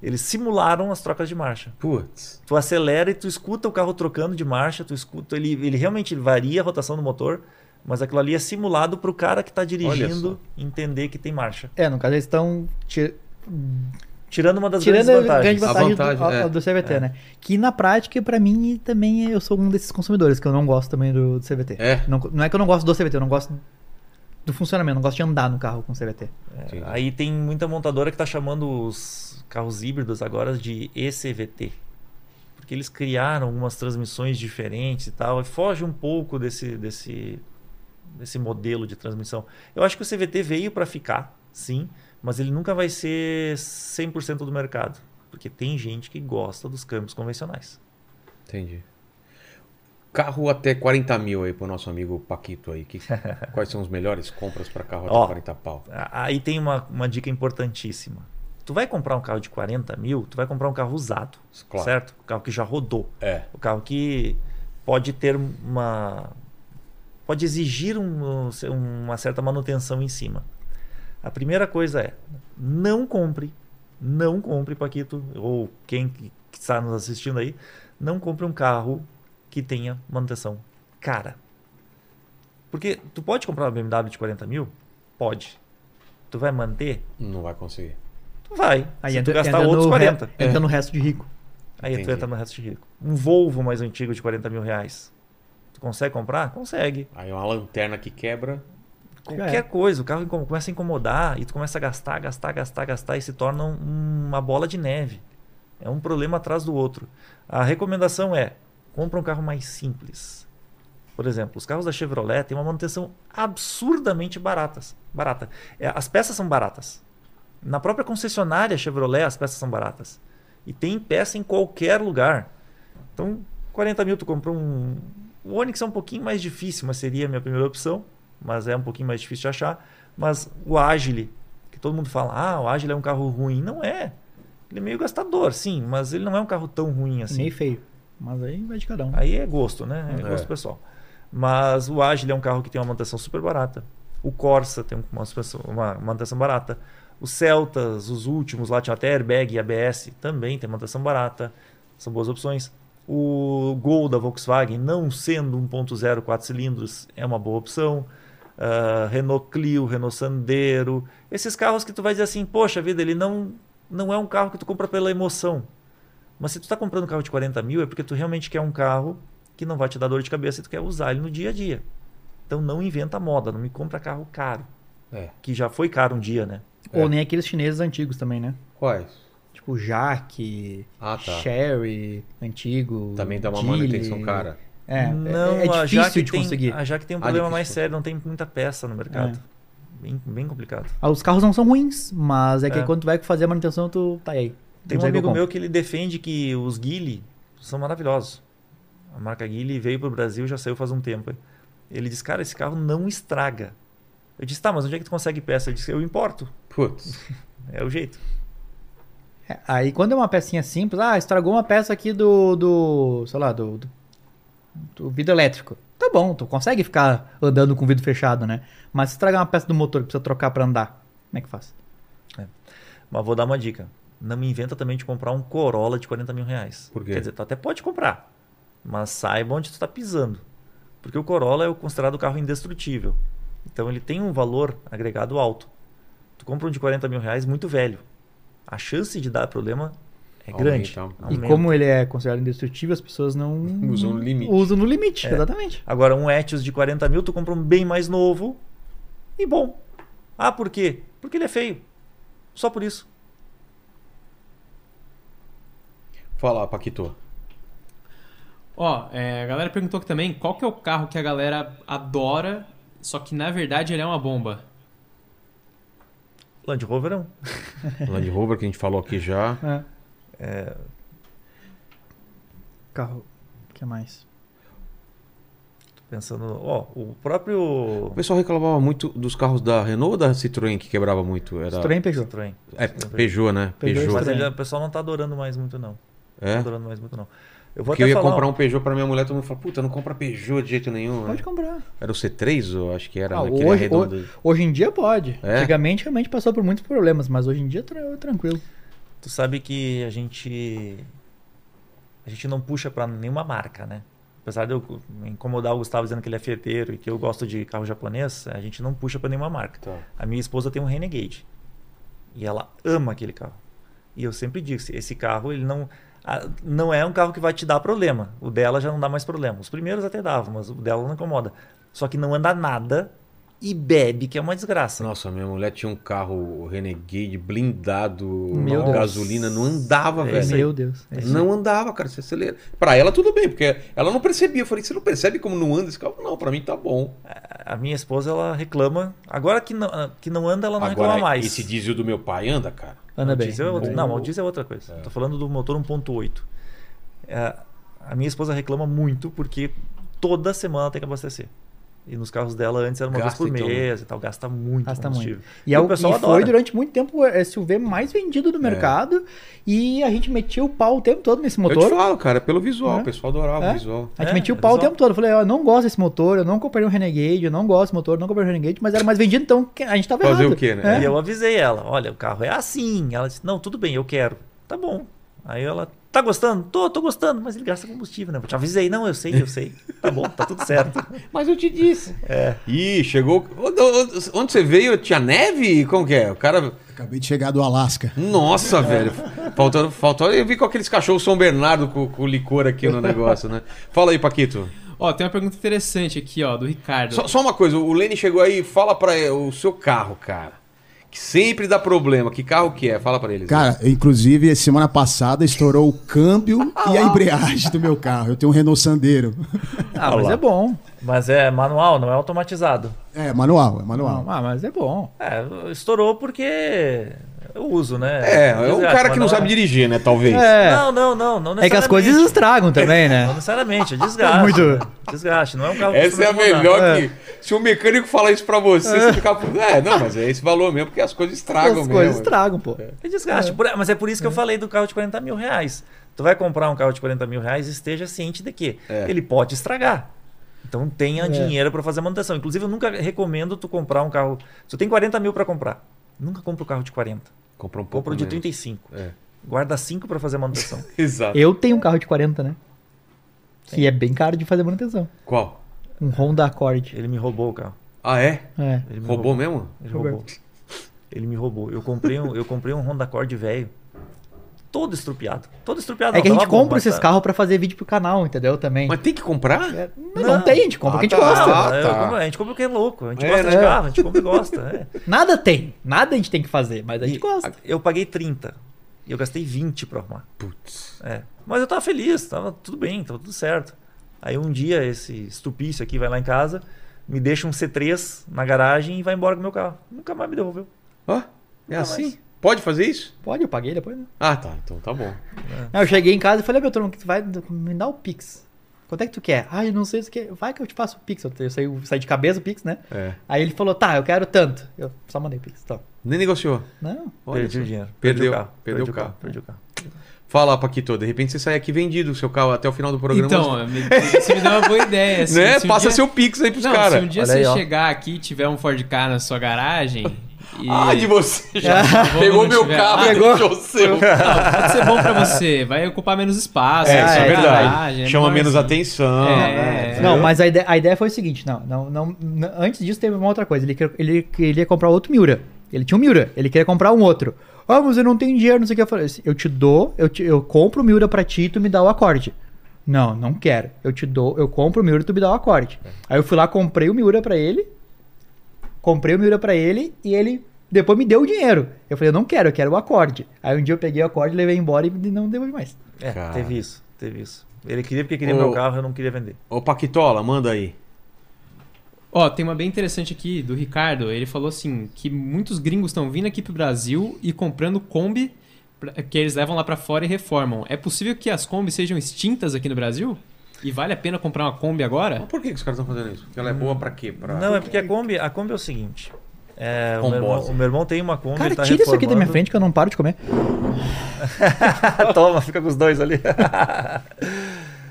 S4: Eles simularam as trocas de marcha.
S1: Putz.
S4: Tu acelera e tu escuta o carro trocando de marcha, tu escuta, ele, ele realmente varia a rotação do motor, mas aquilo ali é simulado para o cara que está dirigindo entender que tem marcha.
S3: É, no caso eles estão ti-
S4: Tirando uma das
S3: tirando
S4: grandes
S3: a
S4: vantagens.
S3: grande vantagem,
S1: A vantagem,
S3: do, a-
S1: é.
S3: a do CVT, né? Que na prática, pra mim, também eu sou um desses consumidores, que eu não gosto também do, do CVT.
S1: É.
S3: Não, não é que eu não gosto do CVT, eu não gosto do funcionamento, não gosto de andar no carro com CVT.
S1: Entendi.
S4: Aí tem muita montadora que está chamando os carros híbridos agora de ECVT. Porque eles criaram algumas transmissões diferentes e tal. E foge um pouco desse, desse, desse modelo de transmissão. Eu acho que o CVT veio para ficar, sim. Mas ele nunca vai ser 100% do mercado. Porque tem gente que gosta dos câmbios convencionais.
S1: Entendi. Carro até 40 mil aí pro nosso amigo Paquito aí.
S4: (laughs)
S1: Que, quais são os melhores compras pra carro até
S4: Ó.
S1: 40 pau?
S4: A- Aí tem uma, uma dica importantíssima. Tu vai comprar um carro de 40 mil, tu vai comprar um carro usado,
S1: Claro.
S4: certo? Um carro que já rodou.
S1: É.
S4: O carro que pode ter uma. pode exigir um- uma certa manutenção em cima. A primeira coisa é: não compre, não compre, Paquito, ou quem que está nos assistindo aí, não compre um carro que tenha manutenção cara. Porque tu pode comprar uma BMW de 40 mil? Pode. Tu vai manter?
S1: Não vai conseguir.
S4: Tu vai.
S3: Aí
S4: Se
S3: entra,
S4: tu gastar
S3: entra
S4: outros É.
S3: no re-
S4: 40.
S3: entra no resto de rico.
S4: Aí
S1: Entendi.
S4: tu entra no resto de rico. Um Volvo mais antigo de 40 mil reais. Tu consegue comprar? Consegue.
S1: Aí é uma lanterna que quebra.
S4: Qualquer
S3: É.
S4: coisa, o carro incom- começa a incomodar e tu começa a gastar, gastar, gastar, gastar e se torna um- uma bola de neve. É um problema atrás do outro. A recomendação é: compra um carro mais simples. Por exemplo, os carros da Chevrolet têm uma manutenção absurdamente baratas, barata. É, as peças são baratas. Na própria concessionária Chevrolet as peças são baratas. E tem peça em qualquer lugar. Então, 40 mil tu comprou um... O Onix é um pouquinho mais difícil, mas seria a minha primeira opção. Mas é um pouquinho mais difícil de achar. Mas o Agile, que todo mundo fala, ah, o Agile é um carro ruim. Não é. Ele é meio gastador, sim, mas ele não é um carro tão ruim assim.
S3: Meio feio. Mas aí vai de cada um.
S4: Aí é gosto, né? É,
S1: É.
S4: gosto pessoal. Mas o Agile é um carro que tem uma manutenção super barata. O Corsa tem uma, suspensão- uma manutenção barata. Os Celtas, os últimos lá, tinha até airbag e ABS, também tem manutenção barata. São boas opções. O Gol da Volkswagen, não sendo 1.0 4 cilindros, é uma boa opção. Ah, Renault Clio, Renault Sandero. Esses carros que tu vai dizer assim, poxa vida, ele não, não é um carro que tu compra pela emoção. Mas se tu tá comprando um carro de 40 mil, é porque tu realmente quer um carro que não vai te dar dor de cabeça e tu quer usar ele no dia a dia. Então não inventa moda, não me compra carro caro.
S1: É.
S4: Que já foi caro um dia, né?
S3: Ou nem aqueles chineses antigos também, né?
S1: Quais?
S3: Tipo Jaque,
S1: Ah, tá.
S3: Sherry, antigo.
S1: Também dá uma
S3: Geely.
S1: manutenção cara.
S3: É, é- é,
S4: a
S3: difícil
S4: Jaque
S3: de
S4: tem-
S3: conseguir.
S4: A Jaque tem um
S1: Ah,
S4: problema
S1: difícil.
S4: mais sério, não tem muita peça no mercado.
S3: É.
S4: Bem, bem complicado.
S3: Ah, Os carros não são ruins, mas é que
S4: É.
S3: quando tu vai fazer a manutenção, tu tá aí.
S4: Tem
S3: Não sei o
S4: um
S3: que eu
S4: amigo
S3: compro.
S4: meu que ele defende que os Geely são maravilhosos. A marca Geely veio pro Brasil, já saiu faz um tempo. Ele diz, cara, esse carro não estraga. Eu disse, tá, mas onde é que tu consegue peça? Ele disse, eu importo.
S1: Putz.
S4: É o jeito.
S3: É, Aí quando é uma pecinha simples, ah, estragou uma peça aqui do, do sei lá, do, do, do vidro elétrico. Tá bom, tu consegue ficar andando com o vidro fechado, né? Mas se estragar uma peça do motor que precisa trocar pra andar, como é que faz?
S4: Mas vou dar uma dica. Não me inventa também de comprar um Corolla de 40 mil reais.
S1: Por quê?
S4: Quer dizer, tu até pode comprar. Mas saiba onde tu tá pisando. Porque o Corolla é o considerado carro indestrutível. Então ele tem um valor agregado alto. Tu compra um de 40 mil reais muito velho. A chance de dar problema é
S1: Aumenta,
S4: grande.
S1: aumenta.
S4: Aumenta.
S3: E como ele é considerado indestrutível, as pessoas não
S1: (laughs) Usam no um limite. É.
S3: usam no limite, exatamente.
S4: Agora, um Etios de 40 mil, tu compra um bem mais novo e bom. Ah, por quê? Porque ele é feio. Só por isso.
S1: Fala, Paquito.
S2: Ó, é, a galera perguntou aqui também qual que é o carro que a galera adora, só que na verdade ele é uma bomba.
S4: Land Rover é um.
S1: Land Rover que a gente falou aqui já.
S3: É. Carro. O que mais?
S4: Pensando, ó, o próprio
S1: O pessoal reclamava muito dos carros da Renault ou da Citroën que quebrava muito? Era...
S3: Citroën Peugeot.
S4: Citroën.
S1: É, Peugeot, né?
S3: Peugeot
S1: Peugeot.
S4: Mas
S3: Citroën.
S4: ele- o pessoal não tá adorando mais muito, não. Não tá
S1: É?
S4: adorando mais muito, não. Eu vou
S1: Porque eu
S4: até
S1: ia
S4: falar.
S1: comprar um Peugeot pra minha mulher, todo mundo fala, puta, não compra Peugeot de jeito nenhum. né?
S3: Pode comprar.
S1: Era o C3, eu acho que era,
S3: Ah,
S1: né? aquele
S3: hoje-
S1: arredondo.
S3: Hoje em dia pode.
S1: É?
S3: Antigamente realmente passou por muitos problemas, mas hoje em dia tra- tranquilo.
S4: Tu sabe que a gente. A gente não puxa pra nenhuma marca, né? Apesar de eu me incomodar o Gustavo dizendo que ele é fieteiro e que eu gosto de carro japonês, a gente não puxa pra nenhuma marca.
S1: Tá.
S4: A minha esposa tem um Renegade. E ela ama aquele carro. E eu sempre digo, esse- esse carro, ele não a- não é um carro que vai te dar problema. O dela já não dá mais problema. Os primeiros até davam, mas o dela não incomoda. Só que não anda nada e bebe, que é uma desgraça.
S1: Nossa, minha mulher tinha um carro Renegade blindado,
S3: Meu
S1: mal
S3: Deus.
S1: gasolina, não andava,
S4: É isso aí.
S1: velho.
S3: Meu Deus.
S1: Não andava, cara, você acelera. Pra ela tudo bem, porque ela não percebia. Eu falei, você não percebe como não anda esse carro? Não, pra mim tá bom.
S4: A minha esposa, ela reclama. Agora que não, que não anda, ela não reclama mais.
S1: esse diesel do meu pai anda, cara.
S3: Anda
S4: O
S3: bem.
S4: diesel é
S3: anda
S4: outra-
S3: bem.
S4: Não, o diesel é outra coisa. Tô falando do motor 1.8. É, a minha esposa reclama muito porque toda semana tem que abastecer. E nos carros dela antes era uma
S1: Gasta,
S4: vez por
S1: então, né?
S4: mês e tal, gasta muito
S3: Gasta
S4: combustível.
S3: E, é o,
S4: pessoal
S3: e foi
S4: adora.
S3: durante muito tempo é, o SUV mais vendido
S1: É.
S3: do mercado. E a gente metia o pau o tempo todo nesse
S1: Eu te
S3: motor.
S1: falo, cara, pelo visual.
S3: É.
S1: O pessoal adorava
S3: É.
S1: o visual.
S3: A gente
S4: É,
S3: metia o pau o
S4: exato.
S3: tempo todo. Eu falei, ó, eu não gosto desse motor, eu não comprei um Renegade, eu não gosto desse motor, eu não comprei um Renegade, mas era mais vendido, então que- a gente tava
S1: Fazer
S3: errado.
S1: o quê, né?
S4: E
S3: É.
S4: eu avisei ela, olha, o carro é assim. Ela disse, não, tudo bem, eu quero. Tá bom. Aí ela, tá gostando? Tô, tô gostando, mas ele gasta combustível, né? Eu te avisei, não, eu sei, eu sei. Tá bom, tá tudo
S3: (laughs)
S4: certo.
S1: Mas eu te disse. É. Ih, chegou. Onde- onde- Onde você veio? Tinha neve? Como que é? O cara.
S9: Acabei de chegar do Alasca.
S1: Nossa, velho. Faltou, faltou. Eu vi com aqueles cachorros São Bernardo com, com licor aqui no negócio, né? Fala aí, Paquito.
S2: Ó, tem uma pergunta interessante aqui, ó, do Ricardo.
S1: Só, um só uma coisa, o Lene chegou aí, fala pra ele, o seu carro, cara. Que sempre dá problema. Que carro que é? Fala pra eles.
S9: Cara, inclusive, semana passada estourou o câmbio e a embreagem do meu carro. Eu tenho um Renault Sandero.
S3: Ah, mas é bom.
S4: Mas é manual, não é automatizado.
S9: É, manual, é manual.
S3: Ah, mas é bom.
S4: É, estourou porque eu uso, né?
S1: É, é um
S4: Desgaste,
S1: cara
S4: mas
S1: que não
S4: é-
S1: sabe dirigir, né? Talvez.
S3: É.
S4: Não, não, não, não
S3: É que as
S4: necessariamente.
S3: coisas estragam também,
S4: Não
S3: né?
S4: necessariamente, é desgaste.
S3: Muito.
S4: né? Desgaste, não é um carro que
S1: Essa é a
S4: costuma mudar.
S1: melhor
S3: É.
S1: que. Se um mecânico falar isso pra você, você fica. puto. É, não, mas é esse valor mesmo, porque as coisas (laughs) estragam
S3: As
S1: mesmo.
S3: coisas estragam, pô.
S4: É desgaste. Por- Mas é por isso que eu falei do carro de 40 mil reais. Tu vai comprar um carro de 40 mil reais, esteja ciente de que
S1: É.
S4: ele pode estragar. Então tenha dinheiro para fazer a manutenção. Inclusive, eu nunca recomendo tu comprar um carro. Se tu tem 40 mil para comprar, nunca compra o carro de 40.
S1: Comprou um pouco.
S4: Compra o de
S1: menos.
S4: 35.
S1: É.
S4: Guarda 5 para fazer a manutenção.
S1: Exato.
S3: Eu tenho um carro de 40, né? E é bem caro de fazer manutenção.
S1: Qual?
S3: Um Honda Accord.
S4: ele me roubou o carro.
S1: Ah, é?
S3: É.
S4: Ele me
S1: Roubou mesmo?
S4: Ele
S3: Roberto.
S4: roubou. Ele me roubou. Eu comprei um, eu comprei um Honda Accord velho. Todo estrupiado. Todo estrupiado.
S3: É que a
S4: não,
S3: gente
S4: tava bom,
S3: compra
S4: mas
S3: esses
S4: tá-
S3: carros pra fazer vídeo pro canal, entendeu? Também.
S1: Mas tem que comprar?
S3: É, Mas não, tem, a gente compra o que a gente
S1: Ah, tá.
S3: gosta.
S4: Ah, eu
S1: tá.
S4: compro- a gente compra o que é louco. A gente
S1: É,
S4: gosta de
S1: né?
S4: carro, a gente compra
S3: (laughs)
S4: e gosta. é.
S3: Nada tem. Nada a gente tem que fazer, mas a gente
S4: E
S3: gosta.
S4: Eu paguei 30 e eu gastei 20 pra arrumar.
S1: Putz.
S4: É. Mas eu tava feliz, tava tudo bem, tava tudo certo. Aí um dia esse estupício aqui vai lá em casa, me deixa um C3 na garagem e vai embora com o meu carro. Nunca mais me devolveu.
S1: Ó, é assim? Pode fazer isso?
S3: Pode, eu paguei depois, né?
S1: Ah, tá. Então tá bom.
S3: Aí eu cheguei em casa e falei, "Ô, meu trono, que tu vai me dar o Pix. Quanto é que tu quer? Ah, eu não sei o que. Vai que eu te faço o Pix. Eu, eu saí, eu saí de cabeça o Pix, né?
S1: É.
S3: Aí ele falou, tá, eu quero tanto. Eu só mandei o Pix. Tá.
S1: Nem negociou.
S3: Não.
S1: Olha
S4: perdi
S1: só.
S4: o dinheiro.
S1: Perdeu,
S4: perdi o carro.
S1: perdeu
S4: perdi
S1: o carro.
S4: Perdi o carro.
S1: Fala, Paquito, de repente você sai aqui vendido o seu carro até o final do programa.
S2: Então, me- você me deu uma
S1: (laughs)
S2: boa ideia. assim,
S1: né?
S2: se um
S1: Passa
S2: dia-
S1: seu pix aí pros
S2: Não, se um
S1: caras.
S2: dia
S4: Olha
S2: você
S4: aí, ó.
S2: chegar aqui e tiver um Ford K na
S1: (laughs)
S2: sua garagem... E...
S1: Ah, de você. Já
S2: (laughs) Vamos
S1: pegou
S2: não
S1: meu
S2: tiver-
S1: carro,
S2: Ah,
S1: pegou É, o seu.
S2: Não, pode ser bom pra você. Vai ocupar menos espaço.
S1: É,
S2: na
S1: isso
S2: sua
S1: é
S2: garagem, é
S1: verdade. Chama
S2: melhor
S1: menos
S2: assim.
S1: atenção.
S2: É,
S1: né?
S2: é.
S3: Não, mas a ideia, a ideia foi o seguinte, não, não, não, n- Antes disso teve uma outra coisa. Ele, quer- ele queria comprar outro Miura. Ele tinha um Miura, ele queria comprar um outro. Ah, mas eu não tenho dinheiro, não sei o que. Eu falei, assim, eu te dou, eu, te- eu compro o Miura pra ti e tu me dá o acorde. Não, não quero. Eu te dou, eu compro o Miura e tu me dá o acorde.
S4: É.
S3: Aí eu fui lá, comprei o Miura pra ele. Comprei o Miura pra ele e ele depois me deu o dinheiro. Eu falei, eu não quero, eu quero o acorde. Aí um dia eu peguei o acorde, levei embora e não devolvi mais.
S4: É,
S1: Cara.
S4: teve isso, teve isso. Ele queria porque queria
S1: Ô.
S4: meu carro, eu não queria vender.
S1: Ô, Paquitola, manda aí.
S2: Ó, tem uma bem interessante aqui do Ricardo. Ele falou assim: que muitos gringos estão vindo aqui pro Brasil e comprando Kombi pra- que eles levam lá pra fora e reformam. É possível que as Kombi sejam extintas aqui no Brasil? E vale a pena comprar uma Kombi agora?
S1: Mas por que, que os caras estão fazendo isso? Porque ela é boa pra quê? Pra...
S4: Não, é porque a Kombi, a Kombi é o seguinte. é, o, meu irmão,
S1: Combose.
S4: o meu irmão tem uma Kombi,
S3: Cara,
S4: ele tá
S3: tira isso aqui da minha
S4: reformando.
S3: frente que eu não paro de comer.
S4: (laughs) Toma, fica com os dois ali. (laughs)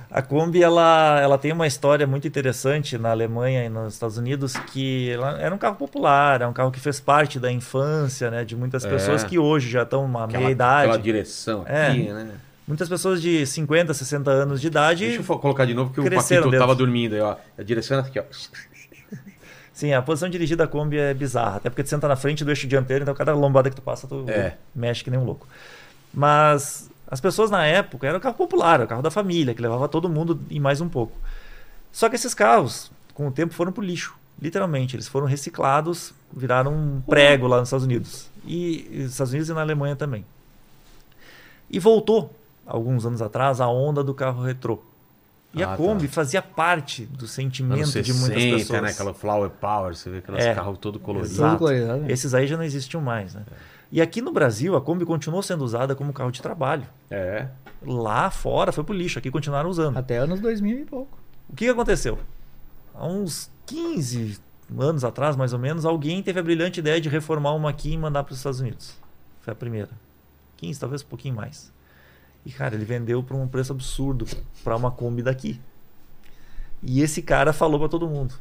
S4: A Kombi, ela, ela tem uma história muito interessante na Alemanha e nos Estados Unidos, que ela era um carro popular, é um carro que fez parte da infância né, de muitas
S1: É.
S4: pessoas que hoje já estão uma
S1: aquela,
S4: meia-idade.
S1: aquela direção
S4: É.
S1: aqui, né?
S4: Muitas pessoas de 50, 60 anos de idade
S1: Deixa eu fo- colocar de novo que o
S4: Cresceram
S1: Paquito
S4: dentro.
S1: tava dormindo aí, ó. A direção é aqui, ó.
S4: Sim, a posição dirigida da Kombi é bizarra, até porque tu senta na frente do eixo dianteiro, então cada lombada que tu passa, tu
S1: É.
S4: mexe que nem um louco. Mas as pessoas na época era o carro popular, era o carro da família, que levava todo mundo e mais um pouco. Só que esses carros, com o tempo, foram pro lixo. Literalmente, eles foram reciclados, viraram um prego lá nos Estados Unidos. E e nos Estados Unidos e na Alemanha também. E voltou, alguns anos atrás, a onda do carro retrô. E
S1: Ah,
S4: a
S1: tá.
S4: Kombi fazia parte do sentimento
S1: Anos 60,
S4: de muitas pessoas.
S1: né? Aquela flower power, você vê aqueles
S4: É.
S1: carros todo coloridos.
S4: Exato.
S3: coloridado, né?
S4: Esses aí já não existiam mais, né? E aqui no Brasil, a Kombi continuou sendo usada como carro de trabalho.
S1: É.
S4: Lá fora foi pro lixo, aqui continuaram usando.
S3: Até anos 2000 e pouco.
S4: O que que aconteceu? Há uns 15 anos atrás, mais ou menos, alguém teve a brilhante ideia de reformar uma aqui e mandar para os Estados Unidos. Foi a primeira. 15, talvez um pouquinho mais. E, cara, ele vendeu por um preço absurdo para uma Kombi daqui. E esse cara falou para todo mundo.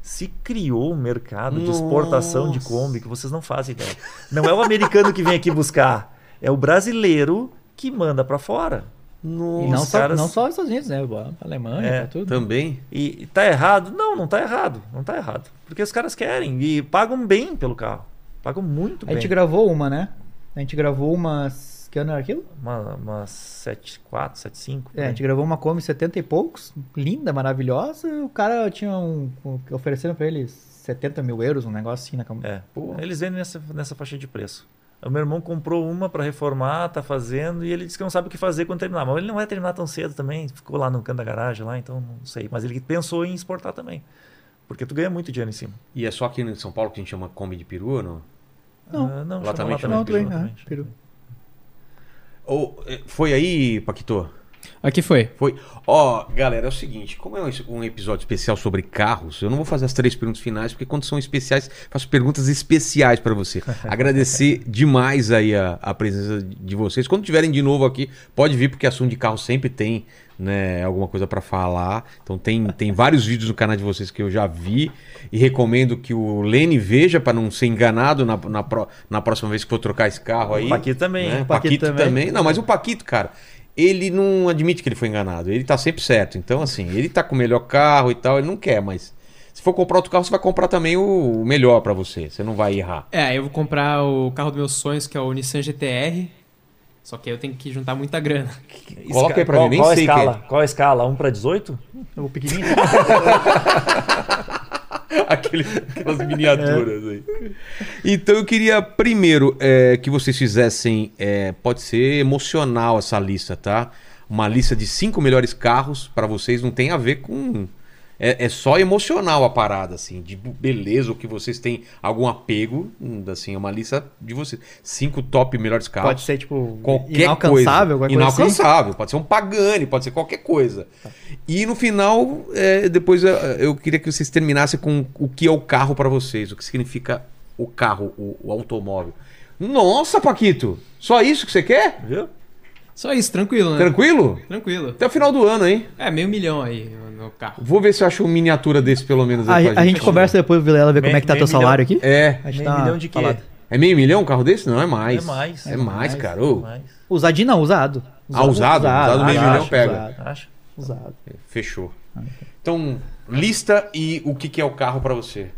S4: Se criou um mercado de exportação de
S1: Nossa.
S4: Kombi que vocês não fazem ideia. Não é o americano que vem aqui buscar, é o brasileiro que manda para fora.
S1: Nossa.
S3: E não
S4: os
S3: só,
S4: caras-
S3: não só os Estados Unidos, né? A Alemanha,
S4: É.
S3: pra tudo.
S1: Também.
S4: E e tá errado? Não, não tá errado. Não tá errado. Porque os caras querem e pagam bem pelo carro. Pagam muito
S3: A
S4: bem.
S3: gente gravou uma, né? A gente gravou umas. Que ano era aquilo?
S4: Uma, uma 74, 75.
S3: É, a gente gravou uma Kombi 70 e poucos, linda, maravilhosa. O cara tinha um. um- oferecendo pra ele 70 mil euros, um negócio assim na Kombi.
S4: É. Eles vendem nessa, nessa faixa de preço. O meu irmão comprou uma para reformar, tá fazendo, e ele disse que não sabe o que fazer quando terminar. Mas ele não vai terminar tão cedo também, ficou lá no canto da garagem, lá, então não sei. Mas ele pensou em exportar também. Porque tu ganha muito dinheiro em cima.
S1: E é só aqui em São Paulo que a gente chama Kombi de peru ou não?
S3: Não.
S4: Ah, não,
S1: Lá
S4: chama
S1: também chama
S3: Não, tudo bem,
S4: chama
S3: né?
S4: também.
S3: Peru.
S1: Ou, eh, foi aí, Paquito?
S2: Aqui foi.
S1: Foi. Ó, galera, é o seguinte, como é um- um episódio especial sobre carros, eu não vou fazer as três perguntas finais, porque quando são especiais, faço perguntas especiais para você. Agradecer demais aí a, a presença de vocês. Quando tiverem de novo aqui, pode vir, porque assunto de carro sempre tem, né, alguma coisa para falar. Então tem, tem vários vídeos no canal de vocês que eu já vi e recomendo que o Lene veja para não ser enganado na, na, pró- na próxima vez que for trocar esse carro aí.
S4: O Paquito também.
S1: Né?
S4: O
S1: O
S3: Paquito
S1: Paquito também.
S3: também.
S1: Não, mas o Paquito, cara, ele não admite que ele foi enganado. Ele tá sempre certo. Então, assim, ele tá com o melhor carro e tal, ele não quer, mas se for comprar outro carro, você vai comprar também o o melhor pra você. Você não vai errar.
S2: É, eu vou comprar o carro dos meus sonhos, que é o Nissan GTR. Só que aí eu tenho que juntar muita grana. (laughs)
S1: Coloca aí pra
S4: qual,
S1: mim, nem
S4: qual a
S1: sei que é.
S4: escala? Qual a escala? 1 para 18?
S3: O pequenininho.
S1: (laughs) Aquele- aquelas miniaturas aí. Então eu queria primeiro é, que vocês fizessem. é, pode ser emocional essa lista, tá? Uma lista de cinco melhores carros pra vocês não tem a ver com. É, é só emocional a parada, assim, de bu- beleza, o que vocês têm algum apego, hum, assim, é uma lista de vocês. Cinco top melhores carros.
S3: Pode ser, tipo,
S1: Qualquer coisa.
S3: inalcançável, qualquer coisa assim. Tá.
S1: Inalcançável, pode ser um Pagani, pode ser qualquer coisa. E no final, é, depois é, eu queria que vocês terminassem com o que é o carro pra vocês, o que significa o carro, o, o automóvel. Nossa, Paquito, só isso que você quer?
S4: Viu?
S2: Só isso, tranquilo, né?
S1: Tranquilo?
S2: Tranquilo.
S1: Até o final do ano, hein?
S2: É, meio milhão aí no no carro.
S1: Vou ver se eu acho uma miniatura desse, pelo menos.
S3: A,
S1: aí pra
S3: a gente conversa depois, Vilela, ver
S4: Meio-
S3: como é que tá
S4: meio
S3: teu salário aqui.
S1: É.
S3: A gente
S4: Meio
S3: tá
S4: milhão de quê?
S3: falado.
S1: É meio milhão um carro desse? Não, é mais.
S4: É mais.
S1: É,
S4: É
S1: mais,
S4: mais,
S1: cara. ô.
S4: Mas,
S3: Usadinho não, usado.
S1: Ah, usado? Usado meio
S4: milhão
S3: acho,
S1: pega.
S3: Usado,
S4: acho.
S3: usado.
S1: Fechou.
S3: Ah,
S1: Então, lista e o que, que é o carro pra você.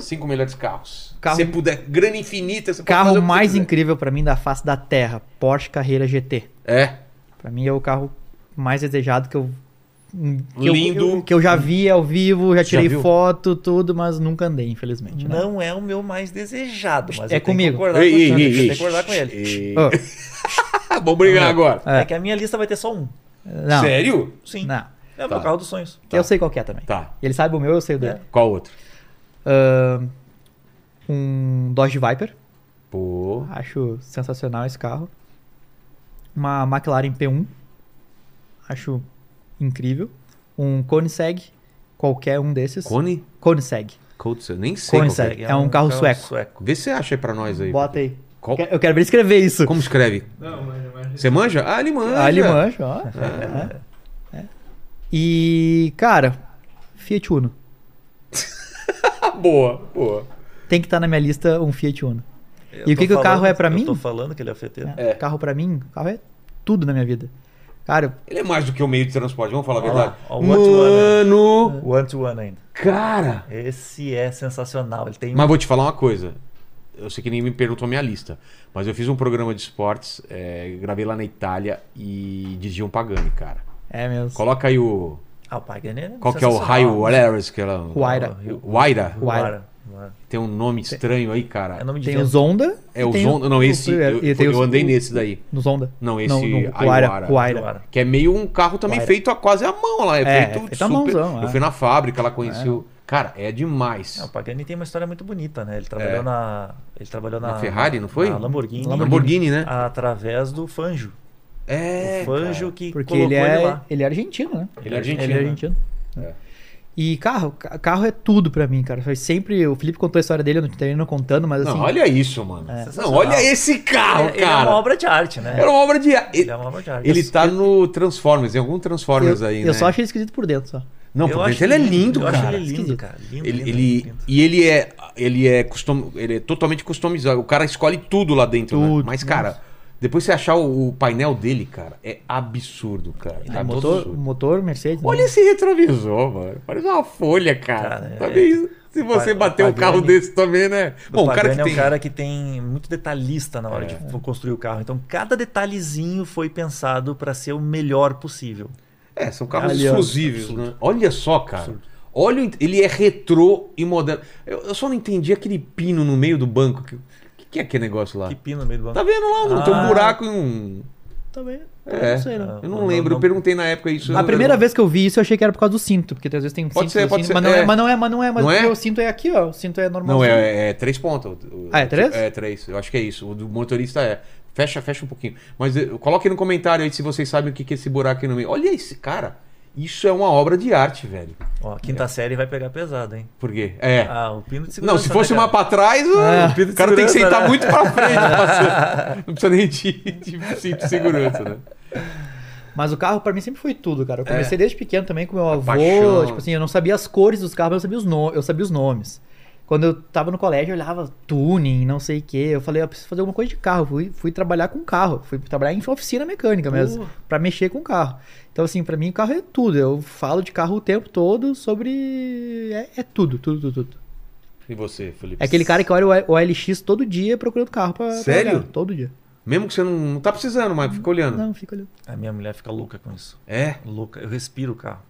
S1: Cinco melhores carros.
S3: Carro-
S1: Se você puder, grana infinita. Você pode fazer
S3: Carro
S1: o que você
S3: mais
S1: quiser.
S3: incrível pra mim da face da terra, Porsche Carreira GT.
S1: É.
S3: Pra mim é o carro mais desejado que eu que eu-
S1: Lindo.
S3: eu- que eu já vi ao vivo, já tirei
S1: viu?
S3: foto, tudo, mas nunca andei, infelizmente. né?
S4: Não é o meu mais desejado, mas
S3: É
S4: eu tenho que
S3: comigo.
S4: concordar com o Sandro, eu tenho que concordar com ele.
S1: Ei.
S3: Oh,
S1: Ah, (laughs) Vamos brigar agora.
S4: É. que a minha lista vai ter só um.
S3: não,
S1: Sério?
S4: Sim.
S3: não.
S4: É o meu
S1: Tá.
S4: carro dos sonhos.
S1: Tá.
S3: Eu sei qual que é também.
S1: Tá.
S3: Ele sabe o meu, eu sei o dele.
S4: É.
S1: Qual outro?
S3: Ahn, um Dodge Viper.
S1: Pô.
S3: Acho sensacional esse carro. Uma McLaren P1. Acho incrível. Um Koenigsegg. Qualquer um desses.
S1: Cone?
S3: Koenigsegg.
S1: Codes, eu nem sei. qual que é.
S3: Koenigsegg. É um carro sueco.
S1: Vê se você acha aí pra nós aí.
S3: Bota aí.
S1: Qual-
S3: Eu quero ver ele escrever isso.
S1: Como escreve?
S2: Não, mas... é
S1: Você manja? Ah, ele manja.
S3: Ah, ele manja, ó. É. É. E, cara, Fiat Uno.
S1: Ah, boa, boa.
S3: Tem que estar na minha lista um Fiat Uno. E o que que o carro é pra mim?
S4: Eu tô falando que ele é afeteiro.
S3: É. Carro pra mim, carro é tudo na minha vida. Cara,
S1: Ele é mais do que o meio de transporte, vamos falar a
S4: Olha
S1: verdade.
S4: lá, ó, o outro
S1: Mano,
S4: One to one ainda.
S1: cara.
S4: Esse é sensacional. Ele tem
S1: Mas vou te falar uma coisa. Eu sei que nem me perguntou a minha lista, mas eu fiz um programa de esportes, é, gravei lá na Itália e dirigi um Pagani, cara.
S3: é mesmo.
S1: Coloca aí o.
S4: Ah, o Pagani é
S1: Qual que é o raio? Whatever, que ela.
S3: Huayra.
S1: Waira.
S4: Huayra.
S1: Tem um nome estranho aí,
S4: É
S1: cara.
S4: nome de
S3: Tem
S4: vento.
S3: os Honda.
S1: É
S3: e
S1: o
S3: tem
S1: Zonda. Não,
S3: o- é,
S1: esse.
S3: e
S1: Eu,
S3: tem
S1: eu
S3: os-
S1: andei
S3: o-
S1: nesse daí.
S3: No Zonda.
S1: Não, esse.
S3: Não, no
S1: Aiwara.
S3: Huayra. Huayra.
S4: Huayra.
S1: Que é meio um carro também
S3: Claro.
S1: feito a quase à mão lá. É,
S3: É,
S1: feito,
S3: feito à
S1: super...
S3: mãozão,
S1: Eu
S3: é.
S1: fui na fábrica, lá conheci o. Cara, é demais.
S4: É, o Pagani tem uma história muito bonita, né? Ele trabalhou
S1: É.
S4: na. Ele trabalhou na.
S1: Na Ferrari, não foi?
S4: Na Lamborghini.
S1: Lamborghini,
S3: Ah,
S1: né?
S4: Através do Fanjo.
S1: É.
S4: o Fanjo que
S3: Porque
S4: colocou
S3: ele
S4: ele,
S3: é,
S4: lá.
S3: ele é argentino, né?
S1: Ele é argentino,
S3: Ele é
S1: né?
S3: argentino.
S1: É.
S3: E carro, ca- carro é tudo pra mim, cara. Foi sempre. O Felipe contou a história dele, eu não termino contando, mas
S1: Não,
S3: assim.
S1: olha isso, mano. Não,
S4: Sensacional.
S1: olha esse carro,
S4: Ele- ele é
S1: Ah, cara.
S4: uma obra de arte, né?
S1: Era uma obra de.
S4: Ele é uma obra de arte.
S1: Ele tá no Transformers, em algum Transformers
S3: eu,
S1: aí,
S3: eu
S1: né?
S3: só achei ele esquisito por dentro, só.
S1: Não,
S4: Eu
S1: por
S4: acho
S1: dentro ele é lindo,
S4: eu
S1: cara.
S4: Acho ele lindo,
S3: Esquisito.
S4: cara. Lindo,
S1: Ele,
S4: lindo,
S1: ele-
S4: lindo.
S1: e ele é ele é custom, ele é totalmente customizado. O cara escolhe tudo lá dentro, né?
S3: Tudo,
S1: Mas cara, depois você achar o, o painel dele, cara, é absurdo, cara.
S3: É,
S1: É
S3: motor,
S1: absurdo.
S3: motor, Mercedes. né?
S1: Olha esse retrovisor, mano. Parece uma folha, cara.
S4: Cara, é.
S1: Também, se você
S4: O Pa-
S1: bater
S4: o
S1: um carro
S4: Pagani-
S1: desse também, né?
S4: O
S1: Bom, o cara
S4: Pagani
S1: que
S4: é um
S1: tem É.
S4: cara que tem muito detalhista na hora de f- construir o carro. Então, cada detalhezinho foi pensado para ser o melhor possível.
S1: É, são carros
S3: Ali, ó.
S1: exclusivos, né? Olha só, cara. Olha, o in- ele é retrô e moderno. Eu, eu só não entendi aquele pino no meio do banco. O que, que, que é aquele negócio lá?
S4: Que pino no meio do banco.
S1: Tá vendo lá, mano? Tem um
S4: Ah.
S1: buraco e um.
S3: Também.
S1: É.
S3: Tá Não sei, não.
S4: Ah,
S1: Eu não,
S4: não-
S1: lembro, eu
S4: não-
S1: perguntei na época isso.
S3: A primeira vez que eu vi isso, eu achei que era por causa do cinto, porque às vezes tem um
S1: Pode
S3: cinto.
S1: ser,
S3: assim,
S1: pode ser,
S3: Mas não é,
S1: é.
S3: mas não é, mas não é. Mas
S1: Não é?
S3: porque o cinto é aqui, ó. O cinto é normal.
S1: Não, é, é três pontas. O- o-
S3: Ah, é três?
S1: É três, eu acho que é isso. O do motorista é. Fecha, fecha um pouquinho. Mas eh, coloque no comentário aí se vocês sabem o que que é esse buraco aí no meio. Olha esse, cara. Isso é uma obra de arte, velho.
S4: Ó, a quinta série vai pegar pesado, hein?
S1: Por quê? É.
S4: Ah, o pino de segurança.
S1: Não, se fosse
S4: né, cara?
S1: uma pra trás, o-
S3: É.
S1: o cara tem que
S4: segurança,
S1: sentar
S4: né?
S1: muito pra (laughs) frente. pra ser- Não precisa nem de, de cinto de segurança, né?
S3: Mas o carro pra mim sempre foi tudo, cara. Eu comecei desde pequeno também com meu avô.
S1: É. paixão.
S3: Tipo assim, eu não sabia as cores dos carros, mas eu sabia os, no... eu sabia os nomes. Quando eu tava no colégio, eu olhava tuning, não sei o quê. Eu falei, "Ah, eu preciso fazer alguma coisa de carro. Fui, fui trabalhar com carro. Fui trabalhar em oficina mecânica mesmo, pra mexer com carro. Então, assim, pra mim, carro é tudo. Eu falo de carro o tempo todo sobre. É, é tudo, tudo, tudo, tudo.
S1: E você, Felipe?
S3: É aquele cara que olha o OLX todo dia procurando carro pra. pra
S1: Sério?
S3: olhar, todo dia.
S1: Mesmo que você não, não tá precisando, mas fica olhando.
S3: Não, fica olhando.
S4: A minha mulher fica louca com isso.
S1: É.
S4: Louca. Eu respiro o carro.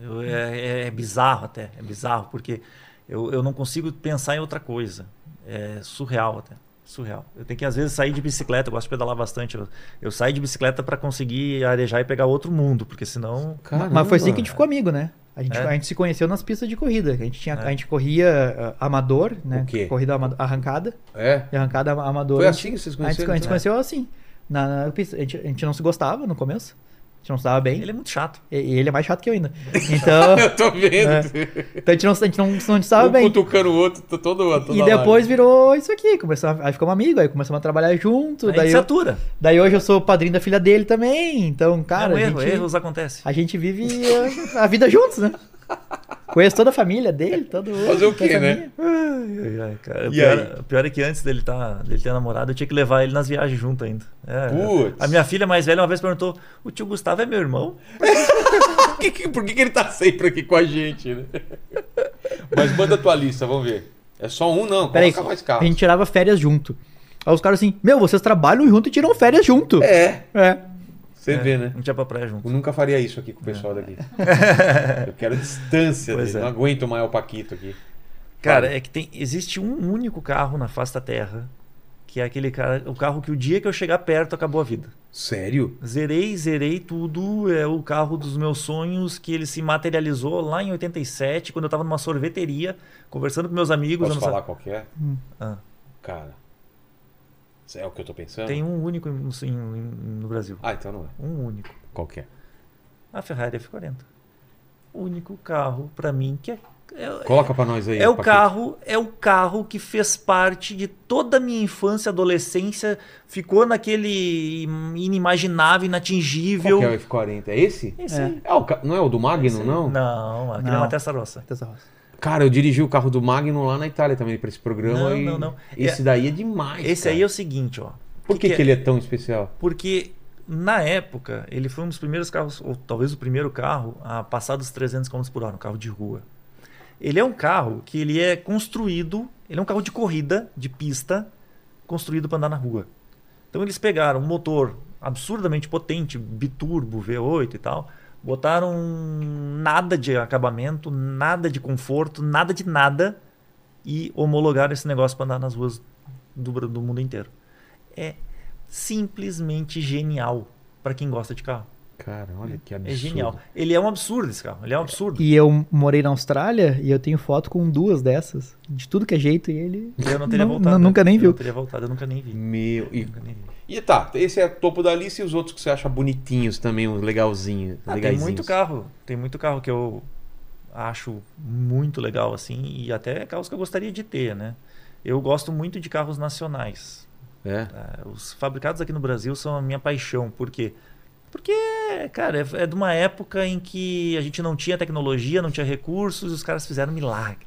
S4: Eu- é, é- é bizarro até. É bizarro, porque eu, eu não consigo pensar em outra coisa. É surreal até. Surreal. Eu tenho que, às vezes, sair de bicicleta. Eu gosto de pedalar bastante. Eu, eu saio de bicicleta para conseguir arejar e pegar outro mundo, porque senão.
S3: Mas foi assim que a
S1: Caramba.
S3: gente ficou amigo, né? A gente,
S4: É.
S3: a gente se conheceu nas pistas de corrida. A gente, tinha, a gente corria ah, amador, né?
S1: É. O quê?
S3: Corrida ama- arrancada.
S1: É.
S3: E arrancada ama- amador.
S1: Foi
S3: a gente-
S1: assim que né? vocês
S3: a gente, se
S1: conheceram?
S3: conhe- a gente se conheceu assim. Na, na pista. A, gente, a gente não se gostava no começo. A gente não se dava bem.
S4: Ele é muito chato.
S3: E, e ele é mais chato que eu ainda. Então,
S1: (laughs) (laughs) Eu tô vendo.
S3: então a gente não, a gente não, não se dava
S1: Um
S3: Tá bem.
S1: cutucando o outro tô todo toda
S3: E
S1: hora.
S3: depois virou isso aqui. Começamos, a- aí ficamos amigos, aí começamos a trabalhar junto.
S4: Aí
S3: daí, eu-
S4: satura.
S3: daí hoje eu sou o padrinho da filha dele também. Então, cara,
S4: é um
S3: a,
S4: erro,
S3: gente,
S4: erros acontecem.
S3: a gente vive eh, a, vida juntos, né? Conheço toda a família dele, todo
S1: Fazer o quê,
S3: toda a
S1: né?
S3: minha.
S4: Ai, ai, cara, o,
S1: E
S4: pior,
S1: aí?
S4: o pior é que antes dele, tá, dele ter namorado, eu tinha que levar ele nas viagens junto ainda. É,
S1: Putz.
S4: a minha filha mais velha uma vez perguntou: o tio Gustavo é meu irmão?
S1: Por que, que- por que, que ele tá sempre aqui com a gente, né? (laughs) Mas manda a tua lista, vamos ver. É só um, não.
S3: Peraí,
S1: Coloca mais
S3: a
S1: carros.
S3: gente tirava férias junto. Aí os caras assim, meu, vocês trabalham junto e tiram férias junto.
S1: É,
S3: É.
S1: você vê, né?
S4: A gente ia pra praia junto.
S1: Eu nunca faria isso aqui com o pessoal
S4: (laughs)
S1: daqui. Eu quero distância
S4: É. Pois
S1: dele.
S4: é.
S1: Não aguento mais o Paquito aqui.
S4: Cara, é que tem, existe um único carro na face da Terra Que é aquele cara, o carro que o dia que eu chegar perto acabou a vida.
S1: Sério?
S4: Zerei, zerei tudo. É o carro dos meus sonhos que ele se materializou lá em 87, quando eu tava numa sorveteria, conversando com meus amigos.
S1: Posso
S4: eu não
S1: falar qual que é?
S4: Ah.
S1: Cara, isso é o que eu tô pensando?
S4: sa- Tem um único em- em- em- no Brasil.
S1: Ah, então não é.
S4: Um único.
S1: Qual que é?
S4: A Ferrari F40. O único carro pra mim que é. é-
S1: Coloca pra nós aí.
S4: É o
S1: Paquito.
S4: carro, é o carro que fez parte de toda a minha infância, adolescência, ficou naquele inimaginável, inatingível.
S1: Qual que é o F40? É esse?
S4: Esse aí.
S1: É o ca- Não é o do Magnum, não?
S4: Não, aquele é
S3: Não.
S4: uma testa rossa.
S3: Tessa Rosa.
S1: Cara, eu dirigi o carro do Magnum lá na Itália também pra esse programa.
S4: Não,
S1: e
S4: não, não.
S1: Esse daí é demais.
S4: Esse
S1: cara.
S4: aí é o seguinte, ó.
S1: Por que, que ele é tão especial?
S4: Porque na época ele foi um dos primeiros carros, ou talvez o primeiro carro a passar dos 300 km por hora, um carro de rua. Ele é um carro que ele é construído, ele é um carro de corrida, de pista, construído para andar na rua. Então eles pegaram um motor absurdamente potente, biturbo, V8 e tal, botaram nada de acabamento, nada de conforto, nada de nada e homologaram esse negócio para andar nas ruas do, Bra- do mundo inteiro. É simplesmente genial para quem gosta de carro.
S1: Cara, olha que absurdo.
S4: É genial. Ele é um absurdo esse carro, ele é um absurdo.
S3: E eu morei na Austrália e eu tenho foto com duas dessas, de tudo que é jeito, e ele.
S4: Eu não teria
S3: Não,
S4: voltado.
S3: não, nunca nem
S4: eu
S3: viu.
S4: não teria voltado, eu nunca nem vi.
S1: Meu. E,
S4: Nunca nem vi. Ah,
S1: e tá, esse é topo da lista e os outros que você acha bonitinhos também, os legalzinhos.
S4: Ah, tem
S1: legaizinhos.
S4: muito carro, tem muito carro que eu acho muito legal assim e até carros que eu gostaria de ter, né? Eu gosto muito de carros nacionais.
S1: É.
S4: Ah, Os fabricados aqui no Brasil são a minha paixão. Por quê? Porque, cara, é, é de uma época em que a gente não tinha tecnologia, não tinha recursos, e os caras fizeram milagre.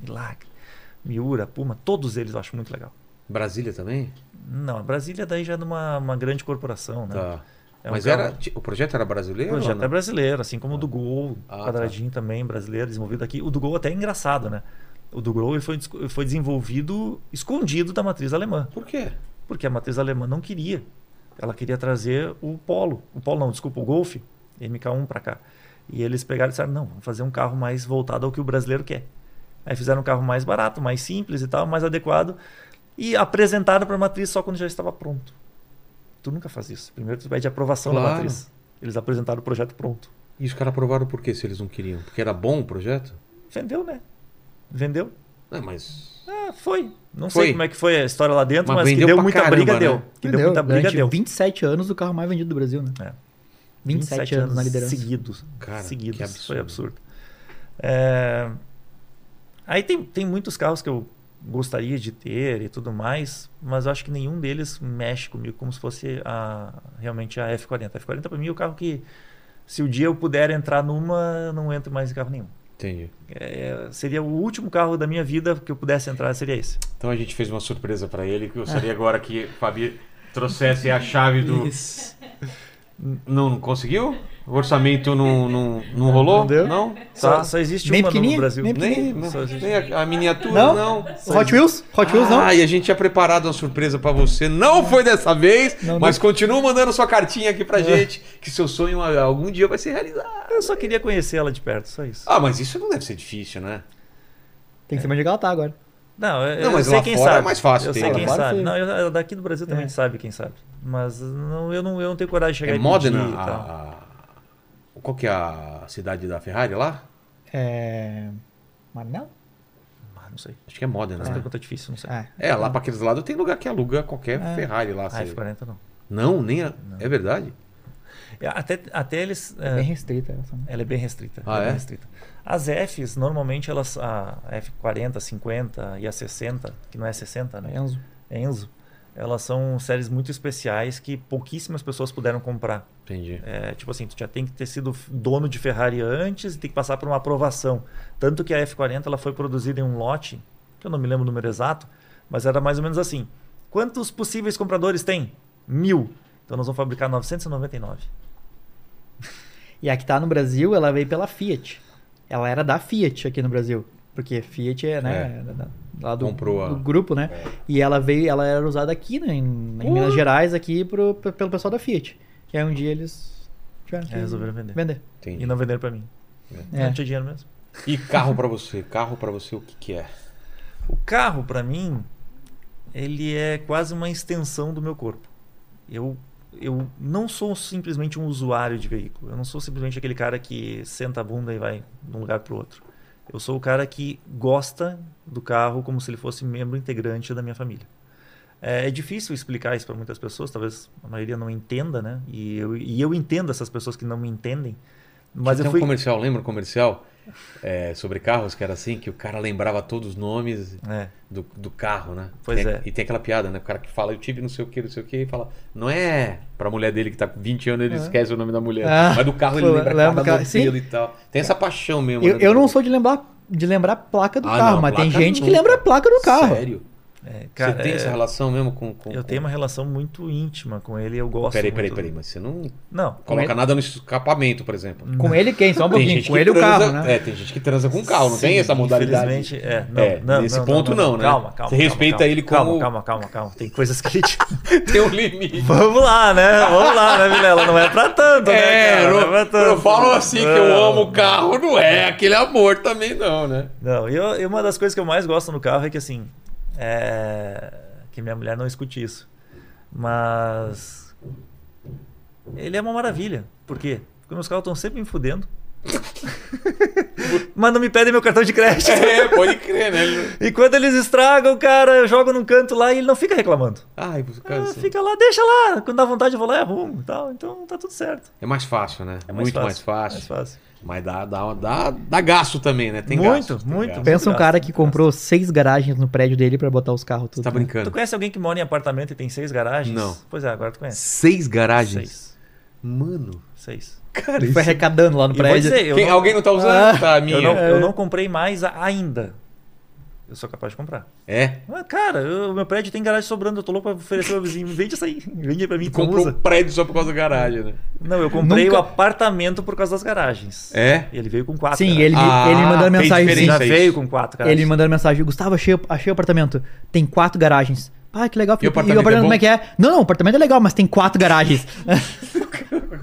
S4: Milagre. Miura, Puma, todos eles eu acho muito legal.
S1: Brasília também?
S4: Não, a Brasília daí já é de uma, uma grande corporação, né?
S1: Tá.
S4: É um
S1: Mas
S4: carro-
S1: era, ti- o projeto era brasileiro?
S4: O
S1: ou
S4: projeto
S1: não?
S4: é brasileiro, assim como o do Gol,
S1: Ah, tá.
S4: quadradinho também brasileiro, desenvolvido aqui. O do Gol até é engraçado, né? O do Gol ele foi, des- foi desenvolvido escondido da matriz alemã,
S1: Por quê?
S4: porque a matriz alemã não queria. Ela queria trazer o Polo, o Polo não, desculpa, o Golf MK1 pra cá. E eles pegaram e disseram: não, vamos fazer um carro mais voltado ao que o brasileiro quer. Aí fizeram um carro mais barato, mais simples e tal, mais adequado. E apresentaram para a matriz só quando já estava pronto. Tu nunca faz isso. Primeiro tu pede aprovação da
S1: Claro.
S4: matriz. Eles apresentaram o projeto pronto.
S1: E os caras aprovaram por quê, se eles não queriam? Porque era bom o projeto?
S4: Vendeu, né? Vendeu.
S1: É, mas.
S4: Ah, foi. Não
S1: Foi.
S4: sei como é que foi a história lá dentro,
S1: Mas
S4: mas, que
S1: vendeu
S4: deu
S1: pra
S4: muita
S1: caramba,
S4: briga,
S1: né?
S4: deu. Que deu muita briga,
S3: durante
S4: deu.
S3: 27 anos o carro mais vendido do Brasil, né?
S4: É.
S3: 27, anos na liderança.
S4: Seguidos.
S1: Cara,
S4: seguidos.
S1: que absurdo.
S4: Foi absurdo. É, Aí tem, tem muitos carros que eu gostaria de ter e tudo mais, mas eu acho que nenhum deles mexe comigo como se fosse a, realmente a F40. A F40 pra mim é o carro que, se o dia eu puder entrar numa, eu não entro mais em carro nenhum.
S1: Entendi.
S4: É, seria o último carro da minha vida que eu pudesse entrar, seria esse.
S1: Então a gente fez uma surpresa pra ele que eu
S4: (laughs)
S1: gostaria agora que o Fabi trouxesse a chave do.
S2: Isso.
S1: Não conseguiu? O orçamento não, não, não rolou? Não? Tá.
S3: deu?
S4: Só, só existe
S3: Bem
S4: uma no
S3: pequenininha,
S4: Brasil.
S3: bem
S1: Nem,
S4: Só existe-
S1: nem a, a miniatura,
S3: Não?
S1: não.
S3: Hot Wheels? Hot Wheels não?
S1: Ah, e a gente tinha preparado uma surpresa pra você. Não foi dessa vez, mas continua mandando sua cartinha aqui pra
S4: É.
S1: gente, que seu sonho ah, algum dia vai se realizar.
S4: Eu só queria conhecer ela de perto, só isso.
S1: Ah, mas isso não deve ser difícil, né?
S3: Tem que saber onde ela tá agora.
S4: Não, eu,
S1: Não,
S4: eu
S1: mas
S4: sei
S1: lá
S4: quem
S1: fora é
S4: sabe.
S1: mais fácil
S4: Eu
S1: ter,
S4: sei
S1: né?
S4: quem
S3: Lá fora
S4: sabe.
S3: você-
S4: Não, eu- daqui do Brasil também sabe quem sabe. Mas não, eu, não, eu não tenho coragem de chegar
S1: É
S4: e
S1: Modena?
S4: pedir e tal.
S1: a- a- Qual que é a cidade da Ferrari lá?
S3: É. Maranello?
S4: Ah, não sei.
S1: Acho que é Modena,
S4: Essa
S1: né?
S4: pergunta é difícil, não sei.
S3: É.
S1: É, lá pra aqueles lados tem lugar que aluga qualquer Ferrari lá.
S4: Ah,
S1: sabe?
S4: F40 não.
S1: Não, nem a... É verdade?
S4: É, Até, até eles. é,
S3: Bem restrita essa. né?
S4: Ela é bem restrita.
S1: Ah,
S4: ela é
S1: é?
S4: bem restrita. As Fs, normalmente, elas. A F40, 50 e a 60, que não é 60, né?
S3: Enzo.
S4: Enzo. Elas são séries muito especiais que pouquíssimas pessoas puderam comprar.
S1: Entendi.
S4: É, tipo assim, tu já tem que ter sido dono de Ferrari antes e tem que passar por uma aprovação. Tanto que a F40 ela foi produzida em um lote, que eu não me lembro o número exato, mas era mais ou menos assim. Quantos possíveis compradores tem? Mil. Então nós vamos fabricar 999.
S3: E a que tá no Brasil, ela veio pela Fiat. Ela era da Fiat aqui no Brasil. Porque Fiat é, né? era da- lá do,
S1: Comprou a-
S3: do grupo, né? E ela veio, ela era usada aqui, né? Em, em Minas Gerais, aqui pro- pe- pelo pessoal da Fiat. E aí um dia eles tiveram que
S4: É, resolveram vender.
S3: vender.
S1: Entendi.
S4: E não venderam pra mim.
S3: É.
S4: Não tinha dinheiro mesmo. (laughs)
S1: E carro pra você? Carro pra você o que que é?
S4: O carro, pra mim, ele é quase uma extensão do meu corpo. Eu, eu não sou simplesmente um usuário de veículo. Eu não sou simplesmente aquele cara que senta a bunda e vai de um lugar para o outro. Eu sou o cara que gosta do carro como se ele fosse membro integrante da minha família. É, é difícil explicar isso para muitas pessoas, talvez a maioria não entenda, né? E eu, e eu entendo essas pessoas que não me entendem. Mas
S1: Tinha
S4: eu
S1: um
S4: fui.
S1: comercial, lembra um comercial é, sobre carros que era assim, que o cara lembrava todos os nomes
S4: É.
S1: do, do carro, né?
S4: Pois
S1: Tem-
S4: é.
S1: E tem aquela piada, né? O cara que fala, eu tive não sei o que, não sei o que, e fala, não é pra mulher dele que tá com 20 anos, ele esquece o nome da mulher.
S3: Ah,
S1: mas do carro ele
S3: pô,
S1: lembra,
S3: lembra
S1: cada
S3: cada- sim.
S1: modelo e tal. Tem essa paixão mesmo.
S3: Eu,
S1: né?
S3: eu não sou de lembrar, de lembrar a placa do
S1: Ah,
S3: carro,
S1: não,
S3: mas tem
S1: placa
S3: gente que
S1: nunca.
S3: lembra a placa do carro.
S1: Sério?
S4: É, cara,
S1: você tem
S4: é,
S1: essa relação mesmo com. com
S4: eu tenho uma relação muito íntima com ele. Eu
S1: com...
S4: gosto.
S1: Peraí, peraí,
S4: muito-
S1: peraí, mas você não
S4: Não.
S1: coloca
S3: ele-
S1: nada no escapamento, por exemplo.
S3: Com ele quem? Só um
S1: Tem
S3: pouquinho.
S1: gente
S3: Com
S1: que
S3: ele o
S1: transa-
S3: carro, né?
S1: É, tem gente que transa com carro, não tem essa modalidade.
S4: Infelizmente, é. Não,
S1: É,
S4: não,
S1: nesse
S4: não,
S1: ponto não, né?
S4: Calma, calma.
S1: Você
S4: calma,
S1: respeita
S4: calma.
S1: ele
S4: Calma,
S1: como-
S4: calma, calma, calma. Tem coisas que ele te...
S1: (laughs) Tem um limite.
S4: (laughs) Vamos lá, né? Vamos lá, né, Vilela? Não é pra tanto, né,
S1: É,
S4: cara? Ah.
S1: não,
S4: Não é pra tanto.
S1: não falam assim que eu
S4: Não.
S1: amo o carro, não é aquele amor também, não, né?
S4: Não, e eu- e uma das coisas que eu mais gosto no carro é que, assim, é... que minha mulher não escute isso. Mas... Ele é uma maravilha. Por quê? Porque meus carros estão sempre
S1: (laughs)
S4: me fudendo. Mas não me pedem meu cartão de crédito.
S1: (laughs) É, pode crer, né?
S4: E quando eles estragam, cara, eu jogo num canto lá e ele não fica reclamando.
S1: Ai, assim, por
S4: Ah,
S1: causa.
S4: fica lá, deixa lá. Quando dá vontade eu vou lá e arrumo e tal. Então tá tudo certo.
S1: É mais fácil, né?
S4: É
S1: Muito mais fácil.
S4: Mais fácil.
S1: Mas dá, dá, dá, dá gasto também, né? Tem
S4: Muito,
S1: gasto, tem
S4: muito.
S1: gasto.
S3: Pensa um
S4: Gasto,
S3: cara que
S4: gasto.
S3: comprou seis garagens no prédio dele pra botar os carros
S1: Você
S3: tudo. né?
S1: tá
S4: Tu
S1: brincando.
S4: conhece alguém que mora em apartamento e tem seis garagens?
S1: Não.
S4: Pois é, agora tu conhece.
S1: Seis garagens?
S4: Seis.
S1: Mano.
S4: Seis.
S1: Cara,
S3: Então, Ele É. foi arrecadando lá no
S4: E eu vou
S3: prédio.
S4: dizer, eu,
S1: Quem-
S4: não, Ah,
S1: Alguém não tá usando? tá, a minha.
S4: eu, não, eu não comprei mais a- ainda. Eu sou capaz de comprar.
S1: É.
S4: Ah, cara, eu- o meu prédio tem garagem sobrando. Eu tô louco pra oferecer ao vizinho. Vende isso aí. (laughs) Vende aí pra mim.
S1: Tu
S4: Não
S1: comprou
S4: usa.
S1: um prédio só por causa da garagem, né?
S4: Não, eu comprei
S3: Nunca-
S4: o apartamento por causa das garagens.
S1: É.
S4: Ele veio com quatro.
S3: Sim,
S4: cara.
S3: ele, me-
S1: Ah,
S3: ele me mandou
S1: fez
S3: mensagem.
S4: Ele
S1: diferença
S4: Tá já
S1: Sim,
S4: veio
S1: seis.
S4: com quatro garagens.
S3: Ele me mandou mensagem, Gustavo, achei, achei o apartamento. Tem quatro garagens. Ah, que legal. Felipe.
S1: apartamento é bom?
S3: como é que é? Não, não, o apartamento é legal, mas tem
S1: (laughs)
S3: quatro garagens.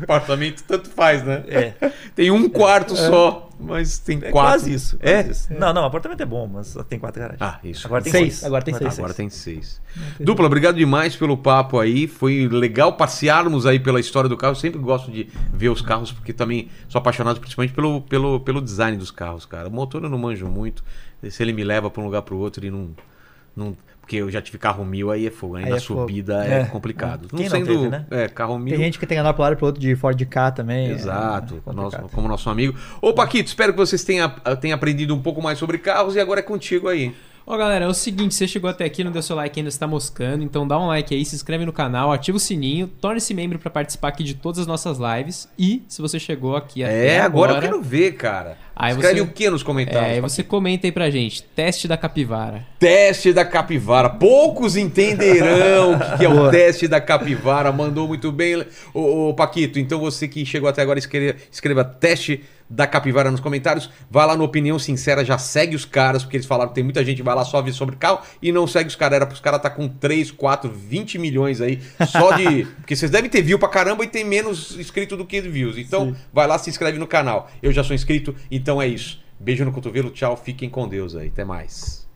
S1: Apartamento tanto faz, né?
S4: É.
S1: (laughs) Tem um quarto só, mas tem
S4: É
S1: quatro.
S4: quase isso.
S1: É?
S4: quase isso. Não, não, apartamento é bom, mas só tem quatro garagens.
S1: Ah, isso.
S4: Agora tem
S3: Seis,
S4: seis.
S3: agora tem seis.
S1: Agora tem seis. Dupla, obrigado demais pelo papo aí. Foi legal passearmos aí pela história do carro. Eu sempre gosto de ver os carros, porque também sou apaixonado principalmente pelo, pelo, pelo design dos carros, cara. O motor eu não manjo muito. Se ele me leva para um lugar para o outro e não, não. Porque eu já tive carro mil, aí é fogo. Aí,
S3: Aí
S1: na
S3: é fogo.
S1: subida é,
S4: É.
S1: complicado.
S4: Quem não teve, né?
S1: é, carro mil.
S3: tem gente que tem andar pro lado e pro outro de Ford K também.
S1: Exato,
S3: É,
S1: nosso-
S3: complicado.
S1: como nosso amigo. Ô, Paquito, espero que vocês tenham, tenham aprendido um pouco mais sobre carros e agora é contigo aí.
S2: Ó, galera, é o seguinte, você chegou até aqui, não deu seu like ainda, você tá moscando, então dá um like aí, se inscreve no canal, ativa o sininho, torne-se membro pra participar aqui de todas as nossas lives e se você chegou aqui até
S1: É, agora, eu quero ver, cara.
S2: Aí
S1: Escreve
S2: você-
S1: o que nos comentários?
S2: É, e
S1: Paquito?
S2: você comenta aí pra gente, teste da capivara.
S1: Teste da capivara. Poucos entenderão o que que é o teste da capivara. Mandou muito bem. Ô, ô, Paquito, então você que chegou até agora, escreva, escreva teste da capivara nos comentários. Vai lá no Opinião Sincera, já segue os caras, porque eles falaram que tem muita gente, vai lá só ver sobre carro e não segue os caras. Era pros caras tá com 3, 4, 20 milhões aí, só de. porque vocês devem ter view pra caramba e tem menos inscrito do que views. Então, vai lá, se inscreve no canal. Eu já sou inscrito, então é isso. Beijo no cotovelo, tchau, fiquem com Deus aí. Até mais.